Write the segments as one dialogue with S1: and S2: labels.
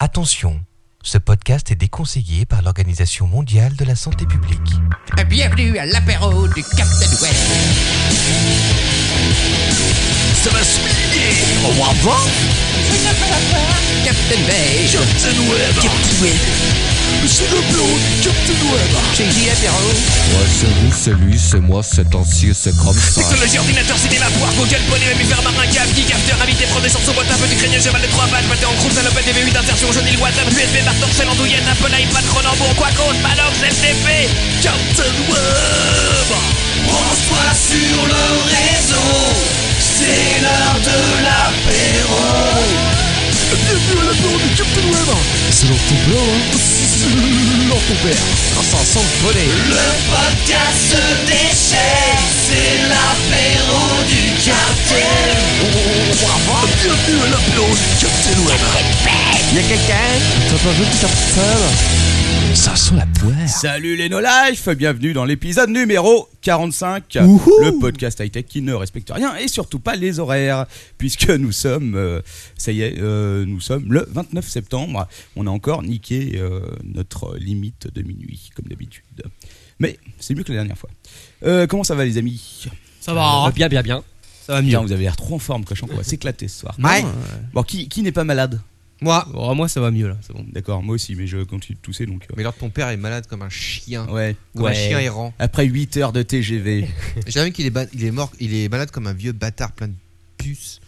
S1: Attention, ce podcast est déconseillé par l'Organisation mondiale de la santé publique.
S2: Bienvenue à l'apéro du Captain Web.
S3: Ça va se miner Au moins vingt
S2: Captain Bay.
S3: Captain Web Captain Web C'est le bureau du Captain Web
S2: J'ai dit apéro.
S4: Ouais, c'est vous, c'est lui, c'est moi, c'est ancien, c'est comme ça.
S3: Technologie, ordinateur, cinéma, poire, Google, poney, mammifère, marin, câble, geek, capteur, invité, professeur, sous boîte, un peu du crénier, cheval de trois pattes, pâté en croûte, salopette, DV8, insertion, jaune, île, WhatsApp, USB, barre, torchelle, andouillette, Apple, iPad, Cronenbourg, Quacos, Malox, FTP, Captain Web Branche-toi sur le réseau, c'est l'heure de l'apéro Bienvenue à l'apéro du Captain Web C'est dans ton père, hein C'est dans ton père
S2: Ça sent le volet.
S3: le podcast se déchaîne, c'est l'apéro du Captain. Bienvenue à l'apéro du Captain Web.
S2: Y'a quelqu'un
S3: Ça sent la poire.
S5: Salut les No Life, bienvenue dans l'épisode numéro 45, le podcast high-tech qui ne respecte rien et surtout pas les horaires, puisque nous sommes, euh, ça y est, euh, nous sommes le 29 septembre, on a encore niqué euh, notre limite de minuit, comme d'habitude. Mais c'est mieux que la dernière fois. Euh, comment ça va les amis
S6: Ça
S3: Euh,
S6: va. hein. Bien, bien, bien. Ça va
S5: Putain, vous avez l'air trop en forme, cochon, on va s'éclater ce soir.
S2: Ouais.
S5: Bon, qui, qui n'est pas malade
S6: Moi. moi, ça va mieux là.
S5: Bon, d'accord, moi aussi, mais je continue de tousser, donc... euh,
S7: Mais alors ton père est malade comme un chien,
S5: Ouais,
S7: comme un chien errant.
S5: Après 8 heures de TGV.
S7: J'ai même qu'il est, ba- il est mort, il est malade comme un vieux bâtard plein de puces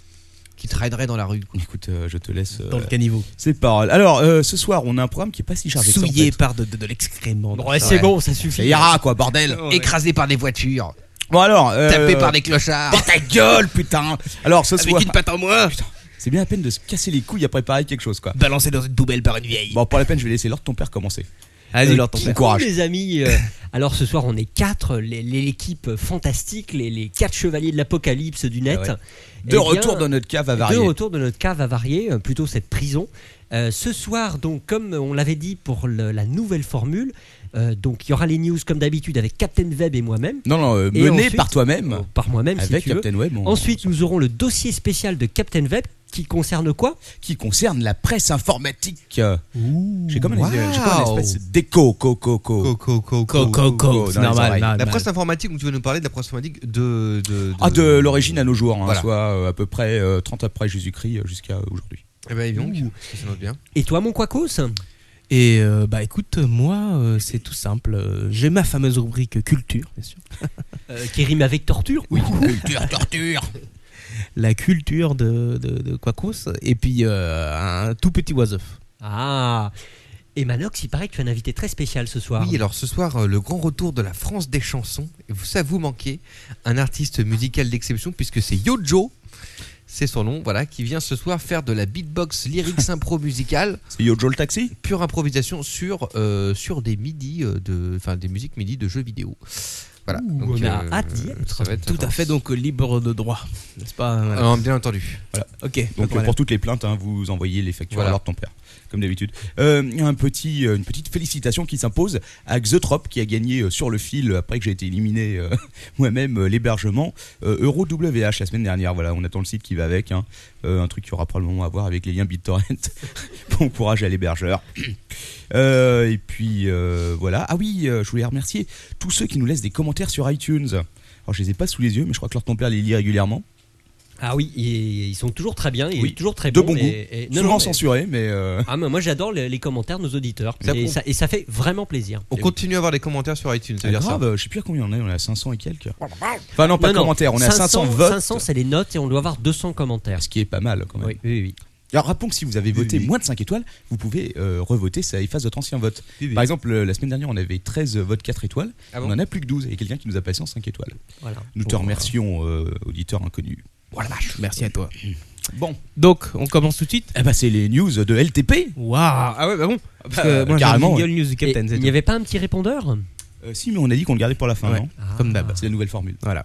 S7: qui traînerait dans la rue. quoi.
S5: Écoute, euh, je te laisse...
S6: Dans
S5: euh,
S6: le caniveau.
S5: Ces paroles. Alors, euh, ce soir, on a un programme qui est pas si chargé que ça, en fait.
S6: par de, de- de l'excrément.
S7: Bon, ouais, c'est Ouais.
S6: bon, ça suffit.
S5: Ça ira, quoi, bordel.
S8: Oh,
S7: Écrasé par des voitures,
S5: Bon, alors. euh,
S7: tapé par des
S8: Ah.
S7: clochards,
S5: Dans ta gueule, putain. Alors, ce soir.
S7: patte en moins,
S5: C'est bien la peine de se casser les couilles à préparer quelque chose, quoi.
S7: balancé dans une poubelle par une vieille.
S5: Bon, pour la peine, je vais laisser l'ordre de ton père commencer.
S6: Allez,
S5: Lord, ton père. Courage.
S6: les amis. euh, alors ce soir, on est quatre, les- les- l'équipe fantastique, les, les quatre chevaliers de l'apocalypse du net.
S5: Ah ouais.
S6: Eh
S5: De
S6: bien,
S5: retour dans notre cave avariée.
S6: De retour de notre cave avariée, euh, plutôt cette prison. Euh, ce soir, donc, comme on l'avait dit pour le- la nouvelle formule, euh, donc il y aura les news comme d'habitude avec Captain Web et moi-même.
S5: Non, non, euh,
S6: Et
S5: mené
S6: ensuite-
S5: par toi-même.
S6: Euh, Par moi-même, si
S5: avec
S6: tu veux.
S5: Captain Web. on-
S6: Ensuite, nous aurons le dossier spécial de Captain Web qui concerne quoi
S5: Qui concerne la presse informatique. euh, J'ai comme,
S7: Wow.
S5: une j'ai comme une espèce d'écho, co, co, co.
S7: Coco, coco,
S8: Oh,
S5: co, c'est normal,
S8: Ah,
S7: La presse informatique, où tu veux nous parler de la presse informatique de. de, de-
S5: Ah, de l'origine à nos jours, hein,
S7: Voilà.
S5: soit euh, à peu près euh, 30 après Jésus-Christ euh, jusqu'à aujourd'hui.
S7: Eh ben, dis donc, parce que ça note bien.
S6: Et toi, mon Quacos
S8: Et euh, bah écoute, moi euh, c'est tout simple. Euh, J'ai ma fameuse rubrique culture, bien sûr.
S6: Euh, Qui rime avec torture
S5: Culture, torture.
S8: La culture de, de, de Quacos. Et puis euh, un tout petit was of.
S6: Ah Et Manox, il paraît que tu as un invité très spécial ce soir.
S7: Oui, alors ce soir, euh, le grand retour de la France des chansons. Et vous, ça vous manquait un artiste musical d'exception puisque c'est Yojo. C'est son nom, voilà, qui vient ce soir faire de la beatbox lyrics impro musicale,
S5: C'est Yojo le taxi
S7: pure improvisation sur, euh, sur des midis euh, de, enfin des musiques midis de jeux vidéo. Voilà. euh,
S6: on a hâte d'y être.
S8: Tout à fait donc euh, libre de droit, n'est-ce pas voilà.
S7: Alors, bien entendu.
S8: Ah. Ok. pas de
S5: Donc euh,
S8: problème.
S5: pour toutes les plaintes, hein, vous envoyez les factures
S7: Voilà.
S5: à l'ordre de ton père, comme d'habitude. Euh, un petit, euh, une petite félicitation qui s'impose à Xeutrop qui a gagné euh, sur le fil après que j'ai été éliminé euh, moi-même euh, l'hébergement euh, Euro WH la semaine dernière. Voilà, on attend le site qui va avec, hein. Euh, un truc qui aura probablement à voir avec les liens BitTorrent. bon courage à l'hébergeur. Euh, et puis euh, voilà. Ah oui, euh, je voulais remercier tous ceux qui nous laissent des commentaires sur iTunes. Alors je les ai pas sous les yeux, mais je crois que leur ton père les lit régulièrement.
S6: Ah oui, ils, ils sont toujours très bien, ils
S5: Oui,
S6: sont toujours très
S5: de
S6: bons.
S5: bon
S6: et- et- non,
S5: Souvent
S6: non, mais-
S5: censurés, mais euh,
S6: Ah, mais moi j'adore les, les commentaires de nos auditeurs.
S7: Ça
S6: et,
S7: compte.
S6: ça, et ça fait vraiment plaisir.
S7: On continue à avoir des commentaires sur iTunes,
S5: Ah,
S7: c'est-à-dire ça.
S5: grave, je sais plus à combien on est, on est à 500 et quelques. Enfin non, pas de
S6: Non, non,
S5: commentaires, on est à 500 votes.
S6: 500, c'est les notes et on doit avoir 200 commentaires.
S5: Ce qui est pas mal quand même.
S6: Oui, oui, oui.
S5: Alors rappelons que si vous avez voté moins de 5 étoiles, vous pouvez euh, revoter, ça efface votre ancien vote. Par exemple, euh, la semaine dernière, on avait 13 votes 4 étoiles,
S7: Ah bon
S5: on en a plus que 12, et quelqu'un qui nous a passé en 5 étoiles.
S6: Voilà.
S5: Nous te
S6: Bon,
S5: remercions, euh, auditeur inconnu. Voilà vache.
S8: Merci à toi.
S5: Bon,
S8: Donc on commence tout de suite.
S5: eh ben, c'est les news de LTP.
S8: Waouh Ah ouais bah bon. Parce que
S5: euh,
S8: moi j'ai
S5: carrément,
S8: un jingle news du
S6: Et
S8: Captain. c'est
S6: il
S8: tout.
S6: n'y avait pas un petit répondeur
S5: Euh, si, mais on a dit qu'on le gardait pour la fin,
S8: Ouais,
S5: non
S6: Ah.
S8: Comme d'hab.
S5: C'est la nouvelle formule.
S8: Voilà.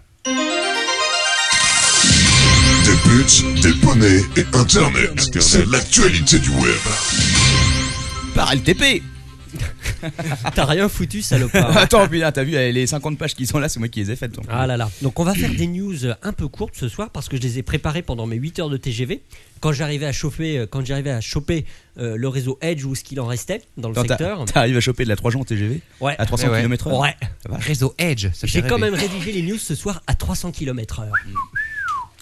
S9: Des buts, des poneys et Internet. C'est l'actualité du web.
S5: Par LTP
S6: T'as rien foutu, salopard.
S5: Attends, putain, t'as vu, eh, les 50 pages qui sont là, c'est moi qui les ai faites. en fait.
S6: Ah là là. Donc on va faire des news un peu courtes ce soir parce que je les ai préparées pendant mes 8 heures de TGV. Quand j'arrivais à chauffer, euh, quand j'arrivais à choper euh, le réseau Edge ou ce qu'il en restait dans le
S5: Attends, t'as-
S6: secteur. Eh,
S5: T'arrives à choper de la 3G en TGV
S6: Ouais.
S5: à 300
S7: Ouais, ouais.
S5: km/h
S6: Ouais.
S7: Réseau Edge, ça fait
S6: J'ai quand
S7: rêver.
S6: même rédigé les news ce soir à 300 km/h.
S5: Hmm.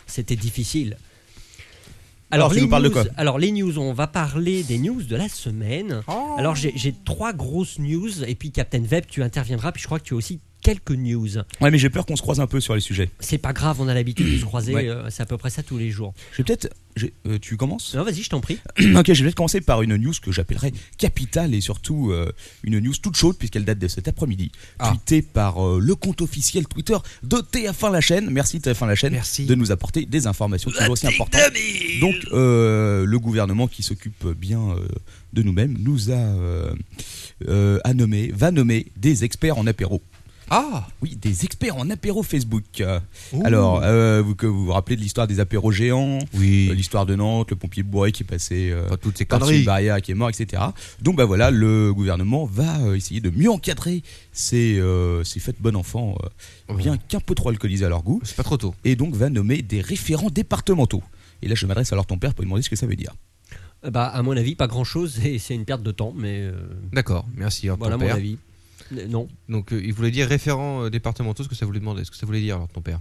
S6: C'était difficile.
S5: Alors, tu
S6: les
S5: nous parles de
S6: news-
S5: quoi
S6: alors les news, on va parler des news de la semaine.
S5: Oh.
S6: Alors j'ai j'ai trois grosses news et puis Captain Web, tu interviendras puis je crois que tu as aussi quelques news.
S5: Ouais, mais j'ai peur qu'on se croise un peu sur les sujets.
S6: C'est pas grave, on a l'habitude de se croiser,
S5: Ouais.
S6: euh, c'est à peu près ça tous les jours.
S5: Je vais peut-être. j'ai- euh, tu commences
S6: Non, vas-y, je t'en prie.
S5: Ok, je vais peut-être commencer par une news que j'appellerais capitale et surtout euh, une news toute chaude puisqu'elle date de cet après-midi.
S7: Ah.
S5: Tweetée par euh, le compte officiel Twitter de TF1 La Chaîne. Merci TF1 La Chaîne
S7: Merci.
S5: de nous apporter des informations toujours aussi importantes. Donc, euh, le gouvernement qui s'occupe bien euh, de nous-mêmes nous a, euh, euh, a nommé, va nommer des experts en apéro.
S7: Ah
S5: Oui, des experts en apéro Facebook. Euh, Alors, euh, vous, que vous vous rappelez de l'histoire des apéros géants, euh,
S7: Oui.
S5: l'histoire de Nantes, le pompier bourré qui est passé, euh,
S7: Enfin, toutes ces
S5: par-dessus
S7: conneries.
S5: une barrière qui est mort, etc. Donc, bah voilà, le gouvernement va euh, essayer de mieux encadrer ces, euh, ces fêtes bon enfant, euh, bien qu'un peu trop alcoolisées à leur goût,
S7: C'est pas trop tôt.
S5: et donc va nommer des référents départementaux. Et là, je m'adresse à leur ton père pour lui demander ce que ça veut dire.
S6: Euh, Bah, à mon avis, pas grand chose et c'est une perte de temps, mais euh,
S7: D'accord, merci. hein, ton
S6: voilà mon
S7: père.
S6: avis. Euh, Non,
S7: Donc euh, il voulait dire référent euh, départementaux, ce que ça voulait demander, ce que ça voulait dire alors ton père.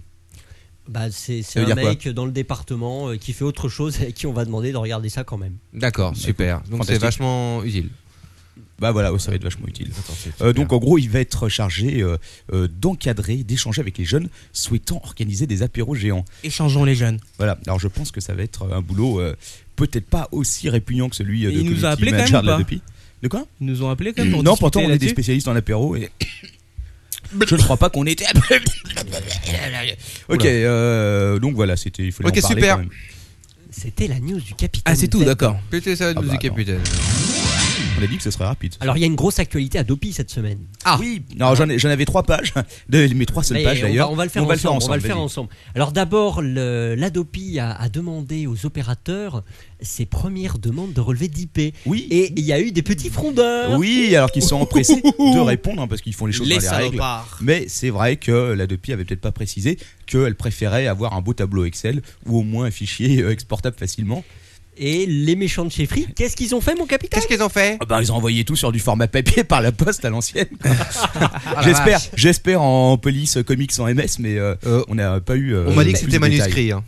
S6: bah, c'est c'est
S5: veut
S6: un
S5: dire quoi
S6: mec dans le département euh, qui fait autre chose et à qui on va demander de regarder ça quand même.
S7: D'accord, super. Donc c'est
S5: fantastique.
S7: vachement utile.
S5: Bah voilà, ouais, ça va être vachement utile.
S7: Attends, c'est
S5: Euh,
S7: super.
S5: donc en gros, il va être chargé euh, euh, d'encadrer, d'échanger avec les jeunes souhaitant organiser des apéros géants.
S8: Échangeons les jeunes.
S5: Voilà. Alors je pense que ça va être un boulot euh, peut-être pas aussi répugnant que celui euh, de
S8: Et il nous a
S5: community
S8: appelé quand même ou
S5: manager de la
S8: pas
S5: Depi. De quoi
S8: Ils nous ont appelés quand même pour
S5: Non,
S8: discuter
S5: pourtant on est des
S8: là-dessus.
S5: spécialistes en apéro et je ne crois pas qu'on était. ok,
S7: Oula.
S5: euh, donc voilà, c'était. Il fallait
S7: Ok,
S5: en parler
S7: super.
S5: quand même.
S6: C'était la news du capitaine.
S8: Ah, c'est tout,
S6: Web.
S8: d'accord.
S7: Pétez ça, nous
S5: bah,
S7: dit capitaine.
S5: On a dit que ce serait rapide.
S6: Alors, il y a une grosse actualité à Dopi cette semaine.
S7: Ah.
S5: Oui. Alors j'en ai- j'en avais trois pages, de- mes trois seules
S6: Mais
S5: pages
S6: on va-
S5: d'ailleurs.
S6: On va le faire
S5: On va le faire
S6: ensemble. on va le
S5: ensemble,
S6: faire
S5: vas-y.
S6: ensemble. Alors d'abord, le- l'Adopi a, a demandé aux opérateurs ses premières demandes de relevé d'IP.
S5: Oui.
S6: Et il y a eu des petits frondeurs.
S5: Oui, alors qu'ils sont empressés de répondre hein, parce qu'ils font les choses
S8: Les
S5: dans les règles.
S8: salopards.
S5: Mais c'est vrai que la Depi avait peut-être pas précisé qu'elle préférait avoir un beau tableau Excel ou au moins un fichier euh, exportable facilement.
S6: Et les méchants de chez Free, qu'est-ce qu'ils ont fait, mon capitaine
S7: Qu'est-ce qu'ils ont fait
S5: Ah bah, ils ont envoyé tout sur du format papier par la poste à l'ancienne.
S7: Ah, la
S5: j'espère,
S7: vache.
S5: j'espère en police euh, comics en MS, mais euh,
S7: Euh,
S5: on n'a pas eu. euh,
S7: On m'a dit que
S5: plus
S7: c'était
S5: de détails.
S7: manuscrit. hein.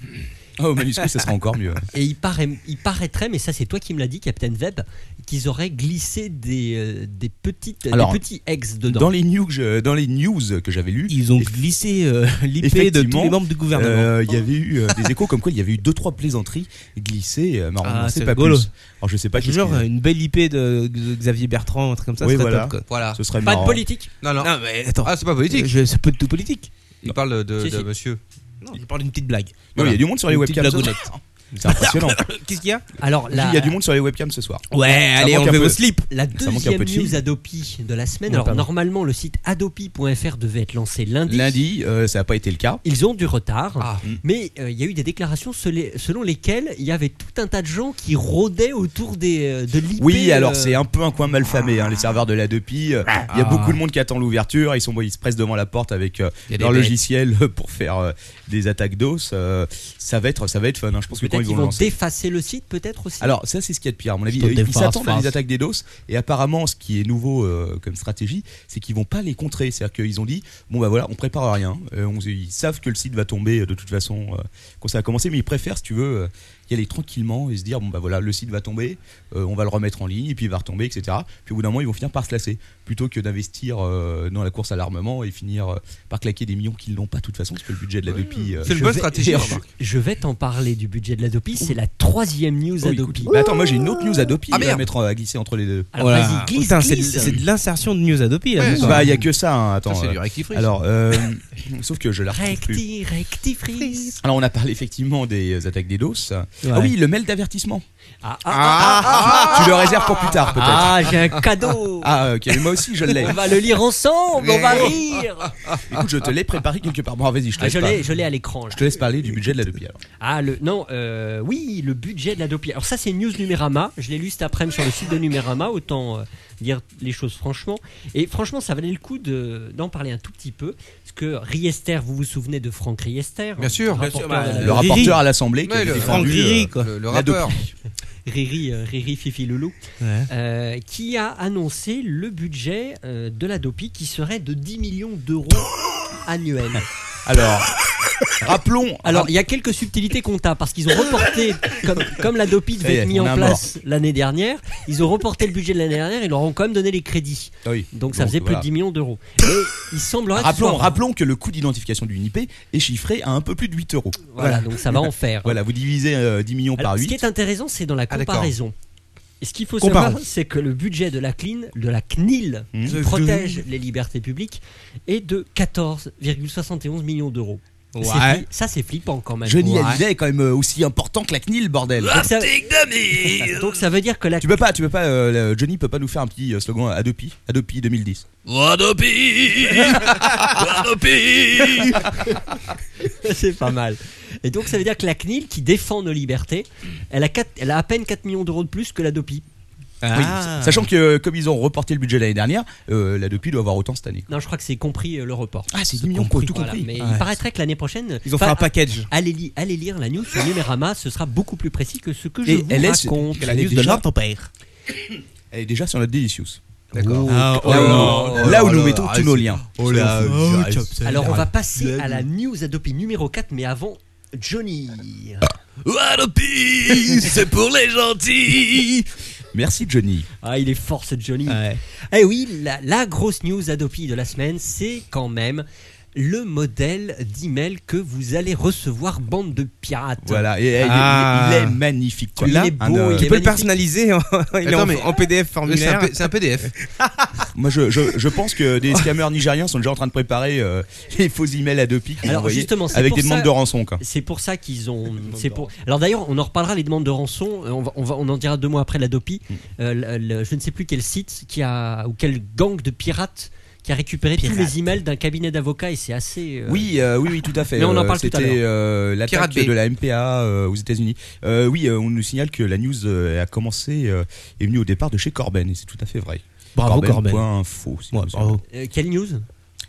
S5: Ah, au manuscrit, ça sera encore mieux.
S6: Et il, paraît, il paraîtrait, mais ça c'est toi qui me l'as dit, Captain Web, qu'ils auraient glissé des, euh, des, petites,
S5: Alors,
S6: des petits ex
S5: Dans,
S6: dedans.
S5: les news, euh, dans les news que j'avais lues,
S8: Ils ont glissé euh, l'IP de tous
S5: Effectivement,
S8: les membres du gouvernement.
S5: Euh, Il y avait eu euh, des échos comme quoi il y avait eu deux trois plaisanteries glissées. euh, mais on
S8: Ah,
S5: n'en
S8: c'est
S5: sait pas
S8: rigolo.
S5: plus. Alors je sais
S7: Ah,
S5: pas. qu'est-ce
S8: Genre
S7: euh,
S5: qu'ils-
S8: une belle IP de X- Xavier Bertrand, un truc comme ça,
S5: Oui,
S8: serait
S5: voilà.
S8: top quoi.
S7: Voilà.
S5: ce serait
S6: Pas de
S5: marrant.
S6: politique.
S7: Non, non.
S8: Non mais attends,
S7: Ah, c'est pas politique.
S8: Je- c'est pas de tout politique.
S7: Il parle de,
S6: Si,
S7: de
S6: si.
S7: monsieur.
S8: Non, je parle d'une petite blague.
S5: Non, Il y a du monde sur les
S8: Une petite
S5: webcams. ce
S8: blagounette.
S5: soir. C'est impressionnant.
S8: Qu'est-ce qu'il y a
S6: Alors,
S5: Il
S6: la,
S5: y a du monde sur les webcams ce soir.
S8: Ouais,
S5: Ah, Ça
S8: allez,
S5: manque
S8: on
S5: un
S8: fait
S5: peu.
S8: vos slips.
S6: La
S5: Ça manque un
S6: deuxième
S5: peu de film.
S6: news Adopi de la semaine.
S8: Ouais,
S6: Alors
S8: pardon.
S6: normalement, le site adopi.fr devait être lancé lundi.
S5: Lundi, euh, ça n'a pas été le cas.
S6: Ils ont du retard,
S7: Ah.
S6: mais euh, il y a eu des déclarations selé- selon lesquelles il y avait tout un tas de gens qui rôdaient autour des, euh, de l'IP.
S5: Oui, alors
S6: euh,
S5: c'est un peu un coin malfamé, hein, les serveurs de la Depi. euh, Il y a beaucoup de monde qui attend l'ouverture. Ils sont, ils se pressent devant la porte avec euh,
S7: Il y a des
S5: leur
S7: bêtes.
S5: logiciel pour faire euh, des attaques d'os. euh, ça va être, ça va être fun. hein. Je pense que quand
S6: Peut-être
S5: ils
S6: qu'ils
S5: vont
S6: vont
S5: lancer.
S6: défacer le site, peut-être aussi.
S5: Alors ça, c'est ce qu'il y a de pire. À mon avis,
S8: Je te
S5: ils
S8: défonce,
S5: s'attendent à
S8: France.
S5: des attaques des dos. Et apparemment, ce qui est nouveau euh, comme stratégie, c'est qu'ils vont pas les contrer. C'est-à-dire qu'ils ont dit, bon bah voilà, on prépare à rien. Euh, on- ils savent que le site va tomber euh, de toute façon euh, quand ça a commencé, mais ils préfèrent, si tu veux, euh, y aller tranquillement et se dire, bon bah voilà, le site va tomber, euh, on va le remettre en ligne, et puis il va retomber, etc. Puis au bout d'un moment, ils vont finir par se lasser, plutôt que d'investir euh, dans la course à l'armement et finir euh, par claquer des millions qu'ils n'ont pas de toute façon, parce que le budget de la Depi. euh,
S7: C'est une
S6: je
S7: bonne
S6: vais-
S7: stratégie,
S6: je-
S7: remarque.
S6: Je vais t'en parler du budget de l'Adopi. C'est la troisième news
S5: oh, écoute.
S6: Adopi.
S5: Bah, attends, moi j'ai une autre news à Dopi
S7: Ah,
S5: à
S7: merde.
S5: mettre euh, à glisser entre les deux.
S6: Alors
S8: Voilà.
S6: vas-y, glisse,
S8: Putain, c'est de-
S6: glisse.
S8: c'est de l'insertion de news Adopi. là,
S7: Ouais,
S8: mon
S7: ça
S8: gars.
S5: Bah, il y a que ça, hein, attends.
S7: Ça, c'est
S5: euh,
S7: du rectifrice.
S5: alors, euh, sauf que je la retrouve plus.
S6: Recti, rectifrice.
S5: Alors, on a parlé effectivement des euh, attaques des DOS. Ah
S6: Ouais.
S5: oui, le mail d'avertissement.
S6: Ah, ah, ah, ah,
S5: tu le réserves pour plus tard, peut-être. Ah,
S6: ah, j'ai un cadeau.
S5: ok, mais moi aussi je l'ai.
S6: On va le lire ensemble, on va rire.
S5: Écoute, je te l'ai préparé quelque part. Bon, vas-y, je te
S6: Ah,
S5: laisse.
S6: je
S5: pas-
S6: l'ai, je l'ai à l'écran. là.
S5: Je te laisse parler du budget de la Dopi alors.
S6: Ah le non, euh, oui, le budget de la Dopi. Alors ça c'est News Numérama. Je l'ai lu cet après-midi sur le site de Numérama. Autant euh, dire les choses franchement. Et franchement, ça valait le coup de- d'en parler un tout petit peu, parce que Riester, vous vous souvenez de Franck Riester
S7: Bien sûr.
S6: rapporteur
S8: Bien sûr, bah,
S6: de la-
S5: Le
S8: Euh,
S5: rapporteur
S8: Riri.
S5: à l'Assemblée qui
S7: Ouais,
S5: avait
S7: le-
S8: Franck
S5: défendu,
S8: Riri,
S5: euh,
S8: quoi.
S7: Le, le
S5: La
S7: rappeur.
S6: Riri, euh, Riri Fifi Loulou.
S8: Ouais.
S6: euh, qui a annoncé le budget euh, de la DOPI qui serait de 10 millions d'euros annuels.
S5: euh, Alors, rappelons.
S6: Alors, il y a quelques subtilités comptables parce qu'ils ont reporté, comme, comme la DOPI
S5: Ça y
S6: devait
S5: est,
S6: être mis
S5: on a
S6: en
S5: un
S6: place l'année dernière, ils ont reporté le budget de l'année dernière et leur ont quand même donné les crédits.
S5: Ah oui.
S6: Donc, ça
S5: Donc,
S6: faisait plus
S5: voilà.
S6: de 10 millions d'euros. Et il semblerait que ce
S5: Rappelons,
S6: soit-
S5: rappelons que le coût d'identification d'une IP est chiffré à un peu plus de 8 euros.
S6: Voilà, donc ça va en faire.
S5: Voilà, vous divisez euh, 10 millions
S6: Alors,
S5: par
S6: Ce qui
S5: 8.
S6: est intéressant, c'est dans la
S7: Ah, d'accord.
S6: comparaison. Et ce qu'il faut
S8: Comparons.
S6: savoir, c'est que le budget de la CLIN, de la CNIL,
S5: Mmh.
S6: qui protège les libertés publiques, est de 14,71 millions d'euros. C'est
S5: Ouais.
S6: fli- Ça, c'est flippant quand même.
S5: Johnny
S6: Ouais.
S5: Hallyday est quand même euh, aussi important que la CNIL, bordel.
S6: Donc ça, donc ça veut dire que la
S5: Tu peux pas, tu peux pas, euh, le- Johnny peut pas nous faire un petit euh, slogan à Adopi, Adopi 2010.
S6: c'est pas mal. Et donc ça veut dire que la CNIL, qui défend nos libertés, elle a, quatre- elle a à peine 4 millions d'euros de plus que la DOPI.
S8: Ah.
S5: Oui, sachant que euh, comme ils ont reporté le budget l'année dernière, euh, la Dopi doit avoir autant cette année.
S6: Non, je crois que c'est compris euh, le report.
S5: Ah, c'est 10
S8: millions,
S5: millions,
S8: quoi,
S5: tout
S6: Voilà,
S5: compris.
S6: mais
S8: Ah Ouais.
S6: il paraîtrait que l'année prochaine,
S8: Ils ont fait
S6: enfin,
S8: un package.
S6: Allez, li- allez lire la news sur Numérama, ce sera beaucoup plus précis que ce que je
S5: Et
S6: vous
S5: elle est-
S6: raconte.
S5: elle est déjà-
S8: ton père.
S5: Elle est déjà sur notre Delicious.
S7: D'accord.
S8: Ah, oh
S5: Là où,
S8: là. Ah,
S5: nous- là ah, où nous mettons tous nos liens.
S7: Oh là.
S6: Alors on va passer à la news Adopi numéro 4, mais avant Johnny.
S8: Ah.
S3: Wallaby, c'est pour les gentils.
S5: Merci Johnny.
S6: Ah, il est fort ce Johnny.
S8: Ouais.
S6: Eh oui, la, la grosse news Adopi de la semaine, c'est quand même le modèle d'email que vous allez recevoir, bande de pirates.
S5: Voilà, et, et- il-
S8: Ah.
S5: il, est magnifique. quoi.
S6: Il est
S5: Un,
S6: beau,
S5: euh,
S8: Tu
S6: est
S8: peux le
S6: magnifique.
S8: personnaliser en, il est
S7: Attends,
S8: en-
S7: mais-
S8: en PDF
S7: C'est un,
S8: formulaire.
S7: P- c'est un PDF.
S5: Moi, je, je, je pense que des scammers nigériens sont déjà en train de préparer euh, les faux emails à deux pics qu'ils
S6: Alors,
S5: envoyaient
S6: justement, c'est
S5: avec
S6: pour
S5: des demandes
S6: ça-
S5: de rançon. Quoi.
S6: C'est pour ça qu'ils ont. C'est pour. Alors d'ailleurs, on en reparlera les demandes de rançon. euh, On, va, on, va- on en dira deux mois après la Dopi.
S5: Mm.
S6: Euh, le- le- je ne sais plus quel site qui a ou quel gang de pirates qui a récupéré tous les emails d'un cabinet d'avocats et c'est assez. euh,
S5: Oui, euh, oui, oui, tout à fait.
S6: Mais on en
S5: Euh,
S6: parle tout à
S5: C'était
S6: l'heure.
S5: euh,
S7: Pirate
S5: l'attaque
S7: Bay.
S5: de la MPA euh, aux États-Unis. Euh, oui, euh, on nous signale que la news euh, a commencé euh, est venue au départ de chez Corben et c'est tout à fait vrai.
S8: Bravo
S5: Corben.
S8: Corben.
S5: point info, si
S8: Ouais,
S5: vous
S8: bravo.
S6: euh, quelle news
S5: savez.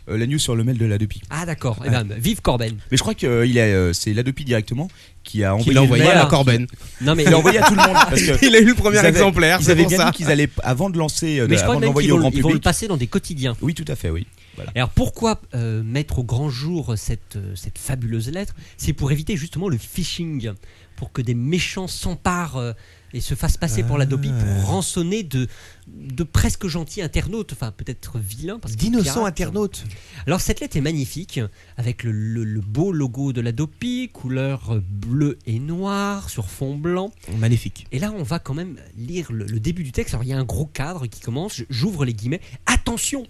S5: Euh, la news sur le mail de la Dopi.
S6: Ah d'accord. Eh ben, vive Corben.
S5: Mais je crois que euh, il a, euh, c'est la Dopi directement qui a envoyé,
S8: Il l'a
S5: le
S8: envoyé
S5: mail.
S8: à la
S6: Voilà.
S8: Corben.
S6: Non mais.
S5: Il l'a envoyé à tout le monde parce que
S8: Il a eu le premier
S5: avaient-
S8: exemplaire.
S5: ils
S8: c'est
S5: avaient
S8: pour
S5: bien
S8: ça.
S5: dit qu'ils allaient avant de lancer, euh,
S6: Mais
S5: de-
S6: je crois
S5: avant de
S6: même qu'ils
S5: l'envoyer au
S6: vont,
S5: grand
S6: ils vont le
S5: public.
S6: passer dans des quotidiens.
S5: Oui, tout à fait, oui. Voilà.
S6: Alors pourquoi euh, mettre au grand jour cette, euh, cette fabuleuse lettre C'est pour éviter justement le phishing, pour que des méchants s'emparent euh, et se fassent passer pour la Dopi, pour rançonner de, de presque gentils internautes, enfin peut-être vilains. parce que
S7: D'innocents
S6: pirates.
S7: internautes.
S6: Alors cette lettre est magnifique, avec le, le- le beau logo de la Dopi, couleur bleue et noire, sur fond blanc.
S8: Magnifique.
S6: Et là, on va quand même lire le, le début du texte. Alors, il y a un gros cadre qui commence. Je- J'ouvre les guillemets. Attention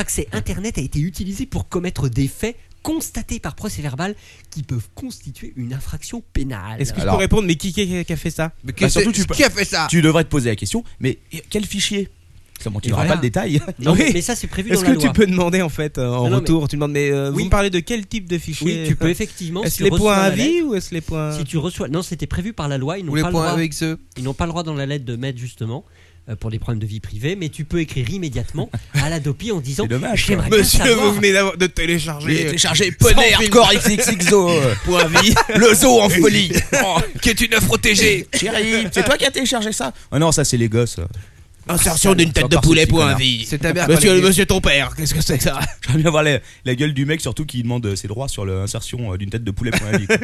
S6: accès Internet a été utilisé pour commettre des faits constatés par procès verbal qui peuvent constituer une infraction pénale.
S8: Est-ce que je
S5: Alors-
S8: peux répondre Mais qui, qui- qui a fait ça
S7: Mais
S5: Bah,
S7: qu'est-ce
S5: surtout,
S7: que-
S5: tu peux-
S7: qui a fait ça
S6: Ah.
S5: Tu devrais te poser la question, mais quel fichier Comment tu
S8: Et
S5: n'auras
S8: voilà.
S5: pas le détail
S8: Ah
S6: Non,
S8: Oui.
S6: mais, mais ça, c'est prévu dans
S8: Est-ce
S6: la
S8: que
S6: loi.
S8: tu peux demander en fait euh, en
S6: Non, non,
S8: retour Tu demandes mais euh,
S6: Oui.
S8: vous me parlez de quel type de fichier
S6: Oui, tu peux effectivement. si
S8: Est-ce
S6: tu
S8: les
S6: reçois
S8: points
S6: la
S8: à
S6: lettre-
S8: vie ou est-ce les points
S6: Si tu reçois. Non, c'était prévu par la loi. Ils
S7: Ou
S6: n'ont
S7: les
S6: pas, le
S7: points
S6: droit-
S7: avec ce
S6: ils n'ont pas le droit dans la lettre de mettre justement. euh, Pour des problèmes de vie privée, mais tu peux écrire immédiatement à la Dopi en disant
S5: C'est dommage,
S6: J'aimerais bien
S8: Monsieur,
S6: savoir-
S8: vous venez d'avoir- de télécharger. euh,
S5: téléchargé Poney Hardcore XXXO Point vie Le zoo en folie Oh,
S3: Qui est une œuvre protégée.
S5: Chérie, c'est toi qui as téléchargé ça Ah non, ça c'est les gosses.
S8: Insertion d'une tête de
S5: Encore ce
S8: poulet
S5: petit
S8: point
S5: connard.
S8: vie.
S7: C'est ta mère.
S8: Monsieur,
S7: Valérie.
S8: monsieur ton père, qu'est-ce que c'est que ça
S5: J'aimerais bien voir la, la gueule du mec surtout qui demande euh, ses droits sur l'insertion d'une tête de poulet pour la vie, quoi.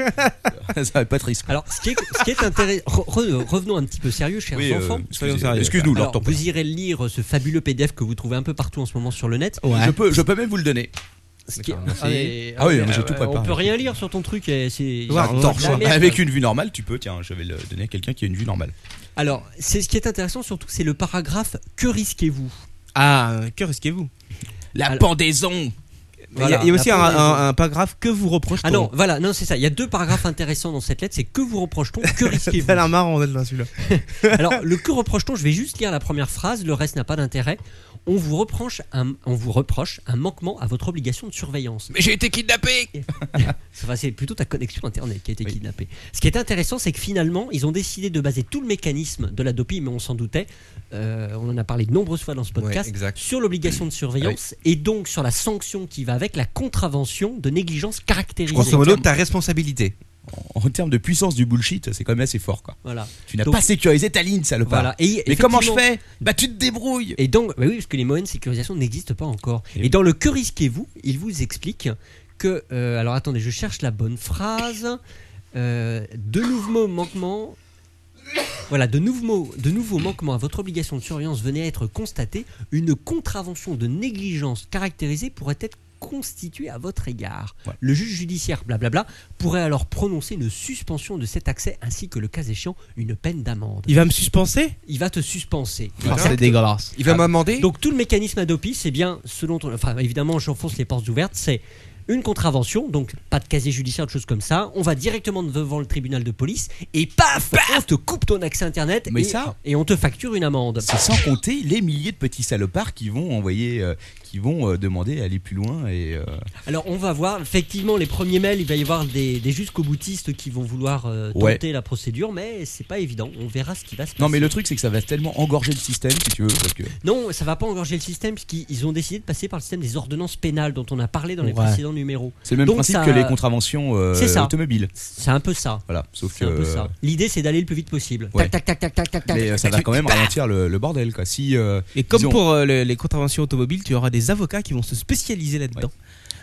S5: Ça va être pas triste. quoi.
S6: Alors, ce qui est, ce qui est intéressant, revenons un petit peu sérieux, chers
S5: Oui, euh,
S6: enfants.
S5: excusez-
S8: Soyons sérieux.
S5: Excuse-nous,
S6: Alors,
S5: Lord Temple.
S6: vous irez lire ce fabuleux PDF que vous trouvez un peu partout en ce moment sur le net.
S5: Je peux, je peux même vous le donner.
S6: Ce qui est-
S7: D'accord, merci.
S6: Ah, mais-
S5: Ah oui,
S6: mais,
S5: mais j'ai
S6: euh,
S5: tout
S6: On
S5: préparé.
S6: peut rien lire sur ton truc. et c'est-
S8: Voir
S6: c'est de la
S8: torche.
S6: merde.
S5: Avec une vue normale, tu peux. Tiens, je vais le donner à quelqu'un qui a une vue normale.
S6: Alors, c'est ce qui est intéressant surtout, c'est le paragraphe Que risquez-vous
S8: Ah, que risquez-vous
S5: La
S6: Alors-
S5: pendaison
S8: Il y a-
S6: Voilà.
S8: il y a aussi un,
S6: La pendaison.
S8: un- un paragraphe que vous reprochez.
S6: Ah non, voilà, non, c'est ça. Il y a deux paragraphes intéressants dans cette lettre. C'est que vous reproche-t-on Que risquez-vous
S8: Ça a l'air marrant d'être là, celui-là.
S6: Alors, le que reproche-t-on Je vais juste lire la première phrase, le reste n'a pas d'intérêt. On vous, reproche un, on vous reproche un manquement à votre obligation de surveillance.
S2: Mais j'ai été kidnappé
S6: Enfin, c'est plutôt ta connexion Internet qui a été
S5: Oui.
S6: kidnappée. Ce qui est intéressant, c'est que finalement, ils ont décidé de baser tout le mécanisme de la DOPI, mais on s'en doutait, euh, on en a parlé de nombreuses fois dans ce podcast,
S7: Ouais, exact.
S6: sur l'obligation de surveillance et donc sur la sanction qui va avec la contravention de négligence caractérisée.
S7: Grosso modo, ta responsabilité.
S5: En termes de puissance du bullshit, c'est quand même assez fort, quoi.
S6: Voilà.
S5: Tu n'as
S6: Donc-
S5: pas sécurisé ta ligne, salopard.
S6: Voilà. Et
S5: Mais comment je
S6: effectivement-
S5: fais Bah, tu te débrouilles.
S6: Et donc, bah oui, parce que les moyens de sécurisation n'existent pas encore.
S5: Et
S6: Et
S5: oui.
S6: dans le que risquez-vous, il vous explique que, euh, alors attendez, je cherche la bonne phrase. Euh, de nouveaux manquements. Voilà, de nouveaux, de nouveaux manquements à votre obligation de surveillance venaient à être constatés. Une contravention de négligence caractérisée pourrait être constituée à votre égard.
S5: Ouais.
S6: Le juge judiciaire, blablabla, pourrait alors prononcer une suspension de cet accès ainsi que, le cas échéant, une peine d'amende.
S8: Il va me suspenser
S6: Il va te suspenser.
S7: Ah, c'est
S8: dégueulasse.
S7: Il va m'amender
S6: Donc tout le mécanisme Adopi, c'est bien, selon ton- enfin évidemment, j'enfonce les portes ouvertes, c'est une contravention, donc pas de casier judiciaire, de choses comme ça. On va directement devant le tribunal de police et paf, on te coupe ton accès internet
S5: Mais
S6: et,
S5: ça-
S6: et on te facture une amende.
S5: C'est sans compter les milliers de petits salopards qui vont envoyer, euh, qui vont euh, demander à aller plus loin et. euh,
S6: Alors on va voir, effectivement, les premiers mails, il va y avoir des, des jusqu'au boutistes qui vont vouloir euh, tenter
S5: Ouais.
S6: la procédure, mais c'est pas évident. On verra ce qui va se passer.
S5: Non, mais le truc, c'est que ça va tellement engorger le système, si tu veux, parce que.
S6: Non, ça va pas engorger le système, puisqu'ils ont décidé de passer par le système des ordonnances pénales dont on a parlé dans les
S8: Ouais.
S6: précédents numéros.
S5: C'est le même
S6: Donc
S5: principe
S6: ça-
S5: que les contraventions euh,
S6: C'est ça.
S5: automobiles.
S6: C'est un peu ça.
S5: Voilà, sauf que.
S6: C'est un peu ça. L'idée, c'est d'aller le plus vite possible.
S5: Ouais.
S6: Tac, tac, tac, tac, tac, tac,
S5: Mais euh,
S6: tac.
S5: ça va quand même ralentir le, le bordel, quoi. Si. euh,
S8: Et comme
S5: Disons-
S8: pour euh, le- les contraventions automobiles, tu auras des avocats qui vont se spécialiser là-dedans.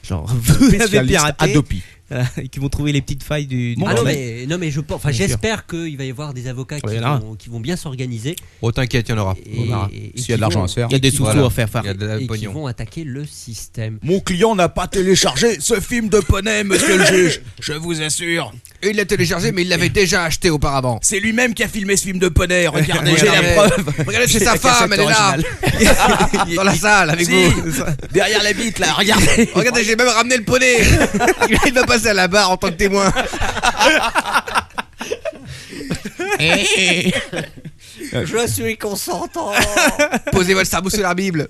S8: Genre, vous avez
S5: spécialiste
S8: piraté,
S5: Adopi.
S8: voilà, et qui vont trouver les petites failles du. du
S5: Bon,
S6: Ah non
S8: bordel.
S6: mais, non mais je pense, enfin
S8: Bien sûr.
S6: j'espère qu'il va y avoir des avocats qui,
S8: Ouais, il y en a un.
S6: vont, qui vont bien s'organiser
S7: Oh, t'inquiète, il y en aura.
S6: et, et
S5: S'il
S6: qui
S5: y a de l'argent
S6: vont-
S5: à se faire.
S8: Il y a des sous
S7: Voilà.
S8: à faire. faire.
S7: Il y a de
S6: et
S7: la
S6: qui
S7: pognon.
S6: vont attaquer le système.
S5: Mon client n'a pas téléchargé ce film de poney, monsieur le juge. Je vous assure.
S7: Et il l'a téléchargé, mais il l'avait déjà acheté auparavant.
S5: C'est lui-même qui a filmé ce film de poney. Regardez,
S7: Ouais,
S5: j'ai la
S7: Ah, mais-
S5: preuve.
S7: Regardez, Eh, c'est
S5: J'ai
S7: sa
S5: la
S7: femme, elle
S5: cassette
S7: est là. Dans la salle, avec
S5: Si.
S7: vous.
S5: Derrière la bite, là, regardez.
S7: Regardez, j'ai même ramené le poney. Il va passer à la barre en tant que témoin.
S6: Je suis consentant.
S7: Posez votre sabot sur la Bible.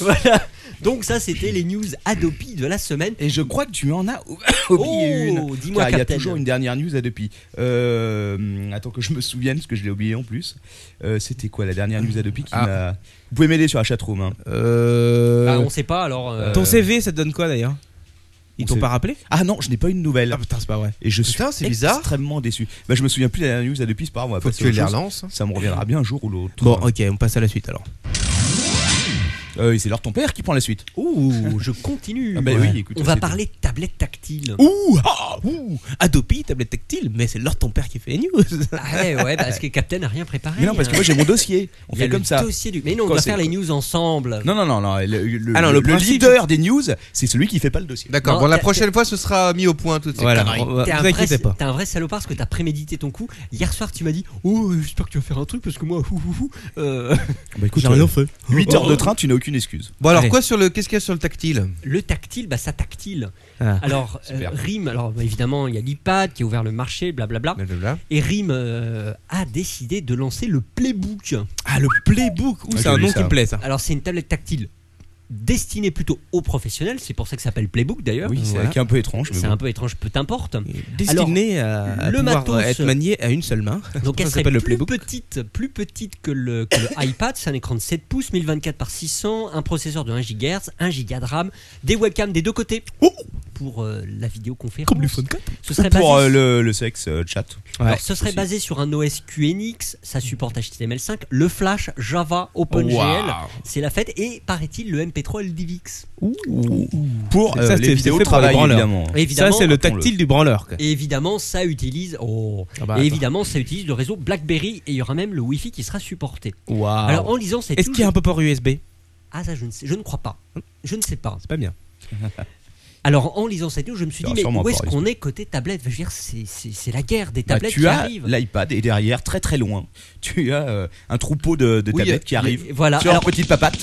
S6: voilà. Donc ça c'était les news Adopi de la semaine.
S5: Et je crois que tu en as ou- oublié
S6: Oh,
S5: une.
S6: dis-moi,
S5: Car Il y a
S6: Captain.
S5: toujours une dernière news à depuis. Euh, attends que je me souvienne, parce que je l'ai oublié en plus. Euh, C'était quoi la dernière news à depuis qui
S7: Ah.
S5: m'a- Vous pouvez m'aider sur la chatroom. Hein.
S8: Euh,
S6: Ah, on sait pas alors. euh,
S8: Ton CV, ça te donne quoi d'ailleurs Ils
S5: Mon
S8: t'ont
S5: CV.
S8: pas rappelé
S5: Ah non, je n'ai pas une nouvelle.
S8: Ah putain, c'est pas vrai.
S5: Et je suis
S7: Putain, c'est bizarre.
S5: extrêmement déçu. Bah, je me souviens plus de la dernière news à depuis, c'est pas grave, on va
S7: Faut que
S5: passer
S7: tu
S5: à autre
S7: les
S5: chose.
S7: relances.
S5: Ça me reviendra bien un jour ou l'autre.
S8: Bon, ok, on passe à la suite alors.
S5: Euh, et c'est leur ton père qui prend la suite.
S6: Ouh, je continue.
S5: Ah bah oui, écoute,
S6: on va
S5: c'est-
S6: parler de tablette tactile.
S8: Ouh, ah, ouh, Adopi, tablette tactile, mais c'est l'heure ton père qui fait les news.
S6: Ah ouais, ouais, parce que Captain n'a rien préparé. hein.
S5: Mais non, parce que moi j'ai mon dossier. On
S6: Il y a
S5: fait
S6: le
S5: comme ça.
S6: dossier du- Mais non, on
S5: Quand
S6: doit
S5: c'est-
S6: faire les news ensemble.
S5: Non, non, non, non. Le, le-
S8: Ah non, le
S5: le- le
S8: principe-
S5: leader des news, c'est celui qui fait pas le dossier.
S7: D'accord,
S6: Non,
S7: bon, la
S6: t'as-
S7: prochaine fois, ce sera mis au point tout de suite.
S8: Voilà,
S7: Conneries.
S8: on va-
S6: T'es un,
S8: vous inquiétez
S6: vrai-
S8: pas.
S6: t'es un vrai salopard parce que t'as prémédité ton coup. Hier soir, tu m'as dit Oh, euh, j'espère que tu vas faire un truc parce que moi, ouh, ouh, ouh, euh,
S5: Bah écoute,
S8: J'ai rien fait.
S5: 8 heures de
S7: Oh.
S5: train, tu n'as aucune excuse.
S7: Bon, alors
S8: Allez.
S7: quoi sur le. Qu'est-ce qu'il y a sur le tactile
S6: le tactile, bah ça tactile.
S8: Ah.
S6: Alors, euh,
S5: Super.
S6: RIM, alors bah, évidemment, il y a l'iPad qui a ouvert le marché, blablabla.
S7: Blablabla.
S6: Et RIM euh, a décidé de lancer le Playbook.
S8: Ah, le Playbook, ouh,
S5: Ah,
S8: c'est
S5: j'ai
S8: un
S5: vu
S8: nom
S5: ça.
S8: qui me plaît ça.
S6: Alors, c'est une tablette tactile destinée plutôt aux professionnels, c'est pour ça que ça s'appelle Playbook d'ailleurs.
S5: Oui, c'est
S8: Voilà.
S5: qui est un peu étrange. Mais
S6: C'est
S5: bon.
S6: un peu étrange, peu t'importe.
S8: Destiné à, à
S6: le
S8: pouvoir
S6: matos-
S8: être manié à une seule main.
S6: Donc elle
S8: ça
S6: serait
S8: s'appelle
S6: plus
S8: le Playbook.
S6: petite, plus petite que le, que le iPad. C'est un écran de 7 pouces, 1024 par 600, un processeur de 1 GHz, 1 Go de RAM, des webcams des deux côtés pour euh, la vidéoconférence.
S8: Oh Comme le phone 4.
S6: ce serait basé,
S5: Pour euh, le, le sexe euh, chat.
S8: Ouais,
S6: alors, ce serait
S5: aussi.
S6: basé sur un OS QNX. Ça supporte HTML5, le Flash, Java, OpenGL. C'est la fête et paraît-il le MP3 et le DivX.
S5: Pour
S8: Ça,
S5: euh,
S8: c'est-
S5: les
S8: c'est
S5: vidéos
S8: fait
S5: de
S8: par les
S5: travail,
S8: branleurs.
S5: évidemment.
S6: Et
S8: Ça,
S6: évidemment,
S8: c'est le
S5: rappelons-le.
S8: tactile du branleur. quoi.
S6: et évidemment, ça utilise. Oh.
S8: Ah bah,
S6: et
S8: Ah attends.
S6: évidemment, ça utilise le réseau BlackBerry et il y aura même le Wi-Fi qui sera supporté.
S5: Ah.
S8: Waouh.
S6: Alors en lisant cette
S8: Est-ce qu'il y a un peu port USB
S6: Ah ça je ne sais, je ne crois pas. Je ne sais pas.
S8: C'est pas bien.
S6: Alors en lisant cette news, je me suis
S5: Il y
S6: dit
S5: aura
S6: mais
S5: sûrement
S6: où est-ce
S5: encore,
S6: qu'on est côté tablette Je veux dire c'est, c'est, c'est la guerre des
S5: Bah,
S6: tablettes
S5: tu
S6: qui
S5: as
S6: arrivent.
S5: l'iPad et derrière, très très loin, tu as euh, un troupeau de, de
S7: Oui,
S5: tablettes qui
S7: mais- ah,
S5: arrivent.
S6: Voilà.
S5: Sur leur
S6: Alors,
S5: petite papate.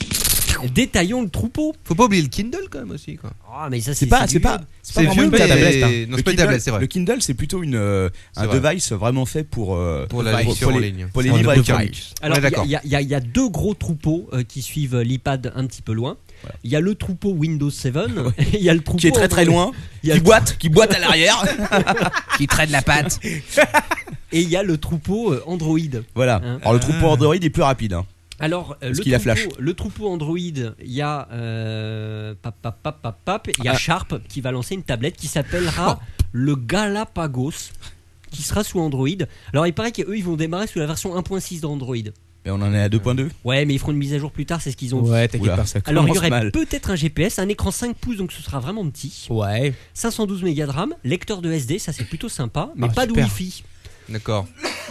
S6: Détaillons le troupeau.
S7: Faut pas oublier le Kindle quand même aussi. quoi.
S6: Ah, mais ça,
S5: C'est pas,
S6: du
S5: c'est pas,
S6: vieux.
S5: c'est pas
S7: C'est
S5: vraiment
S7: vieux,
S5: une
S7: mais-
S5: tablette.
S7: Non,
S5: hein. Le
S7: c'est pas une
S5: Kindle-
S7: tablette, c'est vrai.
S5: Le Kindle, c'est plutôt une, euh, un
S7: C'est vrai.
S5: device vraiment fait pour euh,
S7: Pour la
S5: pour-
S7: lecture
S5: pour
S7: en
S5: les-
S7: ligne.
S5: pour les
S7: C'est un
S5: livres électroniques.
S7: device.
S6: Alors,
S7: Ouais,
S6: il y a-
S7: d'accord.
S6: il y, a- il y a- il y a deux gros troupeaux euh, qui suivent euh, l'iPad un petit peu loin. Il y a le troupeau Windows 7, et il y a le troupeau.
S5: Qui est très très loin,
S6: Il y a
S5: qui
S6: le-
S5: boite, qui boite à l'arrière.
S2: qui traîne la patte.
S6: Et il y a le troupeau euh, Android.
S5: Voilà.
S6: Hein.
S5: Alors le
S7: Euh.
S5: troupeau Android est plus rapide. hein.
S6: Alors, euh, le,
S5: Parce qu'il a
S6: troupeau,
S5: flash.
S6: le troupeau Android, il y a. euh, pap, pap, pap, pap, pap, il y a
S5: Ah. Oh.
S6: Sharp qui va lancer une tablette qui s'appellera le Galapagos, qui sera sous Android. Alors, il paraît qu'eux, ils vont démarrer sous la version 1.6 d'Android.
S5: Mais on en est à 2.2.
S6: Ouais, mais ils feront une mise à jour plus tard, c'est ce qu'ils ont dit.
S8: Ouais, t'inquiète
S5: Oula.
S8: pas, ça
S6: Alors, il y
S8: commence
S6: aurait
S8: mal.
S6: peut-être un GPS, un écran 5 pouces, donc ce sera vraiment petit.
S8: Ouais.
S6: 512 mégas de RAM, lecteur de SD, ça c'est plutôt sympa, mais
S8: Ah,
S6: pas de
S8: super.
S6: Wi-Fi.
S7: D'accord.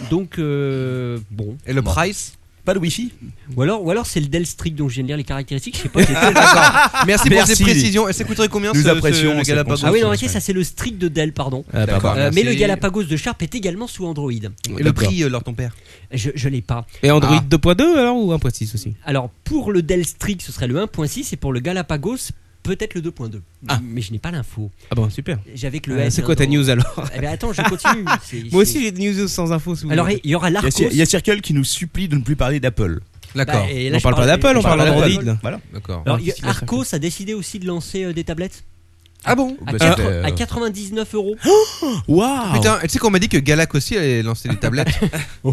S6: Donc, euh, bon.
S7: Et le price
S5: Pas de wifi.
S6: Ou alors, ou alors c'est le Dell Strict dont je viens de lire les caractéristiques, je sais pas. j'ai-
S8: Ah,
S7: D'accord. Merci pour
S5: Merci.
S7: ces précisions. Et ça coûterait combien
S5: Nous
S7: ce,
S5: apprécions
S7: ce, le
S5: cette
S7: Galapagos
S5: conscience.
S6: Ah oui, non,
S5: Ouais,
S6: ok,
S5: ouais.
S6: ça c'est le strict de Dell, pardon.
S8: Ah, bah,
S7: D'accord.
S8: bah.
S6: Euh,
S7: merci.
S6: mais le Galapagos de Sharp est également sous Android.
S7: Et le prix, euh, leur ton père
S6: Je, je l'ai pas.
S8: Et Android
S7: Ah.
S8: 2.2 alors ou 1.6 aussi
S6: Alors pour le Dell Strict, ce serait le 1.6 et pour le Galapagos, peut-être le 2.2. Mais je n'ai pas l'info.
S8: Ah bon, super.
S6: J'avais que le
S8: Euh,
S6: S,
S8: C'est
S6: hein,
S8: quoi ta
S6: dans-
S8: news alors
S6: Eh ben, attends, je continue. C'est- c'est-
S8: Moi aussi j'ai des news sans info. si vous
S6: Alors
S8: voulez.
S6: il y aura
S5: Il y a
S6: l'Arcos.
S5: Cir- il y a Circle qui nous supplie de ne plus parler d'Apple. Bah,
S7: D'accord.
S6: Bah, et là,
S8: on
S6: je
S8: parle pas d'Apple, on
S6: je
S8: parle
S6: parle
S8: d'Android.
S6: d'Apple.
S8: là.
S5: Voilà.
S7: D'accord.
S6: Alors,
S8: Ouais,
S6: il y a-
S8: qu'est-ce qu'il va faire
S6: Arcos a décidé aussi de lancer euh, des tablettes
S7: Ah bon
S5: Bah,
S6: à,
S5: c'était,
S6: quatre-
S5: euh,
S6: à 99 euros.
S8: Waouh
S7: Putain, Ah, tu sais qu'on m'a dit que Galak aussi allait lancer des tablettes.
S5: Je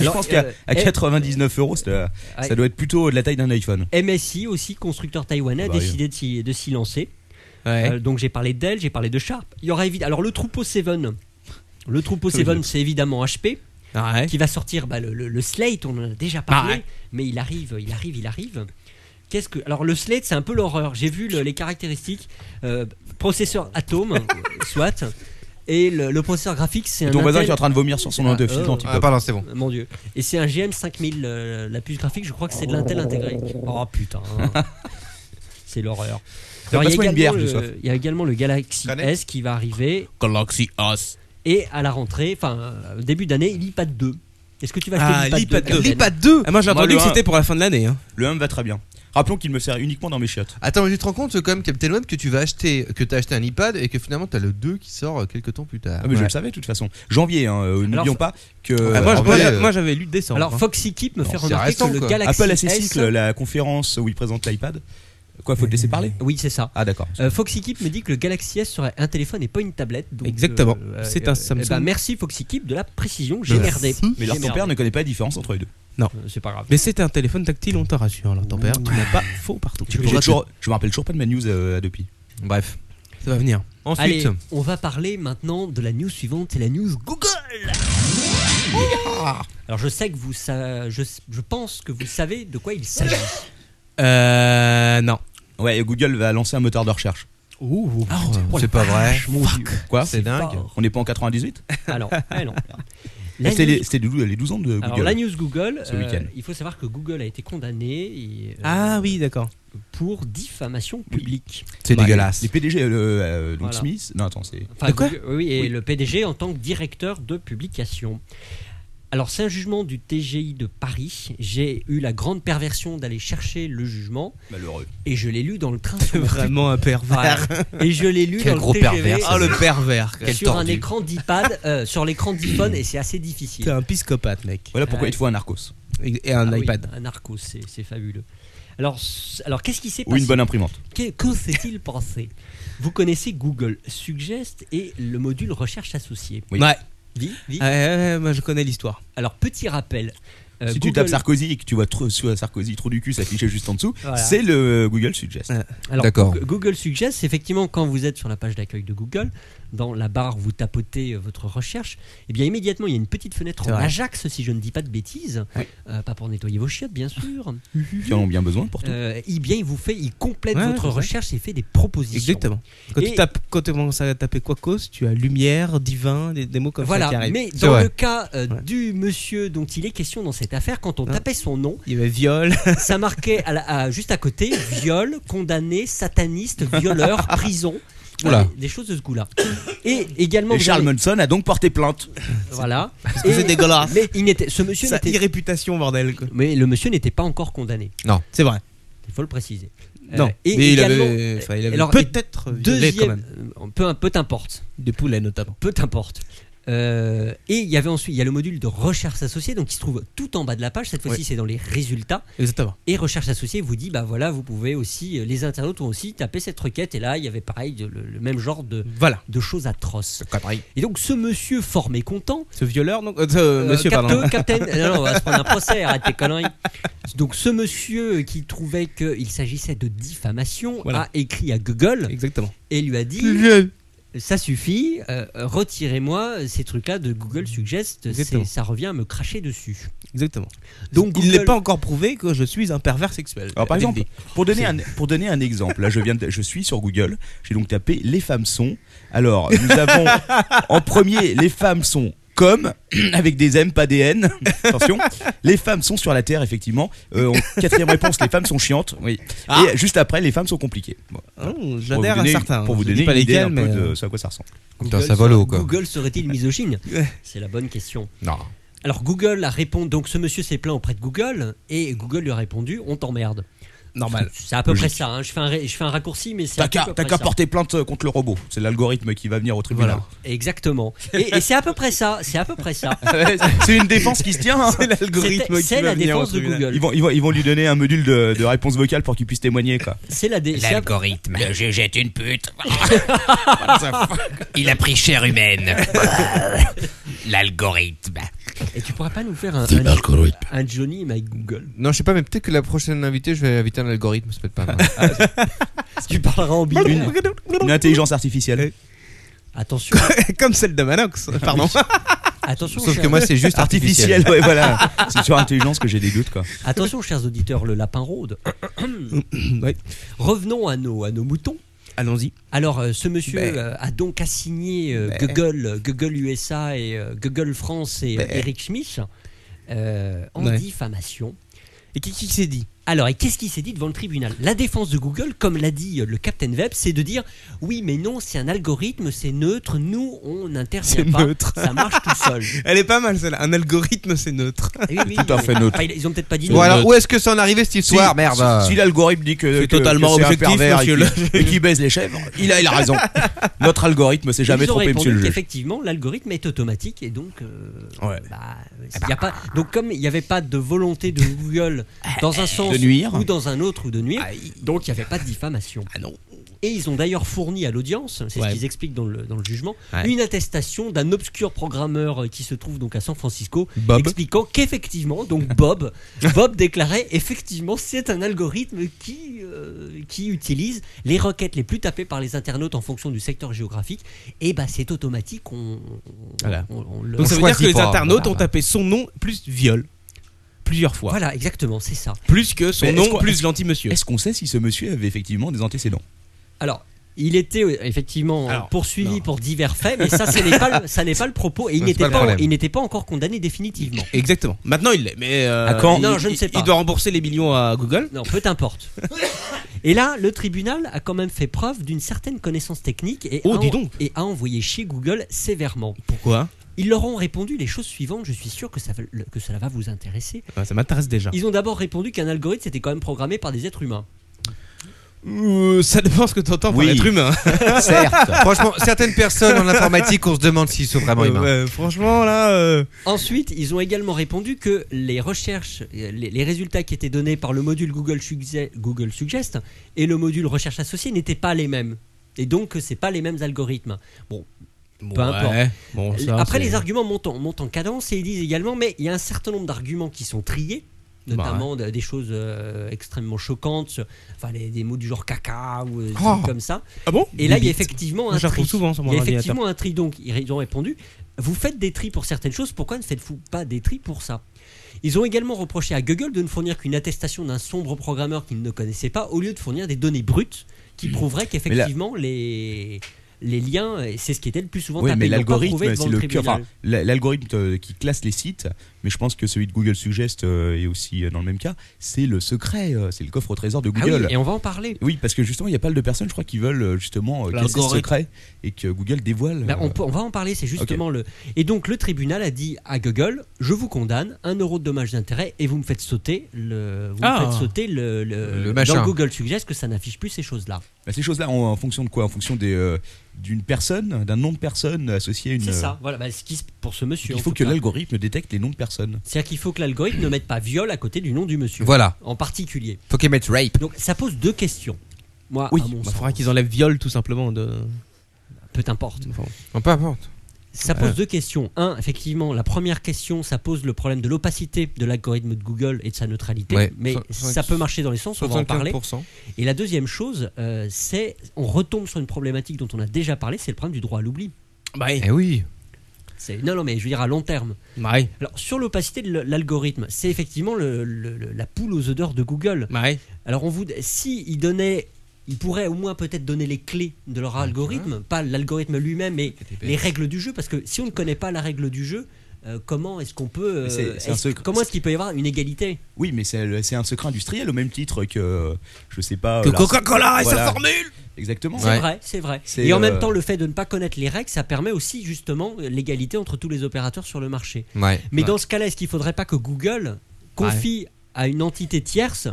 S6: Alors,
S5: pense qu'à
S6: euh,
S5: à
S6: eh,
S5: 99 euros, ça ça doit être plutôt de la taille d'un iPhone.
S6: MSI aussi, constructeur taïwanais, a
S5: Bah Eh. oui.
S6: décidé de s'y- de s'y lancer.
S8: Ouais.
S6: Euh, donc j'ai parlé de Dell, j'ai parlé de Sharp. Il y aura évidemment. Alors le troupeau 7. Le troupeau 7, c'est évidemment HP
S5: Eh. Ah
S8: Ouais.
S6: qui va sortir bah, le, le- le Slate. On en a déjà parlé,
S5: Bah,
S6: mais il arrive, il arrive, il arrive. Qu'est-ce que Alors le Slate, c'est un peu l'horreur. J'ai vu le- les caractéristiques. Euh, processeur Atom, soit, et le, le processeur graphique, c'est un
S5: Ton voisin
S6: Intel-
S5: qui est en train de vomir sur son
S6: Ah,
S5: indofil
S6: euh,
S5: dans ton
S7: ah, pardon, c'est bon.
S6: Mon dieu. Et c'est un GM5000, euh, la puce graphique, je crois que c'est de l'Intel intégré. Oh putain. c'est l'horreur. Alors, il, y a
S5: Passe-moi une
S6: également
S5: bière, j'ai soif.
S6: le, il y a également le Galaxy
S7: Connais
S6: S qui va arriver.
S8: Galaxy Os.
S6: Et à la rentrée, enfin, euh, début d'année, l'iPad 2. Est-ce que tu vas
S8: Ah,
S6: acheter l'iPad 2
S8: l'iPad 2.
S6: Captain
S7: L'IPA 2
S8: Ah, moi j'ai
S5: Moi,
S8: entendu
S5: le
S8: que
S5: un.
S8: c'était pour la fin de l'année. hein.
S5: Le 1 me va très bien. Rappelons qu'il me sert uniquement dans mes chiottes.
S7: Attends, mais tu te rends compte quand même, Captain Web, que tu vas acheter, que t'as acheté un iPad et que finalement t'as le 2 qui sort euh, quelques temps plus tard.
S5: Ah, mais je le savais de toute façon. Janvier, hein, euh, n'oublions
S6: Alors,
S5: pas que
S8: Ah, moi,
S7: en
S8: je-
S7: vrai,
S8: moi, j'a-
S7: euh,
S8: moi, j'avais lu décembre.
S6: Alors
S8: hein.
S6: Foxy Keep me fait
S7: c'est
S6: remarquer
S7: récent,
S6: que le
S7: quoi.
S6: Galaxy
S5: Apple à ses
S6: S-
S5: cycles, la conférence où il présente l'iPad. Quoi, faut te laisser parler
S6: Oui, c'est ça.
S5: Ah, d'accord.
S6: Euh, Foxy Keep me dit que le Galaxy S serait un téléphone et pas une tablette. donc,
S8: Exactement.
S6: euh,
S8: C'est
S6: euh,
S8: un
S6: eh
S8: Samsung.
S6: ben, merci Foxy Keep de la précision. J'ai merdé.
S5: Mais
S6: J'ai
S5: leur ton
S6: merdé.
S5: père ne connaît pas la différence entre les deux.
S6: Euh, C'est pas grave.
S8: Mais c'était un téléphone tactile, on te rassure. Alors, ton père, tu n'as pas faux partout.
S5: J'ai toujours- Je me rappelle toujours pas de ma news euh, à Adopi.
S7: Bref.
S8: Ça va venir.
S6: Allez,
S7: Ensuite,
S6: on va parler maintenant de la news suivante, c'est la news Google. Alors je sais que vous sa- je, je pense que vous savez de quoi il s'agit.
S8: Euh. Non.
S5: Ouais, et Google va lancer un moteur de recherche.
S7: c'est
S5: Oh,
S7: pas vrai.
S5: Quoi
S7: Eh, C'est dingue.
S5: On n'est pas en 98
S6: Alors, ah non. La
S5: C'était
S6: news-
S5: les, c'était les 12 ans de
S6: alors, la
S5: Google.
S6: news Google, euh,
S5: Ce week-end.
S6: il faut savoir que Google a été condamné et, euh,
S8: Ah oui, d'accord.
S6: pour diffamation publique.
S7: C'est
S8: Bah,
S7: dégueulasse.
S5: Les PDG, euh, euh, donc
S6: Voilà.
S5: Smith. Non, attends, c'est.
S6: Enfin,
S8: De quoi
S6: Google- oui, et
S5: Oui.
S6: le PDG en tant que directeur de publication. Alors, c'est un jugement du TGI de Paris. J'ai eu la grande perversion d'aller chercher le jugement
S5: Malheureux.
S6: et je l'ai lu dans le train sur mon
S8: Vraiment un pervers.
S6: téléphone. Et je l'ai lu
S7: Quel
S6: dans
S7: gros
S6: le TGV
S7: pervers, ça.
S8: Oh, le pervers.
S7: Quel
S6: sur un
S7: tordu.
S6: écran d'iPad, euh, sur l'écran d'iPhone et c'est assez
S8: T'es
S6: difficile.
S8: un piscopathe, mec.
S5: Voilà pourquoi
S6: Ouais.
S5: il te faut un Narcos.
S8: Et et un
S6: Ah oui,
S8: iPad.
S6: un narco, c'est c'est fabuleux. Alors, c- alors qu'est-ce qui s'est
S5: Ou
S6: passé
S5: une bonne imprimante.
S6: Que, que s'est-il passé Vous connaissez Google Suggest et le module recherche associée.
S5: Oui.
S8: Ouais. Ah,
S6: Dis, dis.
S8: Ouais, ouais, ouais, moi je connais l'histoire.
S6: Alors, petit rappel. euh,
S5: si tu
S6: Google-
S5: tapes Sarkozy et que tu vois trop, sur Sarkozy, trop du cul s'afficher juste en dessous,
S6: Voilà.
S5: c'est le Google Suggest.
S6: Alors,
S7: D'accord.
S6: Go- Google Suggest, c'est effectivement, quand vous êtes sur la page d'accueil de Google, dans la barre où vous tapotez euh, votre recherche, et bien immédiatement, il y a une petite fenêtre
S8: C'est
S6: en
S8: vrai.
S6: Ajax, si je ne dis pas de bêtises, Euh, pas pour nettoyer vos chiottes, bien sûr.
S5: Qui en ont bien besoin pour tout.
S6: Euh, eh bien, il vous fait, il complète
S8: Ouais,
S6: votre
S8: c'est ça.
S6: recherche et fait des propositions.
S8: Exactement. Quand
S6: Et-
S8: tu tapes, quand tu commences à taper Quacos, tu as lumière, divin, des, des mots comme ça qui
S6: Voilà,
S8: arrivent.
S6: mais
S7: C'est
S6: dans
S7: vrai.
S6: le cas euh,
S8: Ouais.
S6: du monsieur dont il est question dans cette affaire, quand on
S8: Ouais.
S6: tapait son nom,
S8: Il y avait viol.
S6: ça marquait à la- à- juste à côté viol, condamné, sataniste, violeur, prison.
S7: Oula.
S6: Des- Des choses de ce goût-là. Et également.
S5: Et
S6: vous
S5: Charles
S6: avez-
S5: Manson a donc porté plainte.
S6: Voilà.
S8: que c'est dégueulasse.
S6: Mais Ah, il n'était, ce monsieur
S8: Ça
S6: n'était,
S8: irréputation, bordel. quoi.
S6: mais le monsieur n'était pas encore condamné.
S8: C'est vrai.
S6: Il faut le préciser.
S8: Non,
S6: Euh, et
S8: mais il
S6: également-
S8: avait, enfin, il avait
S6: alors,
S8: peut-être violé quand
S6: Deuxième,
S8: même.
S6: euh, peu, peu importe.
S8: Des poulets notamment.
S6: peu importe. Euh, et il y avait ensuite, il y a le module de recherche associée, donc qui se trouve tout en bas de la page. Cette fois-ci, c'est dans les résultats.
S8: Exactement.
S6: Et recherche associée vous dit, bah voilà, vous pouvez aussi, euh, les internautes ont aussi tapé cette requête. Et là, il y avait pareil, de- le, le même genre de,
S8: Voilà.
S6: de choses atroces.
S8: Connerie.
S6: Et donc, ce monsieur formé content,
S8: Ce violeur, donc. euh, ce monsieur,
S6: capte-
S8: pardon.
S6: Captain, non, non, on va se prendre un procès, arrête tes conneries. Donc, ce monsieur qui trouvait qu'il s'agissait de diffamation
S8: Voilà.
S6: a écrit à Google
S8: Exactement.
S6: et lui a dit ça suffit, euh, retirez-moi ces trucs-là de Google Suggest,
S8: Exactement.
S6: c'est- ça revient à me cracher dessus.
S8: Exactement.
S6: Donc
S8: il n'est
S6: Google-
S8: pas encore prouvé que je suis un pervers sexuel.
S5: Alors, par
S8: Avec
S5: exemple, pour donner, un, pour donner un exemple, là je, viens de- je suis sur Google, j'ai donc tapé les femmes sont. Alors nous avons en premier les femmes sont comme, avec des M, pas des N. Attention, les femmes sont sur la Terre, effectivement. Euh, en quatrième réponse, les femmes sont chiantes. Oui. Et juste après, les femmes sont compliquées. Bon.
S8: des- Oh,
S5: Pour vous
S8: J'adhère à
S5: donner-
S8: certains.
S5: Pour vous
S8: Je dis
S5: donner
S8: pas
S5: une idée
S8: lesquels,
S5: un peu
S8: mais.
S5: de ce à quoi ça ressemble.
S7: Putain, ça vole haut, quoi.
S6: Google serait-il misogyne C'est la bonne question.
S7: Non.
S6: Alors Google a répondu, donc ce monsieur s'est plaint auprès de Google, et Google lui a répondu, on t'emmerde.
S8: Normal.
S6: C'est à peu
S5: Ah, Logique.
S6: près ça, hein. je, fais un ré- je fais un raccourci, mais c'est
S5: T'as
S6: à peu
S5: qu'à
S6: près
S5: t'as qu'à
S6: ça.
S5: porter plainte contre le robot. C'est l'algorithme qui va venir au tribunal.
S6: Exactement. Et, et c'est à peu près ça, c'est à peu près ça.
S5: C'est une défense qui se tient. hein.
S8: C'est
S6: C'était-
S8: l'algorithme qui
S6: C'est
S8: va
S6: la
S8: venir au
S6: défense de
S8: tribunal.
S6: Google.
S5: Ils vont, ils, vont, ils vont lui donner un module de, de réponse vocale pour qu'il puisse témoigner. Quoi.
S6: C'est la dé- c'est à-
S2: L'algorithme. Le GG est une pute. Il a pris chair humaine. L'algorithme.
S6: Et tu pourras pas nous faire un, un, un Johnny mais avec Google.
S7: Non, je sais pas, mais peut-être que la prochaine invitée, je vais inviter un algorithme, c'est peut-être pas mal.
S6: Tu parleras en bidule.
S5: Une intelligence artificielle.
S6: Attention,
S8: Comme celle de Manox, pardon.
S6: attention,
S7: Sauf
S6: chers-
S7: que moi, c'est juste artificiel.
S5: Artificielle, ouais, voilà. C'est sur l'intelligence que j'ai des doutes, quoi.
S6: attention, chers auditeurs, le lapin rôde.
S8: Ouais.
S6: Revenons à nos, à nos moutons.
S8: Allons-y.
S6: Alors, euh, ce monsieur
S8: Ben.
S6: euh, a donc assigné euh,
S8: Ben.
S6: Google, euh, Google USA et euh, Google France et euh,
S8: Ben.
S6: Eric Schmidt euh, en
S8: Ouais.
S6: diffamation.
S8: Et qui, qui s'est dit
S6: Alors, et qu'est-ce qui s'est dit devant le tribunal La défense de Google, comme l'a dit euh, le Captain Web, c'est de dire oui, mais non, c'est un algorithme, c'est neutre, nous, on n'intervient
S8: C'est
S6: pas,
S8: neutre.
S6: ça marche tout seul. Ah
S8: Elle est pas mal celle-là. Un algorithme, c'est neutre.
S6: Oui, oui,
S5: Tout à
S6: oui.
S5: fait neutre.
S6: Enfin, ils ils ont peut-être pas dit non.
S7: Bon, alors, où est-ce que ça en est arrivé cette
S5: Si-
S7: histoire Merde.
S5: Si, si l'algorithme dit que
S8: C'est
S5: que-
S8: totalement
S5: que c'est un
S8: objectif,
S5: pervers et
S8: monsieur
S5: qui- et qui baise les chèvres, il a, il a raison. Notre algorithme s'est jamais
S6: Ils ont
S5: trompé,
S6: répondu
S5: monsieur le juge.
S6: qu'effectivement, l'algorithme est automatique et donc, euh,
S5: Ouais.
S6: bah, il y a pas, donc comme il n'y avait pas de volonté de Google dans un sens
S5: De nuire.
S6: ou dans un autre ou de nuire, donc il n'y avait pas de diffamation. Et ils ont d'ailleurs fourni à l'audience, c'est
S8: Ouais.
S6: ce qu'ils expliquent dans le, dans le jugement,
S8: Ouais.
S6: une attestation d'un obscur programmeur euh, qui se trouve donc à San Francisco,
S8: Bob.
S6: expliquant qu'effectivement, donc Bob, Bob déclarait effectivement c'est un algorithme qui, euh, qui utilise les requêtes les plus tapées par les internautes en fonction du secteur géographique. Et bah c'est automatique, on, on-
S8: Voilà.
S6: on- on le-
S8: Donc ça
S7: On
S8: veut dire que
S7: choisit
S8: les
S7: pas,
S8: internautes
S7: voilà.
S8: ont tapé son nom plus viol. Plusieurs fois.
S6: Voilà, exactement, c'est ça.
S8: Plus que son
S5: Mais est-ce
S8: nom
S5: qu'on-
S8: plus l'anti-monsieur.
S5: Est-ce qu'on sait si ce monsieur avait effectivement des antécédents
S6: Alors, il était euh, effectivement euh,
S8: Alors,
S6: poursuivi
S8: non.
S6: pour divers faits, mais ça, ce n'est pas, le- ça n'est pas le propos et il
S7: Ça, c'est pas
S6: n'était
S7: le
S6: pas,
S7: problème.
S6: il n'était pas encore condamné définitivement.
S8: Exactement. Maintenant il l'est. Mais euh,
S5: À quand
S8: il-
S6: Non, je
S8: il-
S6: ne sais pas.
S8: Il doit rembourser les millions à Google.
S6: Non, peu importe. Et là, le tribunal a quand même fait preuve d'une certaine connaissance technique et,
S8: Oh,
S6: a,
S8: dis donc.
S6: et a envoyé chez Google sévèrement.
S8: Pourquoi
S6: Ils leur ont répondu les choses suivantes, je suis sûr que, ça, va- le- que cela va vous intéresser.
S8: Ah, Ça m'intéresse déjà.
S6: Ils ont d'abord répondu qu'un algorithme c'était quand même programmé par des êtres humains.
S8: Euh, ça dépend ce que t'entends
S5: Oui.
S8: par être humain.
S7: Certes. Franchement, certaines personnes en informatique, on se demande s'ils sont vraiment humains.
S8: Euh, ouais, franchement là. euh,
S6: Ensuite, ils ont également répondu que les recherches, euh, les, les résultats qui étaient donnés par le module Google, Sugge- Google Suggest et le module recherche associée n'étaient pas les mêmes. Et donc, que c'est pas les mêmes algorithmes. Bon, peu importe.
S8: ouais. Bon, ça,
S6: Après,
S8: c'est-
S6: les arguments montent, en- montent en cadence et ils disent également, mais il y a un certain nombre d'arguments qui sont triés, notamment de- des choses euh, extrêmement choquantes, enfin les- des mots du genre caca ou euh, des
S8: Oh.
S6: trucs comme ça.
S8: Ah bon
S6: Et là, il y
S8: Bibite.
S6: a effectivement
S8: Moi,
S6: un
S8: je la
S6: tri.
S8: retrouve souvent sur mon
S6: il y a
S8: ordinateur.
S6: effectivement un tri. Donc, ils ont répondu Vous faites des tris pour certaines choses, pourquoi ne faites-vous pas des tris pour ça Ils ont également reproché à Google de ne fournir qu'une attestation d'un sombre programmeur qu'ils ne connaissaient pas, au lieu de fournir des données brutes
S5: Hmm.
S6: qui prouveraient qu'effectivement les. Les liens, et c'est ce qui était le plus souvent
S5: Oui,
S6: tapé.
S5: mais
S6: Ils l'ont pas prouvé
S5: l'algorithme,
S6: devant
S5: c'est le cœur.
S6: tribunal.
S5: enfin, la- l'algorithme euh, qui classe les sites, mais je pense que celui de Google Suggest euh, est aussi euh, dans le même cas. C'est le secret, euh, c'est le coffre au trésor de
S6: Ah oui,
S5: Google.
S6: et on va en parler.
S5: oui, parce que justement, il y a pas mal de personnes, je crois, qui veulent euh, justement euh, casser ce
S8: L'algorithme.
S5: secret et que Google dévoile.
S6: Bah, on,
S5: euh,
S6: peut- on va en parler, c'est justement le. Et donc le tribunal a dit à Google je vous condamne un euro de dommages d'intérêt et vous me faites sauter le. Vous
S8: Ah.
S6: me faites sauter le. le,
S7: Le machin.
S6: Dans Google suggeste que ça n'affiche plus ces choses-là.
S5: bah, ces choses-là, en, en fonction de quoi En fonction des, euh, d'une personne, d'un nom de personne associé à une.
S6: C'est ça.
S5: euh,
S6: Voilà. bah, ce qui se- pour ce
S5: Il
S6: monsieur. en
S5: faut
S6: tout
S5: que
S6: cas.
S5: l'algorithme détecte les noms de personnes.
S6: C'est-à-dire qu'il faut que l'algorithme ne mette pas viol à côté du nom du monsieur.
S7: Voilà.
S6: En particulier.
S7: Faut qu'ils mettent rape.
S6: Donc ça pose deux questions. Moi,
S8: Oui,
S6: à mon
S8: il
S6: sens,
S8: faudra qu'ils enlèvent viol tout simplement de.
S6: peu importe.
S8: enfin,
S7: Non, peu importe.
S6: Ça pose deux questions. Un, effectivement, la première question, ça pose le problème de l'opacité de l'algorithme de Google et de sa neutralité.
S7: Ouais.
S6: Mais
S7: So- so-
S6: ça peut marcher dans les sens, on va en parler.
S7: 75%.
S6: Et la deuxième chose, euh, c'est on retombe sur une problématique dont on a déjà parlé, c'est le problème du droit à l'oubli.
S8: Bah oui.
S7: Eh oui.
S6: C'est non, non, mais je veux dire à long terme.
S8: Bah oui.
S6: Alors sur l'opacité de l- l'algorithme, c'est effectivement le- le- le- la poule aux œufs d'or de Google.
S8: Bah oui.
S6: Alors on vous, si il donnait, il pourrait au moins peut-être donner les clés de leur algorithme, pas l'algorithme lui-même, mais les règles du jeu, parce que si on ne connaît pas la règle du jeu, euh, comment est-ce qu'on peut, euh,
S5: C'est- c'est un
S6: est-ce-
S5: secret.
S6: comment est-ce qu'il peut y avoir une égalité
S5: Oui, mais c'est c'est un secret industriel au même titre que, euh, je sais pas.
S8: Que
S5: euh, la-
S8: Coca-Cola et
S5: Voilà.
S8: sa formule
S5: Exactement.
S6: C'est
S7: Ouais.
S6: vrai, c'est vrai.
S5: C'est,
S6: Et en
S5: euh,
S6: même temps, le fait de ne pas connaître les règles, ça permet aussi justement l'égalité entre tous les opérateurs sur le marché.
S7: Ouais.
S6: Mais
S7: Ouais.
S6: dans ce cas-là, est-ce qu'il faudrait pas que Google confie à une entité tierce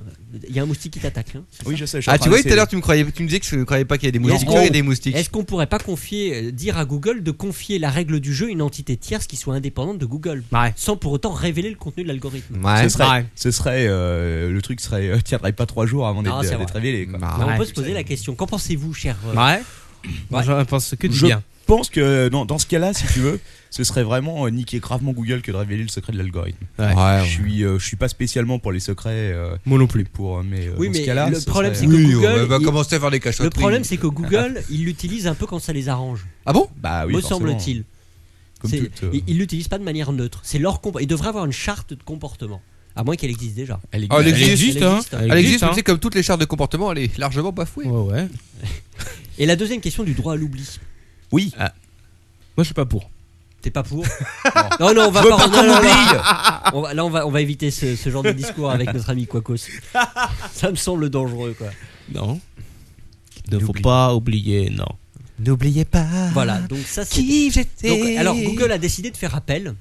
S6: Il y a un moustique qui t'attaque. hein.
S5: Oui, je sais. je suis en
S7: Ah,
S5: train
S7: tu vois,
S5: d'essayer.
S7: tout à l'heure, tu me croyais, tu me disais que tu ne croyais pas qu'il y a des
S6: Non,
S7: moustiques.
S6: oh.
S7: Il y a des moustiques.
S6: Est-ce qu'on pourrait pas confier, euh, dire à Google de confier la règle du jeu à une entité tierce qui soit indépendante de Google
S8: Ouais.
S6: Sans pour autant révéler le contenu de l'algorithme.
S7: Ouais.
S5: ce serait,
S8: Ouais.
S5: ce serait euh, le truc serait euh, tiendrait pas trois jours avant
S6: Non,
S5: d'être
S6: c'est
S5: d'être
S6: vrai.
S5: révélé. quoi.
S7: Bah,
S6: Mais on
S8: ouais.
S6: peut se poser la question. Qu'en pensez-vous, cher euh,
S8: Ouais. Moi, j'en pense que du
S5: Je
S8: bien.
S5: pense que euh, dans, dans ce cas-là, si tu veux, ce serait vraiment euh, niquer gravement Google que de révéler le secret de l'algorithme.
S8: Ouais.
S7: ouais.
S5: Je suis, euh, je suis pas spécialement pour les secrets. euh,
S8: Moi non plus.
S5: pour, euh, mais euh,
S6: Oui,
S5: dans
S6: mais
S5: ce cas-là,
S6: le
S5: ce
S6: problème,
S5: serait-
S6: c'est que
S7: Oui,
S6: Google,
S7: on va
S6: il-
S7: commencer à faire des cachoteries.
S6: Le problème, c'est que Google, il l'utilise un peu quand ça les arrange,
S7: Ah bon
S5: bah, oui,
S6: me
S5: forcément.
S6: semble-t-il.
S5: Comme
S6: C'est-
S5: toute, euh,
S6: Ils ils l'utilisent pas de manière neutre. C'est leur compo- Ils devraient avoir une charte de comportement, à moins qu'elle existe déjà.
S5: Elle
S7: Ah, elle
S5: existe.
S7: existe,
S6: Elle
S8: hein.
S6: existe, hein.
S8: Elle
S7: Elle existe,
S8: existe,
S7: mais
S8: hein.
S7: tu sais, comme toutes les chartes de comportement, elle est largement bafouée.
S8: Ouais, ouais.
S6: Et la deuxième question du droit à l'oubli.
S5: Oui.
S8: Moi, je suis pas pour.
S6: T'es pas pour Non, non, on va pas. non, non, non, on va- là, on va, on va éviter ce, ce genre de discours avec notre ami Quacos. Ça me semble dangereux, quoi.
S8: Non. Ne faut pas oublier, non.
S1: N'oubliez pas.
S6: Voilà, donc ça, c'est.
S1: Qui
S6: Donc,
S1: j'étais
S6: alors, Google a décidé de faire appel.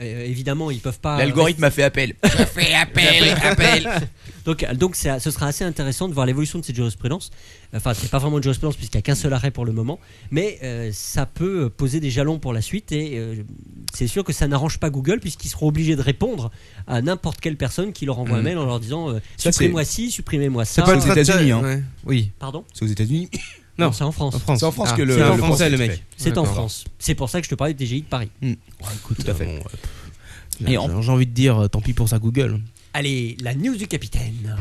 S6: Euh, évidemment, ils peuvent pas.
S5: ah, L'algorithme a fait appel.
S2: Fais appel, appel.
S6: Donc, euh, donc c'est- ce sera assez intéressant de voir l'évolution de cette jurisprudence. Enfin, c'est pas vraiment une jurisprudence puisqu'il n'y a qu'un seul arrêt pour le moment, mais euh, ça peut poser des jalons pour la suite et euh, c'est sûr que ça n'arrange pas Google puisqu'ils seront obligés de répondre à n'importe quelle personne qui leur envoie un mail en leur disant euh,
S5: Ça,
S6: supprimez-moi ci, supprimez-moi ça.
S5: C'est pas une aux États-Unis, hein.
S7: Ouais. Oui.
S6: Pardon
S5: C'est aux États-Unis.
S8: Non.
S6: Non, c'est en France.
S8: En France.
S5: C'est en France
S7: Ah,
S5: que le,
S8: c'est en
S5: le
S8: français,
S5: procès
S8: le
S5: est
S8: mec.
S5: fait.
S6: C'est en
S7: D'accord.
S6: France. C'est pour ça que je te parlais du TGI de Paris.
S8: Ah, Écoute, euh,
S5: tout à fait.
S8: bon, ouais, pff,
S5: Et
S8: j'ai-
S5: en-
S8: J'ai envie de dire, euh, tant pis pour ça, Google.
S6: Allez, la news du capitaine.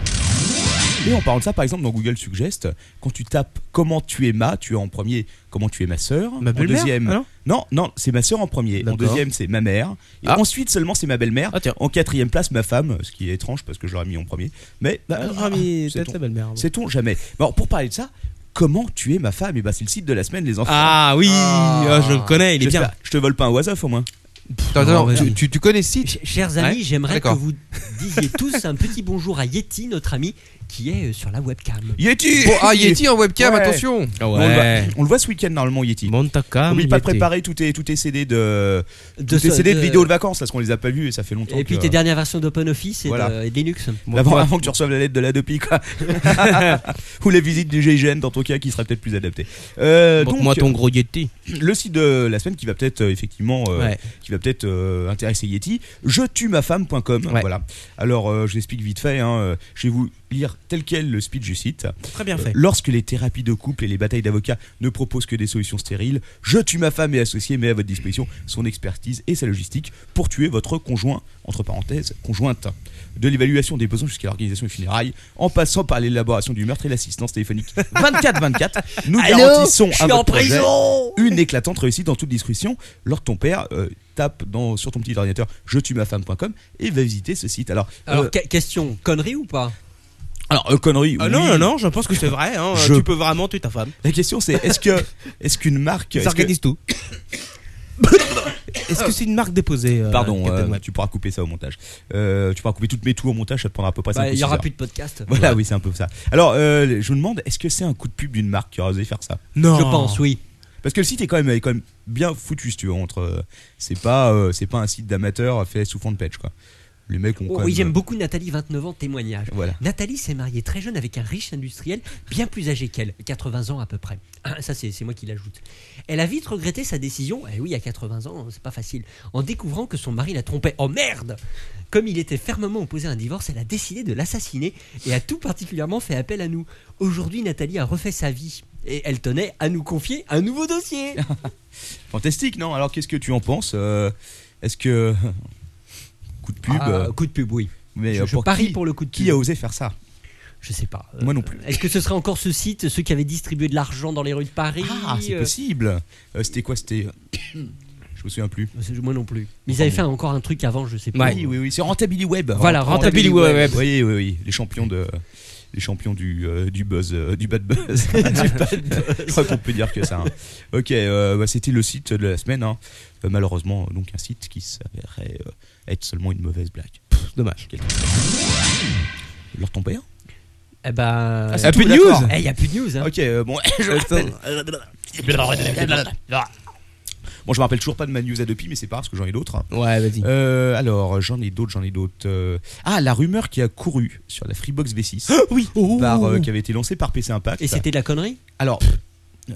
S5: Et en parlant de ça, par exemple, dans Google Suggest, quand tu tapes comment tu es ma, tu as en premier comment tu es ma sœur.
S8: Ma
S5: en
S8: belle-mère
S5: deuxième.
S8: ah non
S5: non, non, c'est ma sœur en premier. En
S8: D'accord.
S5: deuxième, c'est ma mère. Et
S8: Ah.
S5: ensuite seulement, c'est ma belle-mère.
S8: Ah, tiens.
S5: en quatrième place, ma femme, ce qui est étrange parce que je l'aurais mis en premier. Mais bah,
S8: Ah,
S5: ah,
S8: mais
S5: sait-on-
S8: peut-être la belle-mère. hein. bon.
S5: sait-on jamais. Bon, alors, pour parler de ça, comment tu es ma femme Et bah, c'est le site de la semaine, les enfants.
S8: Ah oui, ah, je le connais, il est
S5: J'espère-
S8: bien.
S5: Je te vole pas un was au moins.
S7: Attends,
S8: Non,
S7: attends,
S8: vas-y.
S7: tu, tu, tu connais ce site
S6: Ch- Chers amis,
S7: Ouais,
S6: j'aimerais que
S7: d'accord.
S6: vous disiez tous un petit bonjour à Yeti, notre ami, qui est euh, sur la webcam.
S5: Yeti
S7: Bon, Ah, Yeti en webcam,
S5: Ouais.
S7: attention
S8: Ah
S5: Bon, on, le voit, on le voit ce week-end normalement, Yeti.
S8: Montaka.
S5: N'oublie pas
S8: Miyete.
S5: de préparer tous tes, tous tes CD de,
S6: De
S5: tous tes
S6: ce-
S5: CD de vidéos de vacances, parce qu'on les a pas vus et ça fait longtemps.
S6: Et puis
S5: que- euh,
S6: tes dernières versions d'OpenOffice et,
S5: Voilà.
S6: de- et de Linux.
S8: Bon,
S5: avant,
S8: toi,
S5: avant que tu reçoives la lettre de la Dopi, quoi. Ou la visite du GIGN dans ton cas qui serait peut-être plus adapté. Euh,
S8: bon,
S5: donc,
S8: moi, ton gros Yeti.
S5: le site de la semaine qui va peut-être euh, effectivement euh,
S8: Ouais.
S5: qui va peut-être euh, intéresser Yeti, je tue ma femme.com.
S8: Ouais.
S5: Voilà. Alors euh, je l'explique vite fait. hein, euh, je vais vous lire tel quel le speech du site.
S8: Très bien
S5: Euh,
S8: fait.
S5: Lorsque les thérapies de couple et les batailles d'avocats ne proposent que des solutions stériles, je tue ma femme et associée met à votre disposition son expertise et sa logistique pour tuer votre conjoint, entre parenthèses, conjointe. De l'évaluation des besoins jusqu'à l'organisation des funérailles, en passant par l'élaboration du meurtre et l'assistance téléphonique 24-24, nous garantissons à votre projet une éclatante réussite dans toute discussion lorsque ton père euh, tape dans, sur ton petit ordinateur je tue ma femme.com et va visiter ce site. Alors,
S6: Alors,
S5: euh, Ah,
S6: que- question, connerie ou pas
S5: alors, euh, connerie,
S8: Ah
S5: oui.
S8: non, non, non, je pense que c'est vrai. hein,
S5: Je-
S8: Tu peux vraiment tuer ta femme.
S5: La question c'est est-ce que est-ce qu'une marque
S8: Ils
S5: est-ce que-
S8: organisent tout. Est-ce que c'est une marque déposée euh,
S5: Pardon,
S8: Captain
S5: euh,
S8: Web
S5: tu pourras couper ça au montage. Euh, tu pourras couper toutes mes tours au montage, ça te prendra à peu près 5
S6: Bah,
S5: ou
S6: Il y
S5: six
S6: aura
S5: heures.
S6: plus de podcast.
S5: Voilà, oui, c'est un peu ça. Alors, euh, je me demande, est-ce que c'est un coup de pub d'une marque qui aurait osé faire ça
S8: Non.
S6: Je pense, oui.
S5: Parce que le site est quand même, est quand même bien foutu, si tu veux. Entre, euh, c'est pas, euh, c'est pas un site d'amateur fait sous fond de patch, quoi. Les mecs ont.
S6: Oh,
S5: quand
S6: oui,
S5: même,
S6: j'aime
S5: euh,
S6: beaucoup Nathalie, 29 ans, témoignage.
S5: Voilà.
S6: Nathalie s'est mariée très jeune avec un riche industriel bien plus âgé qu'elle, 80 ans à peu près. Ah, Ça, c'est c'est moi qui l'ajoute. Elle a vite regretté sa décision, eh oui, à 80 ans, c'est pas facile, en découvrant que son mari la trompait. Oh merde Comme il était fermement opposé à un divorce, elle a décidé de l'assassiner et a tout particulièrement fait appel à nous. Aujourd'hui, Nathalie a refait sa vie et elle tenait à nous confier un nouveau dossier.
S5: Ah, Fantastique, non Alors, qu'est-ce que tu en penses Euh, Est-ce que coup de pub
S6: Ah,
S5: euh,
S6: coup de pub, oui.
S5: Mais
S6: je
S5: euh,
S6: je
S5: pour
S6: parie
S5: qui,
S6: pour le coup de pub.
S5: qui a osé faire ça
S6: Je sais pas.
S5: Moi non plus.
S6: Est-ce que ce serait encore ce site, ceux qui avaient distribué de l'argent dans les rues de Paris
S5: Ah, c'est
S6: euh,
S5: possible. Euh, c'était quoi C'était. je me souviens plus.
S6: Bah, c'est- Moi non plus. Mais ils avaient fait encore un truc avant, je sais plus.
S5: Oui, oui, oui. C'est Rentability Web.
S6: Voilà, Rentability Web.
S5: Oui, oui, oui. Les champions de. Les champions du, euh, du buzz, euh, du bad buzz. Je crois qu'on peut dire que ça. hein. Ok, euh, bah, c'était le site de la semaine. hein. Euh, malheureusement, donc un site qui s'avérait euh, être seulement une mauvaise blague.
S8: Dommage.
S5: Leur tomber hein
S6: Eh ben.
S8: Ah, plus de news
S6: il n'y a plus de news. hein.
S5: Ok, euh, bon. je me rappelle. Bon, je me rappelle toujours pas de ma news Adopi, mais c'est pas grave, parce que j'en ai d'autres. hein.
S8: Ouais, vas-y.
S5: Euh, alors, j'en ai d'autres, j'en ai d'autres. Euh, Ah, la rumeur qui a couru sur la Freebox V6,
S8: oui. Oh.
S5: par, euh, qui avait été lancée par PC Impact.
S6: Et c'était de la connerie
S5: Alors,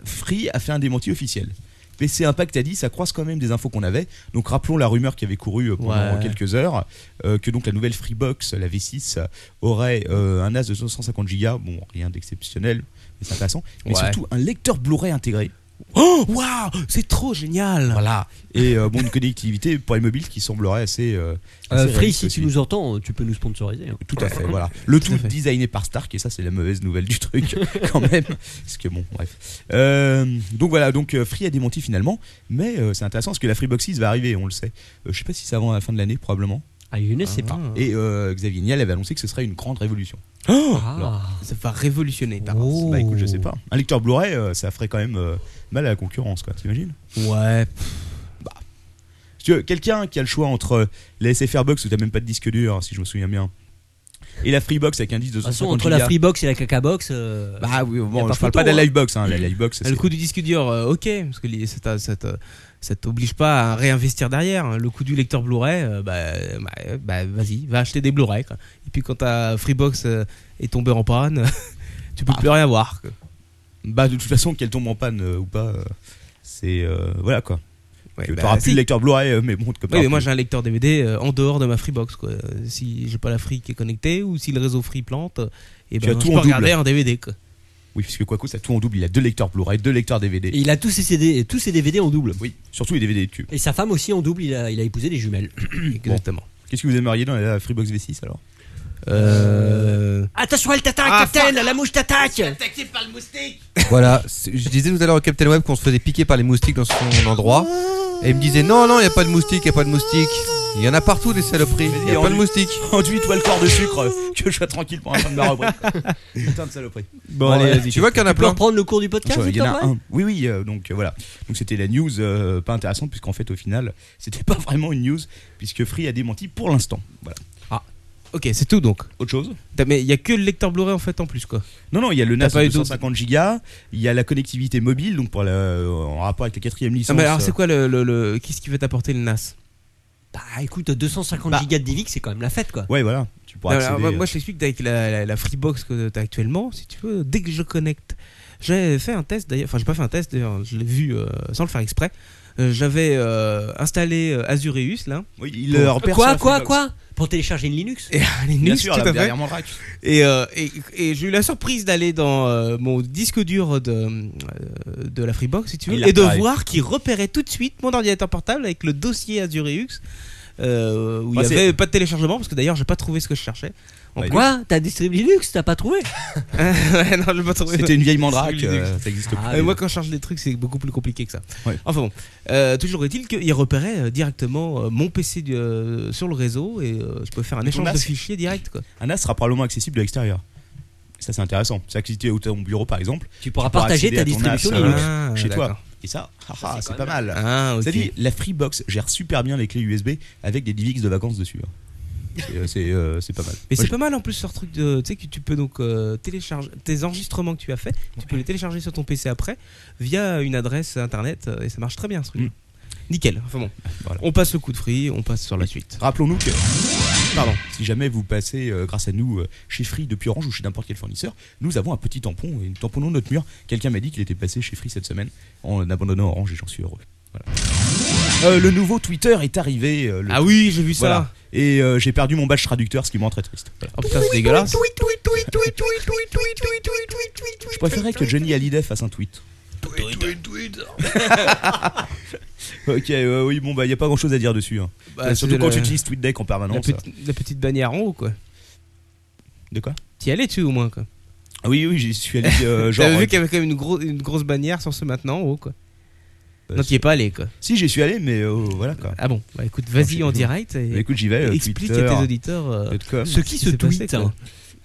S5: Free a fait un démenti officiel. PC Impact a dit, ça croise quand même des infos qu'on avait. Donc rappelons la rumeur qui avait couru euh, pendant
S8: Ouais.
S5: quelques heures, euh, que donc la nouvelle Freebox, la V6, euh, aurait euh, un NAS de 250 Go, bon rien d'exceptionnel, mais c'est intéressant, mais
S7: Ouais.
S5: surtout un lecteur Blu-ray intégré.
S8: Oh, waouh, c'est trop génial.
S5: Voilà. Et euh, bon, une connectivité pour les mobiles qui semblerait assez... euh, assez
S6: Euh, Free,
S5: réaliste
S6: si tu
S5: aussi.
S6: nous entends, euh, tu peux nous sponsoriser. hein.
S5: Tout à fait, voilà. Le tout,
S8: à fait.
S5: designé par Stark, et ça, c'est la mauvaise nouvelle du truc, quand même. Parce que bon, bref. Euh, donc voilà, donc euh, Free a démenti finalement, mais euh, c'est intéressant parce que la Freebox 6 va arriver, on le sait. Euh, je sais pas si c'est avant la fin de l'année, probablement.
S6: Ah, je ne sais pas.
S5: Et euh, Xavier Niel avait annoncé que ce serait une grande révolution. Oh,
S6: Ah.
S8: Ça va révolutionner. Taras.
S6: Oh.
S5: Bah écoute, je sais pas. Un lecteur Blu-ray, euh, ça ferait quand même euh, mal à la concurrence, quoi, t'imagines
S8: Ouais.
S5: Parce que quelqu'un qui a le choix entre euh, la SFR Box où t'as même pas de disque dur, si je me souviens bien, et la Freebox avec un disque de
S6: De
S8: Ah,
S6: toute façon,
S5: 250
S6: entre la
S5: gigas.
S6: Freebox et la Cacabox. euh,
S5: hein. Bah oui,
S8: Y a
S5: bon,
S8: pas
S5: je parle
S8: photo,
S5: pas de la
S8: hein.
S5: Livebox, hein. la Livebox.
S8: Ah,
S5: c'est-
S8: Le coût du disque dur, euh, ok, parce que les- ça t'a- ça t'a- ça t'oblige pas à réinvestir derrière. hein. Le coût du lecteur Blu-ray, euh, bah, bah, bah, vas-y, va acheter des Blu-ray. quoi. Et puis quand ta Freebox euh, est tombée en panne, tu
S5: Ah.
S8: peux plus rien voir. quoi.
S5: Bah de toute façon qu'elle tombe en panne euh, ou pas, euh, c'est euh, voilà quoi.
S8: Ouais,
S5: Tu
S8: bah,
S5: T'auras plus
S8: si.
S5: le lecteur Blu-ray, euh, mais bon, que
S8: Oui, mais moi j'ai un lecteur DVD euh, en dehors de ma Freebox. Quoi. Euh, Si j'ai pas la Free qui est connectée ou si le réseau Free plante, et
S5: Tu
S8: ben,
S5: as tout
S8: je
S5: en
S8: peux
S5: double.
S8: regarder en DVD. Quoi.
S5: oui, parce que Quaco ça tout en double. Il a deux lecteurs Blu-ray, deux lecteurs DVD.
S6: et il a tous ses, CD, tous ses DVD en double.
S5: Oui, surtout les DVD tubes.
S6: Et sa femme aussi en double, il a, il a épousé des jumelles.
S8: Exactement.
S5: Qu'est-ce que vous aimeriez dans la Freebox V6 alors
S8: Euh,
S6: Attention, elle t'attaque,
S8: Ah,
S6: Captain La mouche t'attaque
S5: Ah,
S7: Voilà, c'est- je disais tout à l'heure au Captain Web qu'on se faisait piquer par les moustiques dans son endroit. Et il me disait non, non, il n'y a pas de moustiques, il n'y a pas de moustiques. Il y en a partout des saloperies, il n'y a
S5: Vas-y,
S7: pas de
S5: enlève.
S7: moustiques.
S5: Enduis-toi le corps de sucre, euh, que je sois tranquille pour la fin de ma rubrique. quoi. Putain de saloperie.
S8: Bon,
S5: allez,
S8: allez, vas-y.
S7: Tu vois qu'il y en a
S6: Tu peux
S7: plein.
S6: reprendre le cours du podcast,
S5: Il y en
S6: Victor,
S5: a
S6: ouais
S5: un. Oui, oui. euh, donc euh, voilà. Donc c'était la news euh, pas intéressante puisqu'en fait au final c'était pas vraiment une news puisque Free a démenti pour l'instant. Voilà.
S8: Ok, c'est tout donc.
S5: Autre chose
S8: T'as- Mais il y a que le lecteur Blu-ray en fait en plus quoi.
S5: Non, non, il y a le NAS
S8: pas eu d'autres-
S5: 250 gigas, il y a la connectivité mobile, donc pour la, euh, en rapport avec la quatrième
S8: Non
S5: licence.
S8: Ah, mais alors c'est
S5: euh,
S8: quoi le, le, le- qu'est-ce qui va t'apporter le NAS
S6: Bah écoute, 250
S8: Bah.
S6: gigas de DVX, c'est quand même la fête quoi.
S5: euh, Ouais, voilà, tu pourras
S8: Non,
S5: accéder.
S8: Ah,
S5: euh,
S8: alors, moi, moi, je t'explique avec la, la- la Freebox que t'as actuellement, si tu veux, dès que je connecte, j'ai fait un test d'ailleurs, enfin j'ai pas fait un test d'ailleurs, je l'ai vu euh, sans le faire exprès. Euh, J'avais euh, installé euh, Azureus là,
S5: Oui, il le repère sur
S6: quoi,
S5: la
S6: quoi,
S5: Freebox.
S6: quoi Pour télécharger une Linux
S8: et Linux,
S5: Bien sûr,
S8: tout
S5: là,
S8: à fait.
S5: derrière mon rack.
S8: Et, euh, et, et j'ai eu la surprise d'aller dans euh, mon disque dur de, euh, de la Freebox, si tu
S5: Il
S8: veux,
S5: l'a
S8: et de
S5: repéré.
S8: voir qu'il repérait tout de suite mon ordinateur portable avec le dossier Azureux euh, où
S5: Bah,
S8: il
S5: c'est-
S8: n'y avait pas de téléchargement, parce que d'ailleurs, j'ai pas trouvé ce que je cherchais. En
S5: Ouais,
S8: plus.
S6: Quoi T'as distribué Linux T'as pas trouvé
S8: Ouais, non, j'ai pas trouvé.
S5: C'était une vieille mandrake,
S8: C'est Linux.
S5: euh, ça existe
S6: Ah,
S8: Euh,
S5: plus.
S8: moi, quand je charge des trucs, c'est beaucoup plus compliqué que ça.
S5: Ouais.
S8: Enfin bon, Euh, toujours est-il qu'il repérait euh, directement euh, mon PC du- euh, sur le réseau et euh, je peux faire un échange de
S5: NAS.
S8: fichiers direct. Quoi.
S5: Un NAS sera probablement accessible de l'extérieur. Ça, c'est intéressant. C'est-à-dire que si tu es au- à ton bureau, par exemple,
S6: Tu pourras
S5: pourras
S6: partager
S5: accéder
S6: ta
S5: à ton
S6: distribution
S5: NAS, euh,
S6: Linux.
S5: chez toi.
S8: Ah, d'accord.
S5: Et ça, haha, c'est pas mal.
S8: Ah, ok.
S5: Ça dit, la Freebox gère super bien les clés USB avec des DivX de vacances dessus. hein. C'est, euh, C'est euh, c'est pas mal.
S8: Mais
S5: Moi,
S8: c'est pas mal en plus sur truc de. Tu sais que tu peux donc euh, télécharger tes enregistrements que tu as fait, tu peux les télécharger sur ton PC après via une adresse internet euh, et ça marche très bien ce truc.
S5: Mm.
S8: Nickel. Enfin bon,
S5: Voilà.
S8: on passe le coup de free, on passe sur la suite.
S5: Rappelons-nous que, pardon, si jamais vous passez euh, grâce à nous euh, chez Free depuis Orange ou chez n'importe quel fournisseur, nous avons un petit tampon et nous tamponnons notre mur. Quelqu'un m'a dit qu'il était passé chez Free cette semaine en abandonnant Orange et j'en suis heureux. Voilà. Euh, le nouveau Twitter est arrivé. euh, le-
S8: Ah oui, j'ai vu ça.
S5: Voilà. Et euh, j'ai perdu mon badge traducteur, ce qui me rend très triste. Voilà.
S8: Oh putain, c'est dégueulasse.
S5: Je préférais que Johnny Hallyday fasse un tweet. ok, euh, oui, bon, bah, il n'y a pas grand chose à dire dessus. hein.
S8: Bah,
S5: Surtout
S8: c'est
S5: quand
S8: la-
S5: tu utilises TweetDeck en
S8: la,
S5: permanence. euh,
S8: petite- la petite bannière en haut quoi.
S5: De quoi
S8: T'y allais tu au moins quoi.
S5: Ah Oui, oui, j'y suis allé. euh, genre,
S8: J'avais
S5: euh,
S8: vu qu'il y avait quand même une, gros- une grosse bannière sur ce maintenant en haut quoi.
S5: euh,
S8: non, t'y es pas allé quoi.
S5: Si, j'y suis allé, mais euh, voilà quoi.
S8: Ah bon, bah écoute,
S5: Non,
S8: vas-y
S5: j'ai-
S8: en direct
S5: Bah,
S8: et
S5: écoute, j'y vais. euh,
S8: explique
S5: Twitter,
S8: à tes auditeurs. euh,
S5: .com.
S6: Ce
S8: qui
S6: qui se
S8: s'est passé,
S6: tweet,
S8: quoi.
S6: hein.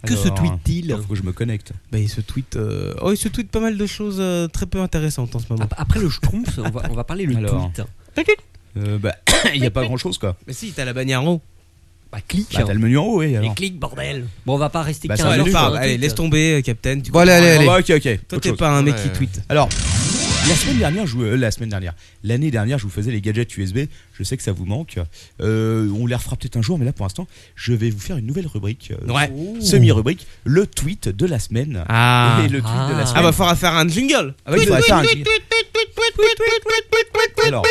S6: que se
S5: Alors,
S6: tweet-il
S5: Faut que je me connecte.
S8: Bah, il se tweet. euh, Oh, il se tweet pas mal de choses euh, très peu intéressantes en ce moment.
S6: Ap- Après le schtroumpf, on va, on va parler le
S5: Alors.
S6: tweet.
S5: Euh, bah, il n'y a pas grand chose quoi.
S8: Mais si, t'as la bannière en haut.
S6: Bah, clique.
S5: Bah, t'as le menu en haut, oui. Alors.
S6: Et clique, bordel. Bon, on va pas rester
S5: Bah, ça
S6: 15
S5: va,
S6: minutes
S5: allez,
S6: sur un
S8: allez,
S6: tweet.
S8: laisse tomber, euh, Captain. Tu
S7: Bon, allez, allez,
S5: Ah,
S7: allez.
S5: bah, ok, ok.
S8: Toi,
S5: Autre
S8: t'es
S5: chose.
S8: pas un mec
S7: Ouais,
S8: qui
S7: ouais.
S8: tweet.
S5: Alors, la semaine dernière, je vous- euh, la semaine dernière, l'année dernière, je vous faisais les gadgets USB. Je sais que ça vous manque. Euh, on les refera peut-être un jour, mais là, pour l'instant, je vais vous faire une nouvelle rubrique, euh,
S8: Ouais.
S5: semi-rubrique, le tweet de la semaine.
S8: Ah.
S5: Et le tweet de la
S6: Ah.
S5: semaine.
S8: Ah, bah, faudra faire un jingle. bah,
S5: Ah oui, il faudrait faire un jingle. Alors,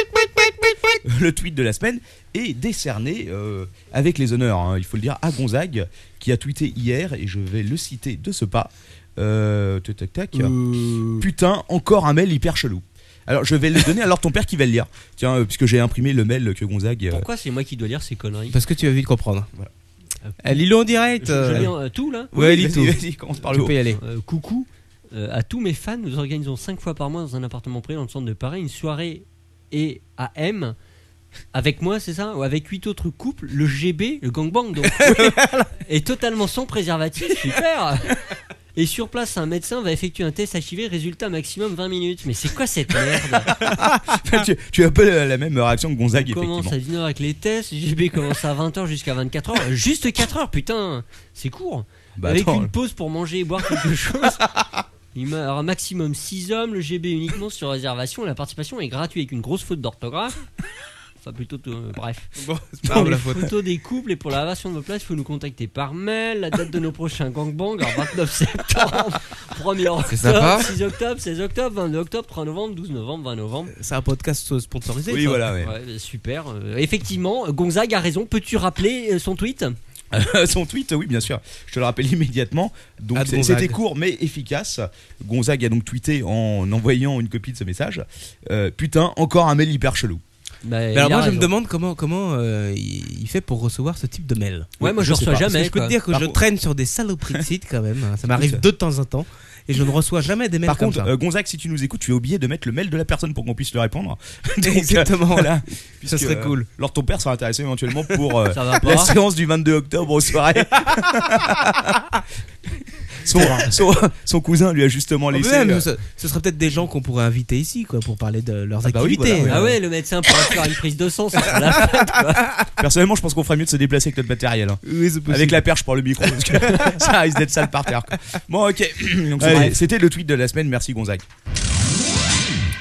S5: le tweet de la semaine est décerné euh, avec les honneurs, hein, il faut le dire, à Gonzague, qui a tweeté hier, et je vais le citer de ce pas. Euh, tac, tac, tac.
S6: Euh,
S5: Putain, encore un mail hyper chelou. Alors, je vais le donner alors ton père qui va le lire. Tiens, euh, puisque j'ai imprimé le mail que Gonzague. euh,
S6: Pourquoi c'est moi qui dois lire ces conneries
S8: Parce que tu vas vite comprendre.
S5: Voilà.
S8: Elle lis-le en direct.
S6: Je, je
S8: euh,
S6: lis en- euh, tout là
S8: Ouais,
S5: vas-y,
S8: lis tout.
S5: Vas-y, commence par
S8: Tu
S5: le haut.
S8: peux y aller.
S6: Euh, coucou euh, à tous mes fans. Nous organisons 5 fois par mois dans un appartement privé dans le centre de Paris une soirée et à M avec moi, c'est ça Ou avec 8 autres couples, le GB, le gangbang donc, est totalement sans préservatif, super Et sur place, un médecin va effectuer un test HIV, résultat maximum 20 minutes. Mais c'est quoi cette merde
S5: tu, tu as un peu la, la même réaction que Gonzague,
S6: On
S5: effectivement.
S6: commence à 19h avec les tests, GB commence à 20h jusqu'à 24h. Juste 4h, putain C'est court
S5: Bah,
S6: Avec
S5: attends,
S6: une pause pour manger et boire quelque chose. Il y aura un maximum 6 hommes, le GB uniquement sur réservation. La participation est gratuite avec une grosse faute d'orthographe. Enfin, plutôt. euh, bref.
S8: Bon, c'est pas
S6: Pour
S8: grave,
S6: les
S8: la faute.
S6: photos des couples et pour la réservation de nos places, il faut nous contacter par mail. La date de nos prochains gangbangs, alors 29 septembre, 1er
S7: C'est sympa.
S6: octobre, 6 octobre, 16 octobre, 22 octobre, 3 novembre, 12 novembre, 20 novembre.
S8: C'est un podcast euh, sponsorisé.
S5: Oui,
S8: ça.
S5: voilà, ouais.
S6: Ouais, super. Euh, effectivement, Gonzague a raison. Peux-tu rappeler euh, son tweet
S5: son tweet, oui, bien sûr. Je te le rappelle immédiatement. Donc
S8: À
S5: c'est-
S8: Gonzague.
S5: c'était court mais efficace. Gonzague a donc tweeté en envoyant une copie de ce message. Euh, putain, encore un mail hyper chelou.
S6: Bah, il
S8: Mais alors,
S6: a
S8: moi, je me
S6: raison.
S8: demande comment, comment euh, il il fait pour recevoir ce type de mail.
S6: Ouais, moi, je,
S5: Je sais
S6: reçois
S5: pas, parce
S8: Parce
S6: jamais.
S8: que je peux te
S6: quoi.
S8: dire que
S5: Par
S8: je
S5: contre-
S8: traîne sur des saloperies de sites quand même. hein. Ça
S5: Oui,
S8: m'arrive
S5: ça.
S8: de temps en temps et je ne reçois jamais des mails
S5: Par
S8: comme
S5: contre,
S8: ça.
S5: euh, Gonzague, si tu nous écoutes, tu es obligé de mettre le mail de la personne pour qu'on puisse le répondre. Donc, euh,
S8: Exactement.
S5: voilà.
S8: ça serait
S5: euh,
S8: cool.
S5: Alors ton père sera intéressé éventuellement pour euh,
S6: Ça va
S5: la
S6: pas.
S5: séance du 22 octobre au soirée. son, son- son cousin lui a justement laissé.
S8: Ouais, Oh, mais
S5: euh,
S8: ce, ce serait peut-être des gens qu'on pourrait inviter ici quoi, pour parler de leurs
S5: Ah bah oui,
S8: activités.
S5: voilà,
S6: Ah ouais, le médecin pourra faire une prise de sang, ça sera la fête.
S5: personnellement, je pense qu'on ferait mieux de se déplacer avec notre matériel. hein.
S8: Oui, c'est possible.
S5: Avec la perche pour le micro, parce que ça risque d'être sale par terre. quoi. Bon, ok. Donc,
S8: Allez.
S5: c'était- C'était le tweet de la semaine, merci Gonzague.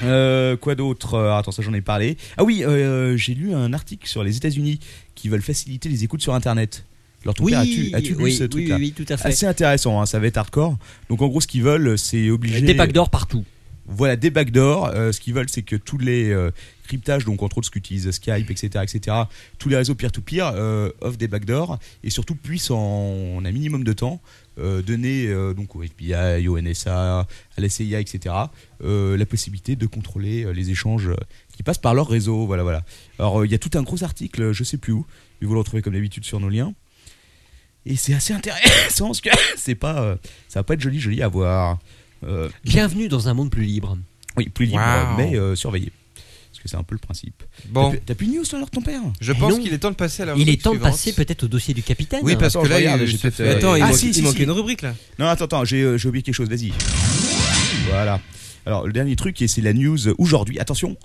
S5: Euh, quoi d'autre Euh, Attends, ça j'en ai parlé. Ah oui, euh, j'ai lu un article sur les États-Unis qui veulent faciliter les écoutes sur Internet. Alors, ton père, as-tu Ah, as-tu lu
S6: oui,
S5: ce
S6: oui,
S5: truc-là
S6: oui, oui, tout à fait.
S5: Assez intéressant, hein, ça va être hardcore. Donc, en gros, ce qu'ils veulent, c'est obliger.
S6: Des packs d'or partout.
S5: Voilà, des backdoors. Euh, ce qu'ils veulent, c'est que tous les euh, cryptages, donc entre autres ce qu'utilise Skype, etc., etc., tous les réseaux peer-to-peer euh, offrent des backdoors et surtout puissent en, en un minimum de temps euh, donner euh, donc au FBI, au NSA, à la CIA, etc., euh, la possibilité de contrôler euh, les échanges euh, qui passent par leur réseau. Voilà, voilà. Alors, euh, il y a tout un gros article, euh, je sais plus où, mais vous le retrouvez comme d'habitude sur nos liens. Et c'est assez intéressant parce que c'est pas, euh, ça va pas être joli, joli à voir. Euh,
S6: Bienvenue dans un monde plus libre.
S5: oui, plus libre,
S7: Wow.
S5: mais euh, surveillé. Parce que c'est un peu le principe.
S7: Bon,
S5: T'as pu- T'as plus de news toi, alors de ton père
S7: je
S6: Mais
S7: pense
S6: non.
S7: qu'il est temps de passer à la
S6: Il est
S7: rubrique
S6: temps de
S7: suivante.
S6: passer peut-être au dossier du capitaine.
S7: Oui, parce
S5: Attends,
S7: que
S5: je
S7: là,
S5: regarde,
S7: il
S5: j'ai
S7: se
S5: peut-être,
S7: fait-
S6: Euh,
S8: Mais Euh, attends, il,
S5: Ah,
S8: manque,
S5: si,
S8: il
S5: si,
S8: manque
S5: si.
S8: une rubrique là.
S5: Non, attends, attends, j'ai euh, j'ai oublié quelque chose, vas-y. Voilà. Alors, le dernier truc, et c'est la news aujourd'hui. Attention,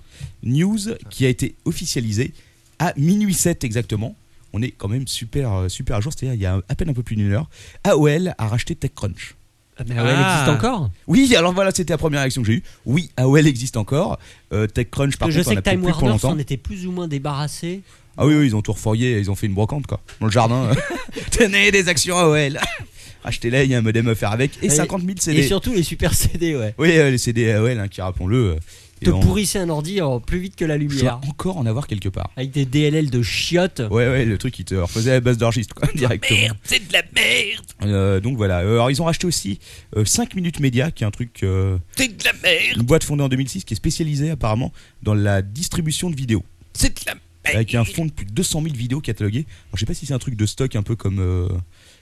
S5: news qui a été officialisée à minuit 7 exactement. On est quand même super, euh, super à jour, c'est-à-dire il y a à peine un peu plus d'une heure. AOL a racheté TechCrunch.
S6: Ah, Mais ouais,
S5: Ah.
S6: elle existe encore
S5: Oui, alors voilà, c'était la première réaction que j'ai eue. Oui, AOL existe encore. Euh, TechCrunch, par
S6: Parce que je
S5: contre,
S6: sais
S5: on
S6: que
S5: a plus
S6: Time
S5: pour
S6: Warner
S5: longtemps.
S6: s'en était plus ou moins débarrassé.
S5: Ah oui, oui, ils ont tout refourgué, ils ont fait une brocante, quoi. Dans le jardin. Tenez, des actions AOL. Achetez-les, il y a un modem à faire avec. Et,
S6: Et-
S5: 50 000 CD.
S6: Et surtout les super CD, ouais.
S5: Oui, euh, les CD AOL, hein, qui rappelons-le. euh, et
S6: Te
S5: on-
S6: pourrissaient un ordi euh, plus vite que la
S5: Je dois
S6: lumière.
S5: encore en avoir quelque part.
S6: Avec des DLL de chiottes.
S5: Ouais, ouais, le truc qui te refaisait à la base d'argiste, quoi, directement.
S3: Merde, c'est de la merde,
S5: Euh, donc voilà. Euh, Alors, ils ont racheté aussi 5 Minutes Média, qui est un truc. euh,
S3: c'est de la merde,
S5: une boîte fondée en 2006 qui est spécialisée apparemment dans la distribution de vidéos.
S3: c'est de la merde.
S5: Avec un fonds de plus de 200 000 vidéos cataloguées. Alors, je sais pas si c'est un truc de stock un peu comme, euh,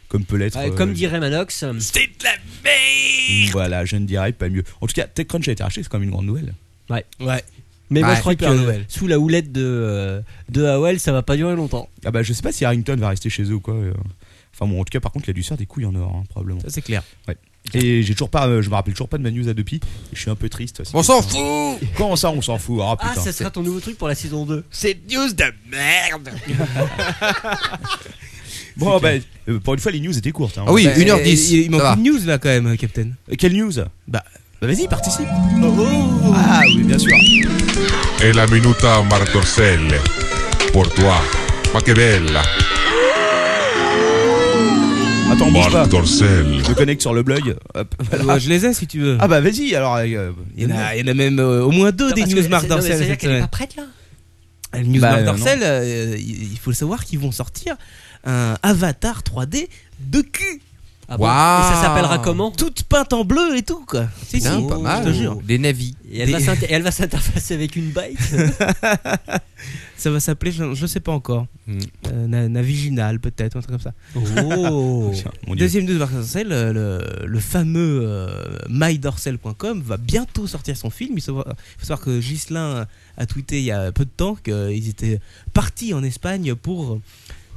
S5: comme peut l'être.
S6: Ouais,
S5: euh,
S6: comme dirait Manox. euh,
S3: C'est de la merde
S5: Voilà, je ne dirais pas mieux. En tout cas, TechCrunch a été racheté, c'est quand même une grande nouvelle.
S8: Ouais.
S6: Mais moi
S8: Ouais,
S6: je crois que
S8: super nouvelle.
S6: sous la houlette de, euh, de AOL, ça va pas durer longtemps.
S5: Ah bah, je sais pas si Harrington va rester chez eux ou quoi. euh. Enfin bon, en tout cas, par contre, il a dû se faire des couilles en or, hein, probablement.
S8: Ça, c'est clair.
S5: Et j'ai toujours pas, euh, je me rappelle toujours pas de ma news à deux pieds. Je suis un peu triste.
S7: On s'en fout
S5: Comment ça, on s'en fout Ah
S6: Ah,
S5: putain.
S6: ça sera ton nouveau truc pour la saison 2.
S3: Cette news de merde
S5: bon, bah, euh, pour une fois, les news étaient courtes. hein.
S7: Ah oui,
S8: Bah,
S7: 1h10.
S8: Il, il manque
S7: ça va.
S8: une news là quand même, euh, Captain.
S5: Euh, Quelle news
S8: Bah,
S5: Bah, vas-y, participe.
S7: Oh,
S5: Ah oui, bien sûr.
S9: E la minuta Martorselle. Pour toi. Ma che bella.
S5: Attends, bouge pas.
S9: Martorselle.
S5: Je me connecte sur le blog. Hop.
S8: Ouais, Euh, je les ai si tu veux.
S5: Ah bah vas-y, alors. euh,
S8: il, y en a, il y en a même euh, au moins deux
S6: Non,
S8: des
S6: parce
S8: news
S6: que-
S8: Marc
S6: c'est- non, mais
S8: Dorcel
S6: C'est-à-dire
S8: cette
S6: qu'elle est pas
S8: semaine.
S6: prête là
S8: Les news
S5: Bah,
S8: Marc
S5: euh,
S8: Dorcel, euh, il il faut le savoir qu'ils vont sortir un avatar 3D de cul.
S6: Ah bon
S7: Waouh.
S6: Et ça s'appellera comment
S8: Toute peinte en bleu et tout quoi. C'est
S7: Putain, Ah, pas mal.
S8: Je te jure.
S7: Des navis.
S6: Et elle, va
S8: Des-
S6: s'inter- et elle va s'interfacer avec une bite
S8: Ça va s'appeler, je, je sais pas encore.
S7: Hmm.
S8: Euh, Na- Naviginal peut-être, ou un truc comme ça.
S6: Oh
S5: Tiens, mon Dieu.
S8: Deuxième news de Marc Dorcel, euh, le, le fameux euh, mydorcel.com va bientôt sortir son film. Il faut savoir, il faut savoir que Ghislain a tweeté il y a peu de temps qu'ils étaient partis en Espagne pour,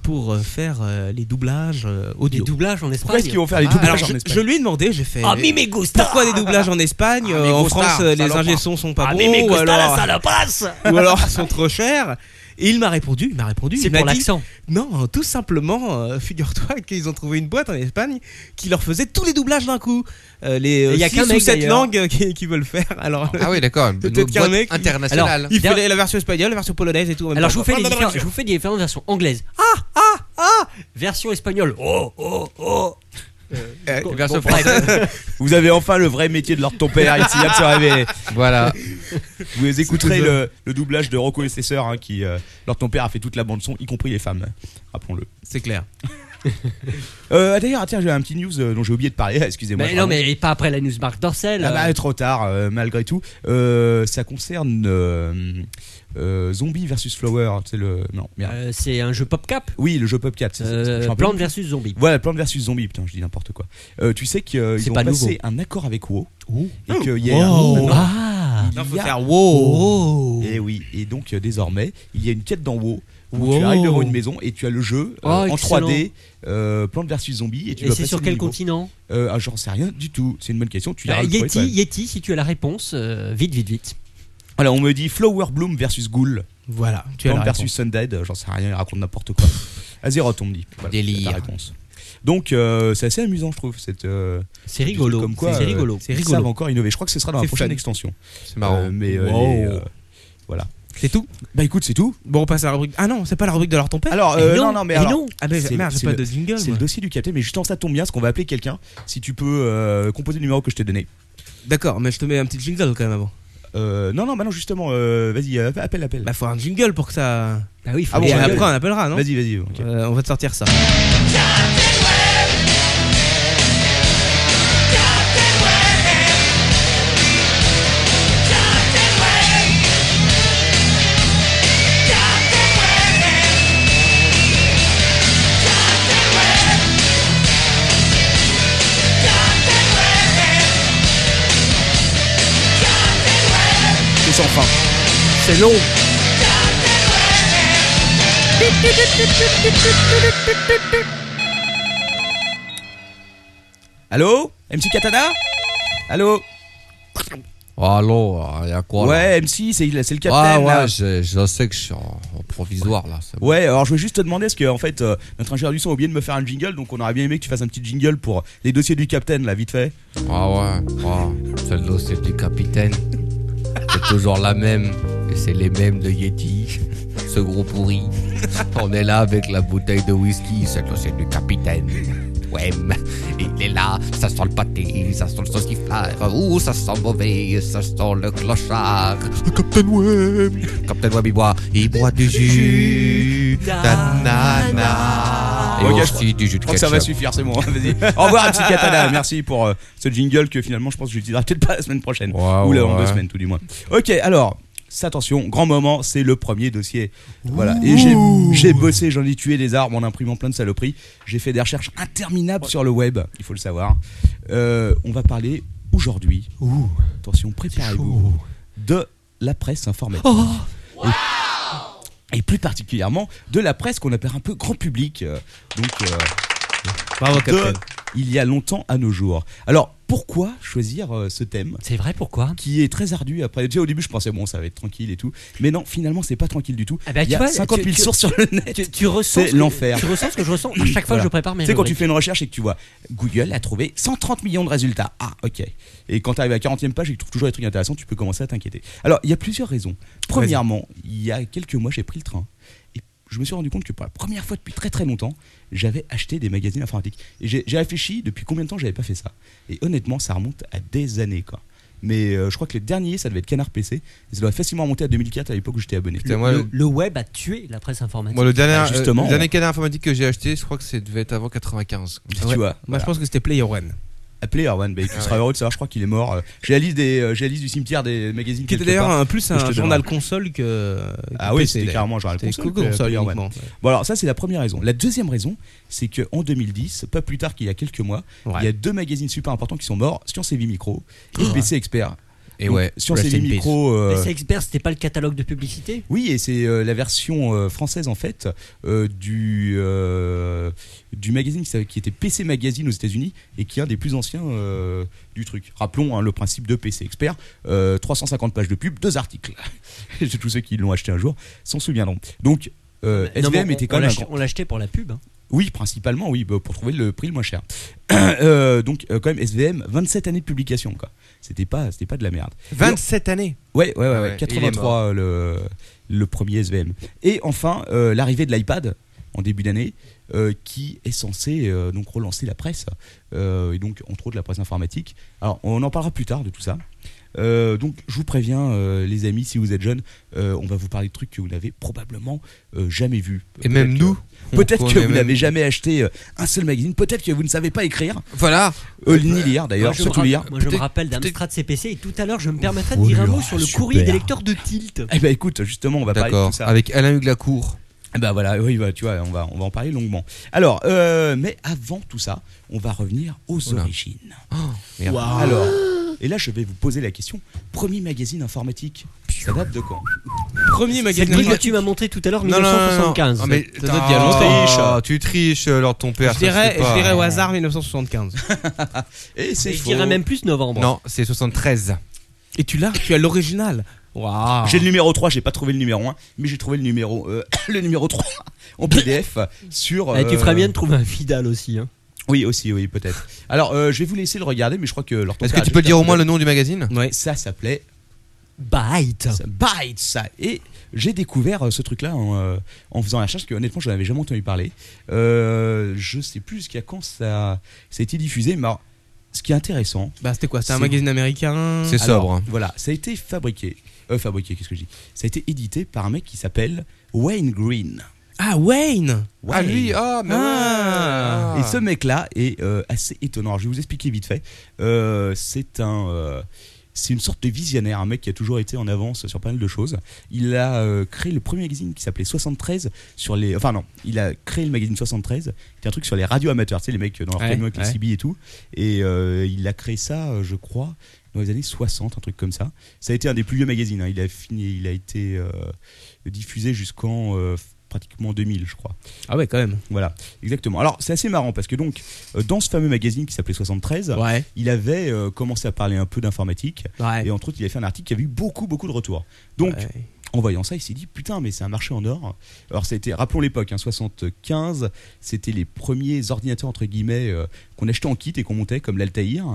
S8: pour euh, faire euh, les doublages euh,
S6: Des
S8: audio.
S6: doublages en
S5: Pourquoi est-ce
S6: Espagne
S5: qu'ils vont faire les
S8: Alors
S5: doublages
S8: je,
S5: en
S8: je
S5: Ah, Espagne
S8: lui ai demandé, j'ai fait.
S3: Ah, mi me gusta
S8: Pourquoi des doublages en Espagne
S3: Ah,
S8: euh,
S3: mais
S8: En
S3: Gusta,
S8: France, euh, les
S3: salopard.
S8: ingés sons sont pas
S3: Ah, mi me
S8: bons, ou
S3: gusta la
S8: alors,
S3: salopasse
S8: ou alors sont trop chers. Et il m'a répondu, il m'a répondu.
S6: C'est
S8: il m'a
S6: pour
S8: dit,
S6: l'accent.
S8: Non, tout simplement, euh, figure-toi qu'ils ont trouvé une boîte en Espagne qui leur faisait tous les doublages d'un coup. Euh, les
S6: Et
S8: euh,
S6: y a
S8: six
S6: qu'un
S8: ou
S6: mec,
S8: sept
S6: d'ailleurs.
S8: langues euh, qui, qui veulent faire. Alors,
S7: Ah oui, d'accord. Une
S8: Peut-être
S7: boîte
S8: qu'un mec-
S7: internationale.
S8: il
S6: d'ailleurs-
S8: fallait la version espagnole, la version polonaise et tout. Ah, en même
S6: Alors
S8: temps,
S6: je vous,
S8: quoi.
S6: fais les différen- je vous fais des différentes versions anglaises. Ah ah ah Version espagnole. Oh oh oh
S7: Euh, version française.
S5: Vous avez enfin le vrai métier de l'ordre de ton père ici, à se révéler.
S7: voilà.
S5: Vous écouterez
S8: C'est
S5: le, le doublage de Rocco et ses sœurs, hein, qui, euh, l'ordre de ton père a fait toute la bande son, y compris les femmes. hein. Rappelons-le.
S8: C'est clair.
S5: Euh, ah, D'ailleurs, tiens, j'ai un petit news euh, dont j'ai oublié de parler. Excusez-moi.
S6: Mais non,
S5: pardon.
S6: mais pas après la news Marc Dorcel.
S5: Ah bah,
S6: euh,
S5: trop tard, euh, malgré tout. Euh, ça concerne euh, euh, Zombie versus Flower. C'est le. Non, merde.
S6: euh, c'est un jeu PopCap.
S5: Oui, le jeu Pop 4. c'est ça, c'est ce que je me
S6: Euh,
S5: rappelle.
S6: Plante versus zombie.
S5: Voilà, Plante versus Zombie, putain, je dis n'importe quoi. Euh, tu sais qu'ils
S6: C'est
S5: ont
S6: pas
S5: passé
S6: nouveau.
S5: un accord avec WoW. Et que
S6: Oh.
S5: hier.
S6: Ah
S5: il
S8: Non, faut
S5: y a-
S8: faire wow.
S6: Oh
S5: Et eh oui, et donc euh, désormais, il y a une quête dans WoW. Où
S8: Wow.
S5: Tu arrives devant une maison et tu as le jeu euh,
S6: Oh,
S5: en
S6: excellent.
S5: 3D, euh, Plante versus Zombie, et tu
S6: Et
S5: dois
S6: c'est
S5: passer
S6: sur
S5: des
S6: quel
S5: niveaux.
S6: continent
S5: euh, ah, J'en sais rien du tout, c'est une bonne question. Tu iras
S6: Bah,
S5: le trouver
S6: Yeti,
S5: toi-même.
S6: Yeti, si tu as la réponse, euh, vite, vite, vite.
S5: Voilà, on me dit Flower Bloom versus Ghoul,
S8: Voilà, tu as la
S5: Plante versus
S8: réponse.
S5: Sundead, euh, j'en sais rien, il raconte n'importe quoi. Azeroth, on me dit. Voilà, c'est
S7: Délire.
S5: La réponse. Donc euh, c'est assez amusant, je trouve. Cette, euh,
S6: C'est rigolo.
S5: Comme quoi,
S6: c'est
S5: euh,
S6: rigolo.
S8: c'est
S5: ils
S8: rigolo.
S5: savent encore innover. Je crois que ce sera dans la
S8: C'est
S5: prochaine
S8: fun.
S5: extension.
S7: C'est marrant.
S5: Euh, mais euh,
S8: Wow.
S5: les, euh, voilà.
S8: C'est tout
S5: Bah écoute, c'est tout.
S8: Bon, on passe à la rubrique. Ah non, c'est pas la rubrique de leur ton père
S5: Alors,
S6: Eh
S5: euh,
S6: non,
S5: non, non, mais
S6: eh
S5: alors,
S6: non.
S8: Ah, mais
S5: c'est-
S8: merde, j'ai
S5: c'est
S8: pas
S5: le-
S8: de jingle.
S5: C'est le
S8: moi.
S5: dossier du capté, mais justement ça tombe bien, parce qu'on va appeler quelqu'un. Si tu peux euh, composer le numéro que je t'ai donné.
S8: D'accord, mais je te mets un petit jingle quand même avant.
S5: Euh, non, non, bah non, justement, euh, vas-y, euh, appelle, appelle.
S8: Bah, faut un jingle pour que ça.
S6: Bah oui, faut
S5: Ah bon,
S8: Et
S6: dire-
S5: jingle.
S8: après, on appellera, non
S5: vas-y, vas-y. ok.
S8: Euh, on va te sortir ça.
S5: C'est sans fin.
S6: c'est long.
S5: Allô MC Katana Allô
S7: alors, Oh, il y a quoi là
S5: Ouais, MC, c'est il- c'est le capitaine.
S7: Ouais,
S5: là.
S7: ouais, je, je sais que je suis en, en provisoire là. c'est bon.
S5: Ouais, alors je vais juste te demander, parce que en fait, euh, notre ingénieur du son a oublié de me faire un jingle, donc on aurait bien aimé que tu fasses un petit jingle pour les dossiers du capitaine, là, vite fait.
S7: Ah ouais, ouais. celle-là c'est du capitaine. C'est toujours la même. Et c'est les mêmes de Yeti. Ce gros pourri. On est là avec la bouteille de whisky. Celle-là c'est du capitaine. Ouais, mais il est là. Ça sent le pâté, ça sent le sauciflard. Ouh, ça sent mauvais, ça sent le clochard. Le Captain Web. Captain Web, il boit, il boit du jus d'ananas. Et
S5: Ok, je
S7: aussi du jus de
S5: Je crois que ça va
S7: ketchup.
S5: suffire, c'est bon, hein, vas-y. Au revoir, un petit katana, merci pour euh, ce jingle que finalement je pense que j'utiliserai peut-être pas la semaine prochaine.
S7: Ouais,
S5: Ou
S7: ouais,
S5: là, en
S7: ouais.
S5: deux semaines, tout du moins. Ok, alors. c'est Attention, grand moment, c'est le premier dossier. Voilà. Et j'ai- j'ai bossé, j'en ai tué des arbres en imprimant plein de saloperies. J'ai fait des recherches interminables sur le web, il faut le savoir. Euh, on va parler aujourd'hui. Attention, préparez-vous. De la presse informatique.
S6: Oh.
S5: Et- et, plus particulièrement de la presse qu'on appelle un peu grand public. euh, Donc. euh,
S8: Bravo,
S5: de
S8: Captain.
S5: il y a longtemps à nos jours. Alors, pourquoi choisir euh, ce thème
S6: C'est vrai, pourquoi
S5: qui est très ardu après Déjà au début, je pensais, bon, ça va être tranquille et tout. Mais non, finalement, c'est pas tranquille du tout.
S6: Ah bah,
S5: il y
S6: tu
S5: a
S6: vois,
S5: 50
S6: tu-
S5: 000
S6: tu-
S5: sources sur le net.
S6: tu, tu ressens
S5: C'est
S6: ce que-
S5: l'enfer.
S6: Tu ressens ce que je ressens à chaque fois
S5: Voilà.
S6: que je prépare mes
S5: Tu sais, quand tu
S6: rubriques.
S5: fais une recherche et que tu vois Google a trouvé 130 millions de résultats. Ah, ok. Et quand tu arrives à 40e page et que tu trouves toujours des trucs intéressants, tu peux commencer à t'inquiéter. Alors, il y a plusieurs raisons. Premièrement, il y a quelques mois, j'ai pris le train. Et je me suis rendu compte que pour la première fois depuis très très longtemps, j'avais acheté des magazines informatiques. Et j'ai j'ai réfléchi depuis combien de temps j'avais pas fait ça. Et honnêtement, ça remonte à des années, quoi. Mais euh, je crois que les derniers, ça devait être Canard PC. Et ça doit facilement remonter à 2004 à l'époque où j'étais abonné.
S7: Putain, moi,
S6: le, le web a tué la presse informatique.
S7: Moi, le dernier,
S5: Bah, justement.
S7: euh, le dernier canard informatique que j'ai acheté, je crois que c'est devait être avant 95.
S5: Tu
S8: Ouais.
S5: vois,
S8: Moi, je pense que c'était Player One.
S5: Appelez Erwan, bah, tu
S8: Ah
S5: seras heureux de savoir, je crois qu'il est mort. Euh, J'ai la liste des, euh, j'ai la liste du cimetière des magazines
S8: Qui était
S5: quelque
S8: d'ailleurs
S5: part.
S8: un plus
S5: Mais je te
S8: un
S5: donne
S8: journal
S5: un-
S8: console que.
S5: Ah
S8: que
S5: oui,
S8: PC,
S5: c'était
S8: d'ailleurs.
S5: carrément genre
S8: C'était
S5: console.
S8: que
S5: que
S8: console
S5: Player One.
S8: uniquement.
S5: Bon alors ça c'est la première raison. La deuxième raison, c'est que en 2010, pas plus tard qu'il y a quelques mois,
S8: Ouais. Ah.
S5: il y a deux magazines super importants qui sont morts, Science et Vie Micro et PC Expert.
S7: Et
S5: Donc,
S7: ouais,
S5: Science
S7: rest
S5: et
S7: in
S5: Vie
S7: peace.
S5: Micro euh,
S6: Mais c'est expert, c'était pas le catalogue de publicité
S5: Oui, et c'est euh, la version euh, française en fait euh, du euh, du magazine qui, s'appelle- qui était PC Magazine aux États-Unis et qui est un des plus anciens euh, du truc. Rappelons hein, le principe de PC Expert euh, 350 pages de pub, deux articles. Et Tous ceux qui l'ont acheté un jour s'en souviendront. Donc euh,
S6: Non, mais
S5: SVM
S6: on-
S5: était
S6: on
S5: quand même un
S6: l'achetait-
S5: grand-
S6: On l'achetait pour la pub. hein.
S5: oui, principalement, oui, bah, pour trouver le prix le moins cher. Euh, donc, euh, quand même, SVM, 27 années de publication, quoi. C'était pas, c'était pas de la merde.
S7: 27 années
S5: Ouais, ouais, ouais,
S7: Ah
S5: ouais,
S7: ouais, il est
S5: 83,
S7: mort.
S5: euh, le, le premier SVM. Et enfin, euh, l'arrivée de l'iPad en début d'année, euh, qui est censé euh, donc relancer la presse, euh, et donc entre autres la presse informatique. Alors, on en parlera plus tard de tout ça. Euh, donc, je vous préviens, euh, les amis, si vous êtes jeunes, euh, on va vous parler de trucs que vous n'avez probablement euh, jamais vus.
S7: Et même
S5: Peut-être
S7: nous,
S5: que- Peut-être
S7: on
S5: que
S7: connaît
S5: vous
S7: même-
S5: n'avez jamais acheté euh, un seul magazine, peut-être que vous ne savez pas écrire,
S7: Voilà
S5: euh, ni lire d'ailleurs,
S6: Moi, je me
S5: surtout
S6: ra-
S5: lire.
S6: Moi, je me
S7: Peut-être-
S6: rappelle d'Amstrad CPC et tout à l'heure, je me permettrai
S5: Oh
S6: de dire un mot sur le courrier des lecteurs de Tilt.
S5: Eh ben écoute, justement, on va parler de
S7: D'accord, Ah,
S5: tout ça.
S7: avec Alain Huglacourt.
S5: Ah Bah voilà, oui, bah, tu vois, on va, on va en parler longuement. Alors, euh, mais avant tout ça, on va revenir aux
S7: là.
S5: origines.
S7: Oh,
S5: Alors, et là, je vais vous poser la question. Premier magazine informatique, ça date de quand
S8: Premier
S6: C'est le
S8: magazine.
S6: livre que tu m'as montré tout à l'heure, 1975.
S7: Ah, mais
S8: Ça date d'il y a
S7: Ah,
S5: longtemps.
S7: Tu triches, euh, alors ton père.
S8: Je
S7: ça se
S8: dirais, je
S7: fait pas. hein.
S8: dirais au hasard 1975.
S5: Et c'est
S6: Et je
S5: faux.
S6: dirais même plus novembre.
S7: Non, c'est 73.
S8: Et tu l'as Tu as l'original Waouh
S5: J'ai le numéro 3, j'ai pas trouvé le numéro 1, mais j'ai trouvé le numéro, euh, le numéro 3 en PDF sur.
S6: Eh, tu
S5: euh,
S6: ferais bien de trouver un Fidal aussi. hein.
S5: Oui, aussi, oui, peut-être. Alors, euh, je vais vous laisser le regarder, mais je crois que leur
S7: Est-ce que tu peux dire au moins le nom du magazine
S8: Ouais.
S5: Ça s'appelait
S6: Bite.
S5: Ça bite ça. Et j'ai découvert euh, ce truc-là en, euh, en faisant la recherche, que honnêtement, je n'en avais jamais entendu parler. Euh, je sais plus jusqu'à quand ça, ça a été diffusé, mais alors, ce qui est intéressant.
S8: Bah, c'était quoi C'était un
S5: C'est-
S8: magazine américain
S7: C'est
S5: alors,
S7: sobre. hein.
S5: Voilà, ça a été fabriqué. Euh, fabriqué, qu'est-ce que je dis Ça a été édité par un mec qui s'appelle Wayne Green.
S8: Ah, Wayne
S7: Ah,
S5: Wayne.
S7: lui, ah, mais ouais.
S8: Ah.
S5: Et ce mec-là est euh, assez étonnant. Alors, je vais vous expliquer vite fait. Euh, c'est un. euh, c'est une sorte de visionnaire, un mec qui a toujours été en avance sur pas mal de choses. Il a euh, créé le premier magazine qui s'appelait 73 sur les. Enfin, non, il a créé le magazine 73, qui est un truc sur les radios amateurs, tu sais, les mecs euh, dans leur
S8: Ouais,
S5: camion avec les
S8: ouais.
S5: CB et tout. Et euh, il a créé ça, euh, je crois, dans les années 60, un truc comme ça. Ça a été un des plus vieux magazines. hein. Il, a fini, il a été euh, diffusé jusqu'en euh, pratiquement 2000, je crois.
S8: Ah ouais, quand même.
S5: Voilà, exactement. Alors, c'est assez marrant parce que donc, euh, dans ce fameux magazine qui s'appelait 73,
S8: Ouais.
S5: il avait euh, commencé à parler un peu d'informatique.
S8: Ouais.
S5: Et entre autres, il avait fait un article qui avait eu beaucoup, beaucoup de retours. Donc,
S8: Ouais.
S5: en voyant ça, il s'est dit putain, mais c'est un marché en or. Alors, ça a été, rappelons l'époque, hein, 75, c'était les premiers ordinateurs entre guillemets euh, qu'on achetait en kit et qu'on montait comme l'Altair.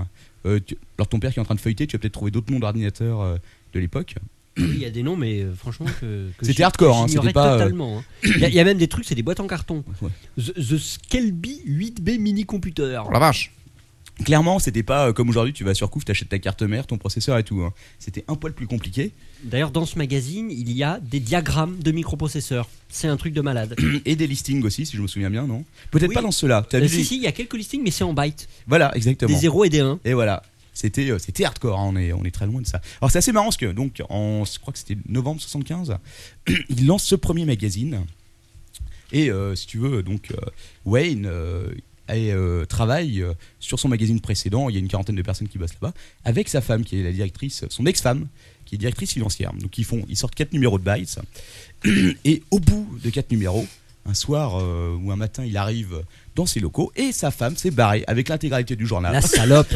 S5: Euh, tu- alors, ton père qui est en train de feuilleter, tu as peut-être trouvé d'autres noms d'ordinateurs euh, de l'époque.
S6: Oui, Il y a des noms, mais euh, franchement, que, que
S5: C'était
S6: j'ig-
S5: hardcore, hein,
S6: j'ignorais
S5: c'était pas, euh,
S6: totalement. hein. Il y, a- il y a même des trucs, c'est des boîtes en carton.
S5: Ouais.
S6: The, the Skelby 8B mini computer.
S7: Oh la vache
S5: Clairement, c'était pas euh, comme aujourd'hui, tu vas sur Couf, t'achètes ta carte mère, ton processeur et tout. hein. C'était un poil plus compliqué.
S6: D'ailleurs, dans ce magazine, il y a des diagrammes de microprocesseurs. C'est un truc de malade.
S5: Et des listings aussi, si je me souviens bien, non Peut-être
S6: Oui.
S5: pas dans ceux-là. T'as
S6: Euh,
S5: vu
S6: si, si, il y a quelques listings, mais c'est en bytes.
S5: Voilà, exactement.
S6: Des 0 et des 1.
S5: Et voilà. C'était, euh, c'était hardcore, hein, on, est, on est très loin de ça. Alors c'est assez marrant parce que, donc, en, je crois que c'était novembre 75, il lance ce premier magazine. Et euh, si tu veux, donc, euh, Wayne euh, est, euh, travaille euh, sur son magazine précédent, il y a une quarantaine de personnes qui bossent là-bas, avec sa femme qui est la directrice, son ex-femme, qui est directrice financière. Donc ils, font, ils sortent quatre numéros de Bytes. Et au bout de quatre numéros, un soir euh, ou un matin, il arrive dans ses locaux et sa femme s'est barrée avec l'intégralité du journal
S6: La salope.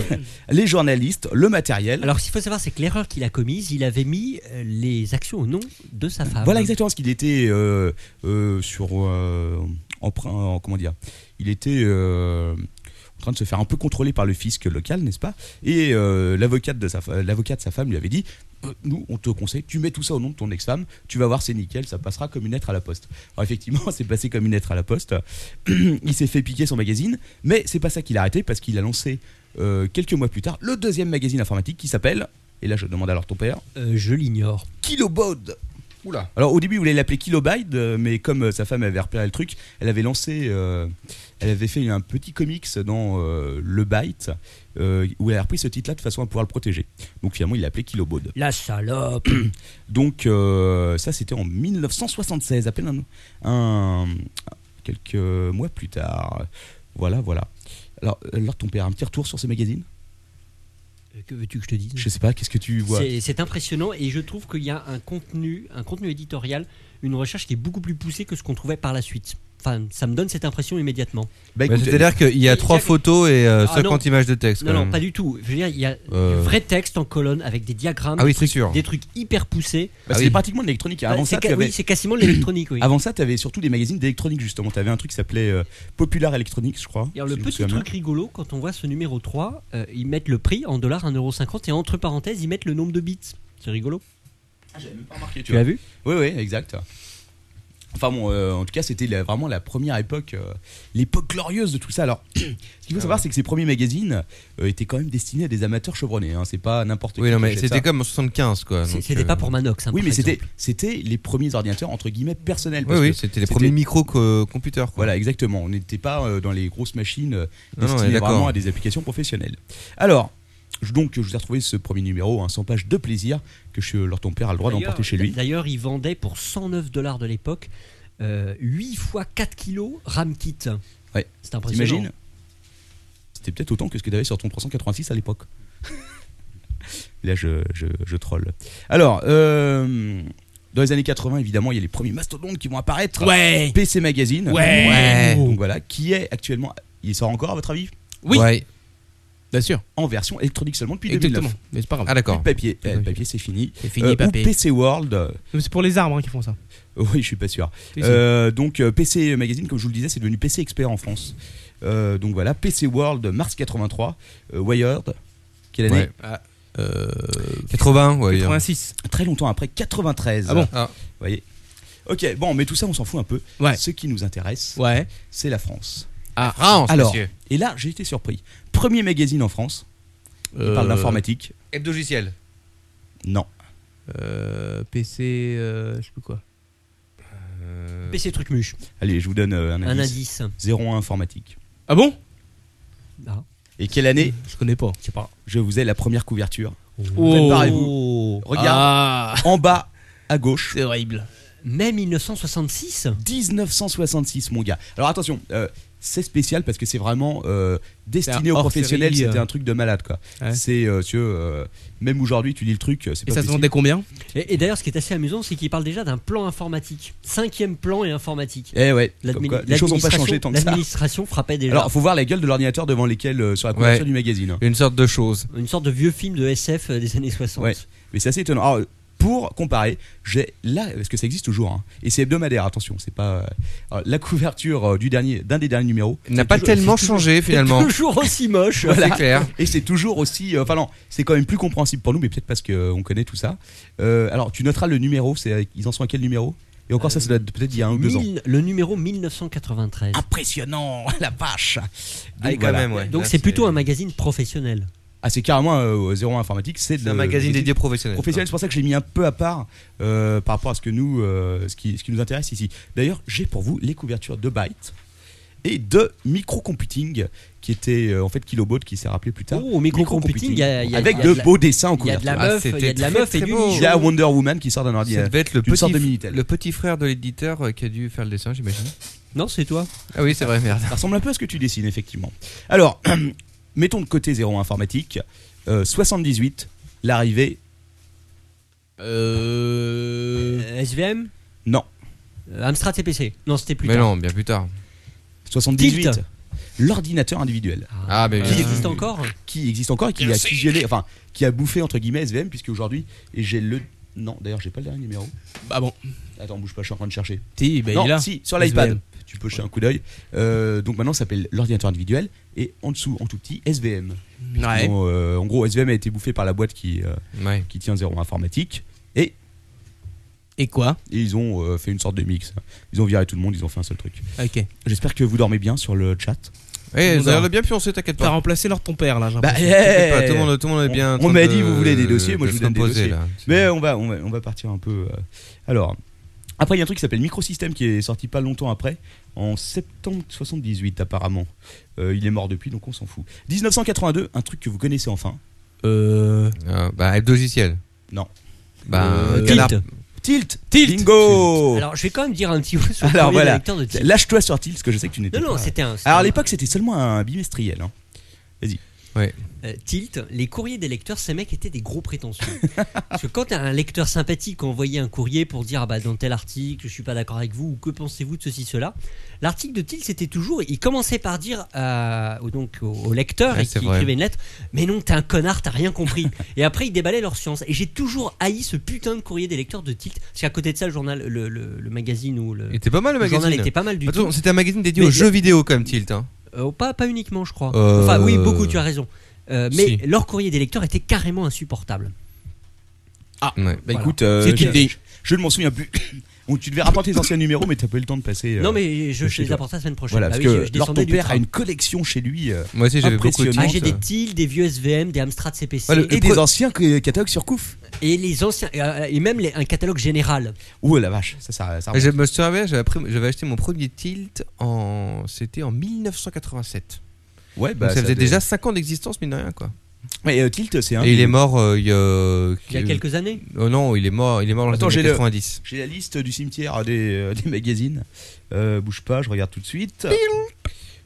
S5: les journalistes, le matériel.
S6: Alors, ce qu'il faut savoir, c'est que l'erreur qu'il a commise, il avait mis euh, les actions au nom de sa femme.
S5: voilà exactement ce qu'il était euh, euh, sur euh, emprunt, en- comment dire, il était euh, en train de se faire un peu contrôler par le fisc local, n'est-ce pas Et euh, l'avocate de sa fa- l'avocat de sa femme lui avait dit Euh, nous on te conseille, tu mets tout ça au nom de ton ex-femme, tu vas voir c'est nickel, ça passera comme une lettre à la poste. Alors effectivement, c'est passé comme une lettre à la poste. il s'est fait piquer son magazine, mais c'est pas ça qu'il a arrêté parce qu'il a lancé euh, quelques mois plus tard le deuxième magazine informatique qui s'appelle et là je demande alors ton père
S6: Euh, je l'ignore.
S5: Kilobode.
S7: Oula.
S5: Alors au début, il voulait l'appeler Kilobyte, euh, mais comme euh, sa femme avait repéré le truc, elle avait lancé, euh, elle avait fait un petit comics dans euh, le Byte euh, où elle a repris ce titre-là de façon à pouvoir le protéger. Donc finalement, il l'a appelé Kilobode.
S6: La salope.
S5: Donc euh, ça, c'était en 1976, à peine un, un- quelques mois plus tard. Voilà, voilà. Alors, euh, Lord, ton père, un petit retour sur ce magazine
S6: Euh, Que veux-tu que je te dise
S5: Je sais pas, qu'est-ce que tu vois
S6: C'est- C'est impressionnant et je trouve qu'il y a un contenu, un contenu éditorial, une recherche qui est beaucoup plus poussée que ce qu'on trouvait par la suite. Enfin, ça me donne cette impression immédiatement.
S5: Bah,
S7: Bah,
S5: écoute,
S7: C'est-à-dire qu'il y a
S6: il-
S7: trois
S6: il-
S7: photos et euh,
S6: Ah,
S7: 50 images de texte.
S6: Non,
S7: quand
S6: non,
S7: même.
S6: pas du tout. Je veux dire, il y a
S7: Euh.
S6: du vrai texte en colonne avec des diagrammes,
S7: Ah oui, c'est sûr.
S6: des trucs hyper poussés.
S5: bah, c'est
S7: Ah oui.
S5: pratiquement de l'électronique. Avant
S6: Ouais, c'est
S5: ça,
S6: ca-
S5: tu avais- Ah,
S6: oui, c'est quasiment de l'électronique. Oui.
S5: Avant ça, tu avais surtout des magazines d'électronique, justement. Tu avais un truc qui s'appelait euh, Popular Electronics, je crois.
S6: Et alors,
S5: si je
S6: le
S5: me
S6: petit
S5: souviens bien.
S6: truc rigolo, quand on voit ce numéro 3, euh, ils mettent le prix en dollars 1,50€ et entre parenthèses, ils mettent le nombre de bits. C'est rigolo.
S7: Ah,
S5: tu vois.
S6: vu
S5: Oui, oui, exact. Enfin bon, euh, en tout cas, c'était la- vraiment la première époque, euh, l'époque glorieuse de tout ça. Alors, ce qu'il
S7: Ah
S5: faut savoir, c'est que ces premiers magazines euh, étaient quand même destinés à des amateurs chevronnés. hein. C'est pas n'importe qui.
S7: Oui, non,
S5: qui
S7: mais
S5: achète
S7: c'était
S5: ça.
S7: comme en 75, quoi. donc,
S6: C'était
S7: euh,
S6: pas pour Manox. hein,
S5: Oui,
S6: par
S5: mais c'était
S6: exemple.
S5: c'était les premiers ordinateurs entre guillemets personnels.
S7: Oui,
S5: parce
S7: oui,
S5: que
S7: c'était les premiers micro-computers, quoi.
S5: Voilà, exactement. On n'était pas euh, dans les grosses machines euh,
S7: Non, non,
S5: destinées
S7: ouais, d'accord.
S5: vraiment à des applications professionnelles. Alors, je, donc, je vous ai retrouvé ce premier numéro, hein, 100 pages de plaisir, que je, alors ton père a le droit d'emporter chez lui.
S6: D'ailleurs, il vendait pour 109 dollars de l'époque euh, 8 x 4 kilos RAM kit.
S5: Ouais.
S6: C'est impressionnant.
S5: T'imagines C'était peut-être autant que ce que t'avais sur ton 386 à l'époque. Là, je, je, je troll. Alors, euh, dans les années 80, évidemment, il y a les premiers mastodontes qui vont apparaître.
S3: Ouais.
S5: PC Magazine.
S3: Ouais.
S5: Donc voilà, qui est actuellement. Il sort encore, à votre avis
S8: Oui.
S7: Ouais.
S8: Bien sûr.
S5: En version électronique seulement depuis 2009.
S8: Exactement. Mais c'est pas grave.
S7: Ah,
S5: Plus de
S7: d'accord.
S5: papier, Eh, le papier c'est fini.
S8: C'est fini,
S5: Euh, ou
S8: papé.
S5: PC World, euh,
S8: Mais C'est pour les arbres hein, qui font ça.
S5: oui, je suis pas sûr.
S8: Si, si.
S5: Euh, donc euh, PC Magazine, comme je vous le disais, c'est devenu PC Expert en France. Euh, donc voilà, PC World, mars 83, euh, Wired, quelle année Euh,
S7: Ouais. 80, ouais.
S8: 86.
S5: Très longtemps après, 93.
S8: Ah bon
S7: Ah.
S5: Vous voyez. Ok, bon, mais tout ça, on s'en fout un peu.
S8: Ouais.
S5: Ce qui nous intéresse,
S8: Ouais.
S5: c'est la France.
S7: Ah, France,
S5: Alors,
S7: monsieur.
S5: et là, j'ai été surpris. Premier magazine en France, qui parle d'informatique.
S7: Hebdogiciel.
S5: Non.
S8: Euh, PC, euh, je sais plus quoi.
S7: Euh,
S6: PC truc muche,
S5: Allez, je vous donne euh, un
S6: un
S5: indice.
S6: indice.
S5: 01 informatique.
S8: Ah bon
S6: Ah.
S5: Et quelle année
S8: Je connais pas.
S6: Je sais pas.
S5: Je vous ai la première couverture.
S8: Oh.
S5: Préparez-vous. Regarde,
S8: Ah,
S5: en bas à gauche,
S8: c'est horrible.
S6: Même 1966
S5: 1966, mon gars. Alors attention, euh, c'est spécial parce que c'est vraiment euh, destiné
S8: un
S5: aux
S8: hors
S5: professionnels.
S8: série,
S5: C'était
S8: euh.
S5: un truc de malade, quoi.
S8: Ouais.
S5: C'est, euh, tu vois, euh, même aujourd'hui, tu lis le truc, euh, c'est
S8: Et
S5: pas
S8: ça se
S5: possible.
S8: vendait combien
S6: Et, et d'ailleurs, ce qui est assez amusant, c'est qu'il parle déjà d'un plan informatique. Cinquième plan et informatique.
S5: Eh ouais,
S6: L'admi-
S5: comme quoi, les choses n'ont pas
S6: l'administration-
S5: changé tant que ça.
S6: L'administration frappait déjà.
S5: Alors, faut voir la gueule de l'ordinateur devant lesquels euh, sur la couverture
S7: Ouais.
S5: du magazine. hein.
S7: Une sorte de chose.
S6: Une sorte de vieux film de SF euh, des années 60.
S5: Ouais. Mais c'est assez étonnant. Alors, pour comparer, j'ai là parce que ça existe toujours, hein, et c'est hebdomadaire. Attention, c'est pas euh, alors, la couverture euh, du dernier, d'un des derniers numéros
S7: Il n'a pas
S5: toujours-
S7: tellement changé finalement.
S6: Toujours aussi moche.
S7: C'est clair.
S5: Et c'est toujours aussi, euh, enfin non, c'est quand même plus compréhensible pour nous, mais peut-être parce qu'on connaît tout ça. Euh, alors, tu noteras le numéro. C'est ils en sont à quel numéro Et encore ça, ça doit être peut-être il y a un ou deux ans.
S6: Euh,
S5: Ah,
S6: Mille- le numéro 1993.
S5: Impressionnant, la vache.
S7: Ah,
S5: Donc,
S7: quand
S5: voilà.
S7: même, ouais.
S6: Donc
S7: Là,
S6: c'est plutôt un magazine professionnel.
S5: Ah, c'est carrément euh, zéro informatique. C'est
S7: C'est
S5: de-
S7: un magazine dédié professionnel.
S5: professionnel. C'est pour ça que j'ai mis un peu à part euh, par rapport à ce que nous, euh, ce, qui, ce qui nous intéresse ici. D'ailleurs, j'ai pour vous les couvertures de Byte et de Microcomputing, qui était euh, en fait Kilobot, qui s'est rappelé plus tard.
S6: Oh, au micro-computing, il y a, il y a-
S5: avec
S6: il y a
S5: de
S6: la-
S5: beaux dessins en
S6: Il y a de
S5: couverture.
S6: la
S7: Ah,
S6: meuf, il y a
S7: c'était
S6: de la
S7: très,
S6: meuf et
S7: très
S6: du
S7: beau.
S5: Il y a Wonder Woman qui sort d'un
S7: Ça
S5: ordinateur.
S7: devait être le
S5: Une sorte de
S7: petit,
S5: Minitel.
S7: le petit frère de l'éditeur euh, qui a dû faire le dessin, j'imagine.
S6: Non, c'est toi.
S7: Ah oui, c'est vrai, merde.
S5: Ça ressemble un peu à ce que tu dessines, effectivement. Alors, mettons de côté zéro informatique. euh, 78, l'arrivée.
S6: Euh, SVM
S5: Non.
S6: Euh, Amstrad CPC. Non, c'était plus
S7: Mais
S6: tard.
S7: non, bien plus tard.
S5: 78,
S6: Tilt.
S5: l'ordinateur individuel.
S7: Ah, mais
S6: Qui
S5: euh,
S7: oui.
S6: existe encore
S5: qui existe encore et qui a fusionné, enfin, qui a bouffé entre guillemets SVM, puisque aujourd'hui, et j'ai le. Non, d'ailleurs, j'ai pas le dernier numéro.
S8: Bah bon.
S5: Attends, bouge pas, je suis en train de chercher.
S8: Si, bah, il
S5: non,
S8: est là.
S5: si, sur
S8: SVM.
S5: l'iPad. Tu peux jeter un coup d'œil. Euh, donc maintenant, ça s'appelle l'ordinateur individuel, et en dessous, en tout petit, SVM.
S8: Ouais.
S5: Bon, euh, en gros, SVM a été bouffé par la boîte qui, euh,
S7: Ouais.
S5: qui tient zéro informatique.
S8: Et quoi
S5: Et ils ont euh, fait une sorte de mix. Ils ont viré tout le monde, ils ont fait un seul truc.
S8: Ok.
S5: J'espère que vous dormez bien sur le chat.
S8: Tout
S7: Eh,
S8: le
S7: vous
S8: monde
S7: avez bien pioncé, t'inquiète
S8: T'as
S7: pas.
S8: remplacé l'ordre de ton père là, j'ai l'impression.
S7: T'inquiète pas, tout le monde, tout le monde est bien. en
S5: On
S7: train
S5: m'a
S7: de-
S5: dit, vous voulez des dossiers, moi,
S7: de
S5: je vous donne des
S7: s'imposer,
S5: dossiers.
S7: là.
S5: Mais euh, on va, on va, on va partir un peu. euh. Alors, après, il y a un truc qui s'appelle Microsystem qui est sorti pas longtemps après, en septembre 78 apparemment. Euh, il est mort depuis, donc on s'en fout. 1982, un truc que vous connaissez enfin.
S8: Euh.
S7: Euh, Bah, avec logiciel.
S5: Non.
S7: Bah,
S8: Euh,
S7: Canard-
S6: Tilt.
S5: Tilt
S8: Tilt.
S5: Bingo
S6: Alors, je vais quand même dire un petit mot sur le
S5: Alors,
S6: premier
S5: voilà.
S6: directeur de Tilt.
S5: Lâche-toi sur Tilt, parce que je sais que tu n'étais
S6: Non, non,
S5: pas-
S6: c'était un. c'était
S5: Alors,
S6: un-
S5: à l'époque, c'était seulement un bimestriel. hein.
S6: Euh, Tilt, les courriers des lecteurs, ces mecs étaient des gros prétentieux. Parce que quand un lecteur sympathique envoyait un courrier pour dire ah bah dans tel article, je suis pas d'accord avec vous ou que pensez-vous de ceci cela, l'article de Tilt c'était toujours, il commençait par dire à- au- donc au, au lecteur
S7: Ouais,
S6: et qui
S7: c'est vrai.
S6: écrivait une lettre, mais non t'es un connard, t'as rien compris. et après ils déballaient leur science. Et j'ai toujours haï ce putain de courrier des lecteurs de Tilt, parce qu'à côté de ça le journal, le, le- le magazine ou le,
S7: Il était pas mal le
S6: le journal était
S7: magazine. Bah,
S6: pas mal du tout.
S7: Attends, c'était un magazine dédié
S6: Mais
S7: aux
S6: il y a-
S7: jeux vidéo comme Tilt. hein.
S6: Euh, pas, pas uniquement, je crois.
S7: Euh,
S6: Enfin, oui, beaucoup, tu as raison. Euh, mais
S7: si.
S6: leur courrier des lecteurs était carrément insupportable. Ah.
S7: Ouais.
S5: Bah
S6: Voilà.
S5: écoute, euh,
S6: C'est
S5: je,
S6: Tilt.
S5: je ne m'en souviens plus. Donc, tu devais rapporter tes anciens numéros, mais t'as pas eu le temps de passer. euh,
S6: non, mais je,
S5: je
S6: je
S5: sais
S6: les
S5: pas.
S6: apporte la semaine prochaine.
S5: Voilà,
S6: Bah
S5: parce
S6: oui,
S5: que
S6: je
S5: leur
S6: descendais
S5: ton
S6: du
S5: père
S6: train.
S5: a une collection chez lui. euh,
S7: Moi aussi, j'avais beaucoup de
S5: Impressionnant.
S6: Ah,
S7: Tilt.
S6: j'ai des tilts, des vieux SVM, des Amstrad CPC
S7: Ouais, le-
S5: et
S6: et,
S5: des
S7: pre-
S5: anciens euh, catalogues sur Couf.
S6: et les anciens et, euh, et même les- un catalogue général.
S5: Ouh la vache, ça, ça,
S6: Ah,
S5: ça
S7: Et Je me souviens, j'avais appris- j'avais acheté mon premier tilt en. C'était en 1987.
S5: Ouais, bah,
S7: Donc ça faisait déjà 5 ans d'existence, mine de rien, quoi.
S5: Mais euh, Tilt, c'est un.
S7: Et il est mort euh, il y a.
S6: Il y a quelques années.
S7: Oh non, il est mort, il est mort dans
S5: Attends,
S7: les
S5: j'ai
S7: années
S5: le-
S7: 90.
S5: J'ai la liste du cimetière des, euh, des magazines. Euh, bouge pas, je regarde tout de suite.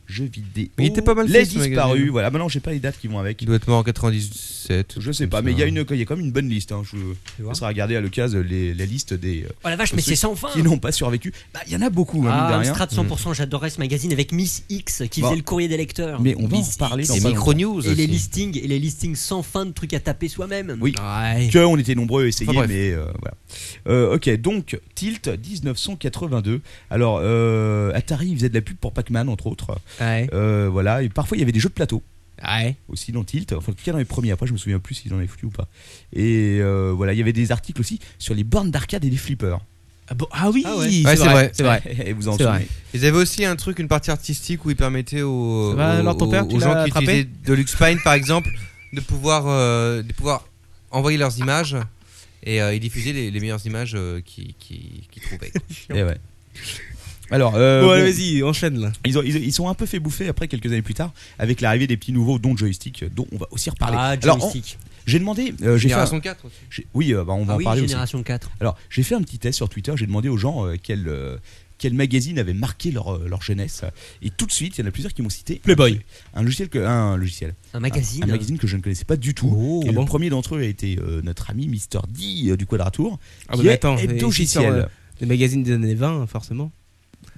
S5: Jeux vidéo.
S7: Mais il était pas mal
S5: Les
S7: fait, ce
S5: disparus,
S7: magazine.
S5: voilà. Maintenant, j'ai pas les dates qui vont avec.
S7: Il doit être mort en 97.
S5: Je sais
S7: comme
S5: pas,
S7: ça.
S5: mais il y a une, il y a quand même une bonne liste. Hein. Je
S6: Tu vois.
S5: on sera regarder à l'occasion les, la liste des euh,
S6: Oh la vache,
S5: Ceux
S6: mais c'est sans fin.
S5: qui n'ont pas survécu. Bah, il y en a beaucoup, hein, mine de
S6: Ah,
S5: rien.
S6: Amstrad 100%, j'adorais ce magazine avec Miss X qui
S5: Bon.
S6: faisait le courrier des lecteurs.
S5: Mais on va en
S6: Miss
S5: reparler
S6: X.
S5: dans
S7: Des
S5: pas longtemps.
S7: micro-news.
S6: Et les
S7: aussi.
S6: listings, et les listings sans fin de trucs à taper soi-même.
S5: Oui.
S8: Ouais.
S5: que on était nombreux à essayer,
S7: Enfin, bref.
S5: mais euh, voilà. Euh, ok, donc Tilt 1982. Alors euh, Atari il faisait de la pub pour Pac-Man entre autres.
S8: Ouais.
S5: Euh, voilà, et parfois il y avait des jeux de plateau
S8: Ouais.
S5: aussi dans Tilt. Enfin, en tout cas dans les premiers. Après, je me souviens plus s'ils en avaient foutu ou pas. Et euh, voilà, il y avait des articles aussi sur les bornes d'arcade et les flippers.
S8: Ah, bon, ah oui,
S6: Ah ouais.
S7: Ouais, c'est vrai.
S8: C'est vrai.
S5: et vous en
S8: C'est vrai.
S5: souvenez.
S7: Ils avaient aussi un truc, une partie artistique où ils permettaient aux,
S8: Ça va,
S7: aux-
S8: alors ton père,
S7: aux
S8: tu l'as
S7: gens qui
S8: attrapé
S7: utilisaient Deluxe Pine par exemple de pouvoir, euh, de pouvoir envoyer leurs images et euh, ils diffusaient les, les meilleures images euh, qui- qui- qu'ils trouvaient. quoi.
S5: Et ouais. Alors, euh,
S8: ouais,
S5: bon,
S8: vas-y, enchaîne là.
S5: ils, ont- ils, ils sont un peu fait bouffer après quelques années plus tard avec l'arrivée des petits nouveaux dont joystick dont on va aussi reparler.
S6: Ah,
S5: Alors, on-
S6: joystick.
S5: j'ai demandé, euh, j'ai fait, un-
S7: Génération 4 aussi.
S5: j'ai- oui, euh, bah, on va
S6: Ah
S5: en
S6: oui,
S5: parler aussi.
S6: génération 4.
S5: Alors, j'ai fait un petit test sur Twitter, j'ai demandé aux gens euh, quel, euh, quel magazine avait marqué leur, euh, leur jeunesse. Et tout de suite, il y en a plusieurs qui m'ont cité.
S8: Playboy.
S5: Un logiciel que. Un logiciel.
S6: Un
S5: Un,
S6: magazine.
S5: magazine que je ne connaissais pas du tout.
S8: Oh.
S5: et
S8: Ah
S5: le
S8: bon
S5: premier d'entre eux a été euh, notre ami Mister D euh, du Quadratour.
S8: Ah,
S5: qui
S8: mais
S5: est
S8: attends, mais
S5: Hebdogiciel.
S8: si sur, euh, Les magazines des années 20, forcément.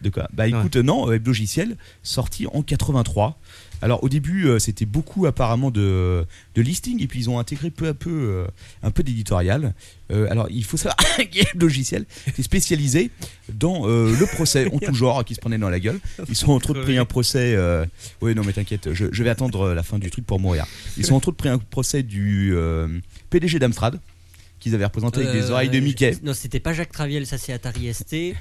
S5: De quoi Bah écoute, non, euh, Hebdogiciel, sorti en 83. Alors au début, euh, c'était beaucoup apparemment de, de listing, et puis ils ont intégré peu à peu euh, un peu d'éditorial. Euh, alors il faut savoir que Hebdogiciel était spécialisé dans euh, le procès en tout genre qui se prenait dans la gueule. Ils sont entre autres pris un procès. euh, Ouais, non, mais t'inquiète, je, je vais attendre euh, la fin du truc pour mourir. Ils sont entre autres pris un procès du euh, PDG d'Amstrad qu'ils avaient représenté avec des
S6: Euh,
S5: oreilles de Mickey.
S6: je- Non, c'était pas Jacques Traviel, ça c'est Atari ST.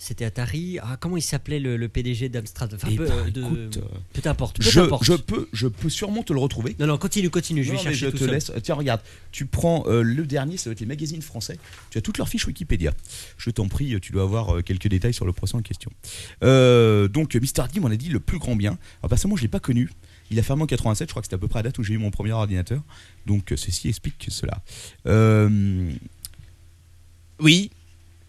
S6: C'était Atari. Ah, comment il s'appelait le, le PDG d'Amstrad Enfin,
S5: Eh
S6: peu,
S5: ben,
S6: euh, de-
S5: écoute, euh,
S6: peu importe. Peu
S5: je,
S6: importe.
S5: je peux, je peux sûrement te le retrouver.
S6: Non, non, continue, continue. Je
S5: Non,
S6: vais
S5: mais
S6: chercher
S5: je
S6: tout
S5: te
S6: seul.
S5: laisse. Euh, Tiens, regarde, tu prends euh, le dernier, ça doit être les magazines français. Tu as toutes leurs fiches Wikipédia. Je t'en prie, tu dois avoir euh, quelques détails sur le procès en question. Euh, donc, Mr. D m'en a dit le plus grand bien. Alors, personnellement, je ne l'ai pas connu. Il a fermé en 87, je crois que c'était à peu près à la date où j'ai eu mon premier ordinateur. Donc, euh, ceci explique cela. Euh,
S8: Oui.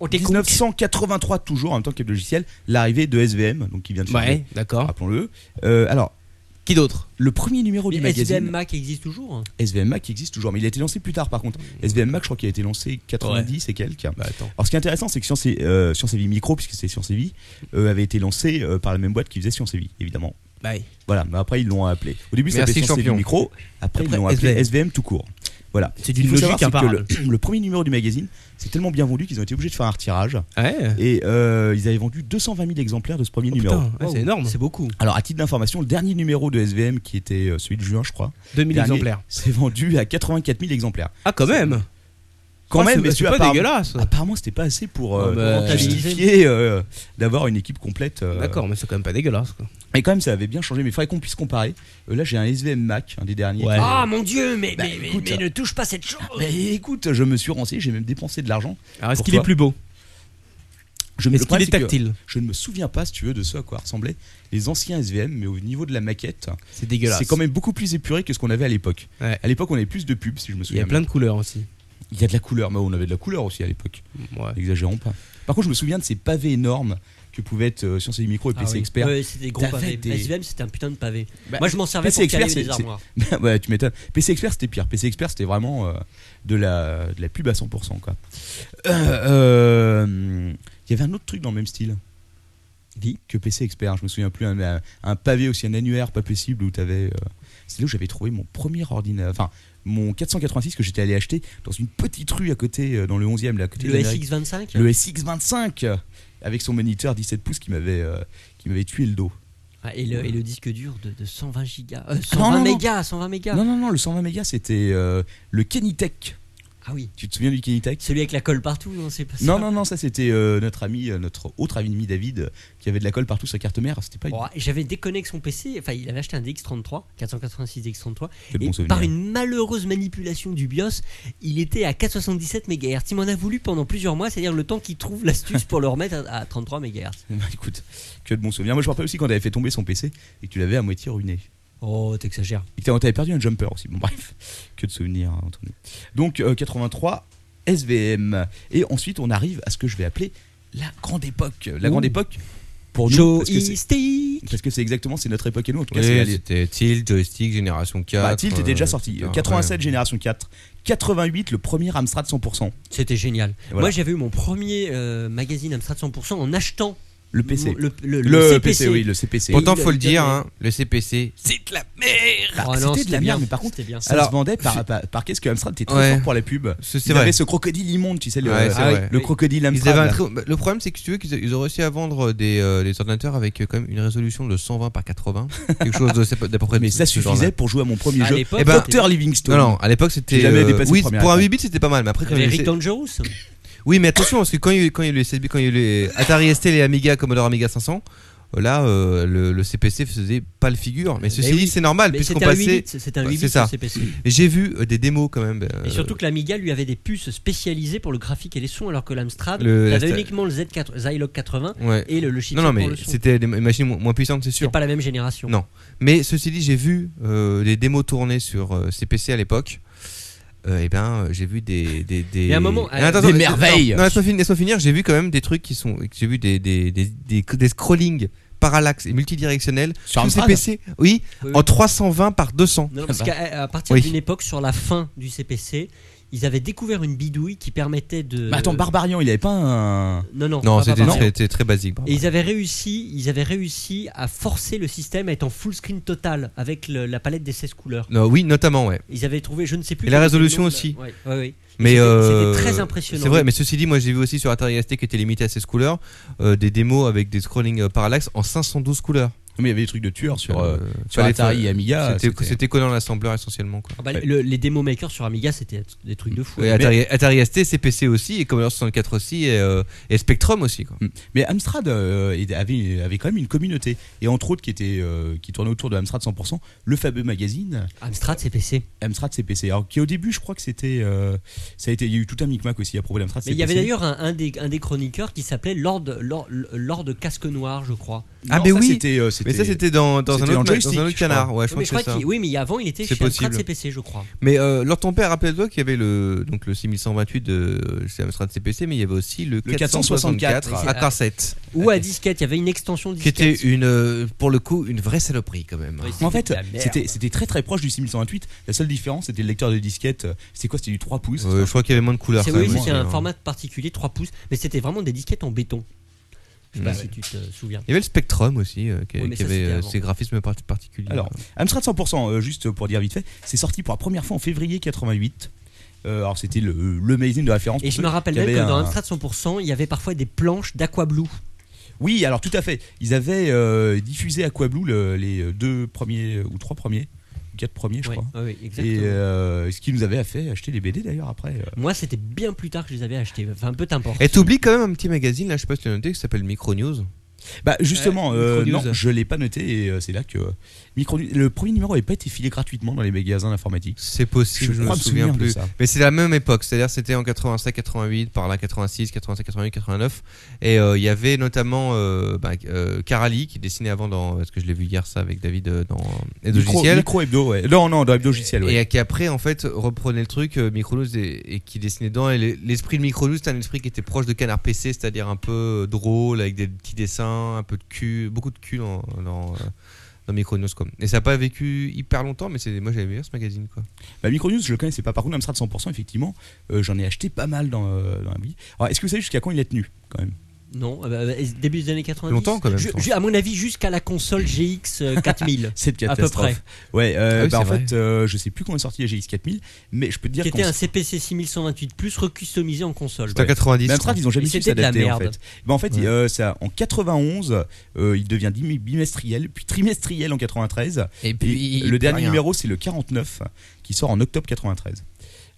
S6: On t'écoute.
S5: 1983, toujours en même temps que le logiciel, l'arrivée de SVM, donc qui vient de changer,
S8: Ouais, d'accord.
S5: rappelons-le. Euh, alors,
S8: Qui d'autre
S5: le premier numéro du
S6: Mais
S5: magazine.
S6: SVM Mac existe toujours hein?
S5: SVM Mac qui existe toujours, mais il a été lancé plus tard par contre. SVM Mac, je crois qu'il a été lancé 90 et quelques.
S8: Bah attends.
S5: Alors ce qui est intéressant, c'est que Science et, euh, Science et Vie Micro, puisque c'est Science et Vie, euh, avait été lancé euh, par la même boîte qui faisait Science et Vie, évidemment.
S8: Bah oui.
S5: Voilà, mais après ils l'ont appelé. Au début, ça
S7: Merci,
S5: s'appelait Science et Vie
S7: champion.
S5: Micro, après, ils
S8: Après,
S5: l'ont appelé
S8: SVM.
S5: SVM. tout court. Voilà.
S8: C'est
S5: Il
S8: d'une
S5: faut savoir,
S8: logique
S5: c'est que
S8: imparable.
S5: le, le premier numéro du magazine, c'est tellement bien vendu qu'ils ont été obligés de faire un retirage.
S8: Ah, Ouais.
S5: Et euh, ils avaient vendu 220 000 exemplaires de ce premier
S8: Oh,
S5: numéro.
S8: putain, ouais,
S6: Wow.
S8: c'est énorme.
S6: C'est beaucoup.
S5: Alors à titre d'information, le dernier numéro de SVM, qui était euh, celui de juin, je crois,
S8: 2000
S5: dernier,
S8: exemplaires.
S5: s'est vendu à 84 000 exemplaires.
S8: Ah, quand même.
S5: Quand
S8: Ouais,
S5: même, Ah,
S8: c'est-
S5: messieurs,
S8: c'est pas
S5: apparemment-
S8: dégueulasse.
S5: Apparemment, c'était pas assez pour euh,
S8: Ah bah,
S5: justifier euh, d'avoir une équipe complète. euh.
S8: D'accord, mais c'est quand même pas dégueulasse. Quoi.
S5: Et quand même, ça avait bien changé. Mais il faudrait qu'on puisse comparer. Euh, là, j'ai un SVM Mac, un des derniers.
S8: Ouais.
S6: Ah mon dieu, mais,
S5: Bah,
S6: mais- mais-
S5: écoute.
S6: mais ne touche pas cette chose
S5: Mais écoute, je me suis renseigné, j'ai même dépensé de l'argent.
S8: Alors, est-ce
S5: Pour
S8: qu'il est
S5: toi
S8: plus beau
S5: Je me
S8: Est-ce qu'il est
S5: c'est que
S8: tactile
S5: Je ne me souviens pas, si tu veux, de ce à quoi ressemblaient les anciens SVM, mais au niveau de la maquette,
S8: C'est dégueulasse.
S5: c'est quand même beaucoup plus épuré que ce qu'on avait à l'époque.
S8: Ouais.
S5: À l'époque, on avait plus de pubs, si je me
S8: Il y
S5: souviens.
S8: a plein
S5: bien.
S8: de couleurs aussi.
S5: Il y a de la couleur, mais on avait de la couleur aussi à l'époque.
S8: Ouais.
S5: N'exagérons pas. Par contre, je me souviens de ces pavés énormes que pouvaient être euh, Sciences et Micro et
S6: Ah
S5: PC Expert.
S6: Ouais, c'était des gros
S5: T'avais
S6: pavés.
S5: des-
S6: SVM, c'était un putain de pavé.
S5: Bah,
S6: Moi, je m'en servais
S5: PC
S6: pour caler
S5: Expert,
S6: des
S5: c'est-
S6: armoires.
S5: ouais, tu m'étonnes. PC Expert, c'était pire. PC Expert, c'était vraiment euh, de, la, de la pub à 100%. quoi. Euh, euh, Il y avait un autre truc dans le même style que PC Expert. Je me souviens plus. Un, un- un pavé aussi, un annuaire pas possible où tu avais. c'est là où j'avais trouvé mon premier ordinateur. Enfin, mon 486 que j'étais allé acheter dans une petite rue à côté, euh, dans le 11e, là, à côté de
S6: Le
S5: la mairie.
S6: SX25
S5: Le SX25 euh, avec son moniteur 17 pouces qui m'avait euh, qui m'avait tué le dos.
S6: Ah, et, le, et le disque dur de, de 120 gigas. Euh,
S5: Ah, non,
S6: 120
S5: non.
S6: mégas, 120 mégas.
S5: Non non non, le 120 mégas c'était euh, le Kenitech.
S6: Ah oui.
S5: Tu te souviens du Kenitech
S6: Celui avec la colle partout, non C'est pas ça.
S5: Non non non, ça c'était euh, notre ami euh, notre autre ami David euh, qui avait de la colle partout sur la carte mère, c'était pas une-
S6: Oh, J'avais déconné avec son PC, enfin il avait acheté un DX33, 486 DX33,
S5: Quel
S6: et
S5: bon souvenir.
S6: par une malheureuse manipulation du BIOS, il était à 477 MHz. Il m'en a voulu pendant plusieurs mois, c'est-à-dire le temps qu'il trouve l'astuce pour le remettre à, à 33 MHz.
S5: Bah, écoute, que de bons souvenirs. Moi je me rappelle aussi quand t'avais fait tomber son PC et que tu l'avais à moitié ruiné.
S6: Oh, t'exagères.
S5: Et que t'avais- t'avais perdu un jumper aussi. Bon bref, que de souvenirs hein, Anthony. Donc euh, 83 SVM et ensuite on arrive à ce que je vais appeler la grande époque. La grande époque pour nous
S6: Joe
S5: parce que c'est-
S6: Stick
S5: Parce que c'est exactement, c'est notre époque et nous. En tout cas, c'est
S7: Ouais,
S5: la-
S7: C'était Tilt, Joystick, Génération 4.
S5: bah, Tilt était déjà sorti.
S7: euh,
S5: 87,
S7: ouais.
S5: génération 4. 88, le premier Amstrad 100%.
S6: C'était génial.
S5: Voilà.
S6: Moi j'avais eu mon premier euh, magazine Amstrad 100% en achetant
S5: Le PC.
S6: mon- le, le-
S5: Le,
S6: le
S5: PC,
S6: CPC.
S5: oui, le CPC.
S7: Pourtant,
S6: il-
S7: faut le
S6: il-
S7: dire,
S6: il-
S7: hein, le CPC.
S5: Bah,
S6: Oh non,
S5: c'était de la
S6: bien,
S5: merde, mais par contre,
S6: c'était bien.
S5: ça
S7: Alors,
S5: se vendait par, par, par qu'est-ce que Amstrad était très
S7: Ouais.
S5: fort pour la pub.
S7: C'est c'est
S5: Ils
S7: vrai.
S5: avaient ce crocodile immonde, tu sais, le,
S7: Ouais, c'est
S5: ah,
S7: vrai.
S5: le crocodile
S7: Ils
S5: Amstrad.
S7: avaient un
S5: là.
S7: très- bah, Le problème, c'est que si tu veux qu'ils ils ont réussi à vendre des, euh, des ordinateurs avec euh, quand même une résolution de 120 par 80. quelque chose de- d'à peu près de
S5: Mais
S7: ce-
S5: ça
S7: ce genre-là.
S5: suffisait pour jouer à mon premier
S6: À
S5: jeu.
S6: l'époque,
S7: Eh ben,
S6: c'était-
S5: Dr Livingstone.
S7: Non, non, à l'époque c'était. euh,
S5: J'ai jamais dépassé
S7: oui,
S5: le premier
S7: pour un
S5: écran.
S7: 8 bits c'était pas mal, mais après quand il y a eu
S6: Rick
S7: le-
S6: Dangerous
S7: Oui, mais attention, parce que quand il y a eu, quand il y a eu les CB, quand il y a eu les Atari ST, les Amiga, Commodore Amiga 500, euh, là euh, le, le CPC faisait pas le figure. Mais ceci
S6: oui.
S7: dit, c'est normal,
S6: Mais
S7: puisqu'on
S6: c'était un 8
S7: passait.
S6: bits, c'était un
S7: Ouais,
S6: 8
S7: c'est
S6: bits
S7: ça.
S6: sur CPC.
S7: J'ai vu euh, des démos quand même. euh,
S6: Et surtout que l'Amiga lui avait des puces spécialisées pour le graphique et les sons, alors que l'Amstrad
S7: Le-
S6: avait
S7: la-
S6: uniquement le Z4, Zilog 80
S7: Ouais.
S6: et le, le chipset
S7: Non, non,
S6: pour
S7: mais
S6: le son.
S7: c'était des machines mo- moins puissantes, c'est
S6: C'est
S7: sûr.
S6: pas la même génération.
S7: Non. Mais ceci dit, j'ai vu euh, les démos tournées sur euh, CPC à l'époque. euh, eh ben, euh, j'ai vu des. des, des...
S6: Mais à un moment,
S7: Non,
S6: euh,
S7: attends,
S5: des
S7: laisse-
S5: merveilles.
S7: Non, non, laisse-moi finir, laisse-moi finir, j'ai vu quand même des trucs qui sont. J'ai vu des, des, des, des, des scrollings parallaxes et multidirectionnels
S5: Sur
S7: tous ces
S5: Amstrad
S7: PC, oui,
S6: Oui,
S7: en 320 par 200.
S6: Non, non, parce qu'à à partir
S7: Oui.
S6: d'une époque, sur la fin du CPC, ils avaient découvert une bidouille qui permettait de.
S5: Mais attends, Barbarian, il avait pas un.
S6: Non, non,
S7: Non,
S6: pas
S7: c'était
S6: Barbarian.
S7: très, c'était très basique.
S6: Et ils avaient réussi, ils avaient réussi à forcer le système à être en full screen total avec le- la palette des 16 couleurs.
S7: Non, oui, notamment, ouais.
S6: Ils avaient trouvé, je ne sais plus.
S7: Et la
S6: quel était le
S7: résolution
S6: nom de-
S7: aussi.
S6: Ouais, ouais, ouais.
S7: Mais
S6: C'était-
S7: euh,
S6: c'était très impressionnant.
S7: C'est vrai, mais ceci dit, moi j'ai vu aussi sur Atari ST qui était limité à 16 couleurs, euh, des démos avec des scrolling euh, parallaxes en 512 couleurs.
S5: Mais il y avait des trucs de tueurs sur,
S7: Euh,
S5: euh, sur
S7: fallait-
S5: Atari et Amiga.
S7: Ah, C'était c'était Conan l'assembleur essentiellement. Quoi.
S6: Ah bah, le- les démo makers sur Amiga, c'était des trucs de fou.
S7: Et Atari, Atari ST, CPC aussi, et Commodore 64 aussi, et, euh, et Spectrum aussi. Quoi.
S5: Hmm. Mais Amstrad euh, est- avait, avait quand même une communauté. Et entre autres, qui, était, euh, qui tournait autour de Amstrad 100%, le fameux magazine
S6: Amstrad CPC.
S5: Amstrad CPC. Alors, qui au début, je crois que c'était. euh, ça a été, il y a eu tout un micmac aussi à propos d'Amstrad
S6: Mais
S5: CPC.
S6: il y avait d'ailleurs un, un des, un des chroniqueurs qui s'appelait Lord, Lord, Lord Casque Noir, je crois.
S5: Non,
S7: Ah, mais
S5: ça,
S7: oui.
S5: c'était, euh,
S7: Mais ça, c'était dans, dans, un
S5: c'était
S7: autre,
S5: dans
S7: ma-
S5: Joystick,
S7: dans un autre
S5: je
S7: canard. Ouais, je
S6: Oui,
S7: pense
S6: mais, je
S7: que
S6: crois
S7: c'est ça.
S6: qu'il- oui, mais avant, il était
S7: C'est
S6: chez Amstrad
S7: possible.
S6: CPC, je crois.
S7: Mais euh, lors ton père, rappelle-toi qu'il y avait le, donc, le 6128 de chez Amstrad CPC, mais il y avait aussi le,
S5: Le
S7: 464
S5: 464,
S7: Atari 7,
S6: Ou à disquette, il y avait une extension
S7: qui
S6: disquette.
S7: était une, euh, pour le coup une vraie saloperie quand même.
S6: Oui,
S5: En
S6: c'était
S5: fait,
S6: de la merde.
S5: c'était, c'était très très proche du 6128. La seule différence, c'était le lecteur de disquette. C'était quoi C'était du 3 pouces.
S7: Euh, je crois qu'il y avait moins de couleurs.
S6: C'est
S7: quand
S6: oui,
S7: même,
S6: c'était
S7: hein.
S6: un format particulier, 3 pouces, mais c'était vraiment des disquettes en béton. Je sais pas si tu te souviens.
S7: Il y avait le Spectrum aussi, euh, qui,
S6: Oui, mais
S7: qui
S6: ça,
S7: avait
S6: c'était
S7: euh,
S6: avant.
S7: ses graphismes par- particuliers.
S5: Alors, Amstrad 100%, euh, juste pour dire vite fait, c'est sorti pour la première fois en février 88. Euh, alors, c'était le, le magazine de référence.
S6: Et
S5: pour
S6: je
S5: ceux
S6: me rappelle
S5: qui
S6: même que
S5: avaient
S6: dans
S5: un-
S6: Amstrad 100%, il y avait parfois des planches d'Aquablue.
S5: Oui, alors tout à fait. Ils avaient euh, diffusé Aquablue le- les deux premiers ou trois premiers, ou quatre premiers, je
S6: Ouais,
S5: crois.
S6: ouais, exactement.
S5: Et euh, ce qui nous avait fait acheter les BD d'ailleurs après. euh.
S6: Moi, c'était bien plus tard que je les avais achetés. Enfin, peu importe.
S7: Et t'oublies quand même un petit magazine, là, je sais pas si tu l'as noté, qui s'appelle Micro News.
S5: Bah justement, euh,
S8: Micronews.
S5: non, je l'ai pas noté et euh, c'est là que Micro... le premier numéro n'avait pas été filé gratuitement dans les magasins d'informatique.
S7: C'est possible, je, me
S5: crois
S7: souviens
S5: souvenir de
S7: plus.
S5: ça.
S7: Mais c'est la même époque, c'est-à-dire c'était en 85, 88, par là 86, 87, 88, 89. Et euh, il y avait notamment euh, bah, euh, Carali qui dessinait avant dans, parce que je l'ai vu hier ça avec David euh, dans Aide au
S5: Micro,
S7: logiciel.
S5: micro hebdo, ouais. Non, non, dans hebdo logiciel, ouais.
S7: Et qui après en fait reprenait le truc euh, Micronews et, et qui dessinait dedans. Et le- l'esprit de Micronews c'était un esprit qui était proche de Canard PC, c'est-à-dire un peu euh, drôle avec des petits dessins, un peu de cul, beaucoup de cul dans, dans, euh, dans Micronews quoi. Et ça n'a pas vécu hyper longtemps, mais c'est moi j'avais bien ce magazine quoi.
S5: Bah, Micronews, je le connaissais pas. Par contre, Amstrad 100%, effectivement, euh, j'en ai acheté pas mal dans, euh, dans la vie. Alors, est-ce que vous savez jusqu'à quand il a tenu quand même
S6: Non, euh, bah, début des années 90.
S7: Longtemps, quand même,
S6: Ju-
S7: je pense.
S6: ju- à mon avis, jusqu'à la console GX euh, 4000.
S5: Cette
S6: à peu
S5: catastrophe.
S6: près.
S5: Ouais, euh,
S7: Ah oui,
S5: bah, en
S7: c'est vrai.
S5: fait, euh, je sais plus quand est sorti la GX4000, mais je peux te dire
S6: Qui
S5: qu'on
S6: était un CPC 6128 plus recustomisé en console.
S7: C'était en 90.
S5: Mais
S7: je
S5: Amstrad, ils ont jamais
S6: Et
S5: su
S6: c'était de la
S5: s'adapter en
S6: merde.
S5: fait. Ben, en fait, il- euh, ça, en 91, euh, il devient dimi- bimestriel, puis trimestriel en 93.
S7: Et
S5: Et le dernier numéro, c'est le 49, qui sort en octobre 93.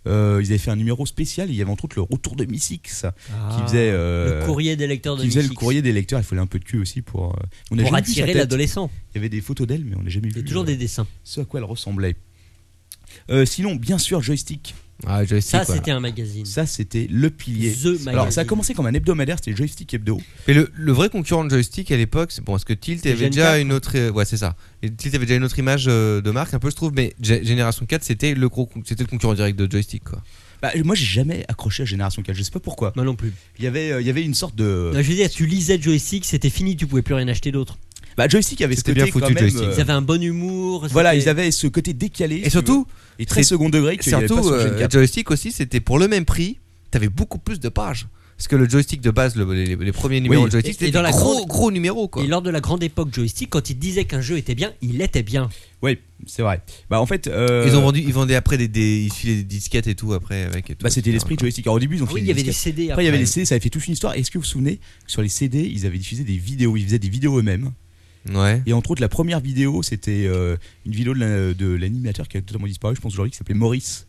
S5: Euh, ils avaient fait un numéro spécial, il y avait entre autres le retour de Missix
S6: Ah,
S5: qui faisait, euh,
S6: le courrier des lecteurs de
S5: qui faisait le
S6: Mixix.
S5: courrier des lecteurs. Il fallait un peu de cul aussi pour, euh, on a jamais
S6: pour
S5: vu sa
S6: attirer
S5: tête.
S6: l'adolescent.
S5: Il y avait des photos d'elle, mais on n'a jamais
S6: Il y
S5: vu
S6: a toujours
S5: euh,
S6: des dessins.
S5: ce à quoi elle ressemblait. Euh, sinon, bien sûr, Joystick.
S7: Ah, je sais
S6: Ça,
S7: quoi.
S6: c'était un magazine.
S5: Ça, c'était le pilier.
S6: The Magazine.
S5: Alors, ça a commencé comme un hebdomadaire, c'était Joystick Hebdo.
S7: Mais le, le vrai concurrent de joystick à l'époque, c'est bon, parce que Tilt
S6: C'est
S7: avait
S6: Gen
S7: déjà
S6: 4.
S7: une autre, euh, ouais, c'est ça. Et Tilt avait déjà une autre image euh, de marque, un peu je trouve, mais G- Génération 4 c'était le gros, con- c'était le concurrent direct de joystick quoi.
S5: Bah, moi, j'ai jamais accroché à Génération 4, je sais pas pourquoi.
S6: Moi non plus.
S5: Il y avait, euh, il y avait une sorte de.
S6: Non, je veux dire, tu lisais Joystick, c'était fini, tu pouvais plus rien acheter d'autre.
S5: Bah, Joystick avait ce
S7: C'était
S5: côté
S7: bien
S5: quand
S7: foutu,
S5: même,
S7: Joystick.
S5: euh,
S6: Ils avaient un bon humour.
S5: Voilà,
S6: c'était-
S5: ils avaient ce côté décalé. si
S7: Et
S5: tu
S7: surtout,
S5: veux, et très
S7: c'est-
S5: second degré. qu'il y avait pas
S7: surtout
S5: sur Gen
S7: euh,
S5: 4.
S7: joystick aussi, c'était pour le même prix, t'avais beaucoup plus de pages. Parce que le joystick de base, le- les, les premiers numéros de joystick,
S6: Et- et
S7: c'était
S6: dans
S7: des
S6: la
S7: gros
S6: grande-
S7: gros numéros quoi.
S6: Et lors de la grande époque Joystick, quand ils disaient qu'un jeu était bien, il était bien.
S5: Oui, c'est vrai. Bah, en fait. euh,
S7: Ils ont vendu, ils vendaient après des, des ils filaient des disquettes et tout après avec. et tout,
S5: Bah, c'était
S7: etc.,
S5: l'esprit de
S7: quoi.
S5: joystick. Alors, au début, ils ont
S6: Ah
S5: fait
S6: oui,
S5: des
S6: il y avait des
S5: disquettes.
S6: CD
S5: Après, il y avait
S7: Ouais.
S5: les CD, ça avait fait toute une histoire. Est-ce que vous vous souvenez que sur les CD, ils avaient diffusé des vidéos Ils faisaient des vidéos eux-mêmes.
S7: Ouais.
S5: Et entre autres, la première vidéo, c'était euh, une vidéo de la- de l'animateur qui a totalement disparu, je pense aujourd'hui, qui s'appelait Maurice.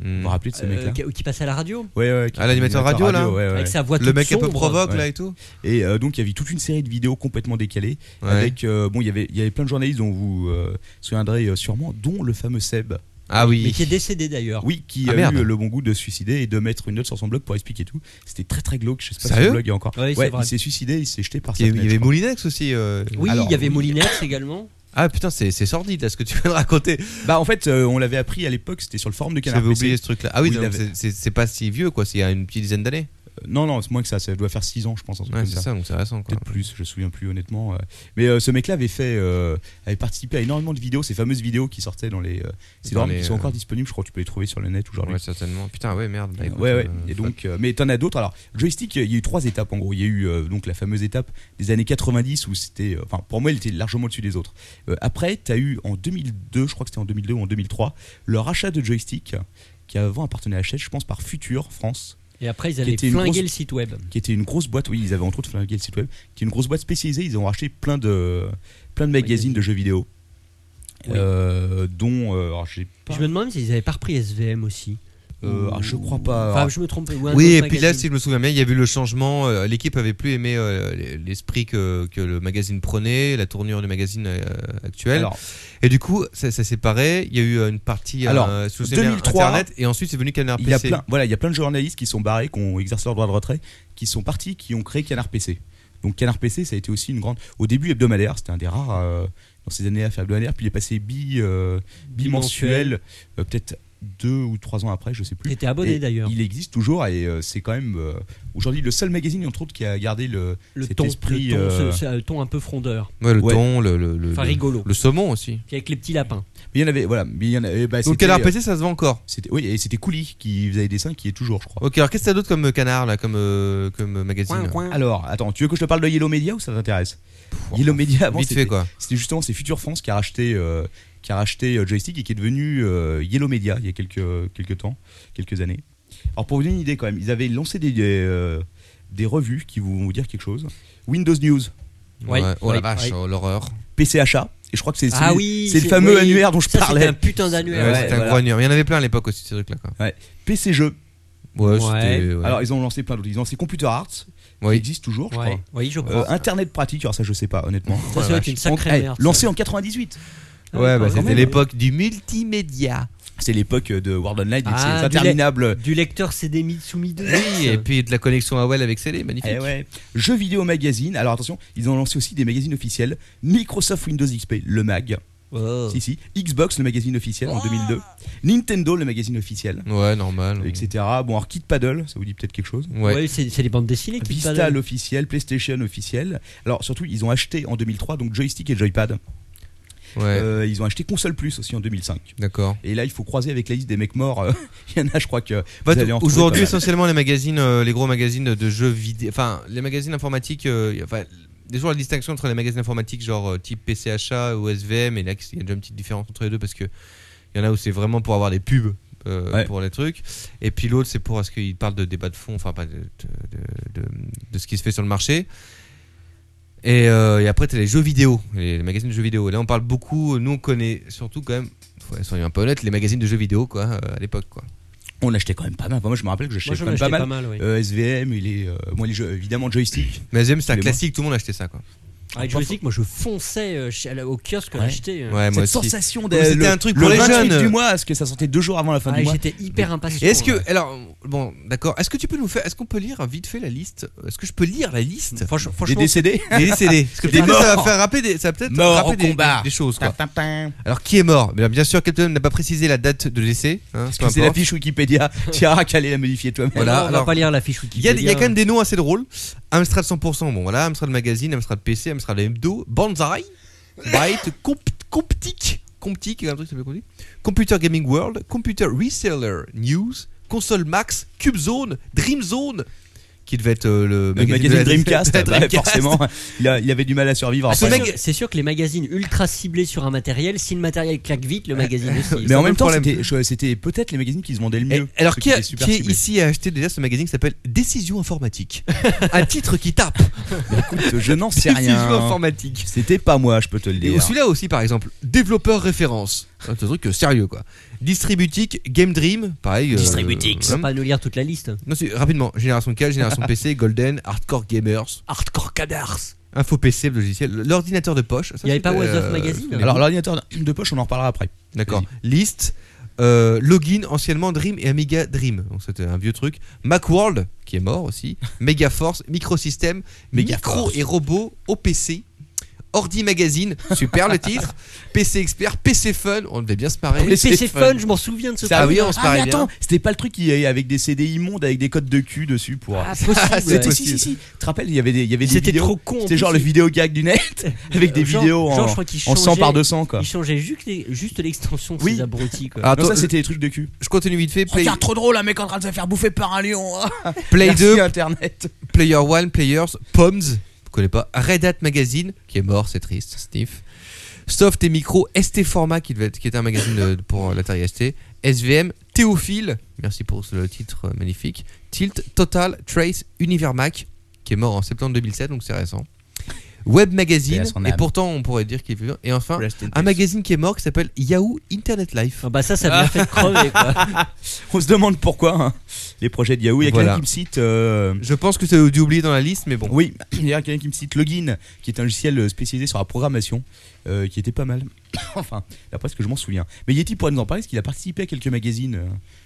S5: Vous
S7: Mm.
S5: vous rappelez de ce
S6: euh,
S5: mec-là
S6: qui, qui passait à la radio
S5: Ouais, ouais, qui
S7: Ah, l'animateur
S5: était
S7: radio, là
S5: ouais, ouais.
S6: avec sa voix
S7: Le
S6: toute
S7: mec un peu
S6: sombre.
S7: provoque
S5: ouais.
S7: là et tout.
S5: Et euh, donc, il y avait toute une série de vidéos complètement décalées.
S7: Ouais.
S5: Avec, euh, bon, il y avait- il y avait plein de journalistes dont vous euh, souviendrez euh, sûrement, dont le fameux Seb.
S7: Ah oui.
S6: mais qui est décédé d'ailleurs.
S5: Oui, qui
S7: Ah,
S5: a
S7: merde.
S5: eu le bon goût de se suicider et de mettre une note sur son blog pour expliquer tout. C'était très très glauque. Je sais pas si
S7: Sérieux
S5: le blog est encore.
S6: Ouais, c'est vrai.
S5: il s'est suicidé, il s'est jeté par sa
S7: Il y avait- il y
S5: fenêtre,
S7: avait
S5: je crois.
S7: Moulinex aussi. euh,
S6: Oui,
S5: Alors,
S6: il y avait
S5: oui.
S6: Molinex également.
S7: Ah putain, c'est c'est sordide là ce que tu viens de raconter.
S5: Bah en fait, euh, on l'avait appris à l'époque, c'était sur le forum de Canard
S7: J'avais
S5: PC.
S7: oublié ce truc là. Ah oui,
S5: Oui, il
S7: donc
S5: avait-
S7: c'est- c'est c'est pas si vieux quoi, c'est il y a une petite dizaine d'années.
S5: Euh, Non, non, c'est moins que ça, ça doit faire 6 ans, je pense, un truc
S7: Ouais,
S5: comme
S7: c'est
S5: ça.
S7: ça, donc c'est récent quoi.
S5: Peut-être plus, je me souviens plus honnêtement. euh. Mais euh, ce mec-là avait fait, euh, avait participé à énormément de vidéos, ces fameuses vidéos qui sortaient dans les. euh, c'est
S7: Dans
S5: drôle,
S7: les,
S5: qui sont
S7: euh,
S5: encore disponibles, je crois, tu peux les trouver sur le net aujourd'hui.
S7: Ouais, certainement. Putain, ouais, merde. bah, écoute,
S5: ouais, ouais.
S7: euh,
S5: Et donc, euh, mais t'en as d'autres. Alors, joystick, euh, il y a eu trois étapes en gros. Il y a eu euh, donc la fameuse étape des années 90 où c'était, euh, enfin, pour moi, il était largement au-dessus des autres. Euh, après, t'as eu en 2002, je crois que c'était en 2002 ou en 2003, le rachat de joystick qui avant appartenait à Hachette, je pense, par Future France
S6: Et après, ils allaient
S5: était une
S6: flinguer
S5: grosse-
S6: le site web.
S5: qui était une grosse boîte, oui, ils avaient entre autres flingué le site web, qui est une grosse boîte spécialisée, ils ont racheté plein de, plein de magazines de jeux vidéo,
S6: Oui.
S5: Euh, dont, euh, alors, j'ai pas-
S6: Je me demande s'ils n'avaient pas repris SVM aussi.
S5: euh, ah, je crois pas,
S6: Enfin,
S5: Alors,
S6: je me trompe.
S7: Oui, et puis là, si je me souviens bien, il y avait eu le changement. euh, L'équipe avait plus aimé euh, l- l'esprit que, euh, que le magazine prenait, la tournure du magazine euh, actuel.
S5: alors,
S7: et du coup, ça, ça s'est séparé. Il y a eu une partie
S5: Alors,
S7: euh, sous le signe
S5: 2003,
S7: Internet, et ensuite c'est venu Canard
S5: il y a
S7: PC.
S5: plein, voilà, il y a plein de journalistes qui sont barrés, qui ont exercé leur droit de retrait, qui sont partis, qui ont créé Canard PC. Donc Canard PC, ça a été aussi une grande, au début hebdomadaire, c'était un des rares euh, dans ces années à faire hebdomadaire, puis il est passé bi, euh, bimensuel, euh, peut-être deux ou trois ans après, je sais plus.
S6: T'étais
S5: Et
S6: abonné d'ailleurs.
S5: Il existe toujours et euh, c'est quand même euh, aujourd'hui le seul magazine entre autres qui a gardé le,
S6: Le
S5: cet
S6: ton,
S5: esprit,
S6: le, ton
S5: euh,
S6: ce- ce- le ton un peu frondeur.
S7: Ouais, le
S5: Ouais.
S7: ton, le, le, le,
S6: Enfin,
S7: le-
S6: rigolo.
S7: le saumon aussi.
S6: Puis avec les petits lapins.
S5: Mais il y en avait voilà, mais il y en avait bah,
S7: Donc
S5: c'était-
S7: Canard PC, ça se vend encore.
S5: c'était oui et c'était Couli qui faisait des dessins qui est toujours je crois.
S7: Ok, alors qu'est-ce que t'as d'autre comme euh, canard là, comme euh, comme euh, magazine là
S5: Alors, attends, tu veux que je te parle de Yellow Media ou ça t'intéresse
S7: Pouah,
S5: Yellow Media avant
S7: Vite
S5: c'était-
S7: fait quoi.
S5: C'était justement c'est Future France qui a racheté euh, qui a racheté euh, Joystick et qui est devenu euh, Yellow Media il y a quelques quelques temps, quelques années. Alors pour vous donner une idée quand même, ils avaient lancé des des, euh, des revues qui vont vous dire quelque chose. Windows News,
S6: Ouais,
S7: Ouais, oh la
S6: ouais,
S7: vache,
S6: ouais.
S7: oh, l'horreur.
S5: PCHA et je crois que c'est
S6: Ah
S5: celui-
S6: oui,
S5: c'est le fameux
S6: oui.
S5: annuaire dont je
S6: Ça, c'était
S5: parlais.
S6: un putain d'annuaire.
S7: Ouais,
S5: ouais,
S7: c'était un
S5: voilà.
S7: gros annuaire. Il y en avait plein à l'époque aussi ces trucs là. Quoi.
S5: PC Jeux.
S7: Ouais,
S6: Ouais.
S7: c'était. ouais.
S5: Alors ils ont lancé plein d'autres. Ils ont lancé Computer Arts, qui
S7: oui.
S5: existe toujours, je
S6: Ouais.
S5: crois.
S6: Oui, je
S5: Euh,
S6: crois.
S5: Internet pratique, alors ça je sais pas honnêtement.
S6: ça, ça doit être une sacrée
S5: En- eh,
S6: merde. ça.
S5: lancé en 98.
S6: Ah,
S7: Ouais,
S6: quand
S7: bah,
S6: même.
S7: c'était l'époque du multimédia.
S5: C'est l'époque de World Online, et de
S6: Ah,
S5: ses
S6: du lait.
S5: interminables.
S6: Du lecteur CD Mitsumi 2.
S7: Oui, et puis de la connexion à Well avec Célé, magnifique.
S5: Eh ouais. Jeux vidéo magazine. Alors attention, ils ont lancé aussi des magazines officiels. Microsoft Windows XP, le mag.
S6: Oh.
S5: Si si. Xbox, le magazine officiel en 2002. Nintendo, le magazine officiel,
S7: Ouais,
S6: Oh.
S7: normal.
S5: etc. Bon, alors Kid Paddle, ça vous dit peut-être quelque chose.
S7: Ouais.
S6: Ouais, c'est c'est les bandes dessinées qui
S5: Vista
S6: parlent.
S5: l'officiel, PlayStation officiel. Alors surtout, ils ont acheté en 2003 donc joystick et joypad.
S7: Ouais,
S5: Euh, ils ont acheté console plus aussi en 2005.
S7: d'accord.
S5: Et là, il faut croiser avec la liste des mecs morts. euh, Il y en a, je crois que
S7: En
S6: Bah,
S5: vous
S7: fait,
S5: allez en trouver
S7: Aujourd'hui,
S5: pas mal.
S7: essentiellement, les magazines, euh, les gros magazines de jeux vidéo, enfin, les magazines informatiques, euh, y a- enfin, il y a toujours la distinction entre les magazines informatiques, genre euh, type PCHA ou SVM, et là, il y a déjà une petite différence entre les deux parce que il y en a où c'est vraiment pour avoir des pubs. euh,
S5: Ouais.
S7: pour les trucs et puis l'autre c'est pour parce qu'ils parlent de débat de fond enfin pas de, de- de- de ce qui se fait sur le marché et, euh, et après t'as les jeux vidéo les, les magazines de jeux vidéo Et là on parle beaucoup nous on connaît surtout quand même faut- soyons un peu honnêtes les magazines de jeux vidéo quoi euh, à l'époque quoi
S5: on achetait quand même pas mal. Enfin, moi, je me rappelle que je
S6: Moi,
S5: achetais
S6: j'en
S5: quand même pas
S6: achetais
S5: mal.
S6: pas mal, oui.
S5: Euh, SVM, il est, euh, moi, les jeux, évidemment, joystick.
S7: Mais SVM, c'est un
S5: Excusez-moi.
S7: classique, tout le monde achetait ça quoi.
S6: Avec Joystick, moi Ah, je fonçais euh, chez- au kiosque
S5: Ouais.
S6: l'acheter. euh.
S7: Ouais, Eh, moi
S5: Cette
S7: aussi.
S5: sensation
S7: Mais
S5: d'être
S7: c'était
S5: le,
S7: un truc
S5: le
S7: pour les
S5: 28
S7: jeunes.
S5: du mois, parce que ça sortait deux jours avant la fin
S6: Ah,
S5: du mois.
S6: J'étais hyper impatient. hein.
S7: Et Est-ce que,
S6: ouais.
S7: alors, bon, d'accord. Est-ce que tu peux nous faire, est-ce qu'on peut lire vite fait la liste Est-ce que je peux lire la liste
S6: Franch-
S5: Des
S6: Franchement,
S5: décédés
S7: Des décédés. Parce que
S5: Des
S7: peut-être ça va
S5: morts.
S7: faire rappeler des, ça va peut-être
S5: Morts
S7: rappeler
S5: au
S7: des-
S5: combat. Ah.
S7: des, choses quoi.
S5: Parce
S7: Alors qui est mort Bien, bien sûr, Captain n'a pas précisé la date de décès. hein, peu
S5: que c'est la
S7: importe.
S5: fiche Wikipédia. Tu iras qu'à aller la modifier toi-même.
S7: voilà,
S6: voilà, on va
S7: alors-
S6: pas lire la fiche Wikipédia. hein.
S7: Il y, a des- il y a quand même des noms assez drôles. Amstrad 100%, bon voilà, Amstrad Magazine, Amstrad PC, Amstrad Hebdo, Banzai, Byte, Comp Comptic, Comptic, il y a un truc qui s'appelle Comptic, Computer Gaming World, Computer Reseller News, Console Max, Cube Zone, Dream Zone, qui devait être euh, le,
S5: Le
S7: de
S5: magazine
S7: la-
S5: Dreamcast,
S7: de la
S5: bah,
S7: Dreamcast.
S5: forcément, il, a- il avait du mal à survivre.
S6: Ah,
S5: après.
S6: c'est
S7: Ce
S6: sûr-
S7: mec-
S6: C'est sûr que les magazines ultra ciblés sur un matériel, si le matériel claque vite, le magazine aussi.
S5: mais en même
S7: le
S5: temps,
S7: problème.
S5: c'était je- c'était peut-être les magazines qui se vendaient le
S7: Et-
S5: mieux.
S7: alors
S5: ceux
S7: qui, a-
S5: étaient super
S7: qui est
S5: ciblés.
S7: ici a acheté déjà ce magazine qui s'appelle Décision informatique Un titre qui tape
S5: Écoute, Je n'en sais
S7: Décision
S5: rien.
S7: informatique
S5: C'était pas moi, je peux te le
S7: Et
S5: dire.
S7: celui-là aussi, par exemple, développeur référence. C'est un truc euh, sérieux, quoi. Distributique, Game Dream, pareil. euh,
S3: Distributix.
S6: On
S7: hein.
S6: va pas nous lire toute la liste.
S7: Non, c'est- rapidement, Génération K, Génération PC, Golden, Hardcore Gamers,
S6: Hardcore Cadars.
S7: Info PC, le logiciel, l'ordinateur de poche. euh,
S6: Il y avait pas
S7: Was
S6: What's Up Magazine
S5: Euh, Alors, l'ordinateur de poche, on en reparlera après.
S7: D'accord. List, euh, Login, anciennement Dream et Amiga Dream. Donc c'était un vieux truc. Macworld, qui est mort aussi. Megaforce, Microsystem,
S5: Megaforce.
S7: Micro et Robots, OPC, Ordi Magazine, super le titre. PC Expert, PC Fun, on devait bien se marrer.
S6: Le PC Fun, je m'en souviens de ce
S7: Ah
S6: truc.
S7: oui, on se
S5: Ah, mais
S7: marrait bien.
S5: attends, c'était pas le truc qui est avec des CD immondes avec des codes de cul dessus pour.
S6: Ah, possible.
S5: C'était-
S6: ouais.
S5: si, si, si. Tu te rappelles, il y avait des, il y avait des
S6: C'était
S5: vidéos.
S6: trop con. en
S5: C'était
S6: plus.
S5: genre le vidéo gag du net avec des
S6: Genre-
S5: vidéos en,
S6: genre, je crois qu'il
S5: en 100 par
S6: changeait-
S5: 200 quoi.
S6: Il changeait juste les- juste l'extension de
S5: Oui. Ah.
S6: ces abrutis. quoi.
S7: Alors,
S5: Non,
S7: attends,
S5: ça c'était des trucs de cul.
S7: je continue vite fait. Play-
S5: euh, Oh, trop drôle un mec en train de se faire bouffer par un lion.
S7: Play 2,
S5: internet.
S7: Player One, Players, Poms, je connais pas, Red Hat Magazine, qui est mort, c'est triste, Sniff. Soft et Micro, ST Format, qui, devait être- qui était un magazine euh, pour l'Atari ST, SVM, Théophile, merci pour ce titre euh, magnifique, Tilt, Total, Trace, Univers Mac, qui est mort en septembre 2007, donc c'est récent. Web
S5: Paix à
S7: Magazine,
S5: son
S7: et
S5: âme.
S7: pourtant on pourrait dire qu'il est vivant. Et enfin,
S5: Rest in
S7: un
S5: peace. Oh.
S7: magazine qui est mort qui s'appelle Yahoo Internet Life.
S6: Ah bah ça, ça a bien fait de crever quoi.
S5: On se demande pourquoi hein. les projets de Yahoo. Il y a
S7: Voilà.
S5: quelqu'un qui me cite. euh,
S7: Je pense que tu as dû oublier dans la liste, mais bon.
S5: Oui, il y a quelqu'un qui me cite Login, qui est un logiciel euh, spécialisé sur la programmation, euh, qui était pas mal. enfin, d'après ce que je m'en souviens. Mais Yeti pourrait nous en parler, parce qu'il a participé à quelques magazines. euh,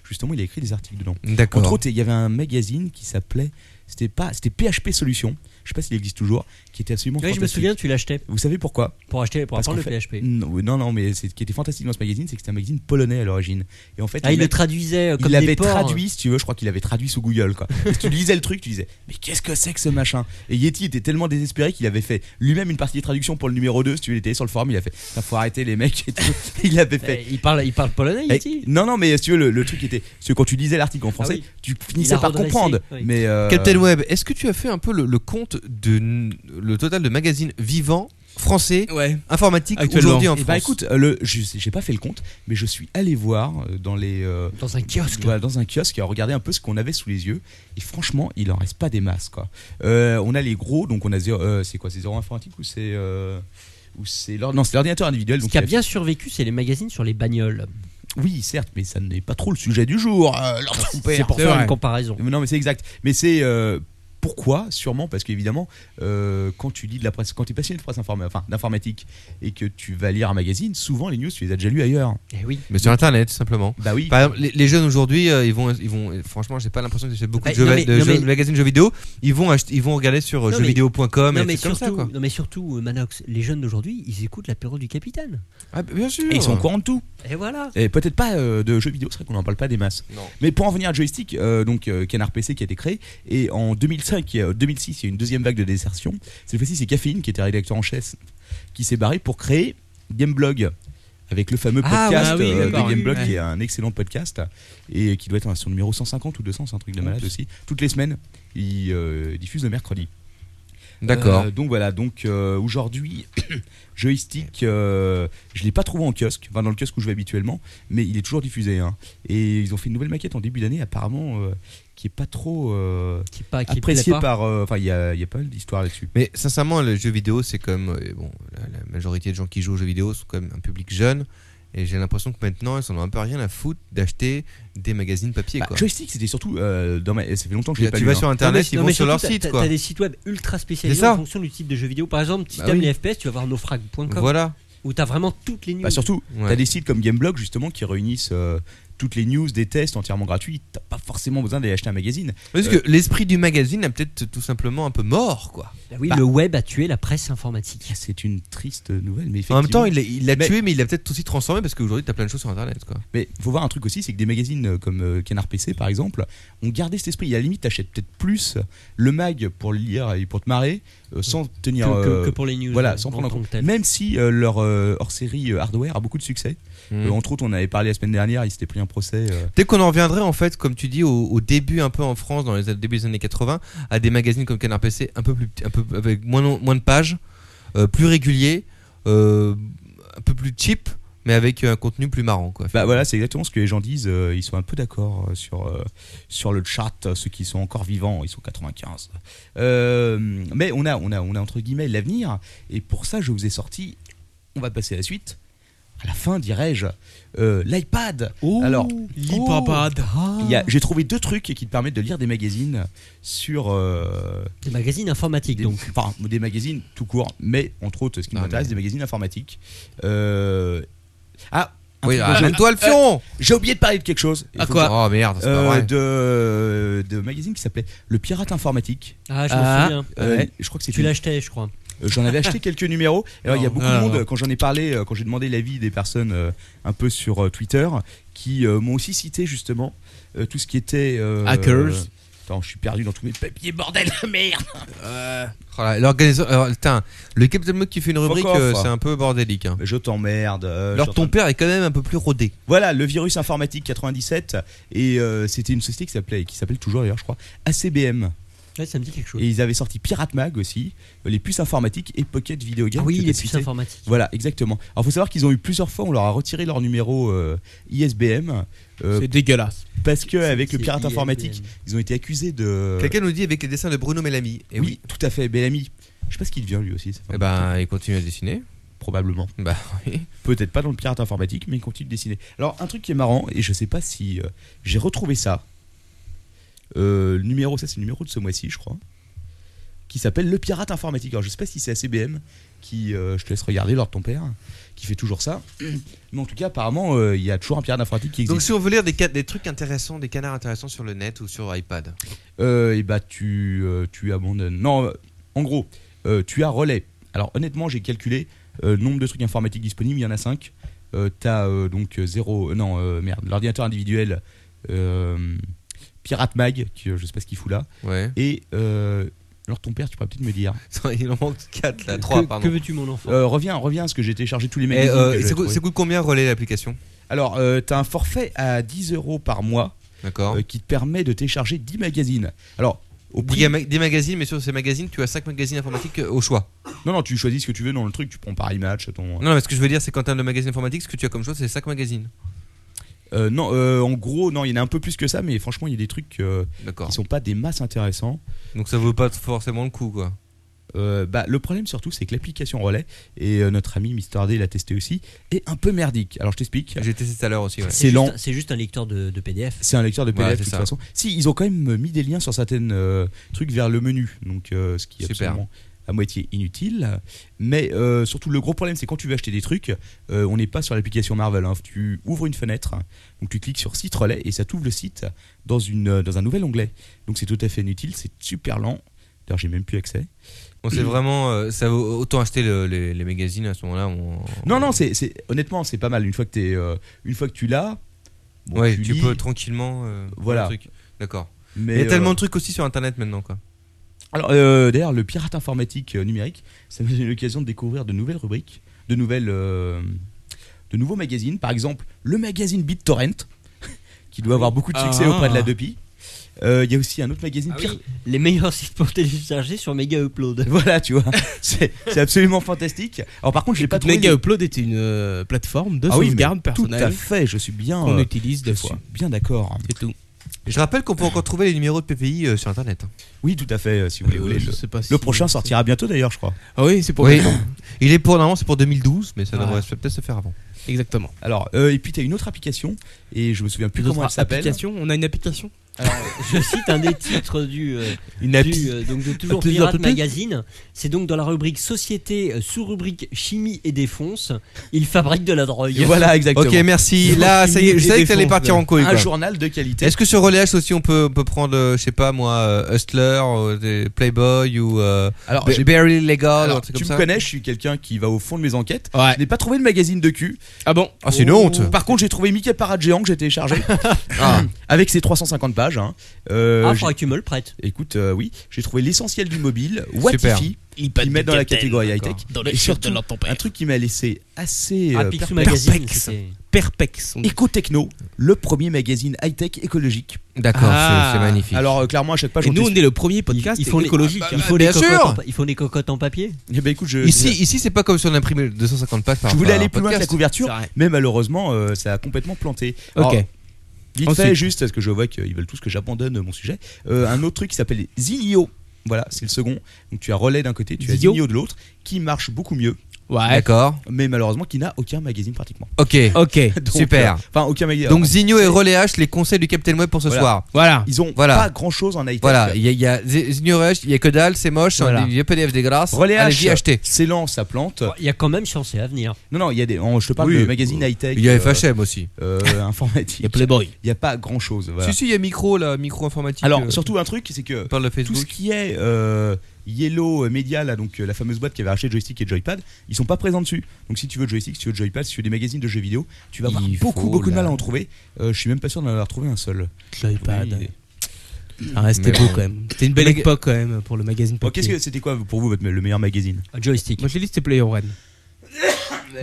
S5: Justement, il a écrit des articles dedans. Entre
S7: D'accord.
S5: autres, il y avait un magazine qui s'appelait, c'était pas, c'était PHP Solutions. Je sais pas s'il existe toujours, qui était absolument.
S6: Oui, je me
S5: fantastique.
S6: souviens, tu l'achetais
S5: Vous savez pourquoi
S6: pour acheter pour
S5: Parce
S6: apprendre le
S5: qu'en
S6: PHP.
S5: Non, non, non, mais c'est- ce qui était fantastique dans ce magazine, c'est que c'était un magazine polonais à l'origine. Et en fait,
S6: Ah,
S5: les
S6: il le
S5: mecs-
S6: traduisait euh, comme
S5: il
S6: des
S5: l'avait
S6: porcs.
S5: traduit, si tu veux, je crois qu'il avait traduit sous Google. Quoi. Et si tu lisais le truc, tu disais, mais qu'est-ce que c'est que ce machin Et Yeti était tellement désespéré qu'il avait fait lui-même une partie des traductions pour le numéro 2. Si tu veux, il était sur le forum, il a fait, ça faut arrêter les mecs et tout. Il avait
S6: Euh,
S5: fait.
S6: Il parle, il parle polonais,
S5: Eh,
S6: Yeti.
S5: non, non, mais si tu veux, le, le truc était. si tu veux, quand tu lisais l'article en français,
S6: Ah oui.
S5: tu finissais
S6: a
S5: par
S6: redressé,
S5: comprendre.
S6: oui.
S5: Mais. euh,
S7: Captain Web, est-ce que tu as fait un peu le, le compte de n- le total de magazines vivants français
S8: Ouais.
S7: informatique
S8: Actuellement.
S7: aujourd'hui en
S5: eh
S7: France
S5: ben, écoute, euh, le, je sais- j'ai pas fait le compte, mais je suis allé voir euh, dans les. euh,
S6: Dans un kiosque.
S5: Voilà, dans un kiosque et à regarder un peu ce qu'on avait sous les yeux. Et franchement, il en reste pas des masses. Quoi. Euh, on a les gros, donc on a zéro, euh, c'est quoi C'est zéro informatique ou c'est euh, ou c'est l'or- non c'est l'ordinateur individuel.
S6: Ce
S5: Donc
S6: qui a
S5: il y
S6: bien survécu, c'est les magazines sur les bagnoles.
S5: Oui, certes, mais ça n'est pas trop le sujet du jour. euh, leur trompeur.
S6: C'est pour
S8: C'est
S6: faire
S8: vrai.
S6: une comparaison.
S5: Non, mais c'est exact. Mais c'est euh, pourquoi Sûrement parce qu'évidemment, euh, quand tu lis de la presse, quand tu es passionné de presse informa- enfin, d'informatique et que tu vas lire un magazine, souvent les news tu les as déjà lues ailleurs.
S6: Eh oui.
S7: Mais sur internet tout simplement.
S5: Bah oui.
S7: Par exemple, les, les jeunes aujourd'hui, euh, ils vont, ils vont. euh, Franchement, j'ai pas l'impression que j'ai beaucoup
S6: Bah,
S7: de, jeux,
S6: non, mais-
S7: de
S6: non,
S7: jeux-
S6: mais-
S7: magazines jeux vidéo. Ils vont, acheter- ils vont regarder sur euh,
S6: Non, mais-
S7: jeuxvideo.com.
S6: Non
S7: et
S6: mais,
S7: c'est comme
S6: surtout,
S7: ça, quoi.
S6: non mais surtout, euh, Manox, les jeunes d'aujourd'hui, ils écoutent l'apéro du capitaine.
S7: Ah, bah, bien sûr.
S5: Et ils sont au courant de tout.
S6: Et voilà.
S5: Et peut-être pas euh, de jeux vidéo, c'est vrai qu'on n'en parle pas des masses.
S7: Non.
S5: Mais pour en venir à Joystick, euh, donc euh, Canard PC qui a été créé, et en 2005 et euh, 2006, il y a eu une deuxième vague de désertion. Cette fois-ci, c'est Caféine qui était rédacteur en chef, qui s'est barré pour créer Gameblog. Avec le fameux
S6: Ah
S5: podcast
S8: oui,
S5: euh,
S8: d'accord.
S5: de Gameblog,
S8: Ouais.
S5: qui est un excellent podcast, et qui doit être sur le numéro 150 ou 200, c'est un truc de malade aussi. Toutes les semaines, il euh, diffuse le mercredi.
S7: D'accord.
S5: Euh, donc voilà, donc euh, aujourd'hui, joystick, euh, je l'ai pas trouvé en kiosque, enfin dans le kiosque où je vais habituellement, mais il est toujours diffusé. hein. Et ils ont fait une nouvelle maquette en début d'année, apparemment, euh, qui est pas trop euh,
S6: Qui est pas, qui
S5: appréciée
S6: plaît pas.
S5: par. euh, Enfin, il y a, il y a pas mal d'histoires là-dessus.
S7: Mais sincèrement, le jeu vidéo, c'est comme euh, bon, la, la majorité des gens qui jouent aux jeux vidéo sont quand même un public jeune. Et j'ai l'impression que maintenant, ils en ont un peu rien à foutre d'acheter des magazines papier.
S5: Bah,
S7: quoi.
S5: joystick, c'était surtout. euh, dans ma- Ça fait longtemps que je l'ai
S7: Tu
S5: pas
S7: tu
S5: lu,
S7: vas
S5: hein.
S7: sur internet, ils
S6: Non,
S7: vont
S6: mais
S7: sur leur
S6: surtout, t'as-
S7: site,
S6: t'as-
S7: quoi.
S6: T'as des sites web ultra spécialisés
S7: C'est ça.
S6: en fonction du type de jeux vidéo. Par exemple, si
S7: Bah
S6: t'aimes
S7: oui.
S6: les FPS, tu vas voir naufrag.com
S7: Voilà.
S6: où t'as vraiment toutes les news.
S5: Bah, surtout,
S7: Ouais.
S5: t'as des sites comme Gameblog justement qui réunissent euh, toutes les news, des tests entièrement gratuits. T'as pas forcément besoin d'aller acheter un magazine.
S7: Parce que l'esprit du magazine a peut-être tout simplement un peu mort, quoi.
S6: Bah oui,
S5: Bah.
S6: le web a tué la presse informatique.
S5: C'est une triste nouvelle, mais
S7: En même temps,
S5: effectivement-
S7: il l'a- il l'a
S5: Mais-
S7: tué, mais il l'a peut-être aussi transformé parce qu'aujourd'hui, t'as plein de choses sur internet, quoi.
S5: Mais faut voir un truc aussi, c'est que des magazines euh, comme euh, Canard PC par exemple, ont gardé cet esprit. Et à la limite, t'achètes peut-être plus le mag pour le lire et pour te marrer, euh, sans tenir.
S6: que, que-
S5: euh,
S6: que pour les news.
S5: voilà,
S6: euh,
S5: sans
S6: en
S5: prendre en
S6: tant que
S5: compte.
S6: tel.
S5: Même si euh, leur euh, hors-série euh, hardware a beaucoup de succès.
S6: Mm.
S7: Hmm.
S5: Euh, entre autres, on avait parlé la semaine dernière, il s'était pris un procès. euh,
S7: Dès qu'on en reviendrait, en fait, comme tu dis, au, au début, un peu en France, dans les débuts des années 80, à des magazines comme Canard PC, un peu plus, petit- un peu avec moins, non- moins de pages, euh, plus réguliers, euh, un peu plus cheap, mais avec un contenu plus marrant, quoi.
S5: Bah voilà, c'est exactement ce que les gens disent. euh, ils sont un peu d'accord euh, sur, euh, sur le chat, euh, ceux qui sont encore vivants, ils sont 95. Euh, mais on a, on, a, on a entre guillemets l'avenir, et pour ça, je vous ai sorti, on va passer à la suite, à la fin, dirais-je, euh, l'iPad. Alors,
S8: Lipapad.
S5: il y a- j'ai trouvé deux trucs qui te permettent de lire des magazines sur. euh,
S6: Des magazines informatiques,
S5: des,
S6: donc.
S5: enfin, des magazines tout court, mais entre autres, ce qui
S7: Non,
S5: m'intéresse,
S7: mais-
S5: des magazines informatiques. Euh, Ah, un
S7: Oui,
S5: truc dont j'ai-
S7: arrête-toi le fion
S5: j'ai oublié de parler de quelque chose. Il
S8: Ah,
S5: faut
S8: quoi
S5: que-
S7: Oh merde, c'est pas
S5: euh,
S7: vrai.
S5: de, de magazine qui s'appelait Le Pirate Informatique.
S6: Ah, je
S8: Ah.
S6: me souviens.
S5: Euh,
S8: Ouais.
S5: Je crois que c'est
S6: Tu
S5: une-
S6: l'achetais, je crois.
S5: Euh, J'en avais acheté quelques numéros. Alors, il y a
S8: Non.
S5: beaucoup
S8: Ah,
S5: de monde,
S8: non.
S5: quand j'en ai parlé, euh, quand j'ai demandé l'avis des personnes euh, un peu sur euh, Twitter, qui euh, m'ont aussi cité justement euh, tout ce qui était. euh,
S8: Hackers.
S5: euh, Attends, je suis perdu dans tous mes papiers.
S7: Oh là, l'organisation- alors, putain, le Captain Mock qui fait une rubrique,
S5: off.
S7: euh, c'est un peu bordélique. hein.
S5: Je t'emmerde. euh, je suis en
S7: Alors
S5: train
S7: ton
S5: de-
S7: père est quand même un peu plus rodé.
S5: Voilà, le virus informatique 97. Et euh, c'était une société qui s'appelait, qui s'appelle toujours d'ailleurs, je crois, ACBM.
S6: Ouais, ça me dit quelque chose.
S5: Et ils avaient sorti Pirate Mag aussi, euh, les puces informatiques et Pocket Video Game.
S6: Ah oui,
S5: que
S6: les
S5: t'as
S6: puces
S5: cité.
S6: informatiques.
S5: Voilà, exactement. Alors, faut savoir qu'ils ont eu plusieurs fois, on leur a retiré leur numéro euh, ISBM euh,
S8: C'est dégueulasse.
S5: parce que
S6: C'est-
S5: avec le
S6: c'est
S5: pirate
S6: ISBN.
S5: informatique, ils ont été accusés de.
S7: Quelqu'un nous dit avec les dessins de Bruno Melami. Et
S5: oui, tout à fait, Bellamy. Je sais pas ce qu'il devient lui aussi. c'est
S7: Eh ben, il continue à dessiner.
S5: probablement.
S7: Bah oui.
S5: Peut-être pas dans le pirate informatique, mais il continue de dessiner. Alors, un truc qui est marrant, et je sais pas si. euh, J'ai retrouvé ça. Euh, le numéro, ça c'est le numéro de ce mois-ci, je crois. Qui s'appelle Le Pirate Informatique. Alors, je sais pas si c'est ACBM qui. euh, je te laisse regarder, Lord Ton Père, qui fait toujours ça. Mais en tout cas, apparemment, euh, il y a toujours un pirate informatique qui
S7: Donc
S5: existe.
S7: si on veut lire des, ca- des trucs intéressants, des canards intéressants sur le net ou sur iPad.
S5: Euh, et bah, tu, euh, tu abandonnes. Non, euh, en gros, euh, tu as relais. Alors, honnêtement, j'ai calculé euh, nombre de trucs informatiques disponibles, il y en a 5. T'as euh, donc 0. non, euh, merde, l'ordinateur individuel, euh, Pirate Mag, qui, euh, je sais pas ce qu'il fout là.
S7: Ouais.
S5: Et. euh, alors, ton père, tu pourrais peut-être me dire.
S7: il en manque 4 là,
S6: Que-
S7: 3
S6: que
S7: pardon.
S6: veux-tu, mon enfant
S5: Euh, reviens, reviens, parce que j'ai téléchargé tous les
S7: Et,
S5: magazines.
S7: euh, et
S5: que j'avais
S7: ça, coûte,
S5: trouvés.
S7: ça coûte combien relais l'application
S5: Alors, euh, t'as un forfait à 10 euros par mois
S7: D'accord.
S5: euh, qui te permet de télécharger 10 magazines. Alors, au prix.
S7: Des, ma- des magazines, mais sur ces magazines, tu as 5 magazines informatiques euh, au choix.
S5: Non, non, tu choisis ce que tu veux dans le truc, tu prends Paris Match, ton.
S7: Non, mais ce que je veux dire, c'est qu'en termes de magazines informatiques, ce que tu as comme choix, c'est 5 magazines.
S5: Euh, non, euh, en gros, non, il y en a un peu plus que ça, mais franchement, il y a des trucs euh,
S7: D'accord.
S5: qui sont pas des masses intéressants.
S7: Donc ça vaut pas forcément le coup quoi.
S5: Euh, bah, le problème surtout, c'est que l'application Relais, et euh, notre ami Mister D l'a testé aussi, est un peu merdique. Alors je t'explique.
S7: J'ai testé tout à l'heure aussi. Ouais.
S5: C'est
S6: juste
S5: lent.
S6: un- C'est juste un lecteur de, de PDF.
S5: C'est un lecteur de PDF
S7: Ouais,
S5: de
S7: c'est
S5: toute
S7: ça.
S5: façon. Si, ils ont quand même mis des liens sur certaines euh, trucs vers le menu, donc euh, ce qui est
S7: Super.
S5: absolument à moitié inutile. Mais euh, surtout, le gros problème, c'est quand tu veux acheter des trucs, euh, on n'est pas sur l'application Marvel. hein. Tu ouvres une fenêtre, donc tu cliques sur site relais et ça t'ouvre le site dans, une, euh, dans un nouvel onglet. Donc c'est tout à fait inutile, c'est super lent. D'ailleurs, j'ai même plus accès.
S7: On sait vraiment, euh, ça vaut autant acheter le- les, les magazines à ce moment-là. on-
S5: Non, non, c'est c'est- honnêtement, c'est pas mal. Une fois que, t'es, euh, une fois que tu l'as, bon,
S7: ouais, tu
S5: lis,
S7: peux tranquillement. euh,
S5: Voilà.
S7: le truc. D'accord.
S5: mais,
S7: Il y a
S5: euh,
S7: tellement de trucs aussi sur internet maintenant quoi.
S5: Alors, euh, d'ailleurs, le pirate informatique euh, numérique, ça m'a donné l'occasion de découvrir de nouvelles rubriques, de nouvelles, euh, de nouveaux magazines. Par exemple, le magazine BitTorrent, qui doit avoir beaucoup de succès
S8: Ah.
S5: auprès de la Depi. Euh, Il y a aussi un autre magazine.
S6: Ah
S5: pir-
S6: oui, les meilleurs sites pour télécharger sur Mega Upload.
S5: Voilà, tu vois, c'est c'est absolument fantastique. Alors, par contre, j'ai pas trouvé.
S8: Mega
S5: les-
S8: Upload est une euh, plateforme de
S5: Ah oui, mais
S8: sauvegarde
S5: tout à
S8: personnelle
S5: fait. Je suis bien.
S8: qu'on
S5: euh,
S8: utilise
S5: je
S8: des
S5: suis
S8: fois.
S5: bien d'accord.
S8: C'est tout.
S7: Je rappelle qu'on peut encore trouver les numéros de PPI euh, sur internet. hein.
S5: Oui, tout à fait. euh, Si vous voulez, vous
S8: Euh,
S5: voulez,
S8: je
S5: le,
S8: sais pas si-
S5: le prochain sortira bientôt, d'ailleurs, je crois.
S8: Ah oui, c'est pour
S7: Oui. Il est pour normalement c'est pour 2012, mais ça
S8: Ouais.
S7: devrait se- peut-être se faire avant.
S8: Exactement.
S5: Alors, euh, et puis t'as une autre application, et je me souviens plus comment elle s'appelle.
S8: application On a une application
S6: Je cite un des titres du, euh,
S8: Une
S6: du, euh, donc de toujours
S8: Appli-
S6: Pirate
S8: appli-
S6: Magazine. C'est donc dans la rubrique Société, euh, sous-rubrique Chimie et défonce. Il fabrique de la drogue.
S5: Et Voilà, exactement.
S7: Ok, merci. Là, ça y est, je savais que t'allais partir en couille.
S5: un
S7: quoi.
S5: journal de qualité.
S7: Est-ce que sur Relais aussi on peut, on peut prendre, euh, je sais pas moi, euh, Hustler, euh, des Playboy ou euh,
S5: Alors,
S7: Ba-
S5: j'ai-
S7: Barry Legal ou
S5: Alors,
S7: Ah, un truc
S5: tu
S7: comme
S5: me
S7: ça
S5: connais, je suis quelqu'un qui va au fond de mes enquêtes.
S8: Ouais.
S5: Je n'ai pas trouvé le magazine de cul.
S8: Ah bon
S7: Ah, c'est une honte.
S5: Par contre, j'ai trouvé Mickey Parade géant que j'ai téléchargé Ah. avec ses 350 pages. hein. Euh,
S6: Ah,
S5: j'ai-
S6: faudra que tu me le prêtes.
S5: Écoute, euh, oui, j'ai trouvé l'essentiel du mobile, Watifi,
S3: Il
S5: qui met dans la catégorie high tech.
S3: Dans
S5: Et
S3: les chutes de
S5: surtout,
S3: leur tempère.
S5: un truc qui m'a laissé assez
S6: Ah,
S5: euh,
S6: Picsou
S5: perplexe.
S6: Magazine.
S8: perplexe.
S6: c'était-
S8: Perpex. on dit.
S5: Ecotechno, le premier magazine high tech écologique.
S7: D'accord,
S8: Ah.
S7: c'est- c'est magnifique.
S5: Alors euh, clairement à chaque page
S8: Et
S5: on
S8: nous, on
S5: teste-
S8: est le premier podcast
S6: Ils- ils font les-
S5: hein.
S8: écologique.
S6: Il faut
S7: bien
S6: des Ah, bah, cocottes
S7: sûr.
S6: en pa- il faut des cocottes en papier.
S5: Eh ben, écoute, je,
S7: ici, ici c'est pas comme si on imprimait 250 pages par
S5: je voulais
S7: par
S5: aller plus loin que la
S7: podcast.
S5: couverture,
S8: C'est vrai.
S5: mais malheureusement euh, ça a complètement planté. Alors,
S8: Ok.
S5: Vite
S8: Ensuite.
S5: fait, juste, parce que je vois qu'ils veulent tous que j'abandonne mon sujet. Euh, un autre truc qui s'appelle Zinio. Voilà, c'est le second. Donc tu as Relais d'un côté, tu as
S8: Zilio.
S5: Zinio de l'autre, qui marche beaucoup mieux,
S8: Ouais.
S7: D'accord.
S5: mais malheureusement qui n'a aucun magazine pratiquement.
S7: Ok.
S8: Ok.
S5: Donc,
S7: Super.
S5: euh, Enfin, aucun magazine.
S7: Donc
S5: Alors,
S7: Zigno et Relais H, les conseils du Captain Web pour ce
S5: Voilà.
S7: soir.
S8: Voilà.
S5: ils ont
S7: voilà.
S5: pas grand chose en IT.
S7: Voilà, il y a, il y a Z- Zigno et H, il y a que dalle, c'est moche,
S8: Voilà.
S7: il y a PDF dégueulasse.
S5: Relais
S7: Allez-y,
S5: H,
S7: achetez.
S5: c'est lent, ça plante.
S6: Il y a quand même chance et avenir.
S5: Non, non, il y a des. en- je te parle
S7: Oui,
S5: de magazines high-tech.
S7: Il y a
S5: euh,
S7: FHM aussi.
S5: euh, informatique.
S8: Il y a Playboy.
S5: Il y a pas grand chose.
S7: Si, si, il y a micro, là, micro informatique.
S5: Alors,
S7: euh,
S5: surtout un truc, c'est que
S7: on parle de
S5: tout
S7: Facebook.
S5: ce qui est euh, Yellow Media, là, donc euh, la fameuse boîte qui avait acheté joystick et joypad, ils sont pas présents dessus. Donc si tu veux joystick, si tu veux joypad, si tu veux des magazines de jeux vidéo, tu vas avoir
S8: Il
S5: beaucoup,
S8: faut
S5: beaucoup de mal
S8: la-
S5: à en trouver. Euh, je suis même pas sûr d'en avoir trouvé un seul.
S8: Joypad.
S5: Oui.
S8: Ah, c'était
S7: Mais
S8: beau
S7: bon.
S8: quand même. C'était une belle
S5: Mag-
S8: époque quand même pour le magazine
S5: Bon,
S8: papier.
S5: Qu'est-ce que c'était quoi pour vous votre me- le meilleur magazine
S6: Joystick.
S8: Moi, je l'ai dit, c'était Player One.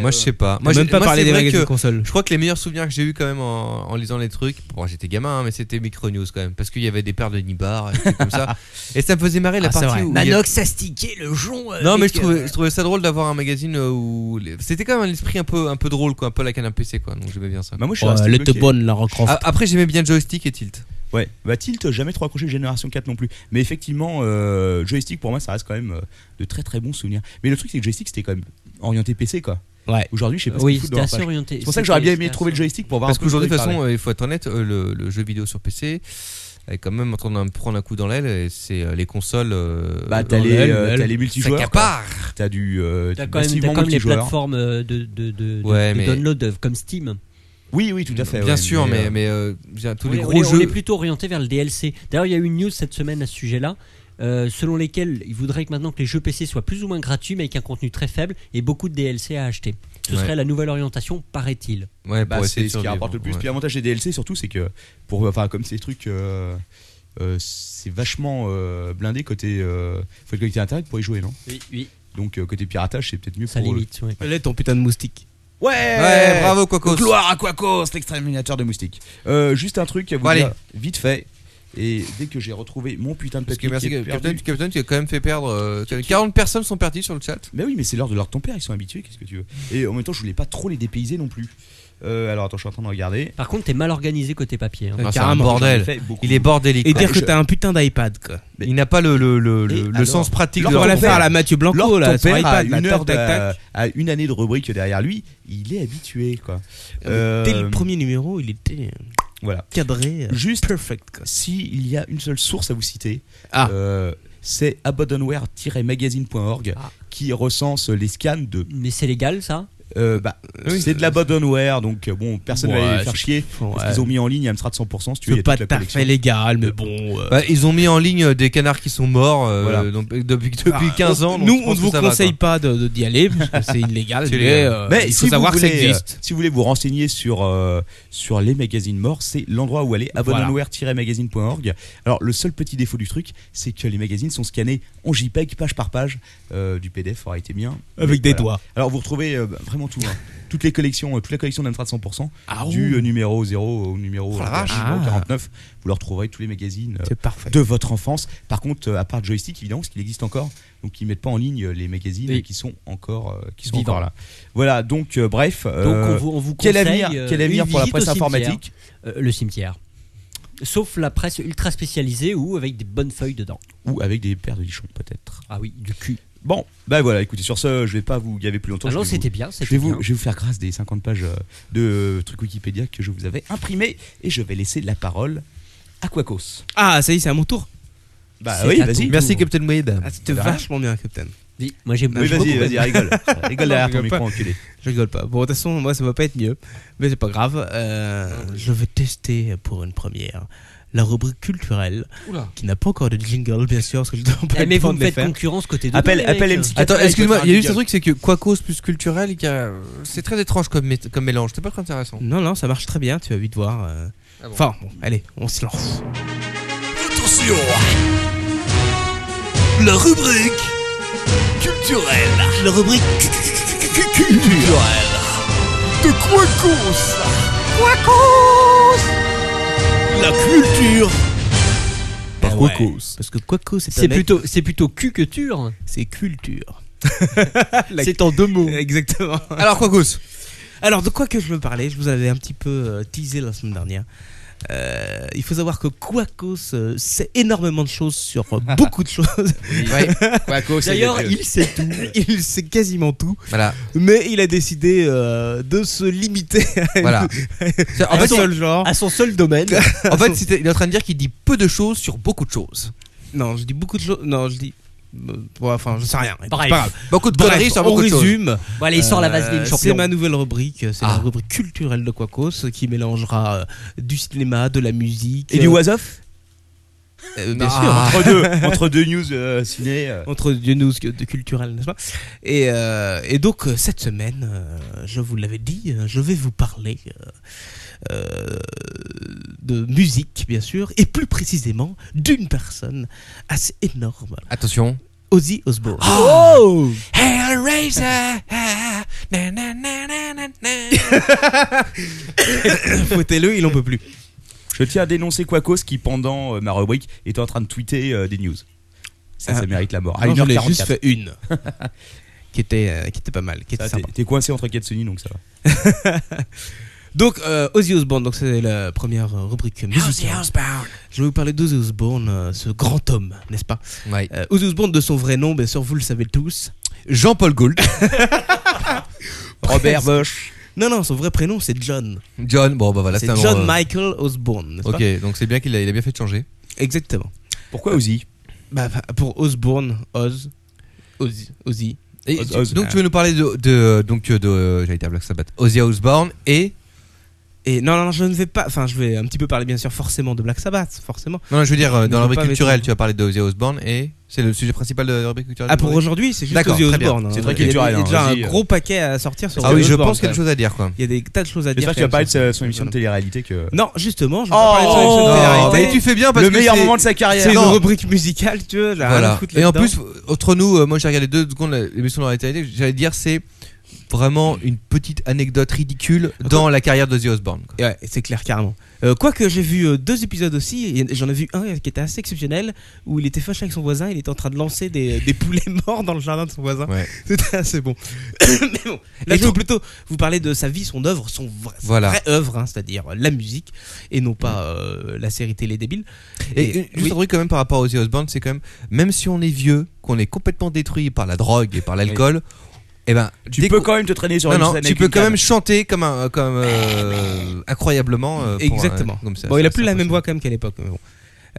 S7: Moi, je sais pas.
S8: Moi,
S7: Moi,
S8: même
S7: j'ai-
S8: pas
S7: moi,
S8: parler
S7: c'est
S8: des
S7: vrai
S8: magazines
S7: que-
S8: consoles.
S7: Je crois que les meilleurs souvenirs que j'ai eu quand même en, en lisant les trucs, bon, j'étais gamin, hein, mais c'était Micro News quand même, parce qu'il y avait des paires de nibards, et des trucs comme ça. Et ça me faisait marrer la
S8: Ah, c'est
S7: partie
S8: vrai.
S7: où. il y a-
S2: Manox a stiqué le jonc. euh,
S7: Non, mais
S2: avec,
S7: je trouvais,
S2: euh,
S7: je trouvais ça drôle d'avoir un magazine euh, où. les- C'était quand même un esprit un peu, un peu drôle, quoi, un peu la canne à PC, quoi, donc j'aimais bien ça.
S5: Bah, moi, je suis
S8: Ouais,
S5: resté
S8: euh, le
S5: bloqué.
S8: te bonne, la Rockcroft.
S7: Ah, Après, j'aimais bien Joystick et Tilt.
S5: Ouais, bah Tilt, jamais trop accroché Génération 4 non plus. Mais effectivement, euh, Joystick pour moi, ça reste quand même euh, de très très bons souvenirs. Mais le truc, c'est que Joystick, c'était quand même orienté PC quoi.
S8: Ouais.
S5: Aujourd'hui, je sais pas ce
S6: Oui,
S5: qu'ils foutent dans
S6: c'était
S5: leur
S6: assez
S5: page.
S6: orienté.
S5: C'est pour ça que j'aurais bien aimé trouver le joystick pour voir
S7: Parce
S5: un peu de
S7: qu'aujourd'hui, de
S5: quoi
S7: toute
S5: il
S7: façon, euh, il faut être honnête, euh, le, le jeu vidéo sur PC est quand même en train de prendre un coup dans l'aile, et c'est euh, les consoles. euh,
S5: parlait. Bah, t'as
S8: dans
S5: les,
S8: le-
S5: euh,
S8: le-
S5: t'as les multijoueurs. quoi.
S7: s'accaparent.
S5: T'as du. euh,
S6: T'as
S5: du
S6: quand même, t'as
S5: massivement
S6: quand même les
S5: multijoueur.
S6: plateformes euh, de, de, de, de-
S7: Ouais,
S6: de
S7: mais-
S6: download euh, comme Steam.
S5: Oui, oui, tout à fait.
S7: Bien
S5: ouais,
S7: sûr, mais,
S5: euh,
S7: mais, euh, je veux dire, tous
S6: On
S7: les
S6: est- on
S7: gros
S6: est- on est
S7: jeux.
S6: plutôt orienté vers le DLC. D'ailleurs, il y a eu une news cette semaine à ce sujet-là, euh, selon lesquels ils voudraient que maintenant que les jeux PC soient plus ou moins gratuits, mais avec un contenu très faible et beaucoup de DLC à acheter. Ce
S7: Ouais.
S6: serait la nouvelle orientation, paraît-il.
S7: Ouais,
S5: bah,
S7: pour
S5: c'est
S7: essayer de
S5: ce qui
S7: survivre, hein.
S5: rapporte le plus.
S7: ouais.
S5: Puis l'avantage des DLC surtout, c'est que pour enfin comme ces trucs, euh, euh, c'est vachement euh, blindé côté. Euh, faut être connecté à internet pour y jouer, non
S6: Oui, oui.
S5: Donc euh, côté piratage, c'est peut-être mieux
S6: Ça
S5: pour. le-
S6: limite. ouais.
S8: Là, ton putain de moustique.
S5: Ouais,
S7: Ouais, bravo Quacos.
S5: Gloire à Quacos, l'exterminateur de moustiques. Euh, juste un truc à vous
S7: Bon,
S5: dire
S7: allez.
S5: vite fait. Et dès que j'ai retrouvé mon putain de
S7: Parce que
S5: papier
S7: merci,
S5: qui est
S7: Captain,
S5: perdu.
S7: Captain, tu as quand même fait perdre. euh, 40 personnes sont parties sur le chat.
S5: Mais oui, mais c'est l'heure de l'heure de ton père, ils sont habitués, qu'est-ce que tu veux Et en même temps, je voulais pas trop les dépayser non plus. Euh, alors attends, je suis en train de regarder.
S6: Par contre, t'es mal organisé côté papier. hein.
S7: Ah, c'est un
S8: carrément.
S5: J'en ai
S7: bordel.
S5: fait beaucoup.
S7: Il est bordélique.
S8: Et
S7: quoi.
S8: dire que
S5: je-
S8: t'as un putain d'iPad, quoi.
S7: Il n'a pas le, le, le, le-
S5: Et
S7: le
S5: alors
S7: sens pratique
S5: Lors
S7: de
S8: On va
S5: ton
S8: la
S5: père-
S8: faire à la Mathieu
S5: Lors
S8: Blanco,
S5: ton
S8: là, sur
S5: père a
S8: iPad, là,
S5: une
S8: tac,
S5: heure euh,
S8: tac,
S5: d'a-
S8: tac.
S5: à une année de rubrique derrière lui, il est habitué quoi. Euh,
S8: Dès le premier numéro, il était euh,
S5: Voilà.
S8: cadré. euh,
S5: Juste-
S8: Perfect, quoi.
S5: S'il y a une seule source à vous citer,
S8: Ah.
S5: euh, c'est abandonware-magazine.org
S8: Ah.
S5: qui recense les scans de.
S6: Mais c'est légal, ça
S5: euh, bah,
S8: Oui,
S5: c'est de l'abandonware, donc euh, bon, personne ne va
S8: Ouais,
S5: les faire
S8: c'est-
S5: chier. Parce qu'ils ont mis en ligne Amstrad 100%, si tu veux,
S8: C'est
S5: il y a
S8: pas
S5: toute la
S8: tout à
S5: collection.
S8: fait légal, mais bon. euh,
S7: Bah, ils ont mis en ligne euh, des canards qui sont morts euh,
S5: Voilà.
S7: donc, depuis, depuis
S8: ah,
S7: 15 ans. donc
S8: Nous,
S7: je
S8: on
S7: pense
S8: ne
S7: que
S8: vous
S7: ça va,
S8: conseille
S7: quoi.
S8: pas de- de- d'y aller parce que c'est illégal.
S7: C'est
S8: mais,
S7: illégal.
S8: euh,
S5: Mais
S8: il
S5: si
S8: faut
S5: vous
S8: savoir que ça
S5: voulez, euh,
S8: existe.
S5: si vous voulez vous renseigner sur, euh, sur les magazines morts, c'est l'endroit où aller,
S8: Voilà.
S5: abandonware-magazine.org. Alors, le seul petit défaut du truc, c'est que les magazines sont scannés en JPEG, page par page. Euh, du PDF aurait été bien. Mais
S8: Avec des
S5: voilà.
S8: doigts.
S5: Alors, vous retrouvez euh, bah, vraiment tout. hein. Toutes les collections, euh, toute la collection d'Amstrad 100%,
S8: Ah,
S5: du
S8: ouh.
S5: euh, numéro 0 au numéro,
S7: Oh la
S5: euh,
S7: vache.
S5: numéro
S8: Ah.
S5: 49. Vous leur trouverez tous les magazines euh,
S8: C'est parfait.
S5: de votre enfance. Par contre, euh, à part joystick, évidemment, parce qu'il existe encore, donc ils mettent pas en ligne euh, les magazines
S6: Oui.
S5: qui sont encore euh, qui sont
S6: Vivants.
S5: encore là. Voilà, donc euh, bref.
S6: Donc,
S5: euh,
S6: on vous, on vous
S5: quel
S6: conseille,
S5: avenir,
S6: euh,
S5: quel avenir
S6: une
S5: pour la
S6: visite au
S5: presse
S6: cimetière.
S5: informatique
S6: Euh, Le cimetière. Sauf la presse ultra spécialisée ou avec des bonnes feuilles dedans.
S5: ou avec des paires de lichons peut-être.
S6: Ah oui, du cul.
S5: Bon, bah voilà, écoutez, sur ce, je vais pas vous gaver plus longtemps.
S6: Ah
S5: je
S6: non,
S5: vais vous-
S6: c'était bien, c'était
S5: je vais, vous,
S6: bien.
S5: je vais vous faire grâce des 50 pages euh, de euh, trucs Wikipédia que je vous avais imprimés et je vais laisser la parole à Quacos.
S8: Ah, ça y est, c'est à mon tour.
S5: Bah
S6: C'est
S5: oui,
S6: à
S5: vas-y.
S6: ton
S7: Merci Captain Wade.
S8: Ah, c'était
S5: De rien.
S8: vachement bien, Captain.
S6: Oui, Moi, j'ai
S5: Oui, vas-y, vas-y, rigole. Rigole derrière ton
S8: rigole
S5: micro,
S8: pas.
S5: enculé.
S8: Je rigole pas. Bon, de toute façon, moi, ça va pas être mieux. Mais c'est pas grave. Euh, je vais tester pour une première la rubrique culturelle qui n'a pas encore de jingle, bien sûr, parce que je dois pas
S6: Eh,
S8: le
S6: mais vous
S8: temps de
S6: me
S8: les
S6: faites
S8: faire.
S6: concurrence côté de
S5: Appelle- appelle MC.
S7: Attends,
S5: Captain,
S7: excuse-moi,
S5: il faut
S7: il y a
S5: faire
S7: juste
S5: un
S7: un truc, c'est que Quacos plus culturel, il y a- c'est très étrange comme, mé- comme mélange. C'est pas très intéressant.
S8: Non, non, ça marche très bien, tu vas vite voir. euh.
S7: Ah bon.
S8: Enfin, bon, allez, on se lance.
S3: Attention La rubrique culturelle. La rubrique culturelle. De Quacos Quacos La culture
S8: Par
S5: Quacos.
S8: Bah Parce que Quacos, c'est un
S6: C'est
S8: mec,
S6: plutôt, c'est plutôt cul que ture.
S8: c'est culture.
S6: C'est en deux mots.
S8: Exactement.
S7: Alors, Quacos.
S8: Alors, de quoi que je veux parler, je vous avais un petit peu euh, teasé la semaine dernière. Euh, il faut savoir que Quacos euh, sait énormément de choses sur euh, beaucoup de choses.
S7: Ouais. Quacos, c'est
S6: D'ailleurs,
S7: le-
S6: il sait tout.
S8: Il sait quasiment tout,
S7: Voilà.
S8: mais il a décidé euh, de se limiter à, une-
S7: voilà. C'est-
S8: à Ah,
S7: En
S8: un
S7: fait,
S8: seul genre.
S6: À son seul domaine.
S7: en fait c'était- il est en train de dire qu'il dit peu de choses sur beaucoup de choses.
S8: Non, je dis beaucoup de choses. Non, je dis. euh, ouais, enfin, je sais rien. C'est
S6: Bref.
S8: pas grave.
S7: Beaucoup de
S8: Bref,
S7: conneries sur
S8: on
S7: beaucoup de choses.
S8: résume.
S6: Bon, allez, sort la vaseline,
S8: Euh,
S6: champion.
S8: C'est ma nouvelle rubrique. C'est la
S7: Ah.
S8: rubrique culturelle de Quacos qui mélangera euh, du Ah. cinéma, de la musique.
S5: Et du
S8: euh,
S5: was-off
S7: Euh,
S8: Bien
S7: non.
S8: sûr.
S5: Entre deux, entre deux news euh, ciné. euh,
S8: entre deux news que- de culturelles, n'est-ce pas et, euh, et donc, euh, cette semaine, euh, je vous l'avais dit, euh, je vais vous parler euh, euh, de musique, bien sûr, et plus précisément d'une personne assez énorme,
S7: Attention.
S8: Ozzy Osbourne.
S5: Oh
S2: Ah,
S8: Fouettez-le, Ah, il en peut plus.
S5: Je tiens à dénoncer Quacos qui, pendant euh, ma rubrique, était en train de tweeter euh, des news. Ça, ça
S8: Ah.
S5: mérite la mort.
S8: Ah,
S5: À
S8: j'en ai juste
S5: 1h44.
S8: fait une. qui, était, euh, qui était pas mal, qui était
S5: Ça, T'es
S8: sympa.
S5: t'es coincé entre Katsuni, donc ça va.
S8: Donc, euh, Ozzy Osbourne, donc c'est la première euh, rubrique musicale. Je vais vous parler d'Ozzy Osbourne, euh, ce grand homme, n'est-ce pas
S7: Ouais.
S8: Euh, Ozzy Osbourne, de son vrai nom, bien sûr, vous le savez tous.
S7: Jean-Paul Gould.
S5: Robert Bosch.
S8: Non, non, son vrai prénom, c'est John.
S7: John. Bon, bah voilà,
S8: c'est
S7: un
S8: John
S7: nom, euh,
S8: Michael Osbourne, n'est-ce
S7: Ok, donc c'est bien qu'il a, il a bien fait de changer.
S8: pas Exactement.
S5: Pourquoi Ozzy
S8: Bah, bah, pour Osbourne, Oz, Ozzy, Ozzy.
S7: Et
S5: Oz-
S7: tu-
S5: Oz.
S7: donc tu veux nous parler de, de donc de euh, j'allais dire Black Sabbath, Ozzy Osbourne et
S8: Et non, non, non, je ne vais pas. Enfin, je vais un petit peu parler, bien sûr, forcément de Black Sabbath, forcément.
S7: non, non, je veux dire euh,
S8: Mais
S7: dans
S8: je
S7: la
S8: veux
S7: rubrique
S8: pas
S7: culturelle
S8: mettre-
S7: tu vas parler de Ozzy Osbourne et c'est le sujet principal de la rubrique culturelle.
S8: Ah,
S7: de
S8: pour
S7: aujourd'hui
S8: aujourd'hui, c'est juste
S7: D'accord,
S8: Ozzy
S7: très bien.
S8: Osbourne. hein.
S5: C'est très
S8: Il y a-
S5: culturel,
S8: Il y a
S5: hein,
S8: déjà un
S5: Ozzy, euh.
S8: gros paquet à sortir sur
S7: Ah
S8: Ozzy
S7: oui, je
S8: Osbourne,
S7: pense qu'il y a
S8: quand
S7: des choses à dire quoi.
S8: même. Il y a des tas de choses à dire.
S5: J'espère que tu vas
S8: quand même
S5: parler de
S8: sur
S5: sa- son émission de télé-réalité que.
S8: ça. Non, justement, je vais
S5: Oh,
S8: pas parler de son émission de Bah,
S5: non,
S8: télé-réalité.
S5: mais
S7: et tu fais bien parce
S5: le
S7: que
S5: meilleur
S7: c'est-
S5: moment de sa carrière.
S8: C'est une
S7: Non.
S8: rubrique musicale, tu veux, là, hein, rien à
S7: Voilà.
S8: foutre
S7: Et en
S8: là-dedans.
S7: plus, entre nous, euh, moi j'ai regardé deux secondes la- l'émission de la réalité. J'allais dire c'est vraiment une petite anecdote ridicule dans la carrière d'Ozzy Osbourne. quoi.
S8: Et ouais, c'est clair carrément. Euh, Quoique j'ai vu euh, deux épisodes aussi, et j'en ai vu un qui était assez exceptionnel, où il était fâché avec son voisin, il était en train de lancer des, euh, des poulets morts dans le jardin de son voisin.
S7: Ouais.
S8: C'était assez bon. Mais bon, là
S7: Et
S8: je veux
S7: ton-
S8: plutôt vous parler de sa vie, son œuvre, son vrai, sa
S7: Voilà.
S8: vraie œuvre, hein, c'est-à-dire la musique, et non pas euh, la série télé débile.
S7: Et, une- juste
S8: oui.
S7: un truc quand même par rapport aux Ozzy Osbourne, c'est quand même, même si on est vieux, qu'on est complètement détruit par la drogue et par l'alcool, eh ben,
S5: Tu
S7: dès
S5: peux
S7: qu'on-
S5: quand même te traîner sur
S7: non,
S5: une
S7: non,
S5: scène
S7: tu
S5: avec
S7: peux
S5: une
S7: quand
S5: canne.
S7: même chanter comme un, comme euh, incroyablement. euh, pour un-
S8: Exactement.
S7: comme ça,
S8: bon,
S7: ça,
S8: il a
S7: ça,
S8: plus
S7: ça,
S8: la même
S7: ça.
S8: voix quand même qu'à l'époque. mais bon.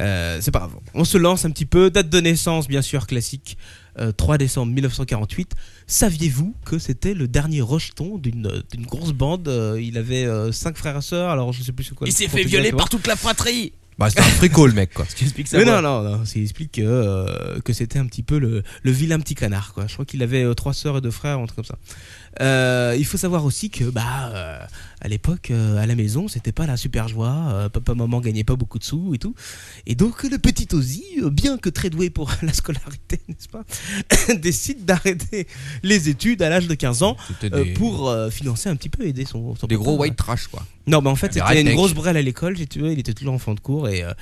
S8: Euh, c'est pas grave. On se lance un petit peu. Date de naissance, bien sûr, classique. Euh, 3 décembre 1948. Saviez-vous que c'était le dernier rejeton d'une euh, d'une grosse bande Euh, Il avait 5 frères et sœurs, alors je sais plus c'est quoi.
S3: Il s'est
S8: le
S3: fait
S8: contenu
S3: violer
S8: exactement.
S3: par toute la fratrie.
S7: Bah, c'est un fricot le mec quoi.
S5: Tu expliques ça.
S8: Mais
S5: moi.
S8: non, non, non, il explique que, euh, que c'était un petit peu le, le vilain petit canard, quoi. Je crois qu'il avait euh, trois sœurs et deux frères, un truc comme ça. Euh, il faut savoir aussi que, bah, euh, à l'époque, euh, à la maison, c'était pas la super joie. euh, papa, maman gagnait pas beaucoup de sous et tout. Et donc, le petit Ozzy, euh, bien que très doué pour la scolarité, n'est-ce pas, décide d'arrêter les études à l'âge de 15 ans
S7: C'était
S8: euh,
S7: des,
S8: pour euh, financer un petit peu, aider son, son
S7: des
S8: papa. euh,
S7: gros white trash quoi.
S8: Non, mais en fait,
S7: Des
S8: c'était
S7: rednecks.
S8: une grosse brêle à l'école, j'ai tué, il était toujours en fin de cours et, euh,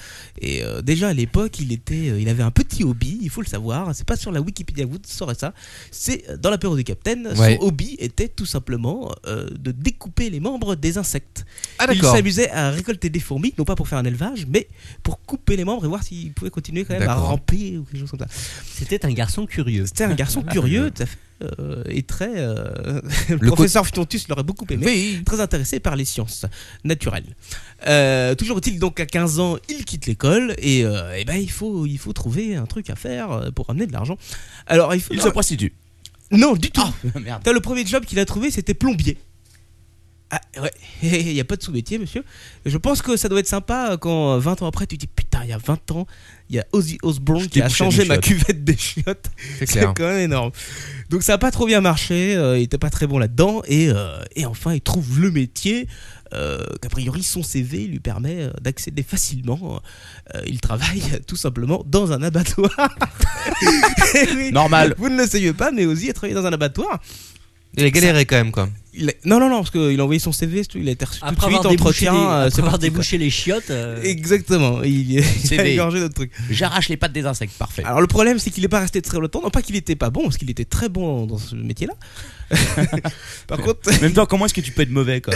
S8: et euh, déjà à l'époque, il était euh, il avait un petit hobby, il faut le savoir, c'est pas sur la Wikipédia vous saurez ça. C'est euh, dans la période du Capitaine,
S7: Ouais.
S8: son hobby était tout simplement euh, de découper les membres des insectes.
S7: Ah
S8: il
S7: d'accord.
S8: s'amusait à récolter des fourmis, non pas pour faire un élevage, mais pour couper les membres et voir s'il pouvait continuer quand même à
S7: D'accord.
S8: ramper ou quelque chose comme ça.
S6: C'était un garçon curieux.
S8: C'était un garçon curieux, tout à fait, euh, et très euh, Ah, le,
S7: co-
S8: professeur Fitontus l'aurait beaucoup aimé
S7: Oui.
S8: très intéressé par les sciences naturelles. Euh, toujours est-il donc à 15 ans, il quitte l'école et, euh, eh ben, il, faut, il faut trouver un truc à faire euh, pour amener de l'argent. Alors il Ah. faut...
S5: Il se prostitue.
S8: Non, du tout.
S5: Merde.
S8: Putain, le premier job qu'il a trouvé, c'était plombier. Ah ouais, il n'y a pas de sous-métier, monsieur. Je pense que ça doit être sympa euh, quand euh, 20 ans après, tu te dis putain, il y a 20 ans, il y a Ozzy Osbourne qui a
S5: débouché
S8: changé
S5: mes
S8: ma cuvette des chiottes.
S7: C'est
S8: C'est
S7: clair.
S8: quand même énorme. Donc ça n'a pas trop bien marché, euh, il était pas très bon là-dedans, et, euh, et enfin il trouve le métier euh, qu'a priori son CV lui permet euh, d'accéder facilement. Euh, il travaille euh, tout simplement dans un abattoir. Eh oui.
S5: Normal.
S8: Vous ne le saviez pas, mais Ozzy a travaillé dans un abattoir.
S7: Il a galéré quand même quoi.
S8: Il a- Non, non, non, parce qu'il a envoyé son CV, c'est tout, il a été reçu tout
S6: Après
S8: de suite,
S6: avoir débouché,
S8: entretien,
S6: des-
S8: euh,
S6: après
S8: c'est
S6: avoir
S8: parti, quoi.
S6: débouché les chiottes, euh,
S8: Exactement, il, il a
S3: CV.
S8: égorgé d'autres trucs.
S3: J'arrache les pattes des insectes, parfait.
S8: Alors le problème c'est qu'il n'est pas resté très longtemps, non pas qu'il était pas bon, parce qu'il était très bon dans ce métier-là. Par contre,
S5: En même temps, comment est-ce que tu peux être mauvais quoi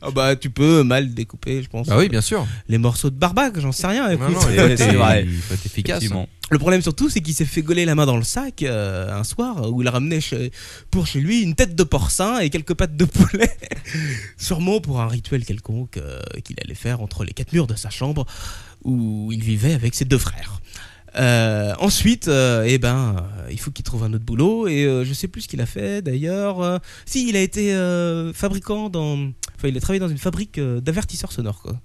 S8: Ah bah tu peux mal découper, je pense.
S7: Ah oui bien sûr.
S8: Les morceaux de barbac, j'en sais rien. écoute.
S7: Non, non, il faut
S5: C'est-
S7: être-
S5: c'est vrai.
S7: Il faut être efficace.
S5: Effectivement.
S8: Le problème surtout, c'est qu'il s'est fait gauler la main dans le sac euh, un soir où il ramenait chez- pour chez lui une tête de porcin et quelques pattes de poulet, sûrement pour un rituel quelconque euh, qu'il allait faire entre les quatre murs de sa chambre où il vivait avec ses deux frères. Euh, ensuite, euh, eh ben, euh, il faut qu'il trouve un autre boulot et euh, je sais plus ce qu'il a fait d'ailleurs. Euh, si, il a été euh, fabricant dans, enfin, il a travaillé dans une fabrique euh, d'avertisseurs sonores quoi.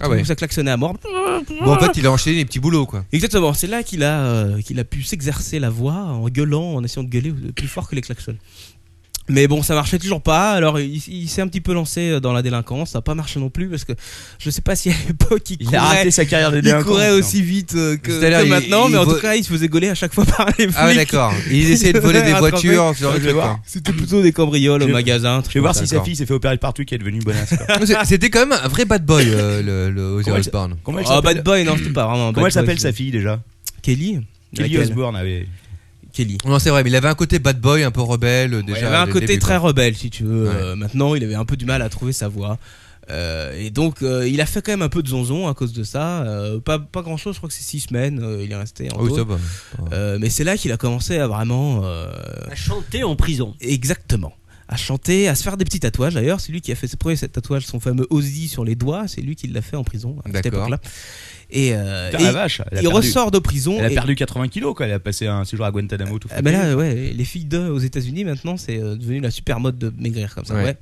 S7: Ah
S8: Tout
S7: ouais.
S8: Ça klaxonnait à mort.
S7: Bon, en fait, il a enchaîné les petits boulots, quoi.
S8: Exactement, c'est là qu'il a, euh, qu'il a pu s'exercer la voix en gueulant, en essayant de gueuler plus fort que les klaxons. Mais bon, ça marchait toujours pas. Alors, il, il s'est un petit peu lancé euh, dans la délinquance. Ça n'a pas marché non plus parce que je sais pas si à l'époque il,
S5: Il a
S8: courait,
S5: raté sa carrière de
S8: il
S5: délinquant.
S8: courait aussi vite euh, que,
S7: C'est-à-dire,
S8: que
S7: il-
S8: maintenant.
S7: il
S8: mais en
S7: vo-
S8: tout cas, il se faisait gauler à chaque fois par les flics.
S7: Ah ouais, d'accord. Il essayait de voler des
S8: Rattrapé.
S7: voitures, ce genre de truc, quoi.
S8: C'était plutôt des cambrioles au
S5: Je-
S8: magasin.
S5: Je vais voir si sa
S7: D'accord.
S5: fille s'est fait opérer partout qui est devenue bonasse. quoi.
S7: C'est- C'était quand même un vrai bad boy, euh, le, le Ozzy
S5: Comment il
S7: Osbourne.
S5: Comment elle
S8: Ah,
S5: s'appelle-
S8: bad boy, non, c'était pas vraiment. un
S5: Comment
S8: bad
S5: elle s'appelle
S8: boy,
S5: sa
S8: c'est-
S5: fille déjà
S8: Kelly
S5: Kelly
S8: Laquelle
S5: Osbourne ah, avait.
S8: Kelly.
S7: Non, c'est vrai, mais il avait un côté bad boy, un peu rebelle, euh, déjà.
S8: il avait un
S7: dès le
S8: côté
S7: début,
S8: très
S7: quoi.
S8: rebelle, si tu veux. Euh, maintenant, il avait un peu du mal à trouver sa voix. Euh, et donc, euh, il a fait quand même un peu de zonzon à cause de ça. Euh, pas, pas grand chose, je crois que c'est six semaines. euh, il est resté en
S7: Ah oui,
S8: tôle.
S7: ça va.
S8: Euh, Mais c'est là qu'il a commencé à vraiment. euh,
S6: À chanter en prison.
S8: exactement. À chanter, à se faire des petits tatouages d'ailleurs. C'est lui qui a fait ses premiers tatouages, son fameux Ozzy sur les doigts. C'est lui qui l'a fait en prison à cette
S7: D'accord.
S8: époque-là. Et, euh,
S5: Putain,
S8: et
S5: la vache. elle a
S8: il
S5: perdu-
S8: ressort de prison.
S5: Elle a
S8: et-
S5: perdu 80 kilos quoi. Elle a passé un séjour à Guantanamo tout
S8: Ah bah là, ouais, les filles de aux États-Unis maintenant, c'est euh, devenu la super mode de maigrir comme ça.
S7: Ouais.
S8: ouais.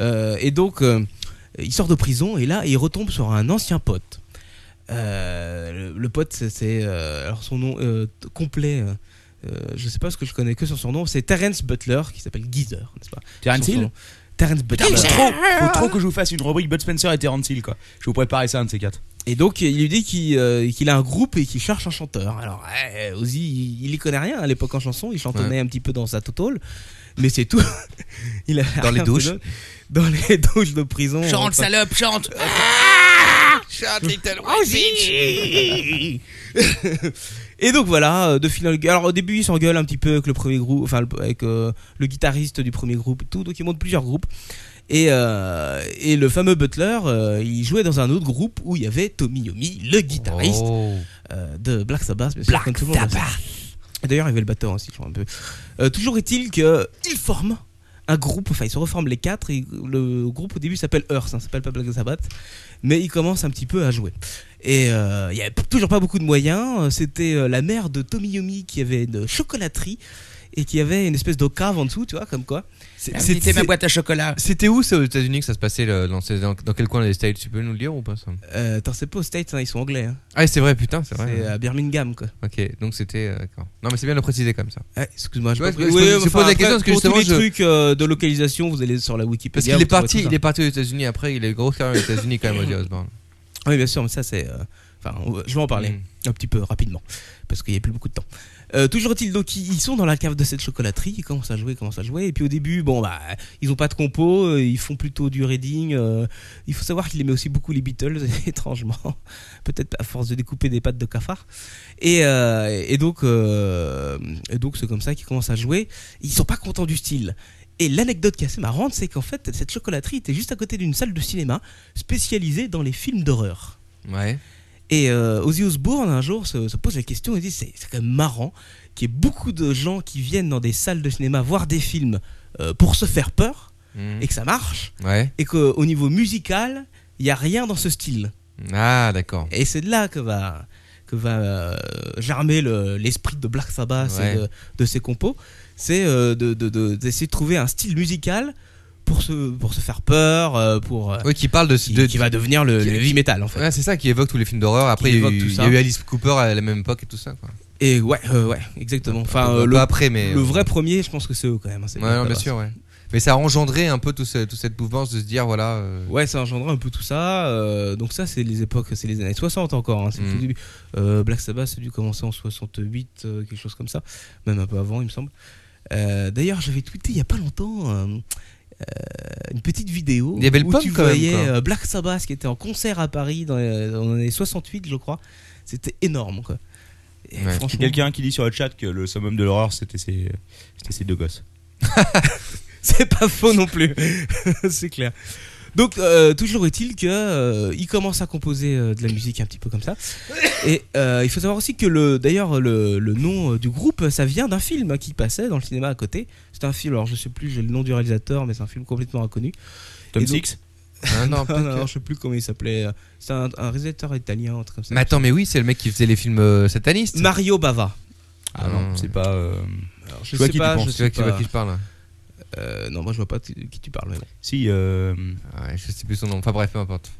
S8: Euh, et donc, euh, il sort de prison et là, il retombe sur un ancien pote. Euh, le, le pote, c'est- c'est euh, alors son nom euh, t- complet. euh, euh, je sais pas ce que je connais que sur son nom, c'est Terence Butler qui s'appelle Geezer, n'est-ce pas
S5: Terence
S8: Sur son
S5: Hill
S8: nom. Terence Butler.
S5: Putain, faut trop, faut trop que je vous fasse une rubrique Bud Spencer et Terence Hill quoi. Je vais vous préparer ça un de ces quatre.
S8: Et donc il lui dit qu'il euh, qu'il a un groupe et qu'il cherche un chanteur. Alors ouais, Ozzy, il, il y connaît rien à l'époque en chanson, il chantonnait un petit peu dans sa totale, mais c'est tout. il a
S7: Dans les
S8: un peu
S7: douches.
S8: de- Dans les douches de prison.
S2: Chante,
S8: enfin.
S2: salope, chante
S8: Et donc voilà, euh, de fil en aiguille. Alors au début, il s'engueule un petit peu avec le premier groupe, enfin le- avec euh, le guitariste du premier groupe et tout, donc il monte plusieurs groupes. Et, euh, et le fameux Butler, euh, il jouait dans un autre groupe où il y avait Tommy Yomi, le guitariste
S7: Oh.
S8: euh, de Black Sabbath. bien sûr, comme tout le monde le sait. Et D'ailleurs, il y avait le batteur aussi, je crois un peu. Euh, toujours est-il qu'ils forment un groupe, enfin ils se reforment les quatre, et le groupe au début s'appelle Earth, hein, s'appelle pas Black Sabbath, mais ils commencent un petit peu à jouer. Et euh, il n'y avait p- toujours pas beaucoup de moyens, euh, c'était euh, la mère de Tomiyomi qui avait une chocolaterie et qui avait une espèce d'octave en dessous, tu vois, comme quoi.
S7: C'est- c'est-
S2: C'était ma
S7: c'est-
S2: boîte à chocolat
S7: C'était où, c'est aux États-Unis que ça se passait le- dans, ces- dans- dans quel coin des States Tu peux nous le dire ou pas ça
S8: Euh, attends, c'est pas aux States, hein, ils sont anglais, hein.
S7: Ah, c'est vrai, putain, c'est euh,
S8: c'est
S7: vrai.
S8: à Birmingham, quoi.
S7: Ok, donc c'était. euh, d'accord. non, mais c'est bien de le préciser comme ça.
S8: Ouais, Excuse-moi, je
S7: Ouais,
S8: pas pris-
S7: je pose- je pose la
S8: après,
S7: question parce que
S8: pour tous
S7: justement,
S8: les
S7: je-
S8: trucs euh, de localisation, vous allez sur la Wikipédia. vous
S7: Parce qu'il est
S8: trouverez
S7: parti,
S8: tout ça.
S7: il est parti aux États-Unis après, il a eu une grosse carrière aux États-Unis quand même, Ozzy Osbourne.
S8: Ah Oui, bien sûr, mais ça, c'est. euh, Enfin, on- je vais en parler un petit peu rapidement, parce qu'il n'y a plus beaucoup de temps. Euh, toujours est-il, donc, ils ils sont dans la cave de cette chocolaterie, ils commencent à jouer, ils commencent à jouer, et puis au début, bon, bah, ils n'ont pas de compo, euh, ils font plutôt du reading. euh, il faut savoir qu'il aimait aussi beaucoup les Beatles, étrangement, peut-être à force de découper des pattes de cafard. Et, euh, et donc, euh, et donc, c'est comme ça qu'ils commencent à jouer. Ils sont pas contents du style. Et l'anecdote qui est assez marrante, c'est qu'en fait, cette chocolaterie était juste à côté d'une salle de cinéma spécialisée dans les films d'horreur.
S7: Hmm. Ouais.
S8: Et euh, Ozzy Osbourne, un jour, se, se pose la question et dit c'est c'est quand même marrant qu'il y ait beaucoup de gens qui viennent dans des salles de cinéma voir des films euh, pour se faire peur
S7: Mhm.
S8: et que ça marche
S7: Ouais.
S8: et qu'au niveau musical, il n'y a rien dans ce style.
S7: Ah, d'accord.
S8: Et c'est de là que va, que va euh, germer le- l'esprit de Black Sabbath
S7: Ouais.
S8: et de, de ses compos. C'est euh, de- de- de- d'essayer de, trouver un style musical pour se, pour se faire peur, euh, pour, euh,
S7: Oui, qui parle de.
S8: qui,
S7: de-
S8: qui va devenir le,
S7: qui-
S8: le heavy metal en fait.
S7: Ouais, c'est ça qui évoque tous les films d'horreur. Après,
S8: Qui
S7: il y, a
S8: évoque tout
S7: eu- il y
S8: ça.
S7: a eu Alice Cooper à la même époque et tout ça. Quoi.
S8: Et ouais, euh, ouais, exactement. Enfin,
S7: Pas
S8: euh, le,
S7: après, mais.
S8: le
S7: euh,
S8: vrai premier, je pense que c'est eux quand même. hein, c'est
S7: Ouais, non, bien
S8: Barbara.
S7: sûr, ouais. Mais ça a engendré un peu tout ce- toute cette mouvance de se dire, voilà. euh,
S8: Ouais, ça engendrait un peu tout ça. euh, donc ça, c'est les époques, c'est les années 60 encore. hein, c'est
S7: Mm.
S8: le tout début. Euh, Black Sabbath, c'est dû commencer en 68, euh, quelque chose comme ça. Même un peu avant, il me semble. Euh, D'ailleurs, j'avais tweeté il y a pas longtemps euh, euh, une petite vidéo
S7: Il y avait le
S8: où
S7: pomme,
S8: tu
S7: quand même,
S8: voyais
S7: quoi.
S8: euh, Black Sabbath qui était en concert à Paris dans les, dans les années 68, je crois. C'était énorme, quoi. Et
S7: Ouais.
S8: franchement,
S5: Quelqu'un qui dit sur le chat que le summum de l'horreur c'était ses, c'était ses deux gosses.
S8: C'est pas faux non plus, c'est clair. Donc euh, toujours est-il que euh, il commence à composer euh, de la musique un petit peu comme ça. Et euh, il faut savoir aussi que le d'ailleurs le, le nom euh, du groupe ça vient d'un film hein, qui passait dans le cinéma à côté. C'est un film alors je sais plus j'ai le nom du réalisateur mais c'est un film complètement inconnu.
S5: Tom
S8: Et donc-
S5: Six
S7: hein, non,
S8: Ah,
S7: peut-être
S8: non,
S7: que-
S8: je sais plus comment il s'appelait. euh, C'est un, un réalisateur italien un truc comme ça.
S7: Mais attends, mais oui, c'est le mec qui faisait les films euh, satanistes.
S8: Mario Bava.
S5: Ah non,
S7: Ah.
S5: c'est pas. euh,
S8: Alors, je
S5: vois
S8: sais
S5: qui tu
S8: pas,
S5: penses,
S8: je
S7: Tu vois,
S8: sais
S7: tu vois
S8: pas.
S7: qui je parle.
S8: Euh, non moi je vois pas t- qui tu parles. mais bon.
S5: Si, euh,
S7: Ah Ouais, je sais plus son nom. Enfin bref, peu importe.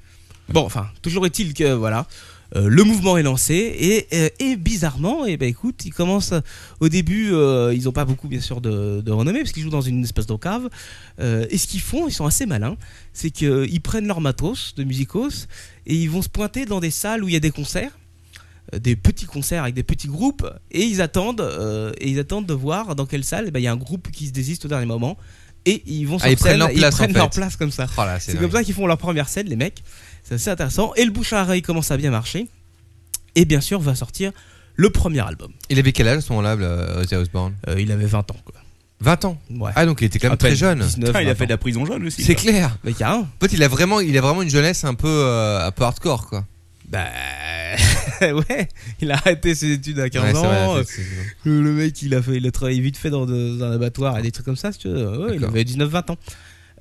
S8: Bon, enfin, toujours est-il que voilà, euh, le mouvement est lancé et, euh, et bizarrement, et ben écoute, ils commencent au début, euh, ils n'ont pas beaucoup bien sûr de, de renommée parce qu'ils jouent dans une espèce d'encave. Euh, et ce qu'ils font, ils sont assez malins, c'est qu'ils prennent leur matos de musicos et ils vont se pointer dans des salles où il y a des concerts euh, des petits concerts avec des petits groupes et ils attendent euh, et ils attendent de voir dans quelle salle eh ben, il y a un groupe qui se désiste au dernier moment et ils vont sur
S7: Ah, ils prennent
S8: scène,
S7: leur place, en
S8: ils prennent leur
S7: fait.
S8: place comme ça
S7: Oh là,
S8: c'est comme ça qu'ils font leur première scène, les mecs. C'est assez intéressant. Et le bouche à oreille commence à bien marcher. Et bien sûr, va sortir le premier album.
S7: Il avait quel âge à ce moment-là, le Ozzy Osbourne
S8: Euh, il avait 20 ans, quoi.
S7: 20 ans.
S8: Ouais.
S7: Ah, donc il était quand même
S8: À
S7: très
S8: peine
S7: jeune.
S8: 19,
S5: Putain, il a
S8: 20
S5: fait de
S8: ans.
S5: la prison jeune aussi.
S7: C'est
S5: quoi.
S7: clair.
S8: Bah, carrément.
S7: En fait, il a vraiment, il a vraiment une jeunesse un peu, euh, un peu hardcore, quoi.
S8: Bah. ouais, il a arrêté ses études à 15
S7: Ouais, c'est vrai,
S8: ans. euh.
S7: c'est- c'est-
S8: Le, le mec, il a, fait, il a travaillé vite fait dans, de- dans un abattoir et des trucs comme ça, si tu veux. Ouais, il
S7: D'accord.
S8: avait 19-20 ans.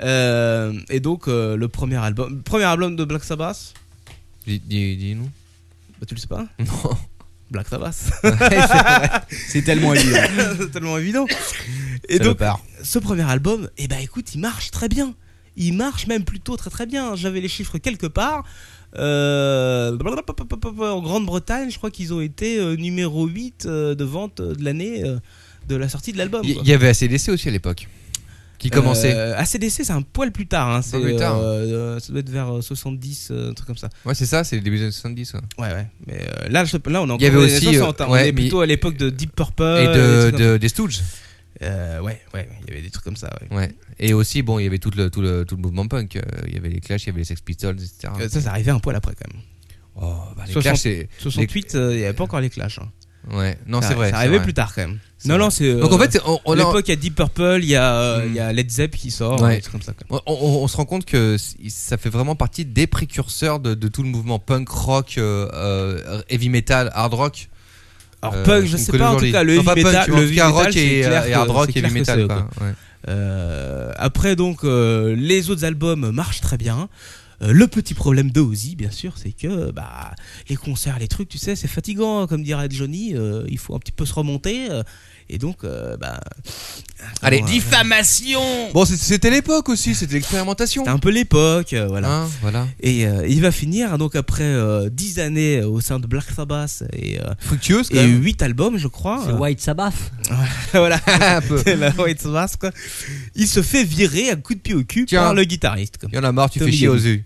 S8: Euh, et donc, euh, le premier album. Premier album de Black Sabbath.
S7: Dis- dis- Dis-nous.
S8: Bah, tu le sais pas hein
S7: Non.
S8: Black Sabbath.
S5: C'est tellement évident.
S8: c'est tellement évident. Et donc, ce premier album, eh ben écoute, il marche très bien. Il marche même plutôt très très bien. J'avais les chiffres quelque part. Euh, blablabla, en Grande-Bretagne, je crois qu'ils ont été euh, numéro 8 euh, de vente euh, de l'année euh, de la sortie de l'album.
S7: Il
S8: quoi.
S7: il y avait ACDC aussi à l'époque. Qui commençait.
S8: Euh, ACDC, c'est un poil plus tard. hein. C'est,
S7: plus tard.
S8: euh, ça doit être vers euh, 70, euh, un truc comme ça.
S7: Ouais, c'est ça, c'est le début des années 70. ouais.
S8: Ouais, ouais. Mais euh, là, je- là, on est encore
S7: Il y avait
S8: dans les
S7: aussi,
S8: 60, hein.
S7: euh,
S8: on
S7: ouais,
S8: est
S7: mais-
S8: plutôt à l'époque de Deep Purple.
S7: Et
S8: des
S7: de,
S8: trucs comme ça.
S7: de- des Stooges.
S8: Euh, ouais, ouais, il y avait des trucs comme ça. ouais.
S7: Ouais. Et aussi, bon, il y avait tout le, tout le, tout le mouvement punk. Euh, Il y avait les Clash, il y avait les Sex Pistols, etc.
S8: Euh, ça, ça arrivait un poil après quand même.
S7: Oh, bah, les
S8: 60
S7: Clash, c'est.
S8: 68, euh, il n'y avait pas encore les clashs. hein.
S7: Ouais, non,
S8: Ça-
S7: c'est vrai.
S8: Ça
S7: c'est
S8: arrivait
S7: vrai.
S8: plus tard quand même.
S7: C'est
S8: Non,
S7: vrai.
S8: non, c'est. euh,
S7: Donc en fait, on,
S8: à
S7: on,
S8: l'époque, il y a Deep Purple, il y, a, euh, il y a Led Zepp qui sort,
S7: Ouais.
S8: des trucs comme ça. Quand même.
S7: on, on- on se rend compte que c- ça fait vraiment partie des précurseurs de, de tout le mouvement punk, rock, euh, euh, heavy metal, hard rock.
S8: Alors,
S7: euh,
S8: punk, je
S7: qu'on
S8: sais
S7: connaît
S8: pas, en tout
S7: aujourd'hui.
S8: cas, le
S7: Non,
S8: heavy
S7: pas punk,
S8: metal.
S7: mais
S8: le
S7: en
S8: heavy
S7: tout cas,
S8: metal,
S7: rock
S8: c'est
S7: et, euh,
S8: clair
S7: et
S8: que-
S7: hard rock
S8: c'est
S7: et heavy
S8: clair que
S7: metal.
S8: c'est,
S7: quoi.
S8: quoi.
S7: Ouais.
S8: Euh, après, donc, euh, les autres albums marchent très bien. Euh, le petit problème de Ozzy, bien sûr, c'est que bah, les concerts, les trucs, tu sais, c'est fatigant, hein, comme dirait Johnny. euh, il faut un petit peu se remonter. euh, et donc, euh, bah.
S7: Allez,
S8: comment, euh,
S2: Diffamation
S7: Bon, c'est- c'était l'époque aussi, c'était l'expérimentation.
S8: c'était un peu l'époque, euh, voilà.
S7: Hein, voilà.
S8: Et euh, il va finir donc après euh, 10 années au sein de Black Sabbath et, euh,
S7: Fructueuse, quand
S8: et
S7: même.
S8: 8 albums je crois.
S6: C'est White Sabbath.
S8: voilà,
S7: un peu.
S8: c'est la White Sabbath quoi. Il se fait virer à coup de pied au cul
S7: Tiens.
S8: par le guitariste. quoi.
S7: Il y en a marre, tu
S8: Tommy
S7: fais chier aux
S8: Gunn.
S7: yeux.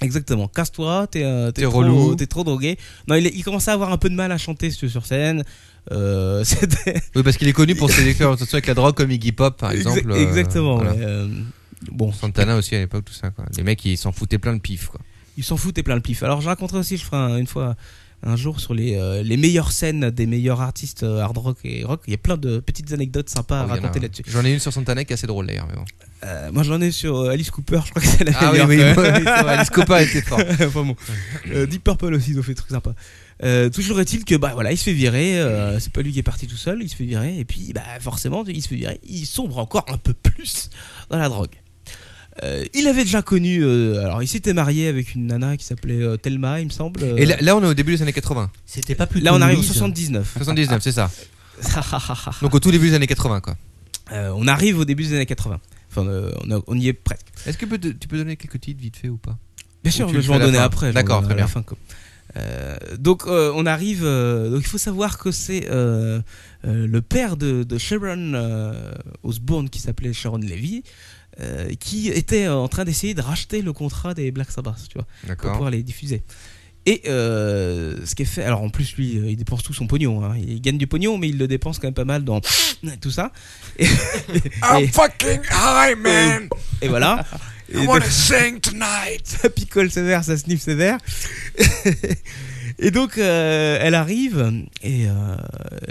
S8: Exactement, casse-toi, t'es euh, t'es
S7: T'es
S8: trop,
S7: relou.
S8: t'es trop drogué. Non, il, est- il commençait à avoir un peu de mal à chanter sur sur scène. Euh, c'était-
S7: Oui, parce qu'il est connu pour ses expérimentations avec la drogue, comme Iggy Pop, par exemple. euh,
S8: Exactement.
S7: voilà.
S8: mais, euh, bon,
S7: Santana aussi à l'époque, tout ça. Quoi. Les mecs, ils s'en foutaient plein de pif. Quoi.
S8: Ils s'en foutaient plein le pif. Alors je raconterai aussi, je ferai un- une fois un jour sur les, euh, les meilleures scènes des meilleurs artistes euh, hard rock et rock. Il y a plein de petites anecdotes sympas à
S7: Oh, il y en a
S8: raconter
S7: un.
S8: là-dessus.
S7: J'en ai une sur Santana qui est assez drôle d'ailleurs. Mais bon.
S8: Euh, moi j'en ai sur euh, Alice Cooper, je crois que c'est la
S7: Ah oui,
S8: meilleure.
S7: oui,
S8: quand
S7: oui,
S8: même.
S7: oui, c'est vrai, Alice Cooper était fort.
S8: Enfin bon. Euh, Deep Purple aussi, ils ont fait des trucs sympas. Euh, toujours est-il que bah voilà, il se fait virer. euh, c'est pas lui qui est parti tout seul, il se fait virer. Et puis bah forcément, il se fait virer. Il sombre encore un peu plus dans la drogue. Euh, il avait déjà connu. euh, alors il s'était marié avec une nana qui s'appelait euh, Thelma, il me semble.
S7: Et là, là, on est au début des années 80.
S6: C'était pas plus
S8: Là, on arrive au
S6: Louise.
S8: 79.
S7: 79, c'est ça. Donc au tout début des années 80. quoi.
S8: Euh, on arrive au début des années 80. Enfin, euh, on, a- on y est presque.
S7: Est-ce que peut- tu peux donner quelques titres vite fait ou pas
S8: Bien sûr,
S7: sûr, tu le
S8: je
S7: fais
S8: vais en
S7: à la
S8: donner
S7: fin.
S8: après. je vais en
S7: D'accord,
S8: donner
S7: très
S8: à la
S7: bien.
S8: fin, quoi. Euh, donc euh, on arrive. euh, donc il faut savoir que c'est euh, euh, le père de, de Sharon euh, Osbourne qui s'appelait Sharon Levy, euh, qui était euh, en train d'essayer de racheter le contrat des Black Sabbath, tu vois, pour
S7: D'accord.
S8: pouvoir les diffuser. Et euh, ce qui est fait, alors en plus lui, euh, il dépense tout son pognon. hein. Il gagne du pognon, mais il le dépense quand même pas mal dans tout ça. Et-
S7: Ah,
S8: et-
S9: fucking high,
S8: man. Et voilà. Et donc,
S9: sing tonight.
S8: ça picole sévère, ça sniffe sévère. et donc, euh, elle arrive. Et, euh,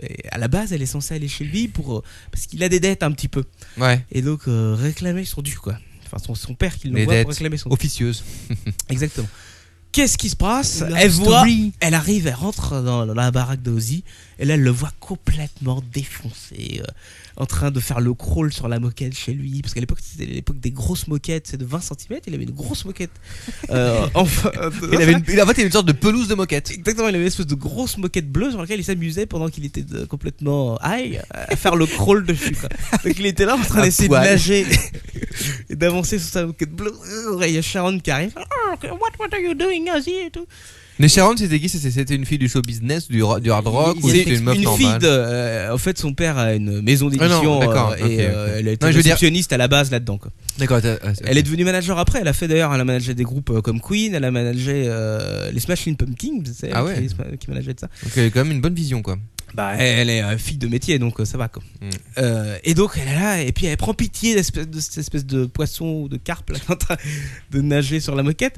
S8: et à la base, elle est censée aller chez lui pour, euh, parce qu'il a des dettes un petit peu.
S7: Ouais.
S8: Et donc, euh, réclamer son dû, quoi. Enfin, son, son père qui
S7: Les
S8: l'envoie pour
S7: dettes.
S8: réclamer son dû.
S7: Officieuse.
S8: Exactement. Qu'est-ce qui se passe
S6: Love
S8: Elle voit.
S6: story.
S8: Elle arrive, elle rentre dans la baraque de Ozzy. Et là, elle le voit complètement défoncé. euh, en train de faire le crawl sur la moquette chez lui. Parce qu'à l'époque, c'était l'époque des grosses moquettes. C'est de 20 cm. Il avait une grosse moquette. Euh, enfin,
S7: Il avait une- il- En fait, il avait une sorte de pelouse de moquette.
S8: Exactement, il avait une espèce de grosse moquette bleue sur laquelle il s'amusait pendant qu'il était euh, complètement high à faire le crawl dessus. quoi. Donc il était là en train
S7: À
S8: d'essayer de
S7: poil.
S8: nager. et d'avancer sur sa moquette bleue. Et il y a Sharon qui arrive. Oh, what, what are you doing Ozzy et tout.
S7: Mais Sharon, c'était qui C'était- C'était une fille du show business, du, ro- du hard rock ou
S8: C'est
S7: c'était une meuf
S8: fille
S7: normale
S8: de. euh, en fait, son père a une maison d'édition
S7: Ah non, d'accord,
S8: euh,
S7: ok,
S8: et euh,
S7: ok.
S8: elle était
S7: Non, je veux dire-
S8: réceptionniste à la base là-dedans. quoi.
S7: D'accord, t'as- ah, c'est-
S8: Elle est devenue manager après. Elle a fait d'ailleurs, elle a managé des groupes euh, comme Queen, elle a managé euh, les Smashing Pumpkins, c'est elle
S7: Ah ouais.
S8: qui, qui manageait ça.
S7: donc elle a quand même une bonne vision, quoi.
S8: Bah, elle est euh, fille de métier, donc euh, ça va quoi.
S7: Mm.
S8: Euh, et donc elle est là, et puis elle prend pitié d'espèce- de cette espèce de poisson ou de carpe là, qui est en train de nager sur la moquette.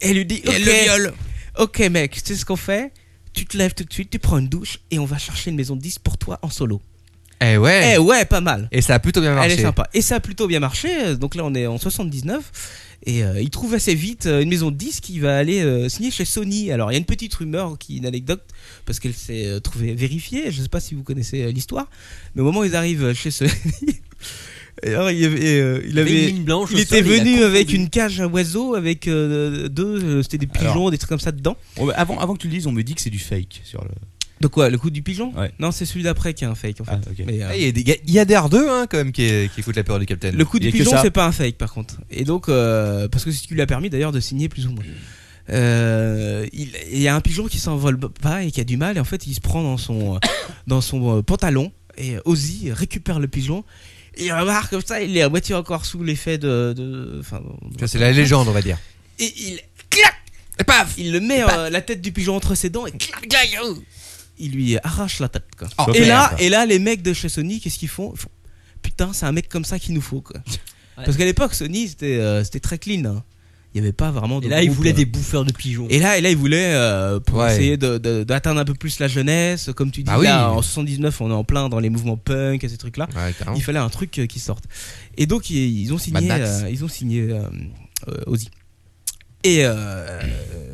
S8: Et elle lui dit,
S3: Et elle le
S8: Ok,
S3: viole.
S8: Ok mec, tu sais ce qu'on fait Tu te lèves tout de suite, tu prends une douche, et on va chercher une maison de 10 pour toi en solo.
S7: Eh
S8: Eh
S7: ouais
S8: ouais, pas mal.
S7: Et ça a plutôt bien marché.
S8: Elle est sympa. Et ça a plutôt bien marché. Donc là, on est en 79. Et euh, il trouve assez vite euh, une maison de disques qui va aller euh, signer chez Sony. Alors, il y a une petite rumeur qui est une anecdote, parce qu'elle s'est euh, trouvée vérifiée. Je ne sais pas si vous connaissez euh, l'histoire. Mais au moment où ils arrivent euh, chez Sony. Alors, il, y avait, euh, il
S6: avait une
S8: avait-
S6: ligne blanche.
S8: il
S6: au
S8: était
S6: sol, il a
S8: venu avec
S6: confondu.
S8: une cage à oiseaux, avec euh, deux, euh, c'était des pigeons,
S5: Alors.
S8: des trucs comme ça dedans.
S5: On- bah, avant, avant que tu le dises, on me dit que c'est du fake sur le.
S8: De quoi Le coup du pigeon
S5: Ouais.
S8: Non, c'est celui d'après qui est un fake en fait.
S5: Ah, ok.
S8: Mais, euh,
S7: Ah, Il y a des gars- il y a des R2 hein, quand même qui, est- qui écoute la peur du capitaine.
S8: Le coup
S5: Il y
S8: du
S5: a que
S8: pigeon,
S5: ça.
S8: c'est pas un fake par contre. Et donc, euh, parce que c'est ce qui lui a permis d'ailleurs de signer plus ou moins. Euh, il il y a un pigeon qui s'envole pas et qui a du mal, et en fait, il se prend dans son, euh, dans son euh, pantalon, et Ozzy récupère le pigeon. Et il remarque comme ça, il est à moitié encore sous l'effet de. de- enfin,
S7: Ça, c'est la légende, on va dire.
S8: et il,
S2: Et paf
S8: il le met euh, la tête du pigeon entre ses dents et clac,
S2: Clac, oh.
S8: il lui arrache la tête. quoi.
S5: Oh,
S8: et, là,
S5: merde.
S8: et là, les mecs de chez Sony, qu'est-ce qu'ils font Ils font, Putain, c'est un mec comme ça qu'il nous faut. Quoi. Parce qu'à l'époque, Sony, c'était euh, c'était très clean. hein. Il n'y avait pas vraiment de.
S6: Et là, il
S8: groupe,
S6: voulait
S8: euh,
S6: des bouffeurs de pigeons.
S8: Et là, et là il voulait, euh, pour
S7: Ouais.
S8: essayer de- de- d'atteindre un peu plus la jeunesse, comme tu dis,
S7: Bah oui.
S8: là, en 79, on est en plein dans les mouvements punk et ces trucs-là.
S7: Ouais, carrément.
S8: Il fallait un truc euh, qui sorte. Et donc ils, ils ont signé,
S7: Mad Max.
S8: euh, ils ont signé euh, euh, Ozzy. Et euh,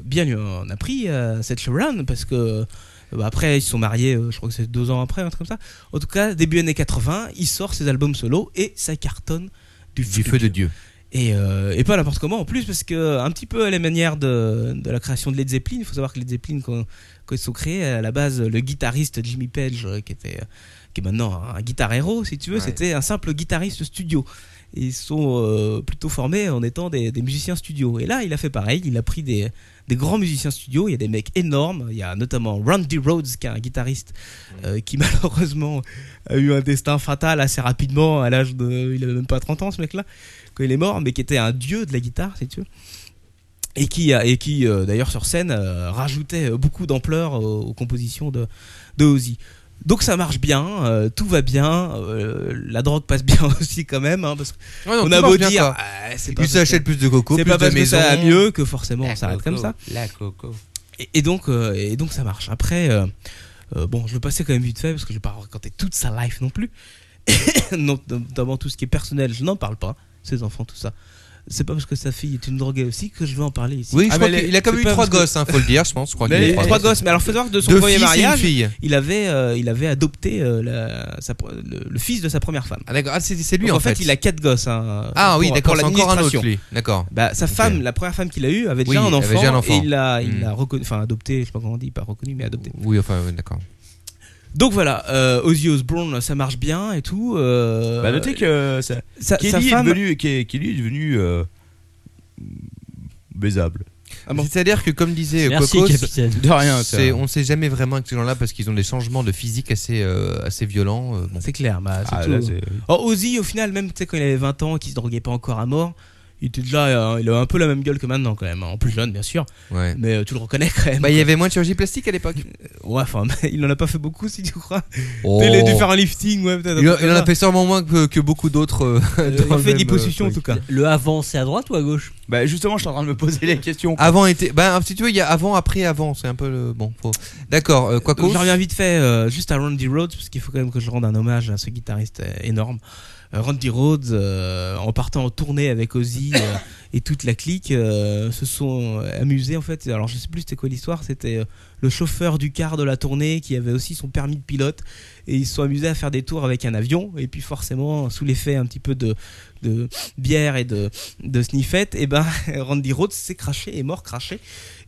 S8: bien lui en a pris euh, cette showrun parce que euh, bah, après ils se sont mariés, euh, je crois que c'est deux ans après, un truc comme ça. En tout cas, début années 80, il sort ses albums solo et ça cartonne du,
S7: Du feu de Dieu.
S8: Et, euh, et pas n'importe comment en plus parce que un petit peu à la manière de, de la création de Led Zeppelin, il faut savoir que Led Zeppelin quand, quand ils se sont créés à la base le guitariste Jimmy Page euh, qui était qui est maintenant un guitar héros, si tu veux,
S7: Ouais.
S8: c'était un simple guitariste studio. Et ils sont euh, plutôt formés en étant des, des musiciens studio. Et là, il a fait pareil, il a pris des, des grands musiciens studio, il y a des mecs énormes, il y a notamment Randy Rhodes, qui est un guitariste euh, qui malheureusement a eu un destin fatal assez rapidement, à l'âge de... Il avait même pas 30 ans, ce mec-là, quand il est mort, mais qui était un dieu de la guitare, si tu veux. Et qui, a- et qui euh, d'ailleurs, sur scène, euh, rajoutait beaucoup d'ampleur euh, aux, aux compositions de, de Ozzy. Donc ça marche bien, euh, tout va bien, euh, la drogue passe bien aussi quand même, hein, parce qu'on a beau dire, euh, c'est pas
S7: Plus
S8: parce
S7: ça
S8: que-
S7: achète plus de coco,
S8: c'est
S7: plus
S8: pas
S7: de
S8: parce que
S7: maisons.
S8: ça va mieux que forcément
S2: La
S8: ça arrête
S2: coco,
S8: comme ça.
S2: La coco.
S8: Et, et donc, euh, et donc ça marche. Après, euh, euh, bon, je vais passer quand même vite fait parce que je vais pas raconter toute sa life non plus. Non, Notamment tout ce qui est personnel, je n'en parle pas. Ses enfants, tout ça. C'est pas parce que sa fille est une droguée aussi que je vais en parler ici.
S7: Oui, je
S5: Ah,
S7: crois
S5: mais
S7: qu'il
S5: les-
S7: il a quand
S8: c'est
S7: même eu
S8: pas
S7: trois
S8: parce que-
S7: gosses, hein, faut le dire, je pense. Je crois qu'il
S8: Mais
S7: a eu
S8: les trois
S7: gosses.
S8: gosses. Mais alors, faut savoir que de son
S7: Deux
S8: premier
S7: fils et une
S8: mariage,
S7: fille.
S8: il avait, euh, il avait adopté euh, la- sa pre- le, le fils de sa première femme.
S7: Ah, d'accord. Ah, c'est c'est lui
S8: Donc,
S7: en fait.
S8: il a quatre gosses. hein,
S7: Ah
S8: pour-
S7: oui,
S8: pour
S7: d'accord, c'est encore un autre
S8: l'administration.
S7: lui. D'accord.
S8: Bah, sa
S7: Ok.
S8: femme, la première femme qu'il a eue, avait déjà,
S7: Oui,
S8: un,
S7: avait
S8: enfant,
S7: déjà un enfant.
S8: Et il l'a, il
S7: Mm.
S8: l'a reconnu, enfin adopté, je sais pas comment on dit, pas reconnu, mais adopté.
S7: Oui, enfin, oui, d'accord.
S8: Donc voilà, euh, Ozzy Osbourne, ça marche bien et tout. euh,
S5: Bah, notez que ça,
S8: sa,
S5: Kelly,
S8: sa
S5: est
S8: femme.
S5: devenu, Ke- Kelly est devenu euh, baisable.
S8: Ah bon.
S7: C'est-à-dire que comme disait
S6: Merci,
S7: Coco,
S6: capitaine.
S5: De rien, ça.
S7: c'est- on ne sait jamais vraiment avec ces gens-là parce qu'ils ont des changements de physique assez, euh, assez violents. euh, bon.
S8: C'est clair, bah, c'est
S5: Ah,
S8: tout.
S5: là, c'est-
S8: Oh, Ozzy, au final, même tu sais, quand il avait 20 ans, qu'il se droguait pas encore à mort, il était déjà, euh, il a un peu la même gueule que maintenant quand même, hein. en plus jeune bien sûr,
S7: Ouais.
S8: mais euh, tu le reconnais quand même.
S7: Bah, il y avait moins de chirurgie plastique à l'époque.
S8: Ouais, enfin, il en a pas fait beaucoup si tu crois. Il a dû faire un lifting, ouais, peut-être. un
S7: Oh. Il, en-
S8: truc
S7: il
S8: comme
S7: en
S8: ça.
S7: a fait sûrement moins que, que beaucoup d'autres. euh, dans
S8: Il a
S7: le
S8: fait de
S7: même,
S8: l'hyposuction
S7: euh,
S8: en tout cas.
S6: Le avant, c'est à droite ou à gauche
S5: Bah, justement, je suis en train de me poser la question.
S7: Avant était. Bah, si tu veux, il y a avant, après, avant. C'est un peu le. Bon, faut- D'accord, euh, quoi
S8: Donc,
S7: qu'au-
S8: je reviens vite fait euh, juste à Randy Rhodes, parce qu'il faut quand même que je rende un hommage à ce guitariste euh, énorme. Euh, Randy Rhodes, euh, en partant en tournée avec Ozzy euh, et toute la clique, euh, se sont amusés en fait. Alors je sais plus c'était quoi l'histoire, c'était euh, le chauffeur du car de la tournée qui avait aussi son permis de pilote et ils se sont amusés à faire des tours avec un avion et puis forcément sous l'effet un petit peu de de bière et de, de sniffette, et ben Randy Rhodes s'est craché, est mort craché.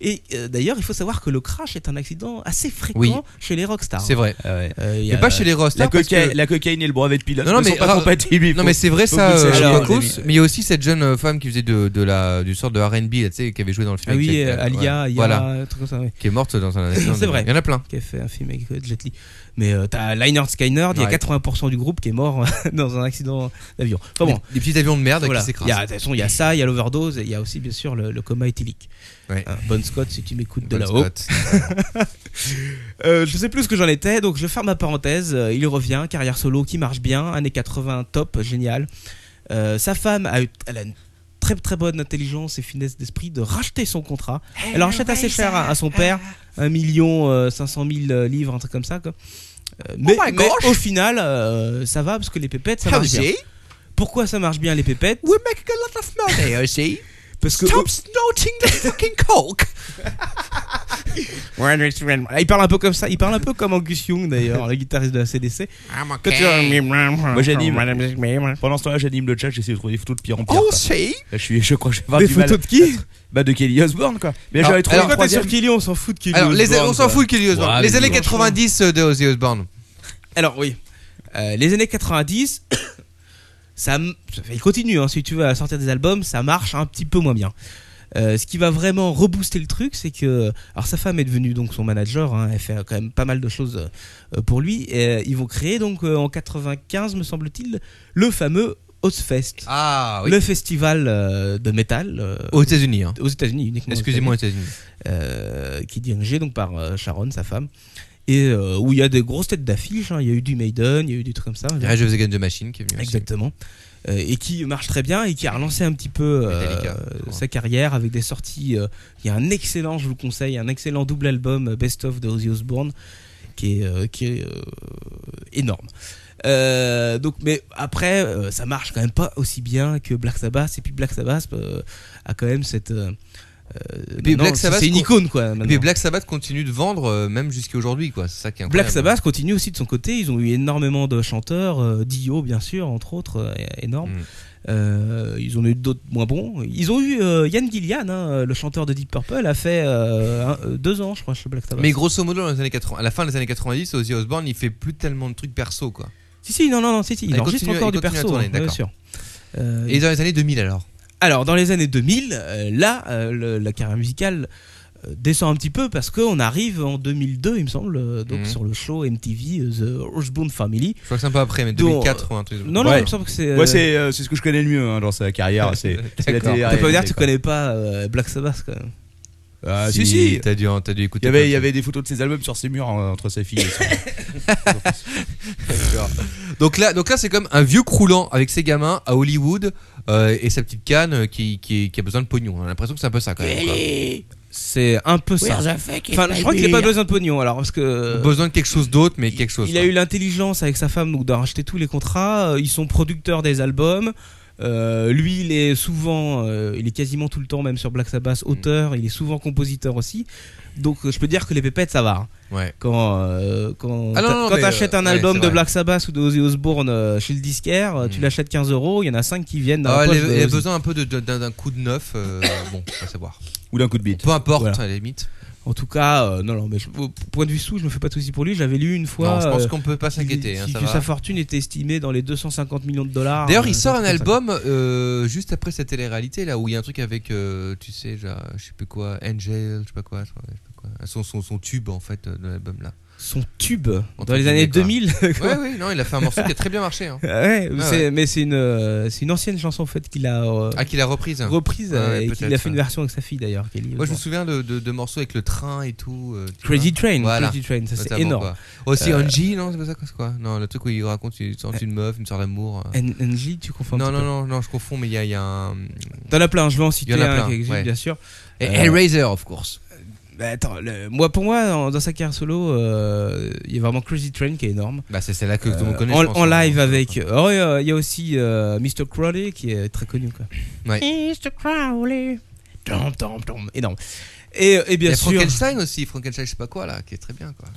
S8: Et euh, d'ailleurs, il faut savoir que le crash est un accident assez fréquent
S7: Oui.
S8: chez les rockstars.
S7: C'est vrai.
S8: Euh, il y
S7: Mais
S8: a-
S7: pas chez les
S5: La,
S7: rosters. parce
S5: cocaïne-
S7: que-
S5: la cocaïne et le brevet de pilote
S7: Non, non,
S5: ne
S7: mais
S5: sont pas
S7: ra-
S5: compatibles.
S7: Non
S5: faut-
S7: mais c'est vrai
S5: faut
S7: ça,
S5: que vous le
S7: euh,
S5: sachiez,
S8: alors,
S7: Quacos,
S5: les amis.
S7: mais il y a aussi cette jeune euh, femme qui faisait de, de la, du sort de R&B, là, tu sais, qui avait joué dans le film.
S8: Ah oui,
S7: avec
S8: euh,
S7: cette-
S8: Alia,
S7: ouais.
S8: il y a
S7: voilà,
S8: un truc comme ça, oui.
S7: qui est morte dans un accident.
S8: C'est vrai.
S7: Il y en a plein.
S8: qui a fait un film avec euh, Jet Li. Mais euh, t'as Leinert Skyner, il y a
S7: Ouais.
S8: 80% du groupe qui est mort dans un accident d'avion. Enfin bon,
S7: Des, des petits avions de merde
S8: voilà. Il
S7: qui
S8: y a-
S7: s'écrasent.
S8: De toute façon, il y a ça, il y a l'overdose, et il y a aussi bien sûr le, le coma éthylique.
S7: Ouais.
S8: Hein, Bon Scott, si tu m'écoutes de
S7: Bon
S8: là-haut.
S7: spot.
S8: Euh, je sais plus ce que j'en étais, donc je ferme ma parenthèse. Euh, Il revient, carrière solo qui marche bien, années 80, top, génial. Euh, sa femme a, eu- elle a une très très bonne intelligence et finesse d'esprit de racheter son contrat. Elle en rachète assez cher à, à son père, 1 million euh, 500 000 euh, livres, un truc comme ça. quoi. Euh, mais,
S7: my
S8: mais
S7: gosh.
S8: au final, euh, ça va parce que les pépettes, ça marche bien.
S7: Howdy,
S8: Pourquoi ça marche bien les pépettes
S7: we make a lot of money, you see.
S8: Parce que
S7: Stop snorting the fucking coke.
S8: il parle un peu comme ça, il parle un peu comme Angus Young d'ailleurs, le guitariste de la CDC. Quand tu-
S7: Eh.
S5: Moi j'anime. Pendant ce temps-là, j'anime le chat, j'essaie de trouver des photos de pire en pire. quoi.
S7: see.
S5: Là, je, suis, je crois que j'ai
S8: Des
S5: vraiment du mal.
S8: photos de qui
S5: Bah, de Kelly Osbourne quoi. Mais
S7: Alors-
S5: j'avais trouvé
S7: alors,
S5: le
S8: Quand t'es
S5: troisième.
S8: sur Kelly, on s'en fout de Kelly.
S7: Alors les,
S8: Osbourne,
S7: on s'en
S8: quoi.
S7: fout de Kelly Osbourne.
S8: Ouais,
S7: les
S8: mais
S7: années
S8: franchement.
S7: 90 de Ozzy Osbourne.
S8: Alors oui, Euh, les années 90, ça, m- ça fait- il continue. hein, si tu veux à sortir des albums, ça marche un petit peu moins bien. Euh, ce qui va vraiment rebooster le truc, c'est que alors sa femme est devenue donc son manager. hein, elle fait quand même pas mal de choses euh, pour lui. Et, euh, ils vont créer donc euh, en 95, me semble-t-il, le fameux Ozfest,
S7: Ah oui.
S8: le festival euh, de métal euh,
S7: Aux États-Unis. hein.
S8: aux États-Unis uniquement. aux
S7: Excusez-moi, aux États-Unis.
S8: euh, qui est dirigé donc par euh, Sharon, sa femme, et euh, où il y a des grosses têtes d'affiche. hein. Il y a eu du Maiden, il y a eu des trucs comme ça.
S7: Rage of the Against the Machine qui est venu. aussi.
S8: Exactement. Euh, et qui marche très bien et qui a relancé un petit peu euh,
S7: Metallica, je crois.
S8: sa carrière avec des sorties. euh, il y a un excellent, je vous le conseille, un excellent double album euh, Best of de Ozzy Osbourne qui est, euh, qui est euh, énorme. Euh, donc, mais après, euh, ça marche quand même pas aussi bien que Black Sabbath. Et puis Black Sabbath euh, a quand même cette. euh, euh,
S7: puis
S8: maintenant,
S7: Black
S8: c'est-
S7: Sabbath,
S8: c'est une
S7: qu'on-
S8: icône quoi.
S7: Mais
S8: maintenant.
S7: Black Sabbath continue de vendre euh, même jusqu'à aujourd'hui quoi. C'est ça qui est
S8: Black
S7: incroyable.
S8: Sabbath continue aussi de son côté. Ils ont eu énormément de chanteurs, euh, Dio bien sûr, entre autres, euh, énorme.
S7: Mm.
S8: Euh, ils ont eu d'autres moins bons. Ils ont eu euh, Yann Gillian, hein, le chanteur de Deep Purple, a fait euh, un- euh, deux ans, je crois, chez Black Sabbath.
S7: Mais grosso modo, dans les années 80, à la fin des années 90, Ozzy Osbourne, il fait plus tellement de trucs perso quoi.
S8: si, si, non, non, non, si, si, il
S7: Il
S8: enregistre
S7: continue-
S8: encore
S7: il
S8: du
S7: continue à
S8: perso,
S7: tourner,
S8: hein, bien
S7: d'accord.
S8: sûr. Euh,
S7: Et dans les années 2000 alors.
S8: Alors, dans les années 2000, euh, là, euh, le- la carrière musicale euh, descend un petit peu parce qu'on arrive en 2002, il me semble, euh, donc
S7: Mhm.
S8: sur le show MTV euh, The Osbourne Family.
S7: Je crois que c'est un peu après, mais
S8: Donc,
S7: 2004 ou un truc.
S8: Non, non,
S5: Ouais.
S8: il me semble que c'est.
S5: Ouais,
S8: euh,
S5: c'est euh, c'est ce que je connais le mieux hein, dans sa carrière. C'est c'est la
S7: D'accord.
S5: télé
S8: Tu peux dire que tu connais pas euh, Black Sabbath quand même.
S5: Ah, si, si.
S7: T'as dû, t'as dû
S5: Il
S7: écouter.
S5: y, avait,
S7: plein
S5: il
S7: de
S5: y
S7: trucs.
S5: avait des photos de ses albums sur ses murs euh, entre sa fille et son.
S7: Donc là, donc là, c'est comme un vieux croulant avec ses gamins à Hollywood euh, et sa petite canne euh, qui, qui, qui a besoin de pognon. On a l'impression que c'est un peu ça quand même. quoi.
S8: C'est un peu ça. Enfin, je crois qu'il a pas besoin de pognon alors parce que.
S7: Besoin de quelque chose d'autre, mais quelque chose.
S8: Euh, Il a
S7: quoi.
S8: eu l'intelligence avec sa femme donc de racheter tous les contrats. Euh, Ils sont producteurs des albums. Euh, lui, il est souvent, euh, il est quasiment tout le temps, même sur Black
S7: Mm.
S8: Sabbath, auteur. Il est souvent compositeur aussi. Donc, euh, je peux dire que les pépettes, ça va. hein.
S7: Ouais.
S8: Quand, euh, quand,
S7: Ah non,
S8: t'a-
S7: non,
S8: quand
S7: mais,
S8: t'achètes un
S7: euh, ouais,
S8: album
S7: c'est
S8: de
S7: vrai.
S8: Black Sabbath ou de Ozzy Osbourne euh, chez le disquaire, euh, tu
S7: Mm.
S8: l'achètes 15 euros. Il y en a 5 qui viennent. Dans la
S7: Ah,
S8: poche
S7: il a-
S8: de
S7: il a
S8: Ozzy.
S7: besoin un peu de- de- d'un d'un coup de neuf. euh, bon, on va savoir.
S5: Ou d'un coup de bite.
S7: Peu importe,
S8: Voilà.
S7: à la limite.
S8: En tout cas, euh, non, non, mais je- au point de vue sous, je me fais pas de soucis pour lui. J'avais lu une fois.
S7: non, je pense
S8: euh,
S7: qu'on peut pas
S8: qu'il-
S7: s'inquiéter. hein,
S8: qu'il-
S7: ça
S8: que
S7: va.
S8: sa fortune était estimée dans les 250 millions de dollars.
S7: D'ailleurs,
S8: euh,
S7: il sort un
S8: truc comme ça.
S7: album euh, juste après cette télé-réalité là où il y a un truc avec, euh, tu sais, genre, je sais plus quoi, Angel, je sais pas quoi, je sais pas quoi. Son, son, son tube en fait euh, de l'album là.
S8: Son tube dans
S7: Entre
S8: les années 2000.
S7: guillemets, Ouais, ouais, non, il a fait un morceau qui a très bien marché. Hein.
S8: Ouais,
S7: Ah
S8: c'est-
S7: ouais.
S8: mais c'est une, euh, c'est une ancienne chanson en fait qu'il a euh,
S7: Ah, qu'il a reprise. hein.
S8: reprise
S7: Ouais,
S8: euh,
S7: ouais,
S8: et qu'il a
S7: peut-être,
S8: fait une
S7: ouais.
S8: version avec sa fille d'ailleurs. Kelly
S7: Moi, je me
S8: Osbourne.
S7: souviens de, de, de morceaux avec le train et tout. euh, tu
S8: Crazy
S7: vois.
S8: Train,
S7: Voilà.
S8: Crazy Train, ça c'est
S7: Notamment,
S8: énorme.
S7: quoi. Aussi
S8: Euh,
S7: Angie, non, c'est pas ça quoi, c'est quoi Non, le truc où il raconte une sorte d'une meuf, une sorte d'amour. euh.
S8: N- NG, tu confonds un
S7: Non,
S8: petit
S7: non,
S8: peu.
S7: non, non, je confonds, mais il y a, il y a un. euh,
S8: T'en as plein, je vais en citer
S7: Il y en a
S8: un
S7: plein,
S8: qui existe,
S7: ouais.
S8: bien sûr.
S7: Et
S8: Euh,
S7: Hellraiser, of course.
S8: Bah, attends, le- moi, pour moi, dans, dans sa carrière solo, euh, il y a vraiment Crazy Train qui est énorme.
S7: Bah, c'est celle-là que tout le
S8: Euh,
S7: monde connaît.
S8: en,
S7: je pense,
S8: en
S7: hein.
S8: live avec. Oh, et, euh, il y a aussi euh, Mr. Crowley qui est très connu. Quoi.
S7: Ouais.
S8: Mr. Crowley. Tom, tom, tom. Énorme. Et, et
S7: Il y
S8: bien
S7: a
S8: sûr.
S7: Frankenstein aussi, Frankenstein, je sais pas quoi là, qui est très bien quoi.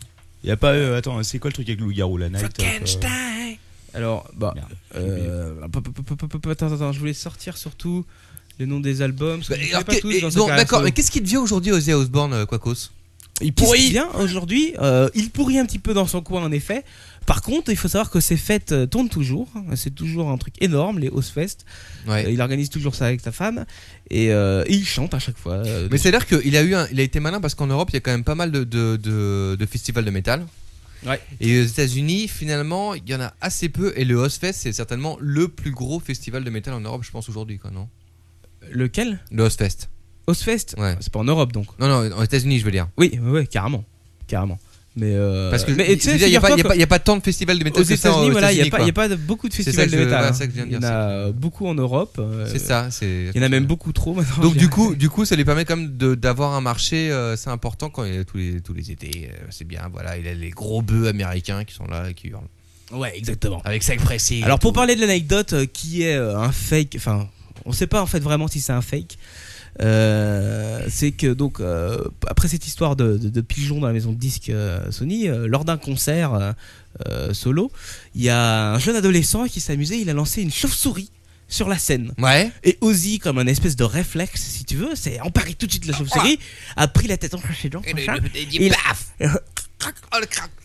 S5: Il y a pas. euh, attends, c'est quoi le truc avec le loup-garou la night euh,
S8: Alors, bah, euh, pop, pop, pop, pop, pop, attends, attends, je voulais sortir surtout le nom des albums. parce que je les connais
S7: Et Bah, alors,
S8: pas
S7: que-
S8: tous
S7: et-
S8: dans ce
S7: donc,
S8: cas-là,
S7: d'accord,
S8: so-
S7: mais qu'est-ce qui devient aujourd'hui Ozzy Osbourne, euh, Quacos
S5: Il
S8: Qu'est-ce
S5: pourrit
S8: qui vient aujourd'hui Euh, Il pourrit un petit peu dans son coin, en effet. Par contre, il faut savoir que ces fêtes euh, tournent toujours. C'est toujours un truc énorme, les Ozfest. Euh,
S7: Ouais.
S8: Il organise toujours ça avec sa femme. Et, euh, et il chante à chaque fois. euh,
S7: Mais c'est-à-dire qu'il a, eu un- il a été malin parce qu'en Europe, il y a quand même pas mal de, de, de- de festivals de métal.
S8: Ouais.
S7: Et aux États-Unis, finalement, il y en a assez peu. Et le Ozfest, c'est certainement le plus gros festival de métal en Europe, je pense, aujourd'hui, quoi, non
S8: Lequel
S7: Le Ozfest.
S8: Ozfest Ah,
S7: Ouais.
S8: C'est pas en Europe donc.
S7: Non, non, aux États-Unis, je veux dire.
S8: Oui, ouais, ouais, carrément. Carrément. Mais. euh,
S7: Parce que
S8: mais, tu sais,
S7: il n'y a, pas-
S8: figure-toi
S7: il y a
S8: que-
S7: pas- il y a pas tant de festivals de métal
S8: aux
S7: que ça
S8: États-Unis,
S7: aux
S8: voilà, il n'y a,
S7: États-Unis,
S8: pas-
S7: quoi.
S8: il y a pas de- beaucoup de
S7: C'est ça
S8: festivals
S7: que je-
S8: de métal.
S7: voilà,
S8: hein.
S7: ça que je viens de
S8: il y en
S7: dire,
S8: a euh, beaucoup en Europe. euh,
S7: C'est ça. c'est-
S8: Il y en a même beaucoup trop maintenant.
S7: Donc
S8: je
S7: du
S8: dirais.
S7: coup, du coup, ça lui permet quand même de- d'avoir un marché, euh, c'est important quand il est tous les tous les étés, euh, c'est bien. Voilà, il a les gros bœufs américains qui sont là et qui hurlent.
S8: Ouais, exactement.
S7: Avec sac précis.
S8: Alors pour parler de l'anecdote euh, qui est euh, un fake, enfin on sait pas en fait vraiment si c'est un fake. Euh, c'est que donc euh, après cette histoire de, de, de pigeon dans la maison de disque euh, Sony, euh, lors d'un concert euh, euh, solo, il y a un jeune adolescent qui s'amusait, il a lancé une chauve-souris sur la scène.
S7: Ouais.
S8: Et Ozzy, comme un espèce de réflexe, si tu veux, s'est emparé tout de suite de la chauve-souris, a pris la tête en crochet dedans, machin, il-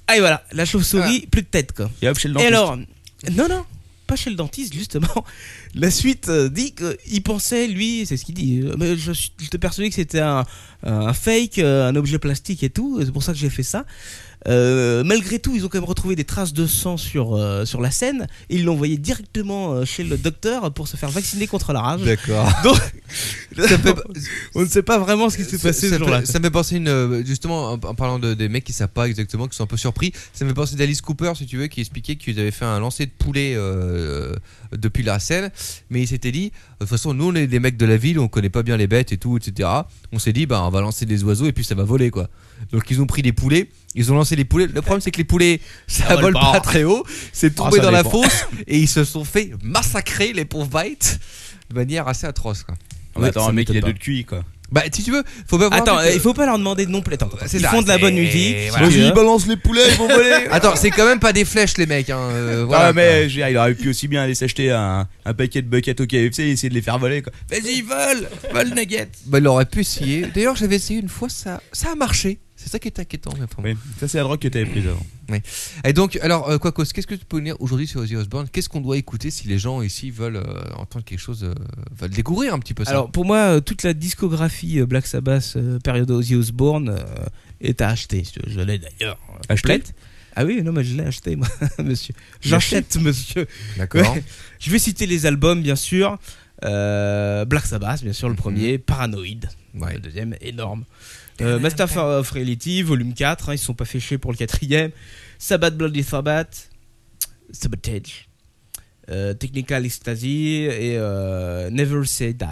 S8: Ah et voilà, la chauve-souris, plus de tête quoi.
S5: Et hop, chez le
S8: Et
S5: dentiste.
S8: alors, non, non, pas chez le dentiste, justement. La suite euh, dit qu'il pensait, lui, c'est ce qu'il dit, euh, mais je, suis- je te persuadais que c'était un, un fake, euh, un objet plastique et tout, et c'est pour ça que j'ai fait ça. Euh, malgré tout, ils ont quand même retrouvé des traces de sang sur, euh, sur la scène. Et ils l'ont envoyé directement euh, chez le docteur pour se faire vacciner contre la rage.
S7: D'accord.
S8: Donc,
S7: Ça me fait-
S8: on ne sait pas vraiment ce qui s'est passé ce
S7: ça,
S8: jour-là.
S7: me- ça me fait penser une, euh, justement en, en parlant de, des mecs qui savent pas exactement, qui sont un peu surpris. Ça me fait penser d'Alice Cooper, si tu veux, qui expliquait qu'ils avaient fait un lancer de poulet euh, depuis la scène, mais il s'était dit, euh, de toute façon, nous on est des mecs de la ville, on connaît pas bien les bêtes et tout, etc. On s'est dit, bah on va lancer des oiseaux et puis ça va voler quoi. Donc ils ont pris des poulets. Ils ont lancé les poulets. Le problème, c'est que les poulets, ça,
S8: Ça vole
S7: vole pas.
S8: pas. Ah,
S7: très haut. C'est tombé
S8: ça
S7: dans la
S8: dépend.
S7: fosse et ils se sont fait massacrer les pauvres bites de manière assez atroce. Quoi.
S5: Mais Attends,
S8: ça
S5: un mec, il a
S8: m'étonne
S5: deux de QI, quoi.
S7: Bah, si tu veux, faut pas voir
S8: Attends,
S7: que-
S8: euh, il faut pas leur demander de non plus. Attends, attends,
S7: C'est
S8: ils
S7: ça,
S8: font de la
S7: c'est-
S8: bonne musique.
S7: voilà.
S8: tu vois.
S5: balance les poulets, ils vont voler.
S7: Attends, c'est quand même pas des flèches, les mecs. Hein. euh, voilà,
S5: ah, mais je veux dire, il aurait pu aussi bien aller s'acheter un, un paquet de buckets au KFC et essayer de les faire voler, quoi.
S7: vas-y, vole, vole nugget. Bah, il aurait pu essayer. D'ailleurs, j'avais essayé une fois, ça, ça a marché. C'est ça qui est inquiétant. mais enfin bon.
S5: Oui, ça, c'est la drogue que t'avais prise avant.
S7: Et donc, alors, euh, Quacos, qu'est-ce que tu peux nous dire aujourd'hui sur Ozzy Osbourne Qu'est-ce qu'on doit écouter si les gens ici veulent euh, entendre quelque chose, euh, veulent découvrir un petit peu ça
S8: Alors pour moi, euh, toute la discographie euh, Black Sabbath, euh, période Ozzy Osbourne, euh, est à acheter. Je- Je l'ai d'ailleurs. euh,
S5: Acheté
S8: complète. Ah oui, non, mais je l'ai acheté, moi, monsieur. J'achète, monsieur.
S7: D'accord.
S8: Ouais. Je vais citer les albums, bien sûr. Euh, Black Sabbath, bien sûr, le premier. Paranoid,
S7: Ouais.
S8: le deuxième, énorme. Euh, Master of Reality, volume 4, hein, ils se sont pas fêchés pour le quatrième. Sabbath Bloody Sabbath, Sabotage, euh, Technical Ecstasy et euh, Never Say Die.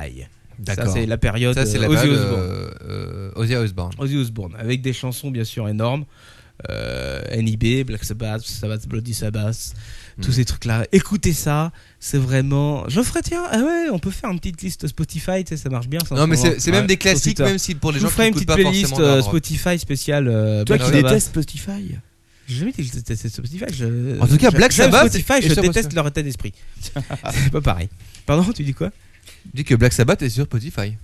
S8: Ça,
S7: D'accord.
S8: c'est la période
S7: Ça, c'est la
S8: euh, Ozzy
S7: période
S8: Osbourne.
S7: euh, euh, Ozzy Osbourne.
S8: Ozzy Osbourne, avec des chansons bien sûr énormes. Euh, NIB, Black Sabbath, Sabbath Bloody Sabbath, tous
S7: Mm.
S8: ces trucs-là. Écoutez ça, c'est vraiment. Je ferai, tiens, ah ouais, on peut faire une petite liste Spotify, tu sais, ça marche bien. Ça, en
S7: Non, mais
S8: ce moment.
S7: c'est c'est même
S8: hein. Ouais.
S7: des
S8: Sur
S7: classiques,
S8: Twitter.
S7: même si pour les
S8: je
S7: gens
S8: vous ferai
S7: qui
S8: une
S7: écoutent
S8: petite
S7: pas
S8: playlist
S7: forcément. hein.
S8: euh,
S7: d'hard rock.
S8: Spotify spéciale. euh,
S5: Toi
S8: Black
S5: qui
S8: Sabbath.
S5: détestes Spotify.
S8: J'ai jamais dit que je détestais Spotify. je-
S7: En tout cas,
S8: je-
S7: Black
S8: j'aime
S7: Sabbath
S8: Spotify,
S7: est
S8: je
S7: sur-
S8: déteste leur état d'esprit. c'est pas pareil. Pardon, tu dis quoi
S7: Dis que Black Sabbath est sur Spotify.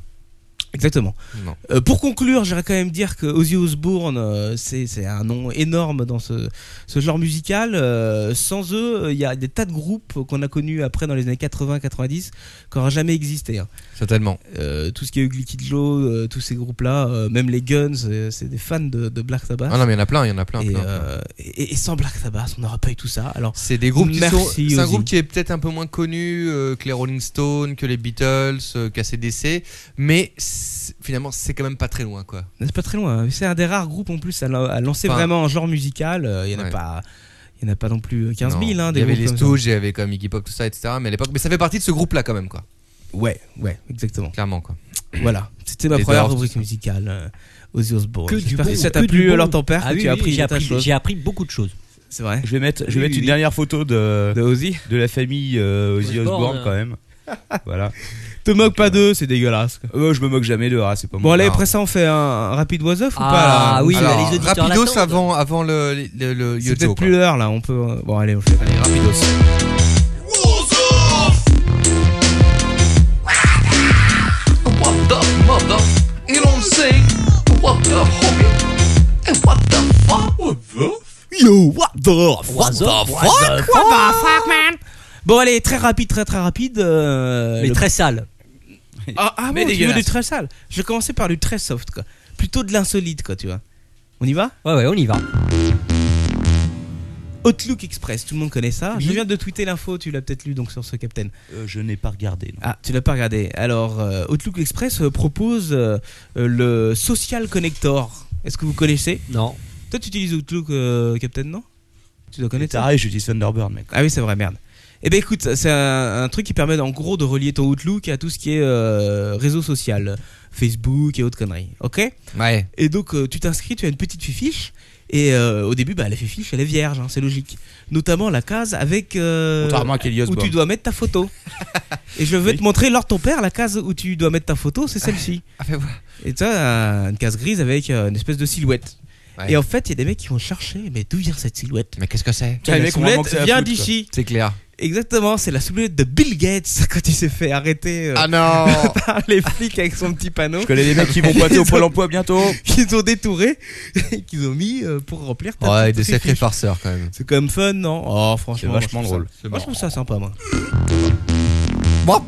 S8: Exactement.
S7: Non.
S8: Euh, pour conclure, j'aimerais quand même dire que Ozzy Osbourne, euh, c'est c'est un nom énorme dans ce, ce genre musical. Euh, sans eux, euh, il y a des tas de groupes qu'on a connus après dans les années 80-90 qui n'auraient jamais existé. hein.
S7: Certainement.
S8: Euh, tout ce qui est Ugly Kid Joe, euh, tous ces groupes-là, euh, même les Guns, euh, c'est des fans de, de Black Sabbath.
S7: Ah non, mais il y en a plein, il y en a plein.
S8: Hein et,
S7: plein, plein.
S8: euh, et- et sans Black Sabbath, on n'aurait pas eu tout ça. Alors,
S7: C'est des groupes qui
S8: Merci,
S7: sont. C'est un
S8: Ozzy.
S7: groupe qui est peut-être un peu moins connu euh, que les Rolling Stones, que les Beatles, euh, qu'ACDC, mais c'est- finalement c'est quand même pas très loin quoi.
S8: c'est pas très loin. hein. C'est un des rares groupes en plus à, la- à lancer
S7: Enfin,
S8: vraiment un genre musical. Euh, Il y en a
S7: ouais.
S8: pas. Il n'y en a pas non plus 15 000.
S7: Non,
S8: hein,
S7: il
S8: des
S7: y avait
S8: groupes
S7: les
S8: comme ça.
S7: Stooges, il y avait comme Iggy Pop, tout ça, etc. Mais à l'époque, mais ça fait partie de ce groupe là quand même quoi.
S8: Ouais, ouais, exactement.
S7: Clairement quoi.
S8: Voilà, c'était ma
S7: Les
S8: première
S7: Doors,
S8: rubrique
S7: tout ça.
S8: musicale. euh, Ozzy Osbourne.
S6: Que du
S8: J'espère
S6: bon,
S8: que ça t'a
S6: que du
S8: plu
S6: bon.
S8: alors ton père,
S6: Ah
S8: que
S6: oui,
S8: tu as
S6: oui,
S8: appris
S6: j'ai
S8: des tas de
S6: appris,
S8: choses.
S6: j'ai appris beaucoup de choses.
S8: C'est vrai.
S5: Je vais mettre, je vais
S8: Oui,
S5: mettre
S8: oui,
S5: une
S8: oui.
S5: dernière photo de,
S8: De Ozzy
S5: de la famille euh, Ozzy Osbourne
S6: Osbourne, euh.
S5: quand même. voilà.
S8: Te moque pas d'eux, c'est dégueulasse. quoi.
S5: Euh, je me moque jamais de ah, c'est pas
S8: Bon,
S5: mon
S8: allez,
S5: art.
S8: après ça, on fait un, un rapide was off ou
S6: Ah,
S8: pas là
S6: oui,
S7: Alors,
S6: bah, les auditeurs
S7: Rapidos
S6: l'attendent.
S7: avant, avant le, le, le
S8: C'est
S7: Yojo.
S8: peut-être plus l'heure là, on peut. euh, Bon, allez, on le fait.
S7: Allez, Rapidos.
S2: What the mother? Et l'on sait. What the homie? Et what the fuck? What the?
S8: Yo, what the
S6: What the fuck Euh,
S8: Bon, allez, très rapide, très très rapide. euh,
S6: Mais
S8: le-
S6: très sale.
S8: Ah, ah bon,
S5: Mais
S8: tu veux
S5: dégueulasse.
S8: du très sale Je vais commencer par du très soft, quoi. Plutôt de l'insolite, quoi, tu vois. On y va
S6: Ouais, ouais, on y va.
S8: Outlook Express, tout le monde connaît ça. Je
S5: Oui.
S8: viens de tweeter l'info, tu l'as peut-être lu donc sur ce Captain.
S5: Euh, je n'ai pas regardé. non.
S8: Ah, tu l'as pas regardé. Alors, euh, Outlook Express euh, propose euh, euh, le Social Connector. Est-ce que vous connaissez
S6: Non.
S8: Toi, tu utilises Outlook, euh, Captain, non Tu dois connaître ça
S5: Pareil, je dis Thunderbird, mec.
S8: Ah oui, c'est vrai, merde. Eh ben écoute, c'est un, un truc qui permet en gros de relier ton Outlook à tout ce qui est euh, réseau social, Facebook et autres conneries. Ok
S7: Ouais.
S8: Et donc euh, tu t'inscris, tu as une petite fiche et euh, au début, bah, la fiche, elle est vierge, hein, c'est logique. Notamment la case avec euh,
S5: Contrairement à Kelly
S8: où tu
S5: Osbourne.
S8: dois mettre ta photo. et je vais te montrer lors de ton père la case où tu dois mettre ta photo, c'est celle-ci.
S7: Ah, fais voir.
S8: Et tu as une case grise avec euh, une espèce de silhouette.
S7: Ouais.
S8: Et en fait, il y a des mecs qui vont chercher, mais d'où vient cette silhouette
S7: Mais qu'est-ce que c'est
S5: Putain, les
S8: La
S5: mecs ont vraiment que
S8: silhouette
S5: ça à
S8: vient
S5: foutre, quoi.
S8: d'ici.
S7: C'est clair.
S8: Exactement, c'est la silhouette de Bill Gates quand il s'est fait arrêter euh,
S7: Ah non
S8: par les flics avec son petit panneau
S5: Je connais des mecs qui vont boiter au Pôle emploi bientôt.
S8: qu'ils ont détouré et qu'ils ont mis euh, pour remplir ta
S7: Ouais,
S8: petite
S7: des
S8: fiche.
S7: sacrés farceurs quand même.
S8: C'est quand même fun, non Oh, franchement, moi, je
S5: vachement
S8: trouve ça-
S5: drôle. C'est
S8: Moi, je trouve ça sympa, moi.
S7: Bon,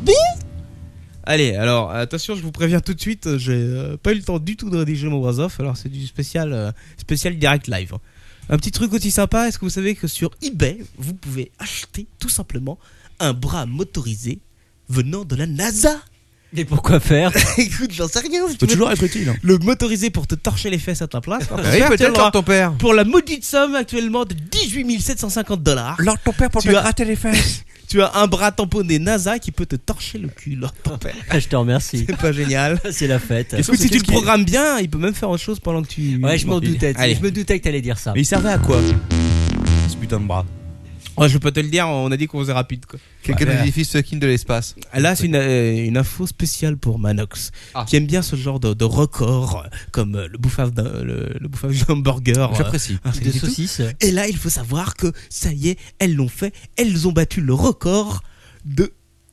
S8: Allez, alors, attention, je vous préviens tout de suite, euh, j'ai euh, pas eu le temps du tout de rédiger mon bras off, alors c'est du spécial, euh, spécial direct live. Un petit truc aussi sympa, est-ce que vous savez que sur eBay, vous pouvez acheter tout simplement un bras motorisé venant de la NASA
S6: Mais pourquoi faire
S8: Écoute, j'en sais rien. si tu
S5: Faut
S8: veux
S5: toujours être utile. hein.
S8: le motoriser pour te torcher les fesses à ta place. parce que
S7: Bah oui,
S8: tu as le
S7: peut-être hein.
S8: droit
S7: Lord ton père.
S8: pour la maudite somme actuellement de 18 750 dollars.
S7: Lord ton père pour
S8: Tu
S7: te
S8: as-
S7: gratter les fesses.
S8: Tu as un bras tamponné NASA qui peut te torcher le cul. Lord ton père.
S6: Je te remercie.
S8: hein. C'est pas génial.
S6: C'est la fête.
S5: Qu'est-ce-
S8: Oui, si
S5: Qu'est-ce
S8: tu le
S5: qu'il-
S8: programmes bien, il peut même faire autre chose pendant que tu.
S6: Ouais, je m'en
S8: Bon,
S6: doutais.
S8: Allez.
S6: Je me doutais que t'allais dire ça.
S5: Mais il servait à quoi Ce putain de bras.
S8: Ouais, Oh, je peux te le dire, on a dit qu'on faisait rapide. Quoi.
S7: Quelqu'un
S8: Ouais.
S7: des fils fucking de euh, l'espace.
S8: Là, c'est une, euh, une info spéciale pour Manox,
S7: Ah.
S8: qui aime bien ce genre de, de record, euh, comme euh, le bouffage d'un le, le bouffage d'un burger. euh,
S7: J'apprécie.
S8: ainsi
S6: Des
S8: de suite.
S6: saucisses.
S8: Et là, il faut savoir que ça y est, elles l'ont fait. Elles ont battu le record de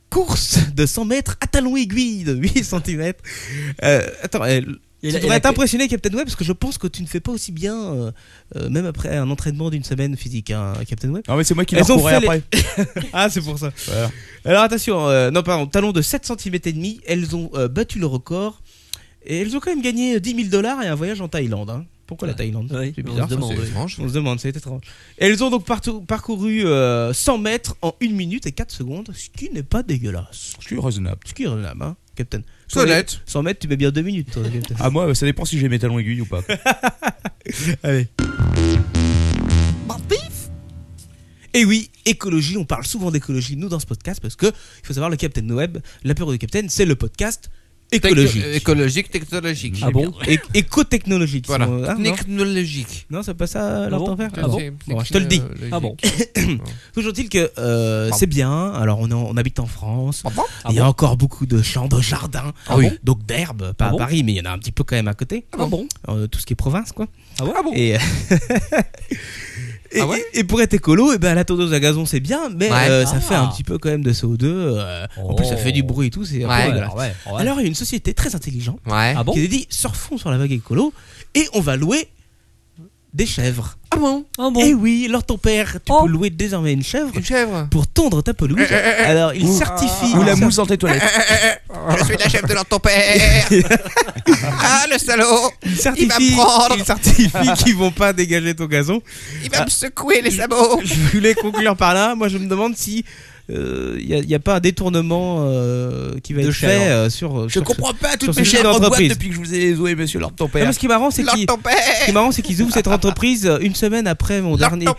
S8: course de 100 mètres à talons aiguilles de 8 cm. attends, euh,
S6: Et
S8: tu
S6: la- et
S8: devrais
S6: la-
S8: être impressionné, Captain Web, parce que je pense que tu ne fais pas aussi bien, euh, euh, même après un entraînement d'une semaine physique, hein, Captain Web.
S5: Non, mais c'est moi qui l'ai
S8: Elles ont
S5: recouré
S8: fait les-
S5: après.
S8: Ah, c'est pour ça.
S5: Voilà.
S8: Alors attention, euh, non pardon, talons de 7 cm et demi, elles ont euh, battu le record et elles ont quand même gagné 10 000 dollars et un voyage en Thaïlande. hein. Pourquoi la
S6: Ouais.
S8: Thaïlande
S6: Oui,
S8: C'est
S6: on
S8: bizarre.
S6: se demande,
S8: ça,
S6: oui.
S8: c'est étrange. On se demande, c'est étrange. Et elles ont donc partout- parcouru euh, 100 mètres en 1 minute et 4 secondes, ce qui n'est pas dégueulasse.
S5: Je suis raisonnable.
S8: Ce qui est raisonnable, hein, Captain.
S7: C'est honnête.
S8: 100 mètres, tu mets bien 2 minutes, toi, Captain.
S5: Ah, moi, ça dépend si j'ai mes talons aiguilles ou pas.
S8: Allez. Et oui, écologie, on parle souvent d'écologie, nous, dans ce podcast, parce que, il faut savoir, le Captain Web, l'apéro du Captain, c'est le podcast écologique.
S7: Techno- Écologique, technologique.
S6: Ah bon
S8: É- Éco-technologique.
S7: Voilà.
S8: sinon- ah, non,
S7: Technologique.
S8: non, c'est pas ça,
S6: bon
S8: l'enfer
S6: Ah bon
S8: Bon, je te le dis.
S6: Ah bon
S8: Toujours est-il que euh, c'est bien, alors on, est en- on habite en France,
S7: Ah bon
S6: Ah
S8: il y a encore beaucoup de champs, de jardins,
S7: Ah oui.
S8: donc d'herbes, pas
S6: Ah
S8: à
S6: bon
S8: Paris, mais il y en a un petit peu quand même à côté,
S6: Ah bon Oh.
S8: Euh, tout ce qui est province, quoi.
S7: Ah bon
S8: Et, et,
S7: Ah ouais
S8: et- et pour être écolo, et ben, la tondeuse à gazon c'est bien, mais
S7: Ouais.
S8: euh, ça
S6: Ah.
S8: fait un petit peu quand même de CO2. euh, En plus, ça
S6: Oh.
S8: fait du bruit et tout. C'est un peu
S7: Ouais.
S8: dégueulasse.
S6: ouais, Ah ouais.
S8: Alors, il y a une société très intelligente
S7: Ouais.
S6: Ah bon
S8: qui s'est dit surfons sur la vague écolo et on va louer des chèvres.
S7: Ah bon
S6: Ah
S8: Eh
S6: bon
S8: oui, alors ton père, tu
S6: Oh.
S8: peux louer désormais une chèvre
S7: Une chèvre
S8: pour tondre ta pelouse.
S5: Eh,
S8: Alors, il certifie.
S5: Ou Ah. la mousse dans tes toilettes.
S7: Je suis la chef de leur ton père Ah le salaud
S8: Il certifie,
S7: Il va prendre.
S8: il certifie qu'ils vont pas dégager ton gazon.
S7: Il va me secouer les sabots
S8: Je voulais conclure par là. Moi, je me demande si il n'y a, pas un détournement euh, qui va
S6: De
S8: être
S6: chèvre.
S8: fait euh, sur.
S5: Je comprends pas toutes
S8: Sur
S5: mes
S8: ce sujet
S5: chèvres en boîte
S8: d'entreprise.
S5: depuis que je vous ai zoué, monsieur Lord ton
S8: Non,
S5: père.
S8: mais ce qui est marrant, c'est
S7: Leur
S8: qu'ils
S7: ton
S8: ce qui est
S7: père
S8: marrant, c'est qu'ils ouvrent cette entreprise euh, une semaine après mon
S7: Leur
S8: dernier
S7: ton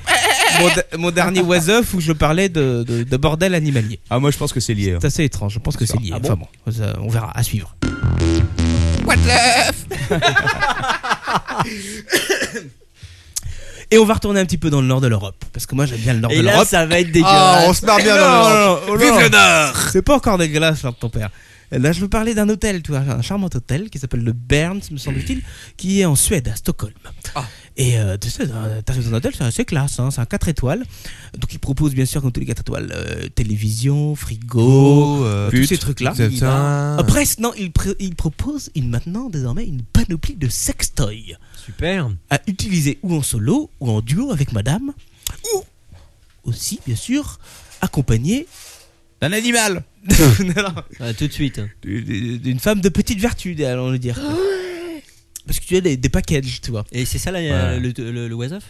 S8: mon, de- mon dernier was off où je parlais de, de- de bordel animalier.
S5: Ah, moi, je pense que c'est lié. hein.
S8: C'est assez étrange. Je pense que c'est lié.
S6: Ah bon
S8: enfin bon, ça, on verra. À suivre.
S7: What the f
S8: Et on va retourner un petit peu dans le nord de l'Europe. Parce que moi, j'aime bien le nord
S7: Et
S8: de
S7: là,
S8: l'Europe.
S7: ça va être
S8: Ah,
S7: dégueulasse.
S8: on se marre bien dans le nord. Oh là.
S7: Vive le nord
S8: C'est pas encore dégueulasse, l'ordre de ton père. Là, je veux parler d'un hôtel, tu vois, un charmant hôtel qui s'appelle le Berns, me semble-t-il, qui est en Suède, à Stockholm.
S7: Ah.
S8: Et euh, tu sais, dans- t'arrives dans un hôtel, c'est assez classe, hein, c'est un 4 étoiles. Donc, ils proposent, bien sûr, comme tous les 4 étoiles, euh, télévision, frigo, euh, tous
S7: pute,
S8: ces trucs-là.
S7: Putain.
S8: Après, non, ils, pr- ils proposent une, maintenant, désormais, une panoplie de sextoys
S6: Super.
S8: à utiliser ou en solo ou en duo avec madame, ou aussi, bien sûr, accompagné
S5: D'un animal
S6: Ah, tout de suite.
S8: d'une femme de petite vertu, allons le dire. Parce que tu as des, des packages, tu vois.
S6: Et c'est ça là,
S5: Ouais.
S6: le, le, le was-of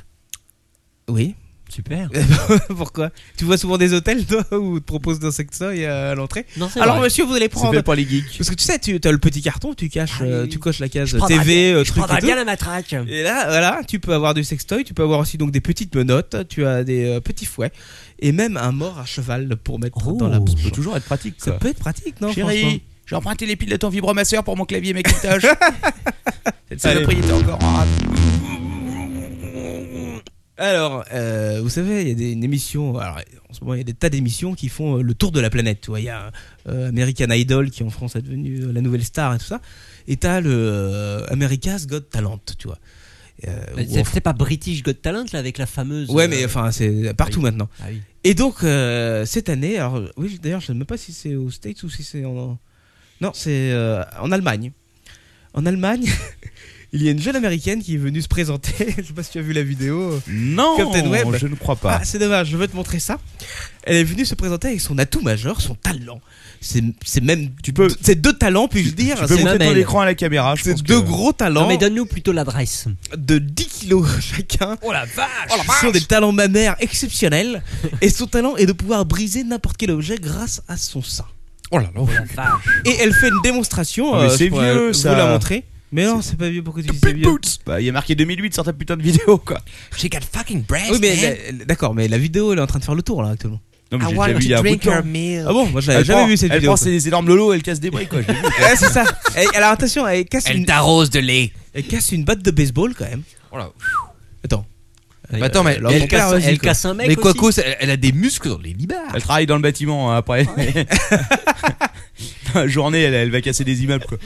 S8: Oui.
S6: Super.
S8: Pourquoi Tu vois souvent des hôtels, toi, où on te propose d'un sextoy euh, à l'entrée.
S6: Non, c'est
S8: Alors,
S6: vrai.
S8: monsieur, vous allez
S5: C'est
S8: prendre.
S5: fait par les geeks.
S8: Parce que tu sais, tu as le petit carton, tu caches,
S6: Ah oui,
S8: euh,
S6: oui.
S8: tu coches la case
S6: Je prendrais
S8: TV, euh, truc et
S6: prendrais
S8: tout.
S6: la matraque.
S8: Et là, voilà, tu peux avoir du sextoy, tu peux avoir aussi donc des petites menottes, tu as des euh, petits fouets, et même un mort à cheval pour mettre dans la
S6: Oh.
S8: bouche.
S5: Ça peut toujours être pratique.
S8: Ça
S5: Quoi.
S8: peut être pratique, non franchement
S5: Chérie, j'ai emprunté les piles de ton vibromasseur pour mon clavier et mes cryptages. Cette saloperie était encore en rade.
S8: Alors, euh, vous savez, il y a des, une émission. Alors, en ce moment, il y a des tas d'émissions qui font euh, le tour de la planète. Tu vois, il y a euh, American Idol qui en France est devenu euh, la nouvelle star et tout ça. Et t'as le euh, America's Got Talent, tu vois. Euh,
S6: Mais
S8: où en
S6: Bah, C'est
S8: fr-
S6: c'est pas British Got Talent là avec la fameuse.
S8: Ouais,
S6: euh,
S8: mais enfin, c'est partout
S6: oui.
S8: maintenant.
S6: Ah oui.
S8: Et donc, euh, cette année, alors, oui, je- d'ailleurs, je ne sais même pas si c'est aux States ou si c'est en. Non, c'est euh, en Allemagne. En Allemagne, il y a une jeune américaine qui est venue se présenter. je sais pas si tu as vu la vidéo.
S5: Non,
S8: Captain Web.
S5: je ne crois pas.
S8: Ah, c'est dommage, je veux te montrer ça. Elle est venue se présenter avec son atout majeur, son talent. C'est c'est même.
S5: Tu peux-
S8: C'est deux talents, puis-je dire.
S5: tu peux
S8: C'est-
S5: montrer ton
S6: mamelle.
S5: écran à la caméra. je
S8: C'est
S5: pense
S8: deux
S5: que-
S8: gros
S6: Non,
S8: talents
S6: mais donne-nous plutôt l'adresse.
S8: de 10 kilos chacun.
S6: Oh la vache
S8: Ce sont des talents mammaires exceptionnels. et son talent est de pouvoir briser n'importe quel objet grâce à son sein.
S7: Oh là là.
S8: Et elle fait une démonstration.
S5: Ah, mais
S8: euh,
S5: c'est
S8: je pourrais
S5: vieux,
S8: vous
S5: ça.
S8: la montrer. Mais non, c'est pas vieux. Pourquoi tu dis c'est
S5: Big
S8: vieux
S5: Boots. Bah, il y a marqué 2008 sur ta putain de vidéo, quoi.
S7: She got fucking breasts,
S8: Oui,
S2: eh?
S8: mais
S7: man.
S8: la- d'accord, mais la vidéo elle est en train de faire le tour là actuellement.
S5: Non, mais
S7: I
S5: j'ai
S7: want
S5: déjà
S7: to
S5: vu il y a un bout de
S7: drink
S5: temps.
S7: her milk.
S8: Ah bon, moi je l'avais
S5: Elle
S8: jamais
S5: prend-
S8: vu cette
S5: Elle
S8: vidéo.
S5: prend ses énormes lolos, elle casse des briques, quoi. je l'ai vu.
S8: Ouais, c'est ça. Elle- alors attention, elle casse
S7: Elle
S8: une
S7: t'arrose de lait.
S8: Elle casse une batte de baseball quand même.
S7: Oh là.
S8: Attends.
S7: Mais attends, mais
S8: alors,
S7: elle
S8: mon
S7: casse-
S8: père, vas-y,
S6: Bah, Elle
S8: quoi.
S6: casse un mec.
S7: Mais
S6: aussi.
S7: Quaco, c'est- elle, elle a des muscles dans les libards.
S5: Elle travaille dans le bâtiment hein, après. La journée, elle, elle va casser des immeubles, quoi.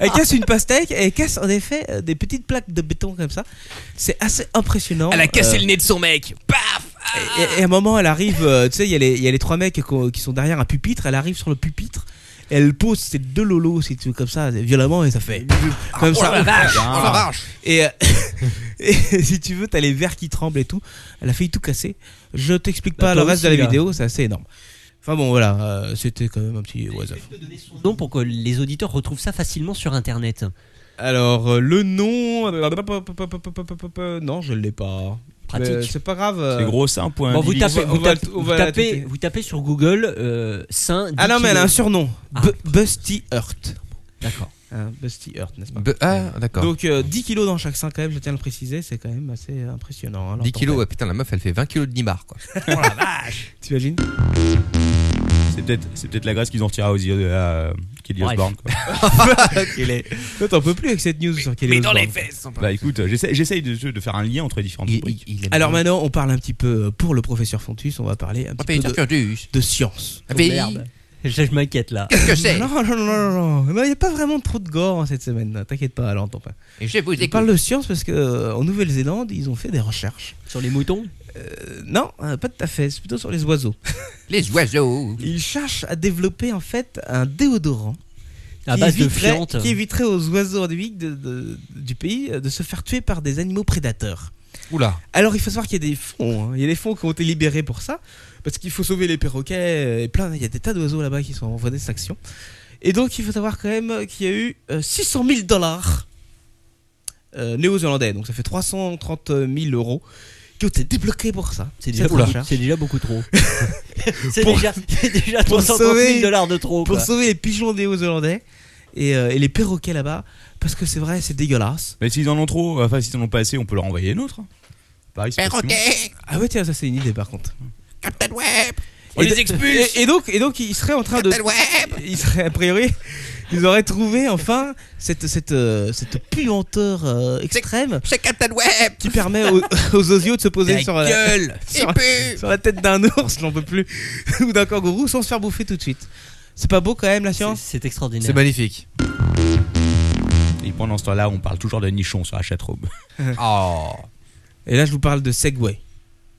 S8: Elle casse une pastèque, elle casse en effet euh, des petites plaques de béton comme ça. C'est assez impressionnant.
S3: Elle a cassé
S8: Euh,
S3: le nez de son mec. Paf
S8: et, et à un moment, elle arrive, euh, tu sais, il y, a les- il y a les trois mecs qui- qui sont derrière un pupitre, elle arrive sur le pupitre. Elle pose ses deux lolos si tu veux, comme ça, violemment, et ça fait. Comme ça. ah, Et, euh, et si tu veux, t'as les verres qui tremblent et tout. Elle a failli tout casser. Je t'explique
S6: Bah,
S8: pas le
S6: toi
S8: reste de la
S6: aussi, là.
S8: vidéo, c'est assez énorme. Enfin bon, voilà, euh, c'était quand même un petit was up.
S6: Non, pour que les auditeurs retrouvent ça facilement sur internet.
S8: Alors, euh, le nom. euh, Non, je ne l'ai pas. Mais
S6: Pratique.
S8: C'est pas grave. euh.
S5: C'est gros, c'est un point.
S6: Bon, vous
S5: Billy.
S6: tapez,
S8: on va-
S6: vous
S8: on va-
S6: tapez-
S8: on
S6: vous
S8: va la
S6: tapez,
S8: tweeter.
S6: vous tapez sur Google euh, saint.
S8: Ah non, mais elle a un surnom.
S6: Ah.
S8: Bu- Busty Hurt.
S6: D'accord.
S8: Hein, Busty Hurt, n'est-ce pas
S7: Be- ah, d'accord.
S8: Donc, euh, 10 kilos dans chaque sein, quand même, je tiens à le préciser, c'est quand même assez impressionnant. hein,
S7: 10
S8: l'entendre.
S7: kilos, ouais, putain, la meuf, elle fait 20 kilos de Nibar, quoi.
S8: T'imagines
S5: C'est peut-être c'est peut-être la graisse qu'ils ont retirée à Ozzy- à euh, Kelly
S6: Bref.
S5: Osbourne, quoi.
S7: Ah,
S8: Quel est- Toi, T'en peux plus avec cette news sur Kelly
S3: Mais dans
S8: Osbourne.
S3: les fesses.
S5: Bah écoute, j'essaie j'essaye de, de faire un lien entre les différentes
S7: Il-
S5: rubriques.
S7: il- il aime
S8: Alors
S7: bien.
S8: maintenant, on parle un petit peu euh, pour le professeur Fontus, on va parler un
S7: Ah,
S8: petit
S7: putain,
S8: peu de,
S7: Curtius.
S8: de science.
S7: Ah, mais-
S6: Oh, Je, je m'inquiète là.
S7: Qu'est-ce que c'est
S8: Non, non, non, non, non, non. Il n'y a pas vraiment trop de gore hein, cette semaine, t'inquiète pas, alors t'en pas.
S7: Je vous
S8: Je
S7: écoute.
S8: parle de science parce que euh, en Nouvelle-Zélande, ils ont fait des recherches.
S6: Sur les moutons.
S8: Euh, non, euh, pas tout à fait, c'est plutôt sur les oiseaux.
S7: Les oiseaux.
S8: Ils cherchent à développer en fait un déodorant
S6: À
S8: qui,
S6: base de
S8: éviterait,
S6: fientes.
S8: qui éviterait aux oiseaux endémiques de- de- du pays euh, de se faire tuer par des animaux prédateurs.
S7: Oula.
S8: Alors il faut savoir qu'il y a des fonds, hein. il y a des fonds qui ont été libérés pour ça, parce qu'il faut sauver les perroquets euh, et plein, il y a des tas d'oiseaux là-bas qui sont en voie d'extinction. Et donc il faut savoir quand même qu'il y a eu euh, 600 000 dollars euh, néo-zélandais, donc ça fait 330 000 euros qui ont été débloqués pour ça.
S6: C'est déjà,
S8: Cette
S6: beaucoup-
S8: recherche.
S6: c'est déjà beaucoup trop. c'est
S8: Pour-
S6: déjà, c'est déjà
S8: pour
S6: 330
S8: sauver-
S6: 000 dollars de trop.
S8: pour
S6: quoi.
S8: sauver les pigeons néo-zélandais et, euh, et les perroquets là-bas, parce que c'est vrai, c'est dégueulasse.
S5: Mais s'ils en ont trop, enfin s'ils en ont pas assez, on peut leur envoyer une autre. hein. Pareil, c'est pas si bon.
S7: Perroquet.
S8: Ah ouais, tiens, ça c'est une idée par contre.
S7: Captain Web.
S8: On les expulse et, et donc, et donc, ils seraient en train de.
S7: Captain Web.
S8: Ils seraient, a priori, ils auraient trouvé enfin cette, cette, euh, cette puanteur euh, extrême
S7: C'est Captain Web
S8: qui permet aux, aux osios de se poser sur la,
S7: gueule
S8: sur, sur la tête d'un ours, j'en peux plus, ou d'un kangourou sans se faire bouffer tout de suite. C'est pas beau quand même la
S6: C'est-
S8: science
S6: C'est extraordinaire.
S7: C'est magnifique.
S5: Et pendant ce temps-là, on parle toujours de nichons sur la chatroom.
S7: Oh
S8: Et là je vous parle de Segway.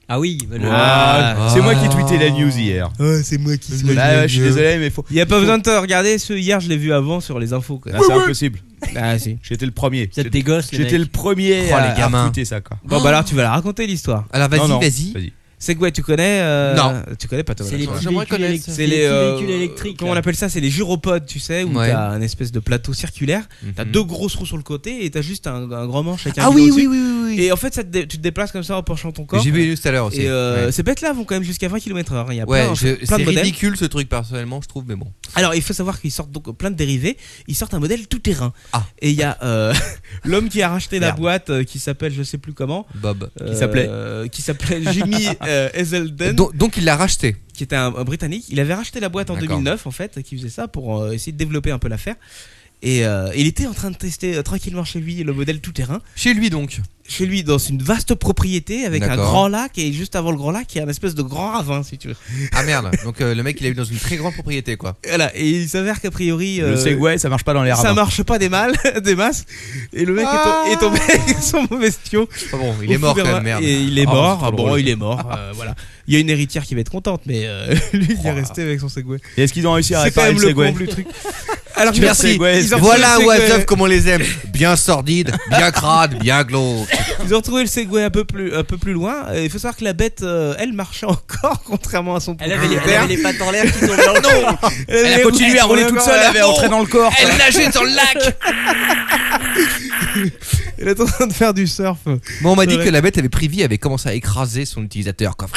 S6: Ah oui, bah, le-
S5: Ah, c'est moi qui tweetais la news hier.
S8: c'est moi qui
S5: Là, je suis désolé, mais faut.
S8: Il y a pas besoin de te regarder, ce hier je l'ai vu avant sur les infos. quoi.
S5: Ah, c'est impossible.
S8: Ah si.
S5: J'étais le premier.
S6: vous êtes des gosses, les
S5: J'étais le
S6: mecs.
S5: premier
S7: Oh,
S5: à,
S7: les
S5: à
S7: gamins.
S5: tweeter ça, quoi.
S8: Bon bah alors tu vas la raconter l'histoire.
S7: Alors
S5: Non, non,
S7: vas-y, vas-y.
S8: Segway tu connais euh,
S7: Non.
S8: Tu connais pas Thomas
S6: C'est les
S8: Larsson.
S6: petits
S7: J'aimerais
S6: véhicules,
S7: connaître.
S6: électriques-
S8: C'est
S6: les
S8: les,
S6: petits
S8: euh,
S6: véhicules électriques.
S8: Comment on
S6: là.
S8: appelle ça C'est les gyropodes, tu sais, où
S7: Ouais.
S8: t'as un espèce de plateau circulaire, t'as
S7: Mhm.
S8: deux grosses roues sur le côté et t'as juste un, un grand manche avec un
S7: Ah
S8: guidon
S7: oui,
S8: dessus.
S7: oui, oui, oui, oui.
S8: Et en fait, ça te dé- tu te déplaces comme ça en penchant ton corps.
S7: J'ai vu les news tout à l'heure aussi.
S8: Et euh,
S7: Ouais.
S8: ces bêtes-là vont quand même jusqu'à 20 km/h. hein. Il y a
S7: Ouais,
S8: plein,
S7: je-
S8: plein
S7: c'est
S8: de modèles.
S7: ridicule ce truc personnellement, je trouve, mais bon.
S8: Alors, il faut savoir qu'ils sortent donc plein de dérivés. Ils sortent un modèle tout terrain.
S7: Ah.
S8: Et il y a euh, l'homme qui a racheté la
S7: Merde.
S8: boîte, euh, qui s'appelle je sais plus comment,
S7: Bob.
S8: euh,
S5: s'appelait
S8: qui s'appelait Jimmy euh, Hazelden.
S7: Donc, donc il l'a racheté.
S8: qui était un, un Britannique. Il avait racheté la boîte en
S7: D'accord.
S8: 2009, en fait, qui faisait ça pour euh, essayer de développer un peu l'affaire. Et euh, il était en train de tester euh, tranquillement chez lui le modèle tout-terrain.
S7: Chez lui donc.
S8: Chez lui, dans une vaste propriété avec un
S7: D'accord.
S8: grand lac. Et juste avant le grand lac, il y a un espèce de grand ravin, si tu veux.
S7: Ah merde. donc euh, le mec il a eu dans une très grande propriété quoi.
S8: Voilà. Et il s'avère qu'a priori. euh,
S5: Le Segway, ça marche pas dans les
S8: ça
S5: rames.
S8: marche pas des mal, des masses. Et le mec est
S7: Ah.
S8: tom- est tombé avec son mauvais tuyau.
S7: Enfin bon, il
S8: au
S7: est mort
S8: fond
S7: quand
S8: d'un
S7: même,
S8: ravin.
S7: merde.
S8: Et il est
S5: Ah,
S8: mort.
S5: c'est trop
S8: Ah, bon,
S5: drôle.
S8: il est mort. euh, voilà. Il y a une héritière qui va être contente, mais euh, lui, il est
S7: Oh.
S8: resté avec son Segway.
S5: Et est-ce qu'ils ont réussi à
S8: C'est quand
S5: réparer
S8: même
S5: le
S8: le
S5: Segway
S8: comble, le truc. Alors que
S7: Merci.
S8: ils ont retrouvé le
S7: Voilà
S8: Segway-
S7: Wasoff comme on les aime. Bien sordide, bien crade, bien glauque.
S8: Ils ont retrouvé le Segway un peu plus, un peu plus loin. Et il faut savoir que la bête, euh, elle marchait encore, contrairement à son
S6: Elle avait, les, elle
S8: propriétaire.
S6: avait les pattes en l'air qui tombaient dans le corps.
S8: Elle
S5: Elle a
S8: avait-
S5: continué à rouler
S8: elle
S5: toute
S8: avait-
S5: seule, elle avait
S8: Oh
S5: entré dans le corps.
S7: Elle nageait dans le lac.
S8: Elle est en train de faire du surf.
S7: Bon, on m'a
S8: C'est
S7: dit
S8: vrai.
S7: que la bête avait prévu, avait commencé à écraser son utilisateur. Quoi.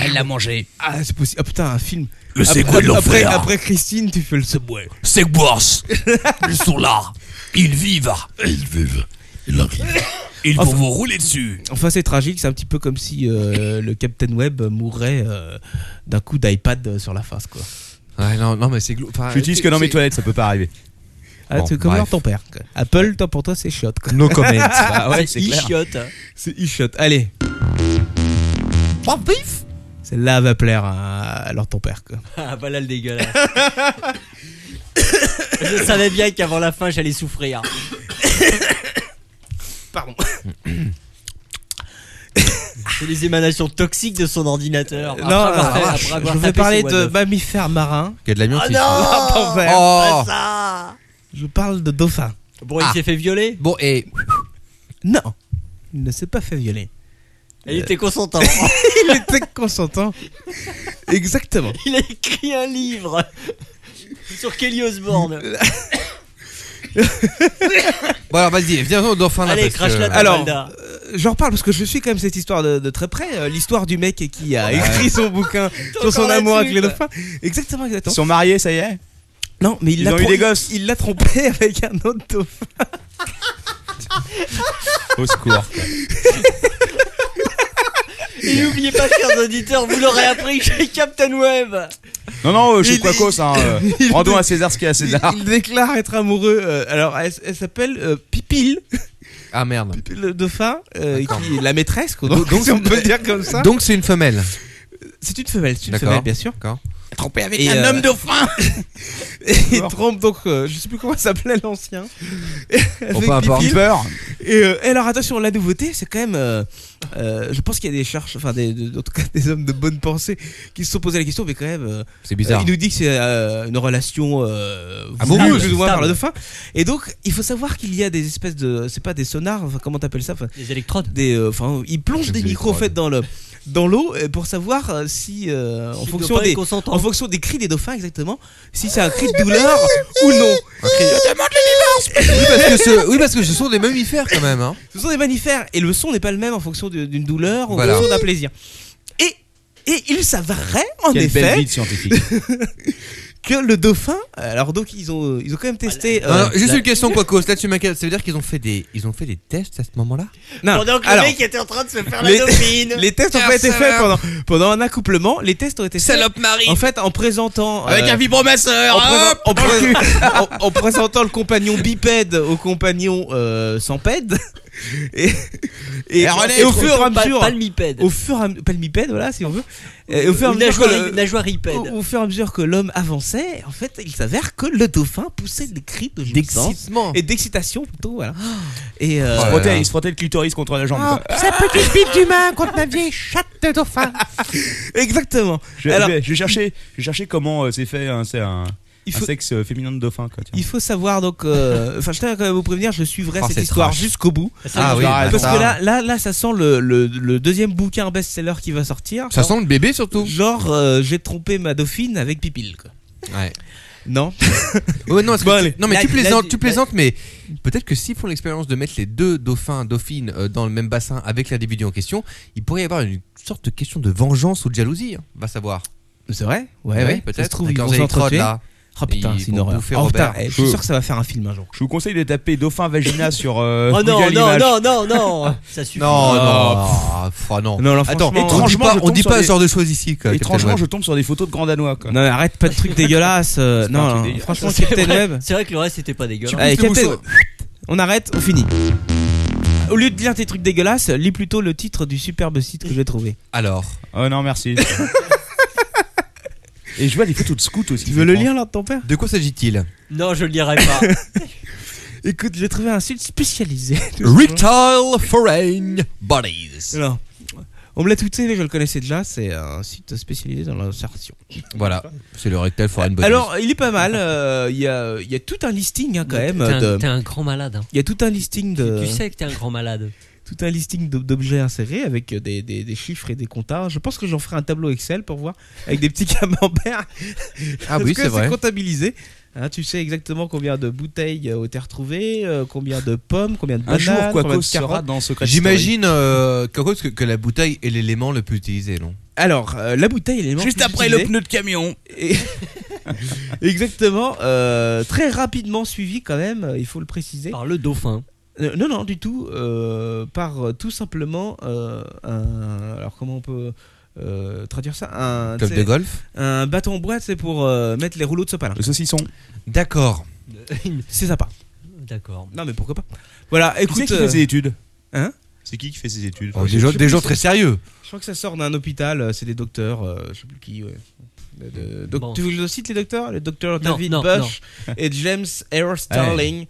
S5: Elle l'a mangé.
S8: Ah, c'est possible. Ah putain, un film.
S9: Le
S8: Après-
S9: Segway de
S8: après,
S9: l'enfer.
S8: après Christine, tu fais le Segway.
S9: Segwars. Ils sont là. Ils vivent. Ils vivent. Ils arrivent. Ils vont
S8: Enfin-
S9: vous rouler dessus.
S8: Enfin, c'est tragique. C'est un petit peu comme si euh, le Captain Web mourait euh, d'un coup d'iPad sur la face, quoi.
S7: Ouais, non, non, mais c'est glauque. Enfin,
S5: J'utilise
S7: c'est-
S5: que dans mes
S7: c'est-
S5: toilettes, ça peut pas arriver.
S8: Ah,
S7: Bon,
S8: c'est comme
S7: bref.
S8: leur ton père. quoi. Apple, toi pour toi, c'est shot. quoi. Ah,
S5: No comment. ouais,
S6: Ah C'est
S5: c'est clair.
S6: chiotte.
S8: C'est e-shot. Allez. Celle-là va plaire à, à leur ton père, quoi.
S6: Ah, voilà le dégueulasse. Je savais bien qu'avant la fin, j'allais souffrir.
S8: Pardon.
S6: C'est les émanations toxiques de son ordinateur. Après
S8: non,
S6: avoir fait-
S8: alors,
S6: après avoir
S8: je vais
S6: tapé
S8: parler
S6: ses
S8: de
S6: what the-
S8: mammifères marins.
S7: Il y a de l'amiante
S6: Ah
S7: ici.
S6: non Ah,
S7: Oh.
S8: Je parle de dauphin.
S6: Bon, il
S7: Ah.
S6: s'est fait violer.
S7: Bon, et
S8: Non, il ne s'est pas fait violer.
S6: Et
S8: Euh.
S6: il était consentant.
S8: Il était consentant. Exactement.
S6: il a écrit un livre sur Kelly Osbourne.
S8: Euh,
S7: bon alors vas-y, viens au dauphin là.
S6: Allez,
S7: parce
S6: crache
S7: que-
S6: la
S8: Alors,
S6: Malda.
S8: euh, j'en reparle parce que je suis quand même cette histoire de, de très près. euh, L'histoire du mec qui a écrit son bouquin sur son
S6: encore
S8: amour avec les
S6: là-dessus,
S8: dauphins. Exactement,
S5: Ils
S8: exactement.
S5: sont mariés, ça y est
S8: Non, mais il
S5: Ils
S8: l'a
S5: ont eu
S8: trom-
S5: des gosses.
S8: il- Il l'a trompé avec un autre dauphin.
S5: Au secours.
S6: Et n'oubliez pas, chers auditeurs, vous l'aurez appris chez Captain Web.
S5: Non, non, euh, chez
S8: Il-
S5: Quacos, hein. euh,
S8: il-
S5: Rendons à César ce qu'il y a à
S8: Il,
S5: César.
S8: il déclare être amoureux. euh, alors, elle, elle s'appelle euh, Pipile,
S7: Ah merde.
S8: le dauphin, euh,
S7: D'accord.
S8: qui est la maîtresse. quoi.
S7: Donc-
S8: si on peut le dire comme ça.
S7: Donc c'est une femelle.
S8: C'est une femelle, c'est une
S7: D'accord.
S8: femelle, bien sûr.
S7: D'accord.
S8: Trompé avec un homme dauphin Il trompe donc, euh, je sais plus comment s'appelait l'ancien. avec
S7: peu importe.
S8: Pipil.
S5: Peur.
S8: Et euh, alors attention, la nouveauté, c'est quand même. euh, euh, je pense qu'il y a des cherches, enfin, des, de- en tout cas des hommes de bonne pensée qui se sont posés la question, mais quand même. euh,
S7: C'est bizarre. Ah,
S8: euh, il nous dit que c'est euh, une relation euh,
S7: Amoureuse.
S8: voulue plus ou moins
S6: Stable.
S8: par le dauphin. Et donc, il faut savoir qu'il y a des espèces de, c'est pas des sonars, enfin, comment t'appelles ça, enfin,
S6: Les électrodes.
S8: des, euh, enfin, ils plongent
S7: Des
S8: des micros en fait
S7: électrodes.
S8: dans le, dans l'eau euh, pour savoir euh, si, euh, en fonction des,
S6: consentants.
S8: en fonction des cris des dauphins exactement, si c'est un cri de douleur ou non.
S7: Oui parce que ce, oui parce que ce sont des mammifères quand même. Hein.
S8: Ce sont des mammifères et le son n'est pas le même en fonction de- d'une douleur ou
S7: Voilà.
S8: en fonction d'un plaisir. Et et il s'avérerait en
S5: Quelle belle
S8: effet
S5: vie de scientifique.
S8: que le dauphin. euh, Alors donc ils ont ils ont quand même testé. euh,
S7: Alors, juste
S8: la-
S7: une question, Quacos. Là, tu m'inquiètes. Ça veut dire qu'ils ont fait des, ils ont fait des tests à ce moment-là
S8: Non.
S3: Pendant que
S8: alors,
S3: le mec était en train de se faire
S8: les-
S3: la dauphine.
S8: les tests ont pas été faits pendant pendant un accouplement. Les tests ont été faits.
S3: Salope Marie.
S8: En fait, en présentant euh,
S3: vibromasseur.
S8: en, présent- en pré- en- en présentant le compagnon bipède au compagnon euh, centipède. Et, et, et au fur et à
S6: Pas-
S8: mesure,
S6: Pas le mipède.
S8: au fur et à palmipède, voilà, si on veut. Et au fur et à mesure
S6: Une
S8: que
S6: nageoire,
S8: le- Oh,
S6: une nageoire ipède.
S8: au, au fur et à mesure que l'homme avançait, en fait, il s'avère que le dauphin poussait des cris de jouissance
S7: Excitement.
S8: et d'excitation plutôt, voilà. Et euh,
S7: Oh là là.
S5: Il se frottait le clitoris contre la jambe. quoi.
S8: Oh, sa petite bite d'humain contre ma vieille chatte de dauphin. Exactement.
S5: Je,
S8: Alors-
S5: je vais, je vais chercher, je vais chercher comment euh, c'est fait un, c'est un,
S8: Il
S5: un
S8: faut,
S5: sexe euh, féminin de dauphin. Quoi, tiens.
S8: il faut savoir donc. euh, Enfin, je tiens à quand même vous prévenir, je suivrai
S7: Oh,
S8: cette
S7: c'est
S8: histoire
S7: trash.
S8: jusqu'au bout.
S7: Ah oui. bah,
S8: Parce
S7: ça-
S8: que là, là, là, ça sent le, le, le deuxième bouquin best-seller qui va sortir.
S7: ça sent le bébé surtout.
S8: Genre, euh, j'ai trompé ma dauphine avec Pipil. Quoi.
S7: Ouais.
S8: Non
S7: Oh, non, est-ce que
S8: Bon,
S7: tu-
S8: allez.
S7: non, mais
S8: La-
S7: tu plaisantes,
S8: la-
S7: tu plaisantes, mais peut-être que s'ils font l'expérience de mettre les deux dauphins, dauphines euh, dans le même bassin avec l'individu en question, il pourrait y avoir une sorte de question de vengeance ou de jalousie. hein. Va savoir.
S8: C'est vrai Ouais, ouais. Ça se trouve,
S7: Avec
S8: ils vont
S7: leurs électrodes,
S8: s'entretuer.
S7: là.
S8: Oh putain,
S7: Ils
S8: c'est une
S7: vont
S8: horreur.
S7: bouffer
S8: En
S7: Robert.
S8: retard. Eh, je suis
S5: Je-
S8: sûr que ça va faire un film un jour.
S5: Je vous conseille de taper dauphin vagina sur. euh,
S6: Oh non,
S5: Google
S6: non,
S5: Images.
S6: non, non, non, ça suffit.
S7: Non, non, pff, ah, non.
S8: Non, là, franchement,
S7: Attends, on dit
S5: étrangement,
S7: pas,
S5: je
S7: on dit
S5: tombe
S7: pas
S5: sur
S7: ce genre de choses ici. quoi, Captain
S5: Étrangement,
S7: Web.
S5: je tombe sur des photos de grands danois. Quoi.
S8: Non, arrête pas de trucs dégueulasses. euh,
S5: C'est pas un
S8: non,
S5: truc
S8: non,
S5: dégueulasse.
S8: franchement,
S6: C'est
S8: Captain
S6: vrai-
S8: Web.
S6: C'est vrai que le reste c'était pas dégueulasse.
S8: Allez,
S7: pousses le
S8: Captain
S7: bouchon.
S8: On arrête, on finit. Au lieu de lire tes trucs dégueulasses, lis plutôt le titre du superbe site que j'ai trouvé.
S7: Alors,
S5: Oh non, merci. Et je vois des photos de scouts aussi.
S8: Tu veux le lire, là, de ton père
S7: de quoi s'agit-il
S6: Non, je le lirai pas.
S8: Écoute, j'ai trouvé un site spécialisé.
S7: Reptile Foreign Bodies.
S8: Alors, on me l'a tweeté, mais je le connaissais déjà. C'est un site spécialisé dans l'insertion.
S7: Voilà, c'est le Reptile Ah Foreign Bodies.
S8: Alors, il est pas mal. euh, Il y, a, il y a tout un listing hein, quand même.
S6: T'es un,
S8: de-
S6: t'es un grand malade. hein.
S8: Il y a tout un listing de.
S6: Tu sais que t'es un grand malade.
S8: tout un listing d'ob- d'objets insérés avec euh, des, des- des chiffres et des comptas. Je pense que j'en ferai un tableau Excel pour voir avec des petits camemberts.
S7: ah
S8: Parce
S7: oui,
S8: que
S7: c'est vrai.
S8: comptabilisé. Hein, tu sais exactement combien de bouteilles euh, ont été retrouvées, euh, combien de pommes, combien de
S5: Un
S8: bananes,
S5: jour, quoi
S8: combien de
S5: Quacos sera
S8: carottes.
S5: dans Secret Story.
S7: J'imagine euh, Coco, que, que la bouteille est l'élément le plus utilisé, non
S8: Alors, euh, la bouteille, elle est
S5: Juste après le pneu de camion.
S8: Et- Exactement. euh, très rapidement suivi quand même, euh, il faut le préciser.
S6: Par le dauphin.
S8: Euh, non, non, du tout. euh, par euh, tout simplement euh, un... Alors comment on peut euh, traduire ça un,
S7: Club
S8: tu
S7: de
S8: sais,
S7: golf
S8: un bâton en bois, c'est pour euh, mettre les rouleaux de sopalin.
S5: Le saucisson.
S7: D'accord.
S8: C'est sympa.
S6: D'accord.
S8: Non, mais pourquoi pas Voilà, écoute.
S5: C'est qui
S8: euh,
S5: fait ses études
S8: hein
S5: C'est qui qui fait ses études
S7: Oh, des gens, des gens très sérieux.
S8: Je crois que ça sort d'un hôpital, euh, c'est des docteurs, euh, je sais plus qui, ouais. De- de- doc-
S6: Bon.
S8: Tu veux que je le cite les docteurs Le docteur
S6: Non,
S8: David
S6: non,
S8: Bush et James R. Starling.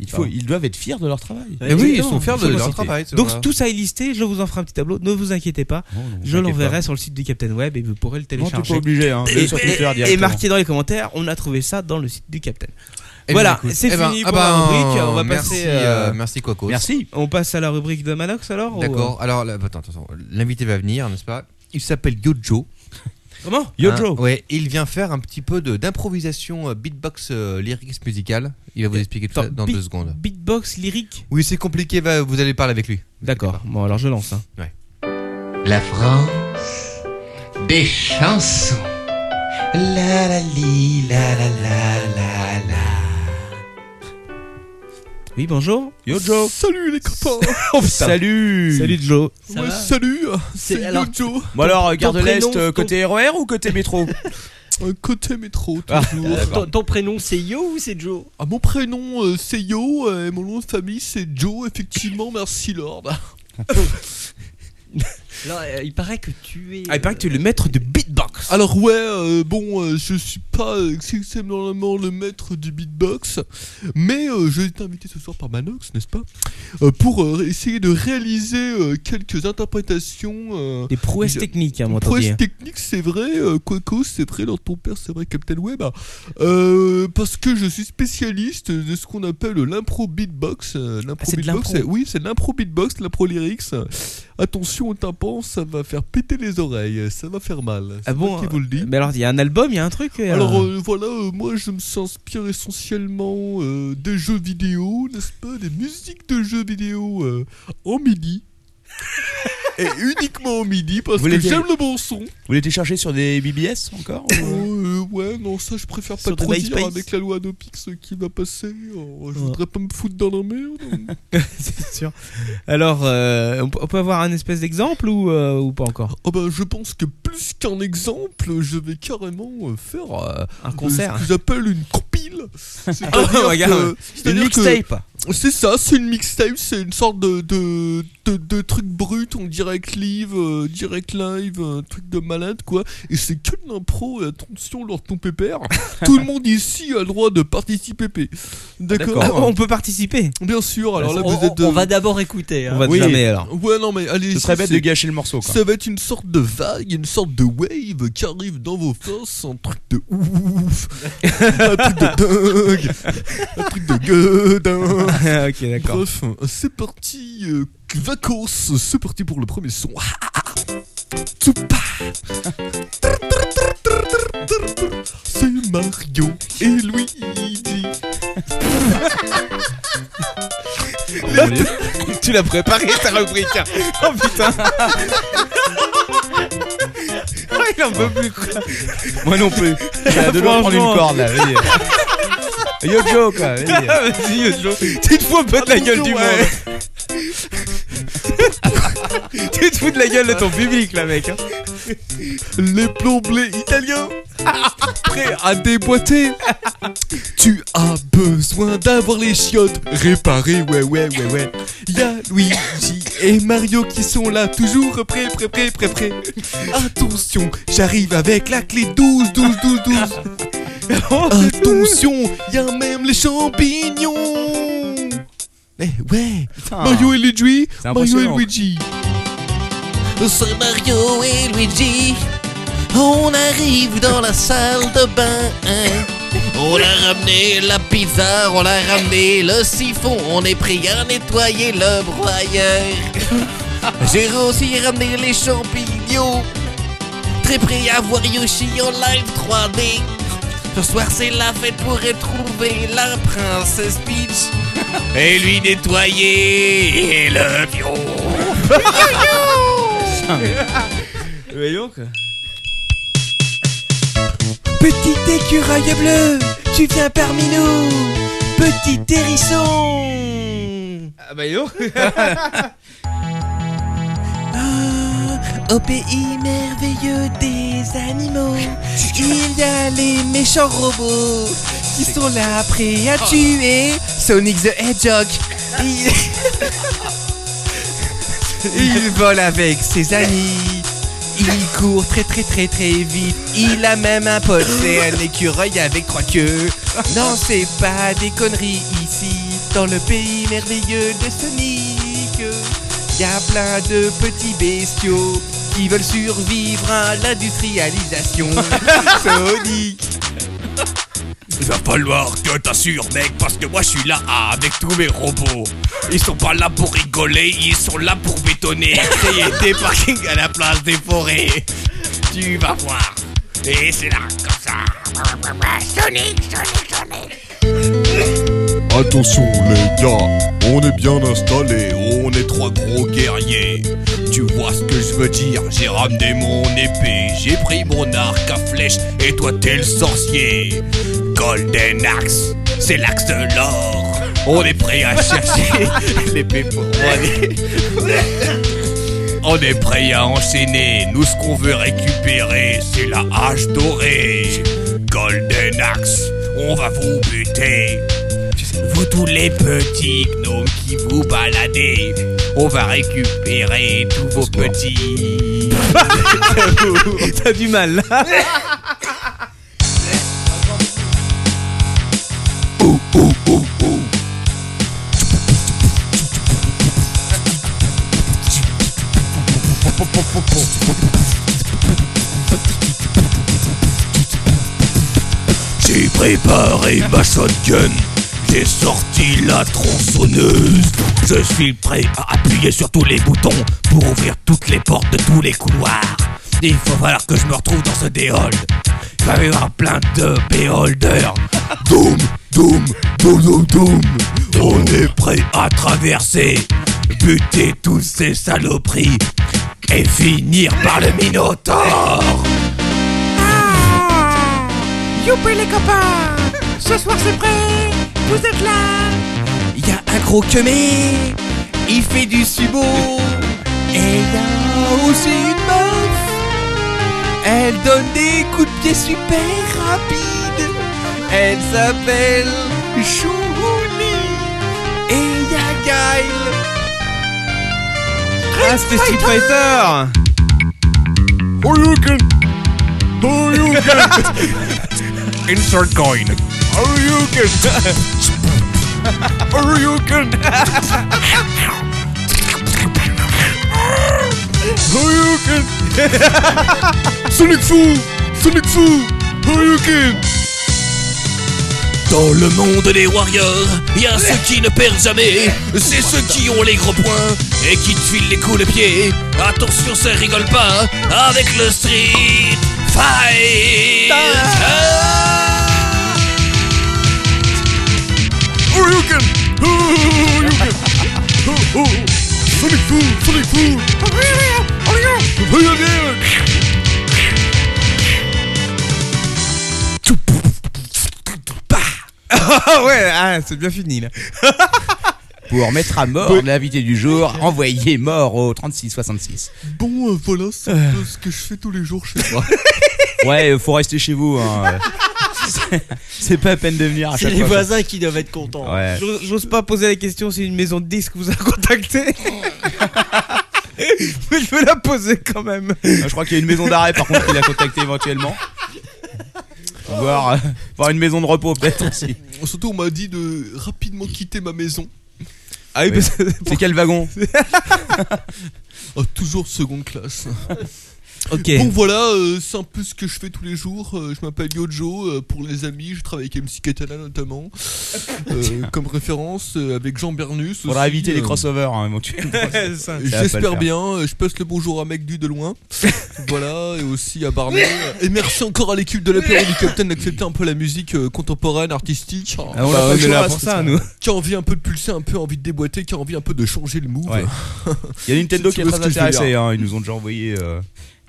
S5: Il faut, ils doivent être fiers de leur travail.
S7: Mais Eh oui, ils sont fiers de
S8: Faut
S7: leur
S8: citer.
S7: travail. c'est
S8: Donc
S7: vrai.
S8: tout ça est listé, je vous en ferai un petit tableau, ne vous inquiétez pas, je l'enverrai sur le site du Captain Web et vous pourrez le
S5: Non, t'es pas
S8: télécharger.
S5: obligé. Hein.
S8: Et,
S5: Mets-le sur
S8: et-
S5: Twitter
S8: et
S5: directement.
S8: marquez dans les commentaires, on a trouvé ça dans le site du Captain.
S7: Eh bien,
S8: voilà,
S7: écoute,
S8: c'est
S7: eh ben,
S8: fini
S7: ah
S8: pour la
S7: ben,
S8: rubrique, on va
S7: merci,
S8: passer,
S7: euh,
S8: euh,
S7: merci Quacos.
S5: Merci.
S8: On passe à la rubrique de Manox alors ou, euh,
S7: D'accord. Alors, là, attends, attends, l'invité va venir, n'est-ce pas Il s'appelle Yojo.
S8: euh, Comment
S5: Yojo.
S7: Hein, ouais, il vient faire un petit peu de- d'improvisation euh, beatbox euh, lyrics musicale. Il va vous expliquer tout ça
S8: Attends,
S7: dans
S8: beat-
S7: deux secondes.
S8: Beatbox lyrique
S7: Oui, c'est compliqué, va- vous allez parler avec lui.
S8: D'accord, bon alors je lance. hein.
S2: La France des chansons. La la li, la la la la la.
S8: Oui, bonjour.
S5: Yojo.
S7: Salut les copains
S5: Salut.
S8: Salut Joe.
S6: Ça va
S7: Salut
S6: C'est- alors,
S7: Yojo
S5: Bon alors, euh, gare de
S6: Ton
S5: l'Est,
S6: prénom,
S5: euh,
S6: ton-
S5: côté RER ou côté métro
S7: Euh, Côté métro,
S5: Ah,
S6: ton, ton prénom c'est Yo ou c'est Joe
S7: Ah, mon prénom euh, c'est Yo euh, et mon nom de famille c'est Joe, effectivement, merci Lord.
S6: Alors, euh, Il paraît que tu es.
S8: Ah, il paraît que tu es le maître de beatbox.
S7: Alors ouais, euh, bon, euh, je suis pas euh, exceptionnellement le maître du beatbox, mais euh, j'ai été invité ce soir par Manox, n'est-ce pas euh, Pour euh, essayer de réaliser euh, quelques interprétations... euh,
S8: Des prouesses
S7: Je-
S8: techniques, à mon
S7: Prouesse technique, c'est vrai, euh, Quaco, c'est vrai, dans ton père, c'est vrai, Captain Web. Euh, parce que je suis spécialiste de ce qu'on appelle l'impro beatbox. euh, L'impro
S8: Ah, c'est de
S7: beatbox,
S8: l'impro.
S7: euh, oui, c'est de l'impro beatbox, l'impro lyrics. Attention au tympan, ça va faire péter les oreilles, ça va faire mal.
S8: Ah
S7: C'est
S8: bon,
S7: moi qui vous le dit.
S8: Mais alors, il y a un album, il y a un truc. euh,
S7: Alors euh, voilà, euh, moi je me s'inspire essentiellement euh, des jeux vidéo, n'est-ce pas Des musiques de jeux vidéo euh, en midi. Et uniquement en midi parce
S5: Vous
S7: que
S5: les-
S7: j'aime le bon son.
S5: Vous l'étiez cherché sur des BBS encore ou-
S7: Euh, ouais, non, ça je préfère pas
S10: Sur des
S7: trop dire
S10: MySpace.
S7: avec la loi Nopix qui va passer. Oh, je voudrais pas me foutre dans la merde.
S10: c'est sûr. Alors, euh, on peut- on peut avoir un espèce d'exemple ou, euh, ou pas encore
S7: oh bah, je pense que plus qu'un exemple, je vais carrément euh, faire euh,
S10: Un
S7: euh,
S10: concert
S7: ce que j'appelle une compile. C'est-à-dire
S10: Oh, regarde.
S7: que-
S10: Une
S7: c'est-à-dire que-
S10: mixtape
S7: C'est ça, c'est une mixtape, c'est une sorte de, de, de, de truc brut en direct live, euh, direct live, un truc de malade quoi. Et c'est que de l'impro, et attention lors de ton pépère. Tout le monde ici a le droit de participer. D'accord
S10: Ah, On peut participer
S7: Bien sûr, alors là
S6: Bah, on,
S7: vous êtes.
S6: on
S7: euh,
S6: va d'abord écouter. hein.
S10: On va
S5: Oui.
S10: jamais alors.
S7: Ouais, non mais allez,
S5: Ce serait bête
S7: c'est-
S5: de gâcher le morceau, quoi.
S7: ça va être une sorte de vague, une sorte de wave qui arrive dans vos faces, un truc de ouf, un truc de dingue, un truc de gueudin.
S10: ok, d'accord.
S7: Bref, c'est parti, euh, vacances, c'est parti pour le premier son. Tsupa. C'est Mario et Luigi.
S10: tu l'as préparé ta rubrique. hein. Oh putain. Ah,
S8: Oh,
S10: Il en peut plus quoi.
S5: Moi non plus. J'ai de l'eau prendre
S10: Franchement.
S5: une corde, là. Vas-y. Yo-yo, quoi. vas-y.
S10: Vas-y, Joe. Ah, Tu te fous un peu de la gueule du monde. tu te fous de la gueule de ton public là, mec. hein.
S7: Les plomblés italiens Prêts à déboîter Tu as besoin d'avoir les chiottes réparées, ouais, ouais, ouais, ouais. Y'a Luigi et Mario qui sont là, toujours prêts, prêts, prêts, prêts, prêts. Attention, j'arrive avec la clé 12, 12, 12, 12.
S10: Oh,
S7: Attention, y'a même les champignons Eh ouais Mario et Luigi
S5: hein. C'est
S7: Mario et
S5: impressionnant.
S7: Luigi
S2: C'est Mario et Luigi. On arrive dans la salle de bain. On a ramené la pizza, on a ramené le siphon. On est prêt à nettoyer le broyeur. J'ai aussi ramené les champignons. Très prêt à voir Yoshi en live 3D. Ce soir, c'est la fête pour retrouver la princesse Peach. Et lui nettoyer le pion.
S8: Petit écureuil bleu, tu viens parmi nous, petit hérisson.
S10: Ah bah yo.
S8: Ah, Au pays merveilleux des animaux, il y a les méchants robots qui sont là prêts
S10: Ah.
S8: à tuer Sonic the Hedgehog. Il, il vole avec ses amis. Il court très très très très vite. Il a même un pote, c'est un écureuil avec trois queues. Non, c'est pas des conneries ici, dans le pays merveilleux de Sonic. Y a plein de petits bestiaux qui veulent survivre à l'industrialisation. Sonic.
S2: Il va falloir que t'assures, mec, parce que moi je suis là ah, avec tous mes robots. Ils sont pas là pour rigoler, ils sont là pour bétonner, créer des parkings à la place des forêts. Tu vas voir. Et c'est là, comme ça. Sonic, Sonic, Sonic.
S11: Attention les gars, on est bien installés, on est trois gros guerriers.
S2: Tu vois ce que je veux dire, j'ai ramené mon épée, j'ai pris mon arc à flèche, et toi t'es le sorcier. Golden Axe, c'est l'axe de l'or. On est prêt à chercher l'épée pour moi. On est prêt à enchaîner, nous ce qu'on veut récupérer, c'est la hache dorée. Golden Axe, on va vous buter. Vous tous les petits gnomes qui vous baladez, on va récupérer tous vos petits.
S10: T'as du mal
S8: Ah,
S10: là.
S2: J'ai préparé ma shotgun, j'ai sorti la tronçonneuse. Je suis prêt à appuyer sur tous les boutons pour ouvrir toutes les portes de tous les couloirs. Il faut falloir que je me retrouve dans ce déhold. Il va y avoir plein de beholders. Doom, doom, doom, doom, doom. On est prêt à traverser, buter toutes ces saloperies et finir par le Minotaure.
S12: Youpi les copains Ce soir c'est prêt Vous êtes là
S13: Il y a un gros quemé, il fait du subo.
S12: Et y a aussi une meuf Elle donne des coups de pied super rapides Elle s'appelle Chouli Et y a Kyle
S8: Ah, c'était Street Fighter
S14: Oh, you can. Oh, you can. Insert coin. Oh, you can. Oh, you can. Oh, you can. Sonic Fou. Sonic Fou. Oh, you can.
S13: Dans le monde des warriors, il y a ceux qui ne perdent jamais. C'est ceux qui ont les gros points et qui te filent les coups de pied. Attention, ça rigole pas avec le street fight.
S14: Oh, you can. Oh, you can. Oh, oh. Sonic Fou. Sonic Fou. Oh, yeah. Oh, yeah.
S8: Ah ouais, ah, c'est bien fini là.
S5: Pour mettre à mort l'invité du jour, envoyez mort au 3666.
S7: Bon, euh, voilà, c'est euh, ce que je fais tous les jours chez moi.
S5: Ouais, euh, faut rester chez vous. hein. C'est- C'est pas à peine de
S8: Ah,
S5: venir à
S6: C'est
S5: chaque
S6: les
S5: fois.
S6: voisins qui doivent être contents.
S5: Ouais.
S8: J'ose- J'ose pas poser la question si une maison de disques vous a contacté. Mais je vais la poser quand même.
S5: Ah, Je crois qu'il y a une maison d'arrêt par contre qui l'a contacté éventuellement. Voir, euh, voir une maison de repos peut-être aussi.
S7: Surtout, on m'a dit de rapidement quitter ma maison.
S8: Ah oui,
S5: Oui.
S8: parce que
S5: C'est quel wagon
S7: Oh, toujours seconde classe.
S8: Ok.
S7: Bon voilà, euh, c'est un peu ce que je fais tous les jours. Euh, je m'appelle Yojo, euh, pour les amis, je travaille avec MC Katana notamment, Euh, comme référence, euh, avec Jean Bernus.
S5: On va
S7: aussi,
S5: éviter les
S7: euh,
S5: crossovers hein, éventuellement.
S8: Ça.
S5: Ça va pas le
S7: J'espère
S5: faire.
S7: bien, euh, je passe le bonjour à Mec du de loin. voilà, et aussi à Barnet. Et merci encore à l'équipe de l'apéro du Capitaine d'accepter un peu la musique euh, contemporaine, artistique.
S8: Ah, on l'a pas
S7: Bah, ouais,
S8: le
S7: mais
S8: choix
S7: là,
S8: pour ça, nous.
S7: Qui a envie un peu de pulser, un peu envie de déboîter, qui a envie un peu de changer le move.
S5: Ouais. Il y a Nintendo
S7: Tu
S5: qui est
S7: vois ce
S5: très
S7: que je veux
S5: intéressé,
S7: dire.
S5: hein, ils nous ont déjà envoyé euh,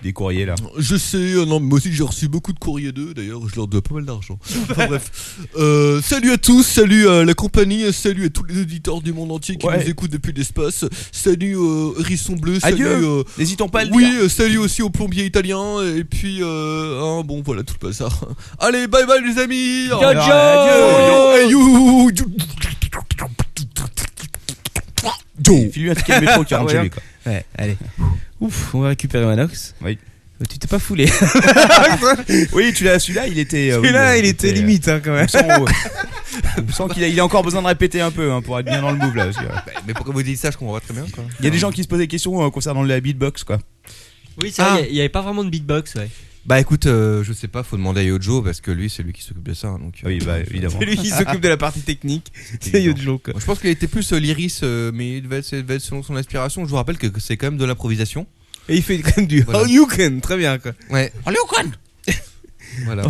S5: des courriers là.
S7: Je sais, euh, non, mais moi aussi j'ai reçu beaucoup de courriers d'eux, d'ailleurs je leur dois pas mal d'argent. Enfin bref. Euh, salut à tous, salut à la compagnie, salut à tous les auditeurs du monde entier qui
S5: Ouais.
S7: nous écoutent depuis l'espace, salut euh, Risson Bleu, salut...
S5: Adieu.
S7: euh,
S5: N'hésitons pas à le
S7: oui,
S5: dire.
S7: euh, salut aussi au plombier italien, et puis... Euh, hein, bon voilà, tout le bazar. Allez, bye bye les amis Au revoir.
S5: Alors, adieu.
S7: Hey, you.
S5: File-lui un ticket de métro qui rentre chez lui, quoi.
S8: Ouais, allez. Ouf, on va récupérer Manox.
S5: Oui.
S8: Euh, Tu t'es pas foulé.
S5: Oui, tu l'as, celui-là, il était. euh,
S8: Et là,
S5: oui,
S8: il était
S5: euh,
S8: limite hein, quand
S5: On
S8: même.
S5: sent, on sent qu'il a, il a encore besoin de répéter un peu hein, pour être bien dans le move là. parce que, euh,
S15: Mais pourquoi vous dites ça Je comprends pas très bien. Quoi.
S5: Il y a des gens qui se posent des questions euh, concernant la beatbox quoi.
S6: Oui, c'est
S15: Ah.
S6: vrai, il n'y avait pas vraiment de beatbox, ouais.
S15: Bah écoute, euh, je sais pas, faut demander à Yojo parce que lui, c'est lui qui s'occupe de ça. Donc, euh,
S5: Oui, bah évidemment.
S8: C'est lui qui s'occupe de la partie technique. C'est
S5: évident.
S8: Yojo quoi.
S15: Moi, Je pense qu'il était plus euh, l'iris, euh, mais il devait être, il devait être selon son inspiration. Je vous rappelle que que c'est quand même de l'improvisation.
S8: Et il fait quand même du
S15: Voilà.
S8: Oh you can, très bien quoi.
S15: Ouais.
S6: Oh,
S13: Allez, au con
S15: Voilà.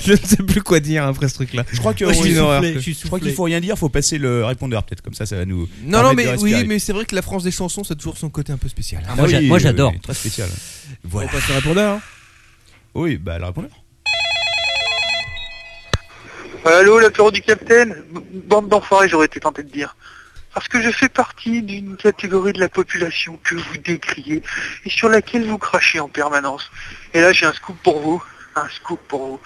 S8: Je ne sais plus quoi dire hein, après ce truc là.
S5: Je crois que
S8: Moi, je
S5: on-
S8: suis
S5: je
S8: une horreur.
S6: Soufflé, je suis
S5: crois qu'il
S6: soufflé.
S5: faut rien dire, faut passer le répondeur peut-être comme ça, ça va nous.
S15: Non, non,
S5: permettre de
S15: mais oui,
S5: respirer.
S15: mais c'est vrai que la France des chansons, ça a toujours son côté un peu spécial. hein.
S5: Ah
S6: moi,
S5: oui,
S6: j'a- moi,
S5: oui,
S6: j'adore.
S5: oui, Très spécial.
S8: On passe au répondeur. hein.
S5: Oui, bah le répondeur.
S16: Euh, Allô, l'apéro du capitaine B- Bande d'enfoirés, j'aurais été tenté de dire. Parce que je fais partie d'une catégorie de la population que vous décriez et sur laquelle vous crachez en permanence. Et là, j'ai un scoop pour vous. Un scoop pour vous.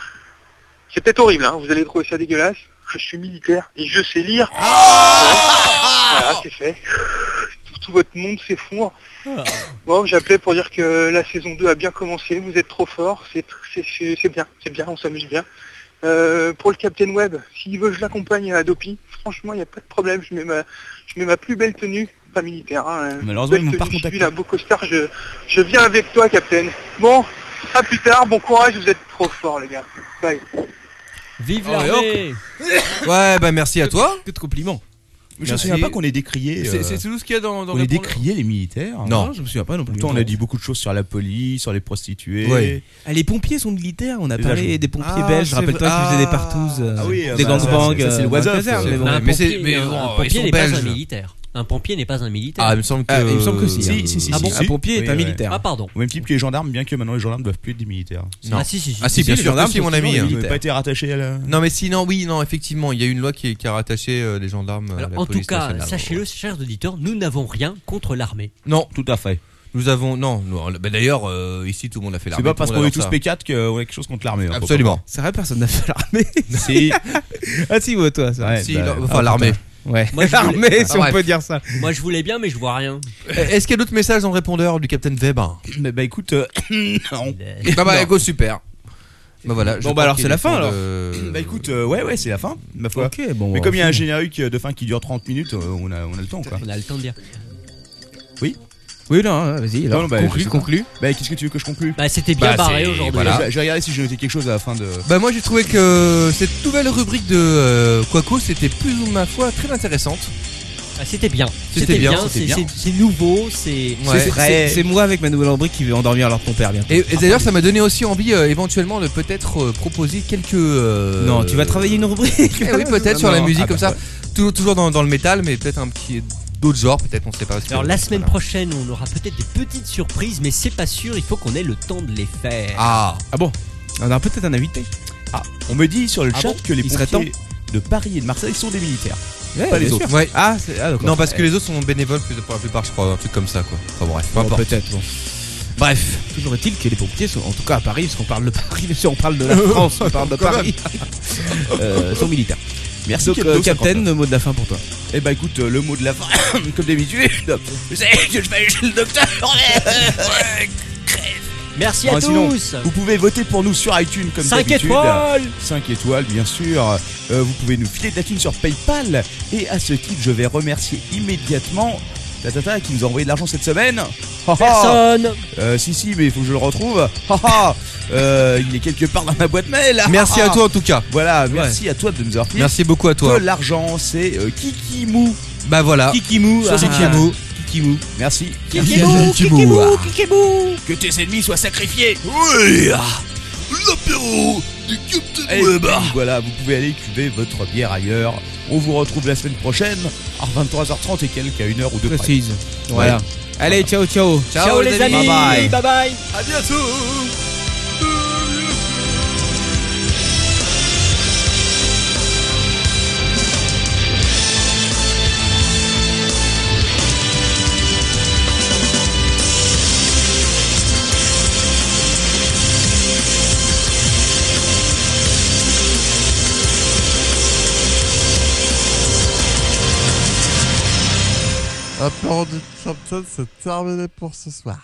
S16: C'est peut-être horrible, hein, vous allez trouver ça dégueulasse. Je suis militaire et je sais lire.
S5: Ah
S16: voilà, c'est fait. Tout, tout votre monde s'effondre.
S5: Ah.
S16: Bon, j'appelais pour dire que la saison 2 a bien commencé, vous êtes trop fort, c'est c'est- c'est- c'est bien, c'est bien, on s'amuse bien. Euh, pour le Captain Web, s'il veut, je l'accompagne à Dopi. Franchement, il n'y a pas de problème. Je mets ma, je mets ma plus belle tenue, pas militaire. Hein,
S5: Malheureusement,
S16: belle
S5: ils m'ont pas
S16: tenue
S5: recontacté.
S16: civile, un beau costard. Je, je viens avec toi, Captain. Bon, à plus tard. Bon courage. Vous êtes trop fort, les gars. Bye.
S6: Vive
S8: Oh,
S6: l'armée
S15: Ouais, bah merci à toi.
S8: Que de compliments.
S5: Je me
S15: Merci.
S5: souviens pas qu'on ait décrié. euh,
S8: tout ce qu'il y a dans,
S5: on ait décrié les militaires.
S15: Non.
S8: je me souviens pas non plus.
S5: Pourtant, on a dit beaucoup de choses sur la police, sur les prostituées.
S15: Ouais.
S8: Ah, les pompiers sont militaires, on a
S5: Les
S8: parlé
S5: agents.
S8: des pompiers
S15: Ah,
S8: belges,
S15: c'est
S8: rappelle-toi
S15: vrai.
S8: qu'ils faisaient des partous, euh,
S5: Ah oui,
S8: des
S5: bah, ça,
S8: gangbangs.
S5: c'est- ça, c'est le
S8: euh,
S5: Wazaf,
S8: dans le désert,
S5: euh,
S8: mais bon.
S15: Ouais,
S6: Un
S15: mais c'est-
S6: pompier,
S15: mais
S6: un
S15: bon, ils
S6: pompier
S15: sont
S6: n'est pas un
S15: belges.
S6: militaire. Un pompier n'est pas un militaire.
S5: Ah, il me semble que- Ah, il me semble que
S15: euh,
S5: si, hein.
S6: Si, si, si.
S5: Ah bon
S6: si.
S5: Un pompier est
S6: Oui,
S5: un
S6: ouais.
S5: militaire.
S6: Ah, pardon.
S5: Au même type que les gendarmes, bien que maintenant les gendarmes ne doivent plus être des militaires.
S7: Non. Ah si, bien
S5: les
S7: sûr, que
S5: gendarmes
S7: si,
S5: sont
S7: mon
S5: toujours
S7: ami.
S5: des
S7: hein.
S5: militaires. Ils n'ont pas été rattachés à la.
S7: Non mais si, non, oui, non, effectivement, il y a une loi qui, qui a rattaché euh, les gendarmes. euh, à la
S6: en tout
S7: police
S6: cas,
S7: nationale.
S6: sachez-le, chers auditeurs, nous n'avons rien contre l'armée.
S7: Non,
S5: tout à fait.
S7: Nous avons non, non, ben d'ailleurs euh, ici tout le monde a fait
S5: C'est
S7: l'armée.
S5: pas
S7: tout le
S5: parce
S7: monde
S5: qu'on est tous
S7: adore ça.
S5: P4 qu'on a quelque chose contre l'armée. hein, faut pas
S7: Absolument.
S5: croire.
S8: C'est vrai, personne n'a fait l'armée.
S5: Si.
S8: ah si, ouais, toi, ça.
S7: Si, l'ar- enfin, l'armée.
S8: Ouais.
S7: Moi, je voulais-
S8: l'armée, si
S7: Ah,
S8: on
S7: bref.
S8: peut dire ça.
S6: Moi, je voulais bien, mais je vois rien.
S7: Euh, Est-ce qu'il y a d'autres messages dans le répondeur du capitaine Weber
S5: Bah, écoute, non.
S7: Bah bah
S5: Non.
S7: écoute, super. Bah voilà. je
S5: Bon,
S7: crois
S5: bah alors
S7: qu'il
S5: c'est
S7: est
S5: la fin
S7: temps
S5: alors.
S7: de-
S5: Bah écoute, euh, ouais, ouais, c'est la fin, ma foi.
S7: Ok, bon,
S5: Mais
S7: bah,
S5: comme il y a un
S7: c'est
S5: générique de fin qui dure 30 minutes, euh, on a, on a le temps quoi.
S6: On a le temps de dire.
S5: Oui
S8: Oui, non, hein, vas-y, alors, conclue,
S5: je sais pas.
S8: conclue.
S5: Bah qu'est-ce que tu veux que je conclue
S6: Bah c'était
S7: bien barré aujourd'hui. voilà.
S5: J'ai j'ai regardé si j'ai noté quelque chose à la fin de.
S7: Bah moi j'ai trouvé que cette nouvelle rubrique de euh, Quaco c'était plus ou ma foi très intéressante.
S6: Ah, c'était bien.
S7: C'était bien, c'était
S6: c'est-
S7: bien.
S6: c'est- C'est nouveau, c'est.
S7: Ouais.
S8: C'est-
S7: Après-
S8: c'est- C'est moi avec ma nouvelle rubrique qui vais endormir alors ton père bientôt.
S7: Et, et d'ailleurs ça m'a donné aussi envie euh, éventuellement de peut-être euh, proposer quelques. euh,
S8: Non, tu vas travailler une rubrique.
S7: Eh oui, peut-être sur la
S8: Non.
S7: musique
S8: Ah,
S7: comme
S8: bah,
S7: ça. Toujours, toujours dans, dans le métal, mais peut-être un petit d'autres genres, peut-être on sait pas.
S6: Alors la semaine prochaine, on aura peut-être des petites surprises, mais c'est pas sûr. Il faut qu'on ait le temps de les faire.
S7: Ah.
S8: Ah bon On a peut-être un invité.
S5: Ah, on me dit sur le
S6: Ah
S5: chat
S6: bon
S5: que les
S6: Il serait
S5: pompiers de Paris et de Marseille sont des militaires.
S7: Ouais,
S5: pas les
S7: bien
S5: autres.
S7: sûr. Ouais.
S8: Ah, c'est- ah, d'accord.
S7: Non, parce que
S8: Ouais.
S7: les autres sont bénévoles plus- pour la plupart, je crois, un truc comme ça quoi. Enfin bref, peu importe.
S8: Peut-être, bon.
S7: Bref.
S8: Toujours est-il que les pompiers sont, en tout cas à Paris, parce qu'on parle de Paris, même si on parle de la France, on parle de
S5: Quand
S8: Paris, euh, sont militaires.
S5: Merci,
S8: Donc,
S5: Kendo,
S8: euh,
S5: 50.
S8: Captain, le mot de la fin pour toi.
S5: Eh bah écoute, euh, le mot de la fin, comme d'habitude, je sais que je vais chez le docteur.
S6: Merci à
S5: Ah, sinon,
S6: tous.
S5: Vous pouvez voter pour nous sur iTunes comme
S6: Cinq
S5: d'habitude. Oh.
S6: étoiles.
S5: 5 étoiles, bien sûr. Euh, vous pouvez nous filer de la thune sur PayPal. Et à ce titre, je vais remercier immédiatement Tatata qui nous a envoyé de l'argent cette semaine. Ha, ha.
S6: Personne.
S5: Euh, si, si, mais il faut que je le retrouve. Ha, ha. Euh, il est quelque part dans ma boîte mail.
S7: Merci
S5: Ha,
S7: à
S5: ha.
S7: toi en tout cas.
S5: Voilà, merci à toi de nous avoir filé
S7: Merci beaucoup à toi.
S5: De l'argent, c'est euh, Kikimou.
S7: Bah voilà.
S5: Kikimou,
S7: Sur Kikimou.
S5: Kikimou. Merci.
S7: Kikimou, Kikimou.
S5: Que tes ennemis soient sacrifiés.
S9: Oui. L'apéro du
S5: Et
S9: Captain
S5: puis,
S9: Web.
S5: Eh, voilà, vous pouvez aller cuver votre bière ailleurs. On vous retrouve la semaine prochaine à 23h30 et quelques à 1h ou 2
S8: Précise. Voilà. Allez, ciao, ciao.
S6: Ciao les amis.
S8: Bye bye.
S6: bye. bye.
S9: À bientôt.
S17: Un plan de Champion, c'est terminé pour ce soir.